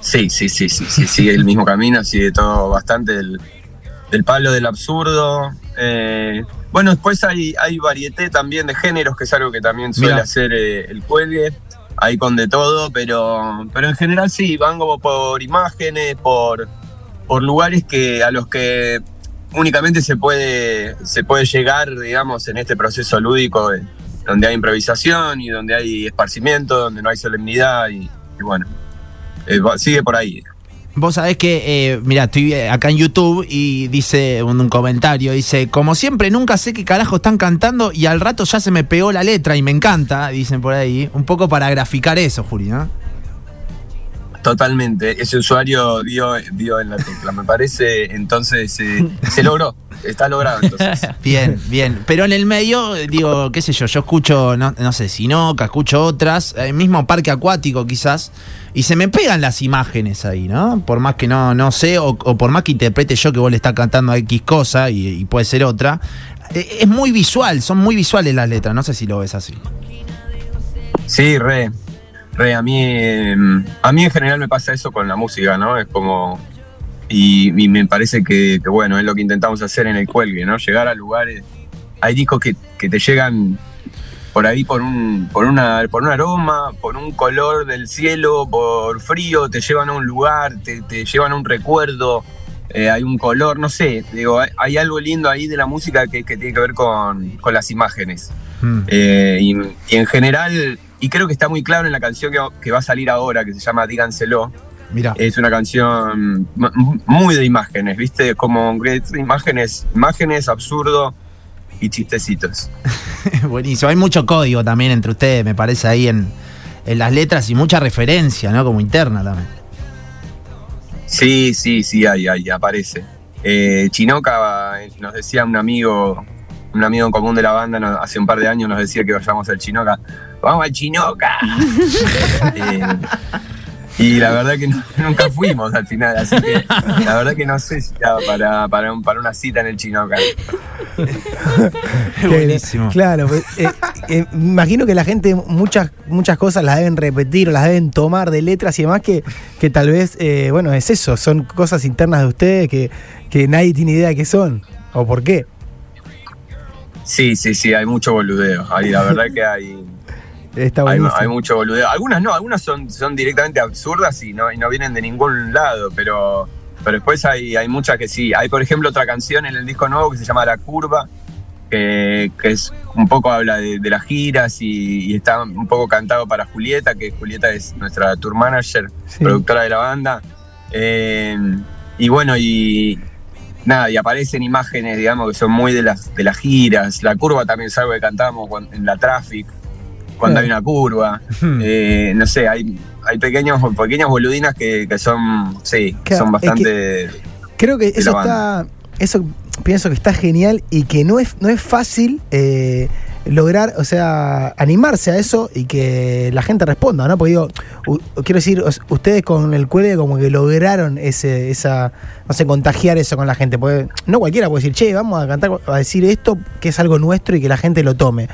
Speaker 21: Sí, sí, sí, sí, sí, sigue el mismo camino, sigue todo bastante del, del palo del absurdo. Eh, bueno, después hay, hay varieté también de géneros, que es algo que también suele
Speaker 22: Mirá.
Speaker 21: hacer eh, el cuelgue, ahí con de todo, pero, pero en general sí, van como por imágenes, por, por lugares que a los que únicamente se puede, se puede llegar, digamos, en este proceso lúdico, eh, donde hay improvisación y donde hay esparcimiento, donde no hay solemnidad y, y bueno, eh, va- sigue por ahí.
Speaker 2: Vos sabés que, eh, mira, estoy eh, acá en YouTube y dice un, un comentario, dice, como siempre, nunca sé qué carajo están cantando y al rato ya se me pegó la letra y me encanta, dicen por ahí, un poco para graficar eso, Juli, ¿no?
Speaker 21: Totalmente, ese usuario dio, dio en la tecla, me parece, entonces eh, se logró, está logrado entonces.
Speaker 2: Bien, bien. Pero en el medio, eh, digo, qué sé yo, yo escucho, no, no sé, Sinoca, escucho otras, el mismo parque acuático quizás, y se me pegan las imágenes ahí, ¿no? Por más que no, no sé, o, o por más que interprete yo que vos le estás cantando a X cosa y, y puede ser otra. eh, Es muy visual, son muy visuales las letras, no sé si lo ves así. *laughs*
Speaker 21: Sí, re, re, a mí, eh, a mí en general me pasa eso con la música, ¿no? Es como, y, y me parece que, que, bueno, es lo que intentamos hacer en el cuelgue, ¿no? Llegar a lugares, hay discos que, que te llegan por ahí por un, por una, por un aroma, por un color del cielo, por frío, te llevan a un lugar, te, te llevan a un recuerdo, eh, hay un color, no sé, digo, hay, hay algo lindo ahí de la música que, que tiene que ver con, con las imágenes. Eh, y, y en general, y creo que está muy claro en la canción que, que va a salir ahora, que se llama Díganselo.
Speaker 2: Mira.
Speaker 21: Es una canción mu- muy de imágenes, ¿viste? Como que imágenes, imágenes, absurdo y chistecitos.
Speaker 2: Buenísimo. Hay mucho código también entre ustedes, me parece, ahí en, en las letras y mucha referencia, ¿no? Como interna también.
Speaker 21: Sí, sí, sí, ahí, ahí, aparece. Eh, Chinoca, eh, nos decía un amigo, un amigo en común de la banda, no- hace un par de años nos decía que vayamos al Chinoca. ¡Vamos al Chinoca! Eh, y la verdad que no- nunca fuimos al final, así que la verdad que no sé si da para, para, un- para una cita en el Chinoca.
Speaker 7: Que- *laughs* Claro, pues, eh, eh, imagino que la gente muchas, muchas cosas las deben repetir o las deben tomar de letras y demás que, que tal vez, eh, bueno, es eso, son cosas internas de ustedes que, que nadie tiene idea de qué son o por qué.
Speaker 21: Sí, sí, sí, hay mucho boludeo. Ahí la verdad que hay,
Speaker 7: Está
Speaker 21: hay,
Speaker 7: buenísimo.
Speaker 21: hay mucho boludeo. Algunas no, algunas son, son directamente absurdas y no, y no vienen de ningún lado, pero, pero después hay, hay muchas que sí. Hay, por ejemplo, otra canción en el disco nuevo que se llama La Curva, que, que es un poco habla de, de las giras y, y está un poco cantado para Julieta, que Julieta es nuestra tour manager, productora de la banda. Eh, y bueno, y nada, y aparecen imágenes, digamos, que son muy de las, de las giras. La curva también es algo que cantamos cuan- en la traffic, cuando hay una curva.
Speaker 7: Hmm.
Speaker 21: Eh, no sé, hay, hay pequeños, pequeñas boludinas que, que son, sí, que
Speaker 7: Claro,
Speaker 21: son
Speaker 7: es que-
Speaker 21: bastante...
Speaker 7: Creo que
Speaker 21: de
Speaker 7: eso
Speaker 21: la
Speaker 7: está. Eso pienso que está genial y que no es, no es fácil eh, lograr, o sea, animarse a eso y que la gente responda, ¿no? Porque digo, u- quiero decir, os- ustedes con el cuelgue como que lograron ese, esa, no sé, contagiar eso con la gente. Porque no cualquiera puede decir, che, vamos a cantar, a decir esto que es algo nuestro y que la gente lo tome.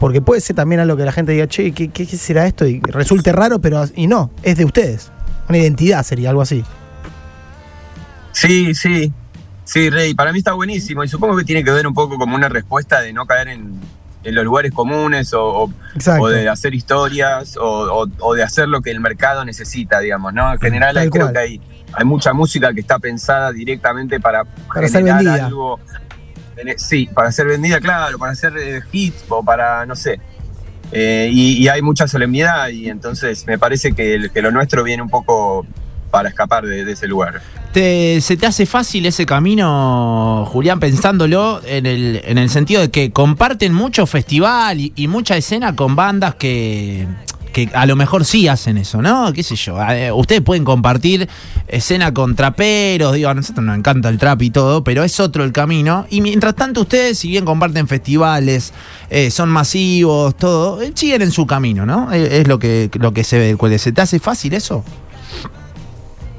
Speaker 7: Porque puede ser también algo que la gente diga, che, ¿qué, qué- qué será esto? Y resulte raro, pero y no, es de ustedes. Una identidad sería algo así.
Speaker 21: Sí, sí, sí, Rey, para mí está buenísimo y supongo que tiene que ver un poco como una respuesta de no caer en, en los lugares comunes o, o-
Speaker 7: Exacto.
Speaker 21: o de hacer historias o, o- o de hacer lo que el mercado necesita, digamos, ¿no? En general
Speaker 7: Tal
Speaker 21: hay- creo
Speaker 7: cual.
Speaker 21: que hay, hay mucha música que está pensada directamente para,
Speaker 7: Para ser
Speaker 21: generar
Speaker 7: vendida.
Speaker 21: algo. en- e, Sí, para ser vendida, claro, para hacer eh, hits o para, no sé. Eh, y, y hay mucha solemnidad y entonces me parece que, el- que lo nuestro viene un poco para escapar de- de ese lugar.
Speaker 2: Te- ¿Se te hace fácil ese camino, Julián, pensándolo en el, en el sentido de que comparten mucho festival y, y mucha escena con bandas que, que a lo mejor sí hacen eso, ¿no? ¿Qué sé yo? eh, Ustedes pueden compartir escena con traperos, digo, a nosotros nos encanta el trap y todo, pero es otro el camino. Y mientras tanto ustedes, si bien comparten festivales, eh, son masivos, todo, eh, siguen en su camino, ¿no? Eh, Es lo que, lo que se ve del cual ¿Se te hace fácil eso?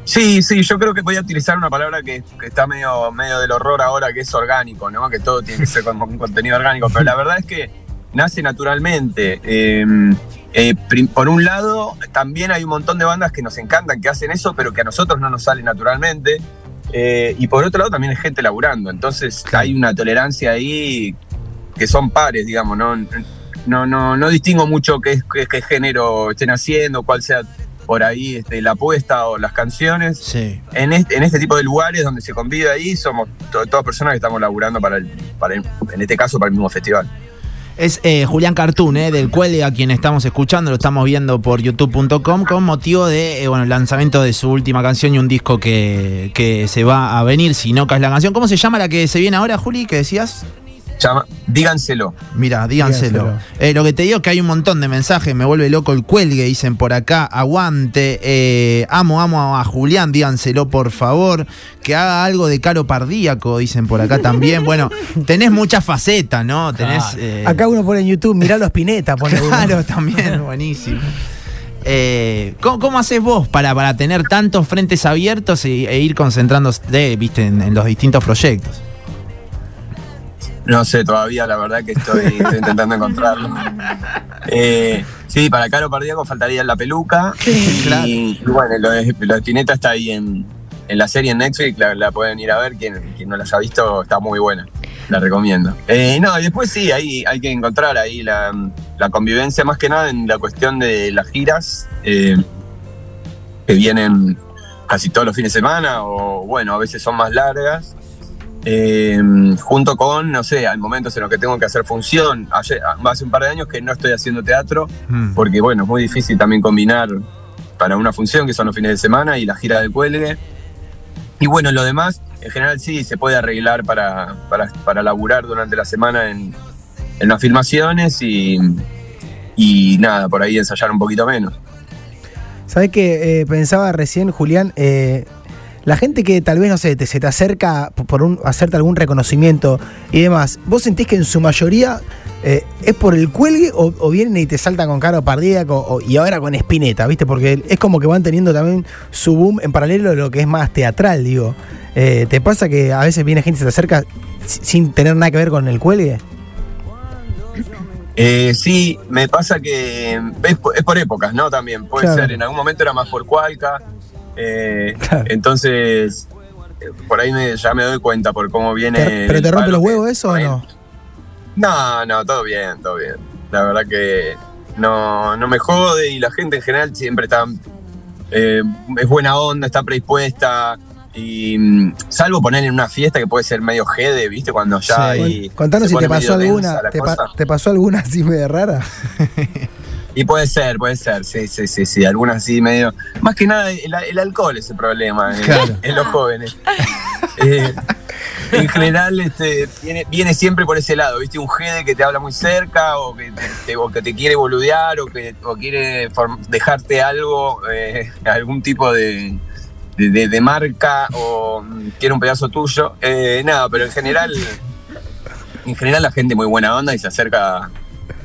Speaker 21: Sí, sí, yo creo que voy a utilizar una palabra que, que está medio, medio del horror ahora, que es orgánico, ¿no? Que todo tiene que ser con, con contenido orgánico, pero la verdad es que nace naturalmente. Eh, eh, prim- por un lado, también hay un montón de bandas que nos encantan, que hacen eso, pero que a nosotros no nos sale naturalmente. Eh, y por otro lado, también hay gente laburando, entonces hay una tolerancia ahí que son pares, digamos, ¿no? No, no, no distingo mucho qué, qué- qué género estén haciendo, cuál sea por ahí este, la apuesta o las canciones. En, este, en este tipo de lugares donde se convive ahí, somos to- todas personas que estamos laburando para, el, para el- en este caso, para el mismo festival.
Speaker 2: Es eh, Julián Cartoon, eh, del cual a quien estamos escuchando, lo estamos viendo por youtube.com con motivo de eh, bueno, el lanzamiento de su última canción y un disco que, que se va a venir, si no que es la canción. ¿Cómo se llama la que se viene ahora, Juli? ¿Qué decías?
Speaker 21: Llama, díganselo.
Speaker 2: Mira, díganselo.
Speaker 21: Díganselo.
Speaker 2: Eh, lo que te digo es que hay un montón de mensajes, me vuelve loco el cuelgue, dicen por acá, aguante, eh, amo, amo a Julián, díganselo por favor, que haga algo de caro pardíaco, dicen por acá también. Bueno, tenés muchas facetas, ¿no? Tenés... eh,
Speaker 7: Acá uno pone en YouTube, mirá los Pineta,
Speaker 2: *laughs*
Speaker 7: pone uno.
Speaker 2: Claro,
Speaker 21: *laughs*
Speaker 2: también, buenísimo. Eh, ¿cómo, cómo haces vos para, para tener tantos frentes abiertos y- e, ir concentrándote, viste, en, en los distintos proyectos?
Speaker 21: No sé todavía, la verdad que estoy, estoy intentando encontrarlo. Eh, sí, para Caro Pardíaco faltaría la peluca. y, y bueno, lo de, lo de Spinetta está ahí en, en la serie en Netflix, la, la pueden ir a ver, quien, quien no la haya visto está muy buena, la recomiendo. Eh, no, y después sí, ahí hay que encontrar ahí la, la convivencia más que nada en la cuestión de las giras eh, que vienen casi todos los fines de semana o bueno, a veces son más largas. Eh, junto con, no sé, hay momentos en los que tengo que hacer función. Ayer- hace un par de años que no estoy haciendo teatro porque bueno, es muy difícil también combinar para una función que son los fines de semana y la gira de cuelgue. Y bueno, lo demás, en general sí, se puede arreglar para, para, para laburar durante la semana en, en las filmaciones y, y nada, por ahí ensayar un poquito menos.
Speaker 7: ¿Sabés que pensaba recién, Julián? Eh, la gente que tal vez, no sé, te- se te acerca p- por un, hacerte algún reconocimiento y demás, ¿vos sentís que en su mayoría eh, es por el cuelgue o, o vienen y te saltan con caro pardíaco o- y ahora con espineta, viste? Porque es como que van teniendo también su boom en paralelo de lo que es más teatral, digo. Eh, ¿Te pasa que a veces viene gente y se te acerca si- sin tener nada que ver con el cuelgue?
Speaker 21: Eh, sí, me pasa que es por, es por épocas, ¿no? También puede
Speaker 7: Claro.
Speaker 21: ser, en algún momento era más por Cualca, eh, entonces eh, por ahí me- ya me doy cuenta por cómo viene...
Speaker 7: ¿Pero
Speaker 21: el
Speaker 7: te rompe
Speaker 21: palo
Speaker 7: los
Speaker 21: que-
Speaker 7: huevos eso o no?
Speaker 21: No, no, todo bien, todo bien. La verdad que no, no me jode y la gente en general siempre está. eh, es buena onda, está predispuesta. Y mm, salvo poner en una fiesta que puede ser medio jede, ¿viste? Cuando ya. hay-
Speaker 7: Cont- Contanos
Speaker 21: se
Speaker 7: si te
Speaker 21: pone
Speaker 7: pasó
Speaker 21: medio
Speaker 7: alguna,
Speaker 21: densa la
Speaker 7: te, pa-
Speaker 21: cosa.
Speaker 7: te pasó alguna así medio rara.
Speaker 21: Y puede ser, puede ser, sí, sí, sí, sí. Algunas así medio. Más que nada, el, el alcohol es el problema en,
Speaker 7: Claro.
Speaker 21: en los jóvenes. Eh, en general, este, viene, viene siempre por ese lado, ¿viste? Un jede que te habla muy cerca, o que te, o que te quiere boludear, o que o quiere form- dejarte algo, eh, algún tipo de, de, de- de marca, o mm, quiere un pedazo tuyo. Eh, nada, pero en general. En general, la gente muy buena onda y se acerca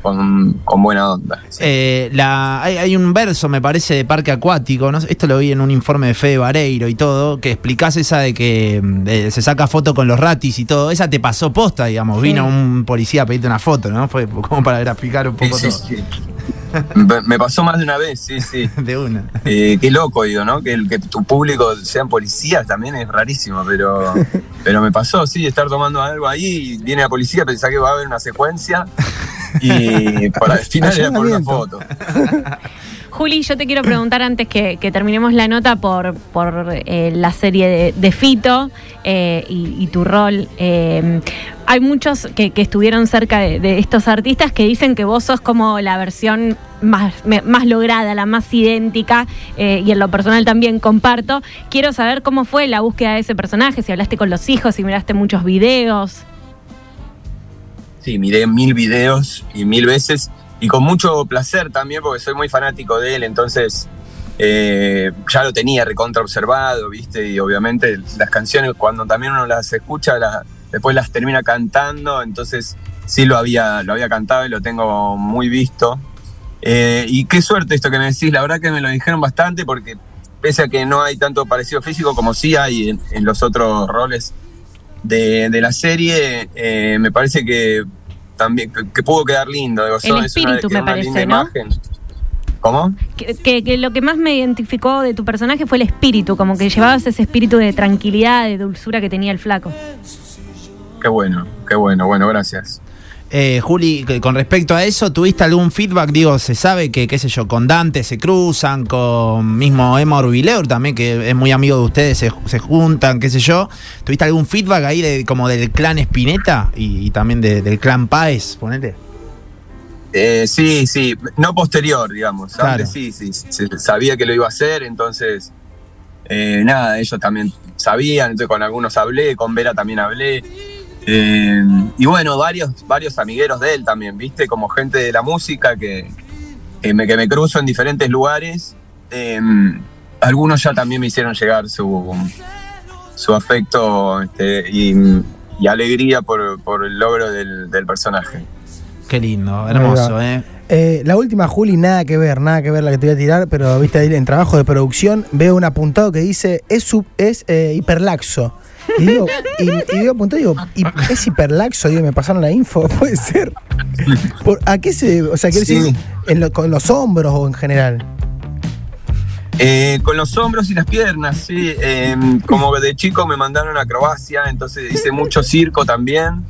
Speaker 21: con, con buena onda.
Speaker 2: Eh, la, hay, hay un verso, me parece, de parque acuático. ¿no? Esto lo vi en un informe de Fede Vareiro y todo, que explicás esa de que mm, de- se saca foto con los ratis y todo. Esa te pasó posta, digamos. Vino un policía a pedirte una foto, ¿no? Fue como para graficar un poco
Speaker 21: Sí,
Speaker 2: todo.
Speaker 21: sí,
Speaker 2: *laughs*
Speaker 21: sí. Me- Me pasó más de una vez, sí, sí. Eh,
Speaker 2: De una.
Speaker 21: qué loco, digo, ¿no? Que, el- que tu público sean policías también es rarísimo, pero,
Speaker 2: *laughs*
Speaker 21: pero me pasó, sí, estar tomando algo ahí y viene la policía, pensé que va a haber una secuencia
Speaker 2: *laughs*
Speaker 21: y para el final era por una foto.
Speaker 5: Juli, yo te quiero preguntar antes que, que terminemos la nota por, por eh, la serie de, de Fito eh, y, y tu rol. Eh, hay muchos que, que estuvieron cerca de, de estos artistas que dicen que vos sos como la versión más, me- más lograda, la más idéntica, eh, y en lo personal también comparto. Quiero saber cómo fue la búsqueda de ese personaje, si hablaste con los hijos, si miraste muchos videos.
Speaker 21: Sí, miré mil videos y mil veces y con mucho placer también porque soy muy fanático de él, entonces eh, ya lo tenía recontra observado, ¿viste? Y obviamente las canciones cuando también uno las escucha, la- después las termina cantando, entonces sí lo había, lo había cantado y lo tengo muy visto. Eh, y qué suerte esto que me decís, la verdad que me lo dijeron bastante porque pese a que no hay tanto parecido físico como sí hay en- en los otros roles de, de la serie, eh, me parece que también que, que pudo quedar lindo. digo,
Speaker 5: El
Speaker 21: son-
Speaker 5: espíritu, me
Speaker 21: quedó
Speaker 5: parece,
Speaker 21: linda
Speaker 5: ¿no?
Speaker 21: imagen. ¿Cómo?
Speaker 5: Que, que- que lo que más me identificó de tu personaje fue el espíritu, como que llevabas ese espíritu de tranquilidad, de dulzura que tenía el flaco.
Speaker 21: Qué bueno, qué bueno, bueno, gracias.
Speaker 2: Eh, Juli, que- con respecto a eso, ¿tuviste algún feedback? Digo, se sabe que, qué sé yo, con Dante se cruzan, con mismo Emma Orbileur también, que es muy amigo de ustedes, se, se juntan, qué sé yo. ¿Tuviste algún feedback ahí de, como del clan Espineta y, y también de- del clan Páez, ponete?
Speaker 21: Eh, sí, sí, no posterior, digamos.
Speaker 2: Claro.
Speaker 21: Antes sí, sí, se- sabía que lo iba a hacer, entonces, eh, nada, ellos también sabían, entonces con algunos hablé, con Vera también hablé. Eh, y bueno, varios, varios amigueros de él también, ¿viste? Como gente de la música que, que me, que me cruzo en diferentes lugares. Eh, algunos ya también me hicieron llegar su, su afecto este, y, y alegría por, por el logro del- del personaje.
Speaker 2: Qué
Speaker 7: *laughs*
Speaker 2: lindo, hermoso, ¿eh?
Speaker 7: Eh, la última, Juli, nada que ver, nada que ver la que te voy a tirar, pero viste ahí en trabajo de producción veo un apuntado que dice es, sub- es eh, hiperlaxo. Y digo, y, y digo apuntado, digo, "Hi- es hiperlaxo, digo, me pasaron la info, *laughs*
Speaker 21: *laughs*
Speaker 7: puede ser. Por- ¿A qué se, o sea, quiero
Speaker 21: Sí.
Speaker 7: decir, en lo- con los hombros o en general?
Speaker 21: Eh, con los hombros y las piernas, sí. Eh, como de chico me mandaron a acrobacia, entonces hice mucho circo también.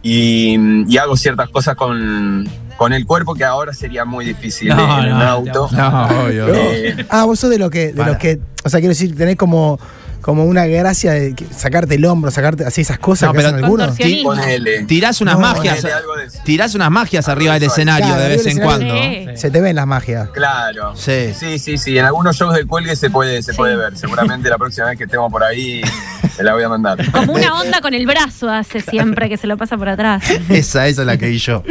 Speaker 21: Y, y hago ciertas cosas con, con el cuerpo que ahora sería muy difícil
Speaker 7: No,
Speaker 21: en
Speaker 7: no,
Speaker 21: un auto.
Speaker 2: No, obvio.
Speaker 21: Eh,
Speaker 7: Ah, vos sos de los que, de los que, o sea, quiero decir, tenés como, como una gracia de que- sacarte el hombro, sacarte así esas cosas que hacen algunos.
Speaker 2: ti-
Speaker 21: Ponele.
Speaker 2: tirás unas
Speaker 7: No,
Speaker 2: magias.
Speaker 21: ponele algo de-
Speaker 2: Tirás unas magias arriba del escenario
Speaker 7: Claro,
Speaker 2: de
Speaker 7: arriba
Speaker 2: vez
Speaker 7: del
Speaker 2: en
Speaker 7: escenario.
Speaker 2: cuando.
Speaker 7: Se te ven las magias.
Speaker 21: Claro.
Speaker 2: Sí.
Speaker 21: sí, sí, sí. En algunos shows del cuelgue se puede, se puede ver. Seguramente la próxima vez que estemos por
Speaker 5: *laughs*
Speaker 21: ahí te la voy a mandar.
Speaker 5: Como una onda con el brazo hace siempre que se lo pasa por atrás.
Speaker 2: Esa, esa es la que vi yo.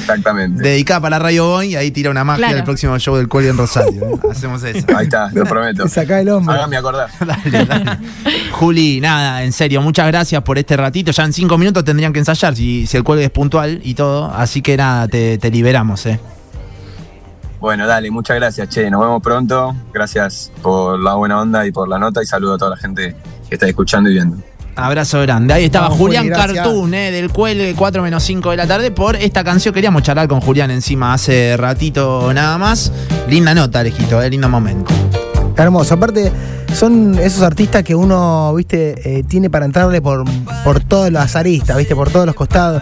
Speaker 21: Exactamente.
Speaker 2: *laughs* Dedicá para Radio Boy y ahí tira una magia
Speaker 5: Claro.
Speaker 2: al próximo show del Coli en Rosario. ¿eh? Hacemos eso.
Speaker 21: Ahí está, lo prometo.
Speaker 7: *laughs* Sacá el hombro.
Speaker 21: Hágame acordar.
Speaker 2: Juli, nada, en serio, muchas gracias por este ratito. Ya en cinco minutos tendrían que ensayar si, si el Coli es puntual y todo. Así que nada, te, te liberamos, ¿eh?
Speaker 21: Bueno, dale, muchas gracias, che. Nos vemos pronto. Gracias por la buena onda y por la nota. Y saludo a toda la gente que está escuchando y viendo.
Speaker 2: Abrazo grande. Ahí estaba
Speaker 21: Vamos,
Speaker 2: Julián
Speaker 21: Juli, gracias.
Speaker 2: Cartoon, eh, del cuelgue 4 menos 5 de la tarde, por esta canción. Queríamos charlar con Julián encima hace ratito nada más. Linda nota, Alejito, eh, lindo momento.
Speaker 7: Hermoso. Aparte, son esos artistas que uno, viste, eh, tiene para entrarle por, por todas las aristas, viste, por todos los costados.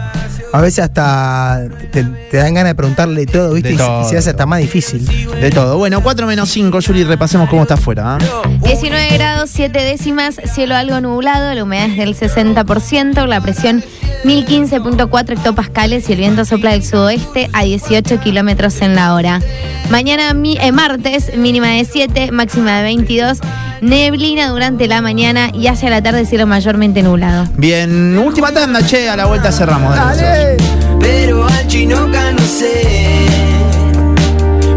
Speaker 7: A veces hasta te, te dan ganas de preguntarle todo, viste,
Speaker 2: De
Speaker 7: y, se- y
Speaker 2: todo.
Speaker 7: se hace hasta más difícil.
Speaker 2: De todo. Bueno, 4 menos 5, Juli, repasemos cómo está afuera. ¿ah?
Speaker 3: 19 grados, 7 décimas, cielo algo nublado, la humedad es del 60%, la presión 1015.4 hectopascales y el viento sopla del sudoeste a 18 kilómetros en la hora. Mañana mi- eh, martes, mínima de 7, máxima de 22, neblina durante la mañana y hacia la tarde cielo mayormente nublado.
Speaker 2: Bien, última tanda, che, a la vuelta cerramos. dale.
Speaker 26: Pero al chinoca no sé.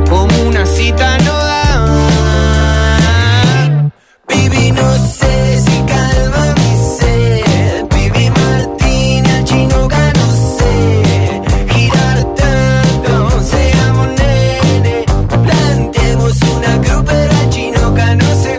Speaker 26: Como una cita no da. Baby, no sé si calma mi sed. Baby Martín, al chinoca no sé. Girar tanto, seamos nene. Plantemos una cruz, pero al chinoca no sé.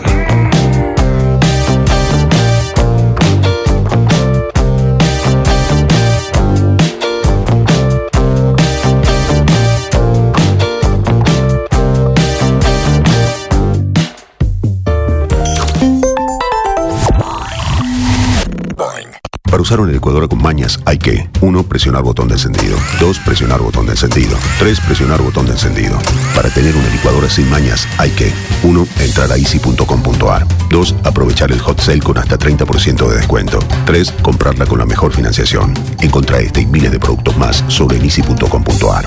Speaker 9: Para usar un licuadora con mañas hay que 1. Presionar botón de encendido 2. Presionar botón de encendido 3. Presionar botón de encendido Para tener una licuadora sin mañas hay que 1. Entrar a easy.com.ar 2. Aprovechar el hot sale con hasta 30% de descuento 3. Comprarla con la mejor financiación Encontra este y miles de productos más sobre en easy.com.ar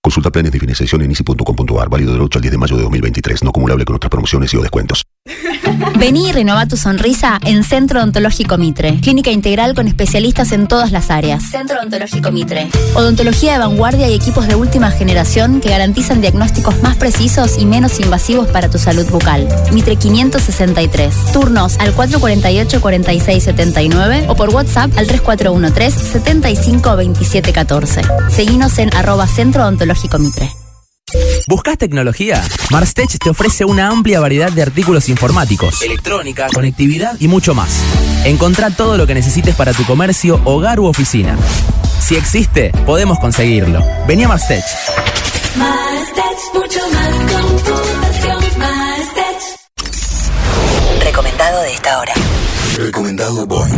Speaker 9: Consulta planes de financiación en easy.com.ar Válido del 8 al 10 de mayo de 2023 No acumulable con otras promociones y o descuentos
Speaker 22: Vení y renová tu sonrisa en Centro Odontológico Mitre. Clínica integral con especialistas en todas las áreas. Centro Odontológico Mitre. Odontología de vanguardia y equipos de última generación que garantizan diagnósticos más precisos y menos invasivos para tu salud bucal. Mitre 563. Turnos al 448-4679 o por WhatsApp al 3413-752714. Seguinos en arroba Centro Odontológico Mitre.
Speaker 11: ¿Buscas tecnología? Marstech te ofrece una amplia variedad de artículos informáticos, electrónica, conectividad y mucho más. Encontrá todo lo que necesites para tu comercio, hogar u oficina. Si existe, podemos conseguirlo. Vení a Marstech.
Speaker 1: Más tech, mucho más computación, más tech.
Speaker 27: Recomendado de esta hora.
Speaker 15: Recomendado Boy.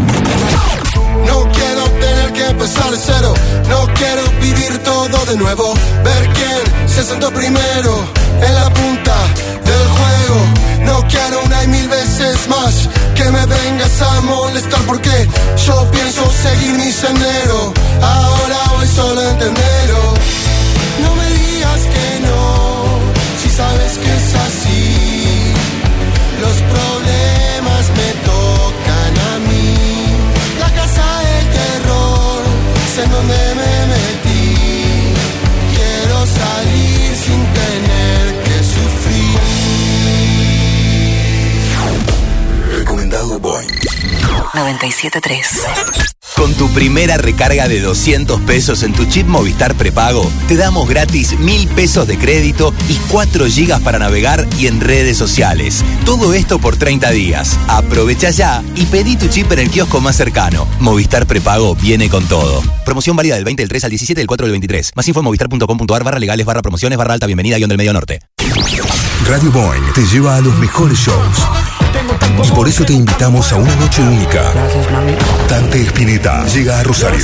Speaker 23: No quiero tener que empezar de cero. No quiero vivir todo de nuevo. Ver quién se sentó primero en la punta del juego. No quiero una y mil veces más que me vengas a molestar porque yo pienso seguir mi sendero. Ahora voy solo a entenderlo. No me digas que no, si sabes que es así. Los problemas me tocan a mí. La casa del terror es en donde me metí. Quiero salir sin tener que sufrir.
Speaker 27: Recomendado Boy. 97.3.
Speaker 28: Con tu primera recarga de 200 pesos en tu chip Movistar prepago, te damos gratis 1000 pesos de crédito y 4 gigas para navegar y en redes sociales. Todo esto por 30 días. Aprovecha ya y pedí tu chip en el kiosco más cercano. Movistar prepago viene con todo. Promoción válida del 20 del 3 al 17 del 4 del 23. Más info en movistar.com.ar barra legales barra promociones barra alta bienvenida guión del medio norte.
Speaker 15: Radio Boeing te lleva a los mejores shows.
Speaker 23: Tengo
Speaker 15: Y por eso te invitamos a una noche única. Dante Espineta llega a Rosario.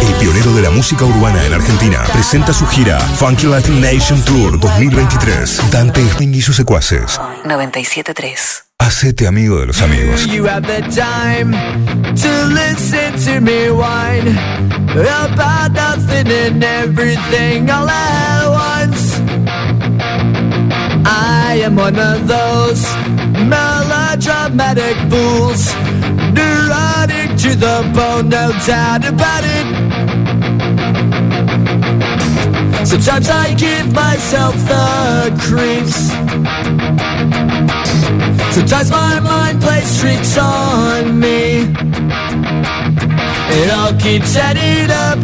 Speaker 15: El pionero de la música urbana en Argentina presenta su gira Funky Latin Nation Tour 2023. Dante Espineta y sus secuaces.
Speaker 10: 973.
Speaker 15: Hacete amigo de los amigos.
Speaker 8: You have the time to listen to me whine about nothing and everything all at once. I am one of those melodramatic fools, neurotic to the bone, no doubt about it. Sometimes I give myself the creeps. Sometimes my mind plays tricks on me. It all keeps adding up.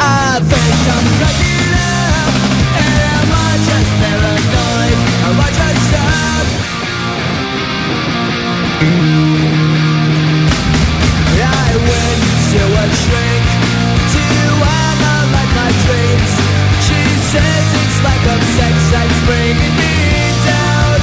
Speaker 8: I think I'm cracking up. And am I just paranoid? Am I just sad? I went to a shrink to analyze my dreams. She says it's like I'm sex that's bringing me down.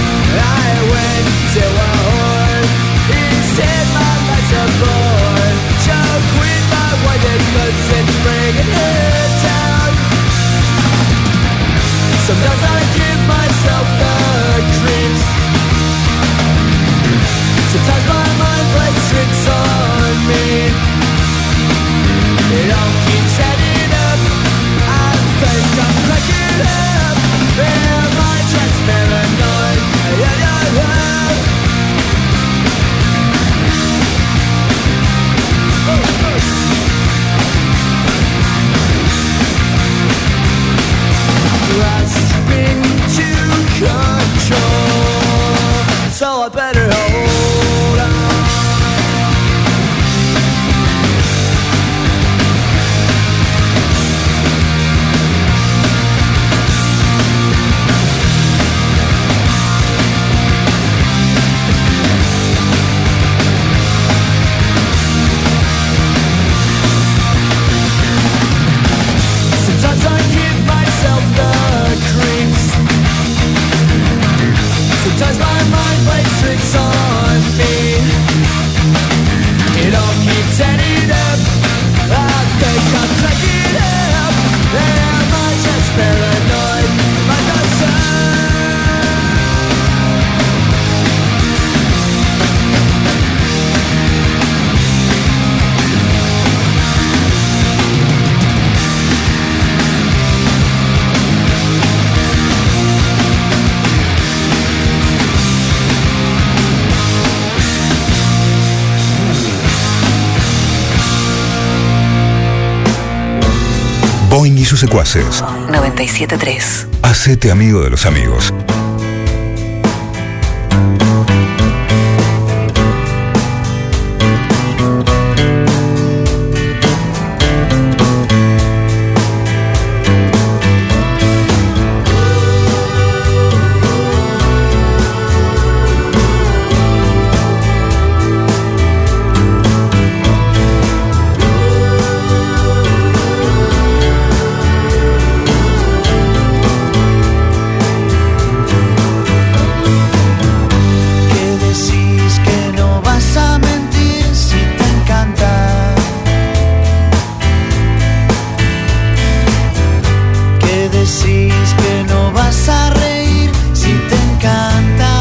Speaker 8: I went to a whore. He said my life's a bore. Choke with my wooden goods and bringing her down. Sometimes I give myself the creeps. Sometimes my mind plays tricks on me. It all keeps adding up. I think I'm cracking up. Am I just paranoid? Yeah, yeah, yeah. grasping to control. So I better hold on. Sometimes I give myself the creeps. Sometimes my mind plays tricks on me. It all keeps adding up. I think I'm cracking up. Am I just paranoid? Am I just sad?
Speaker 15: Boing y sus secuaces.
Speaker 10: 973.
Speaker 15: Hacete amigo de los amigos.
Speaker 8: Que decís que no vas a mentir si te encanta Que decís que no vas a reír si te encanta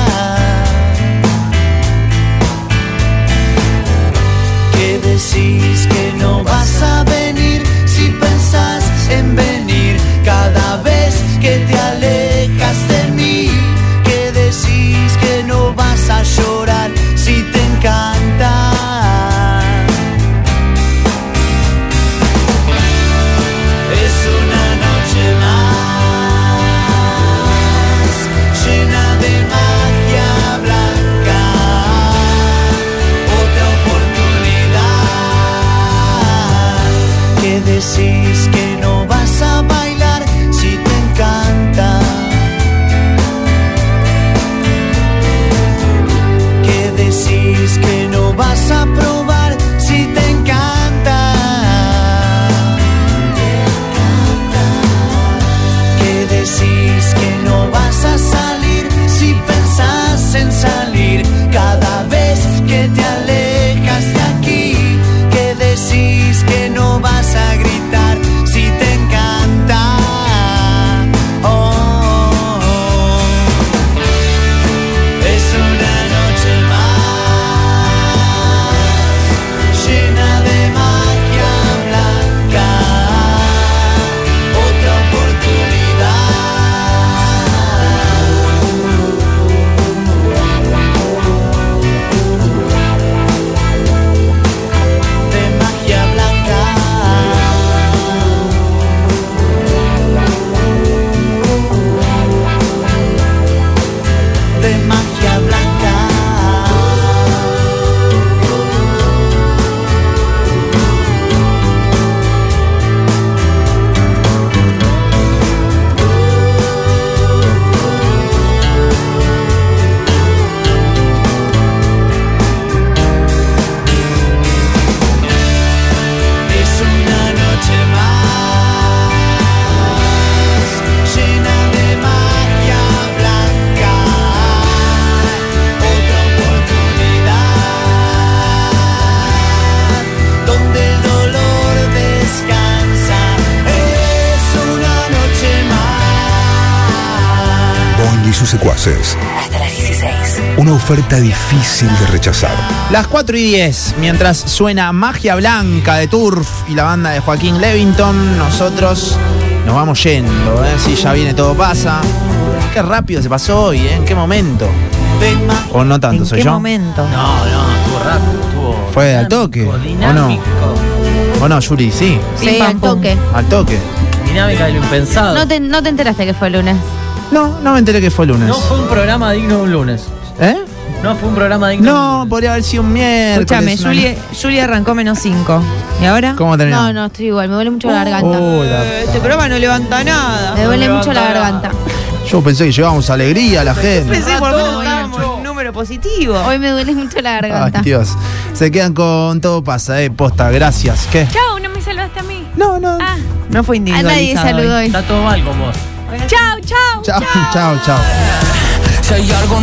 Speaker 8: Que decís que no vas a venir si pensás en venir Cada vez que te alejas de mí que decís que no vas a llorar si te encanta. Es una noche más llena de magia blanca, otra oportunidad. Que decís que no vas a bailar si te encanta. que decís que no vas a probar si te encanta. Que decís que no vas a salir si pensás en salir. Oh.
Speaker 15: Gang y sus secuaces.
Speaker 10: Hasta las 16.
Speaker 15: Una oferta difícil de rechazar.
Speaker 2: Las 4 y 10, mientras suena Magia Blanca de Turf y la banda de Joaquín Levington, nosotros nos vamos yendo, ¿eh? Si ya viene todo pasa. Qué rápido se pasó hoy, ¿eh? ¿En qué momento? O no tanto, soy
Speaker 4: ¿Qué
Speaker 2: yo.
Speaker 4: momento?
Speaker 11: No, no, estuvo rápido, estuvo.
Speaker 2: Fue al toque. ¿O no? ¿O no, Yuri? Sí.
Speaker 3: Sí, al toque.
Speaker 2: Al toque.
Speaker 11: Dinámica de lo impensado.
Speaker 3: No te, no te enteraste que fue el lunes.
Speaker 2: No, no me enteré que fue lunes.
Speaker 11: No fue un programa digno de un lunes.
Speaker 2: ¿Eh?
Speaker 11: No fue un programa digno.
Speaker 2: No, podría haber sido un miércoles.
Speaker 4: Escúchame,
Speaker 2: una-
Speaker 4: Julia, Julia arrancó menos 5. ¿Y ahora?
Speaker 2: ¿Cómo terminó?
Speaker 3: No, no, estoy igual, me duele
Speaker 18: Uh,
Speaker 3: mucho la garganta.
Speaker 4: Este programa no levanta nada.
Speaker 3: Me duele mucho la garganta.
Speaker 2: Yo pensé que llevábamos alegría a la gente.
Speaker 4: Pensé por lo menos estábamos en un número positivo.
Speaker 3: Hoy me duele mucho la
Speaker 2: Ay,
Speaker 3: garganta.
Speaker 2: Dios. Se quedan con todo pasa, eh. Posta, gracias. ¿Qué?
Speaker 5: Chao, no me saludaste a mí.
Speaker 2: No, no.
Speaker 5: Ah.
Speaker 4: No fue
Speaker 5: A nadie
Speaker 4: individualizado.
Speaker 5: saludó
Speaker 4: hoy.
Speaker 5: hoy.
Speaker 11: Está todo mal con vos.
Speaker 5: Chao, chao.
Speaker 2: Chao, chao, chao.
Speaker 8: Si hay algo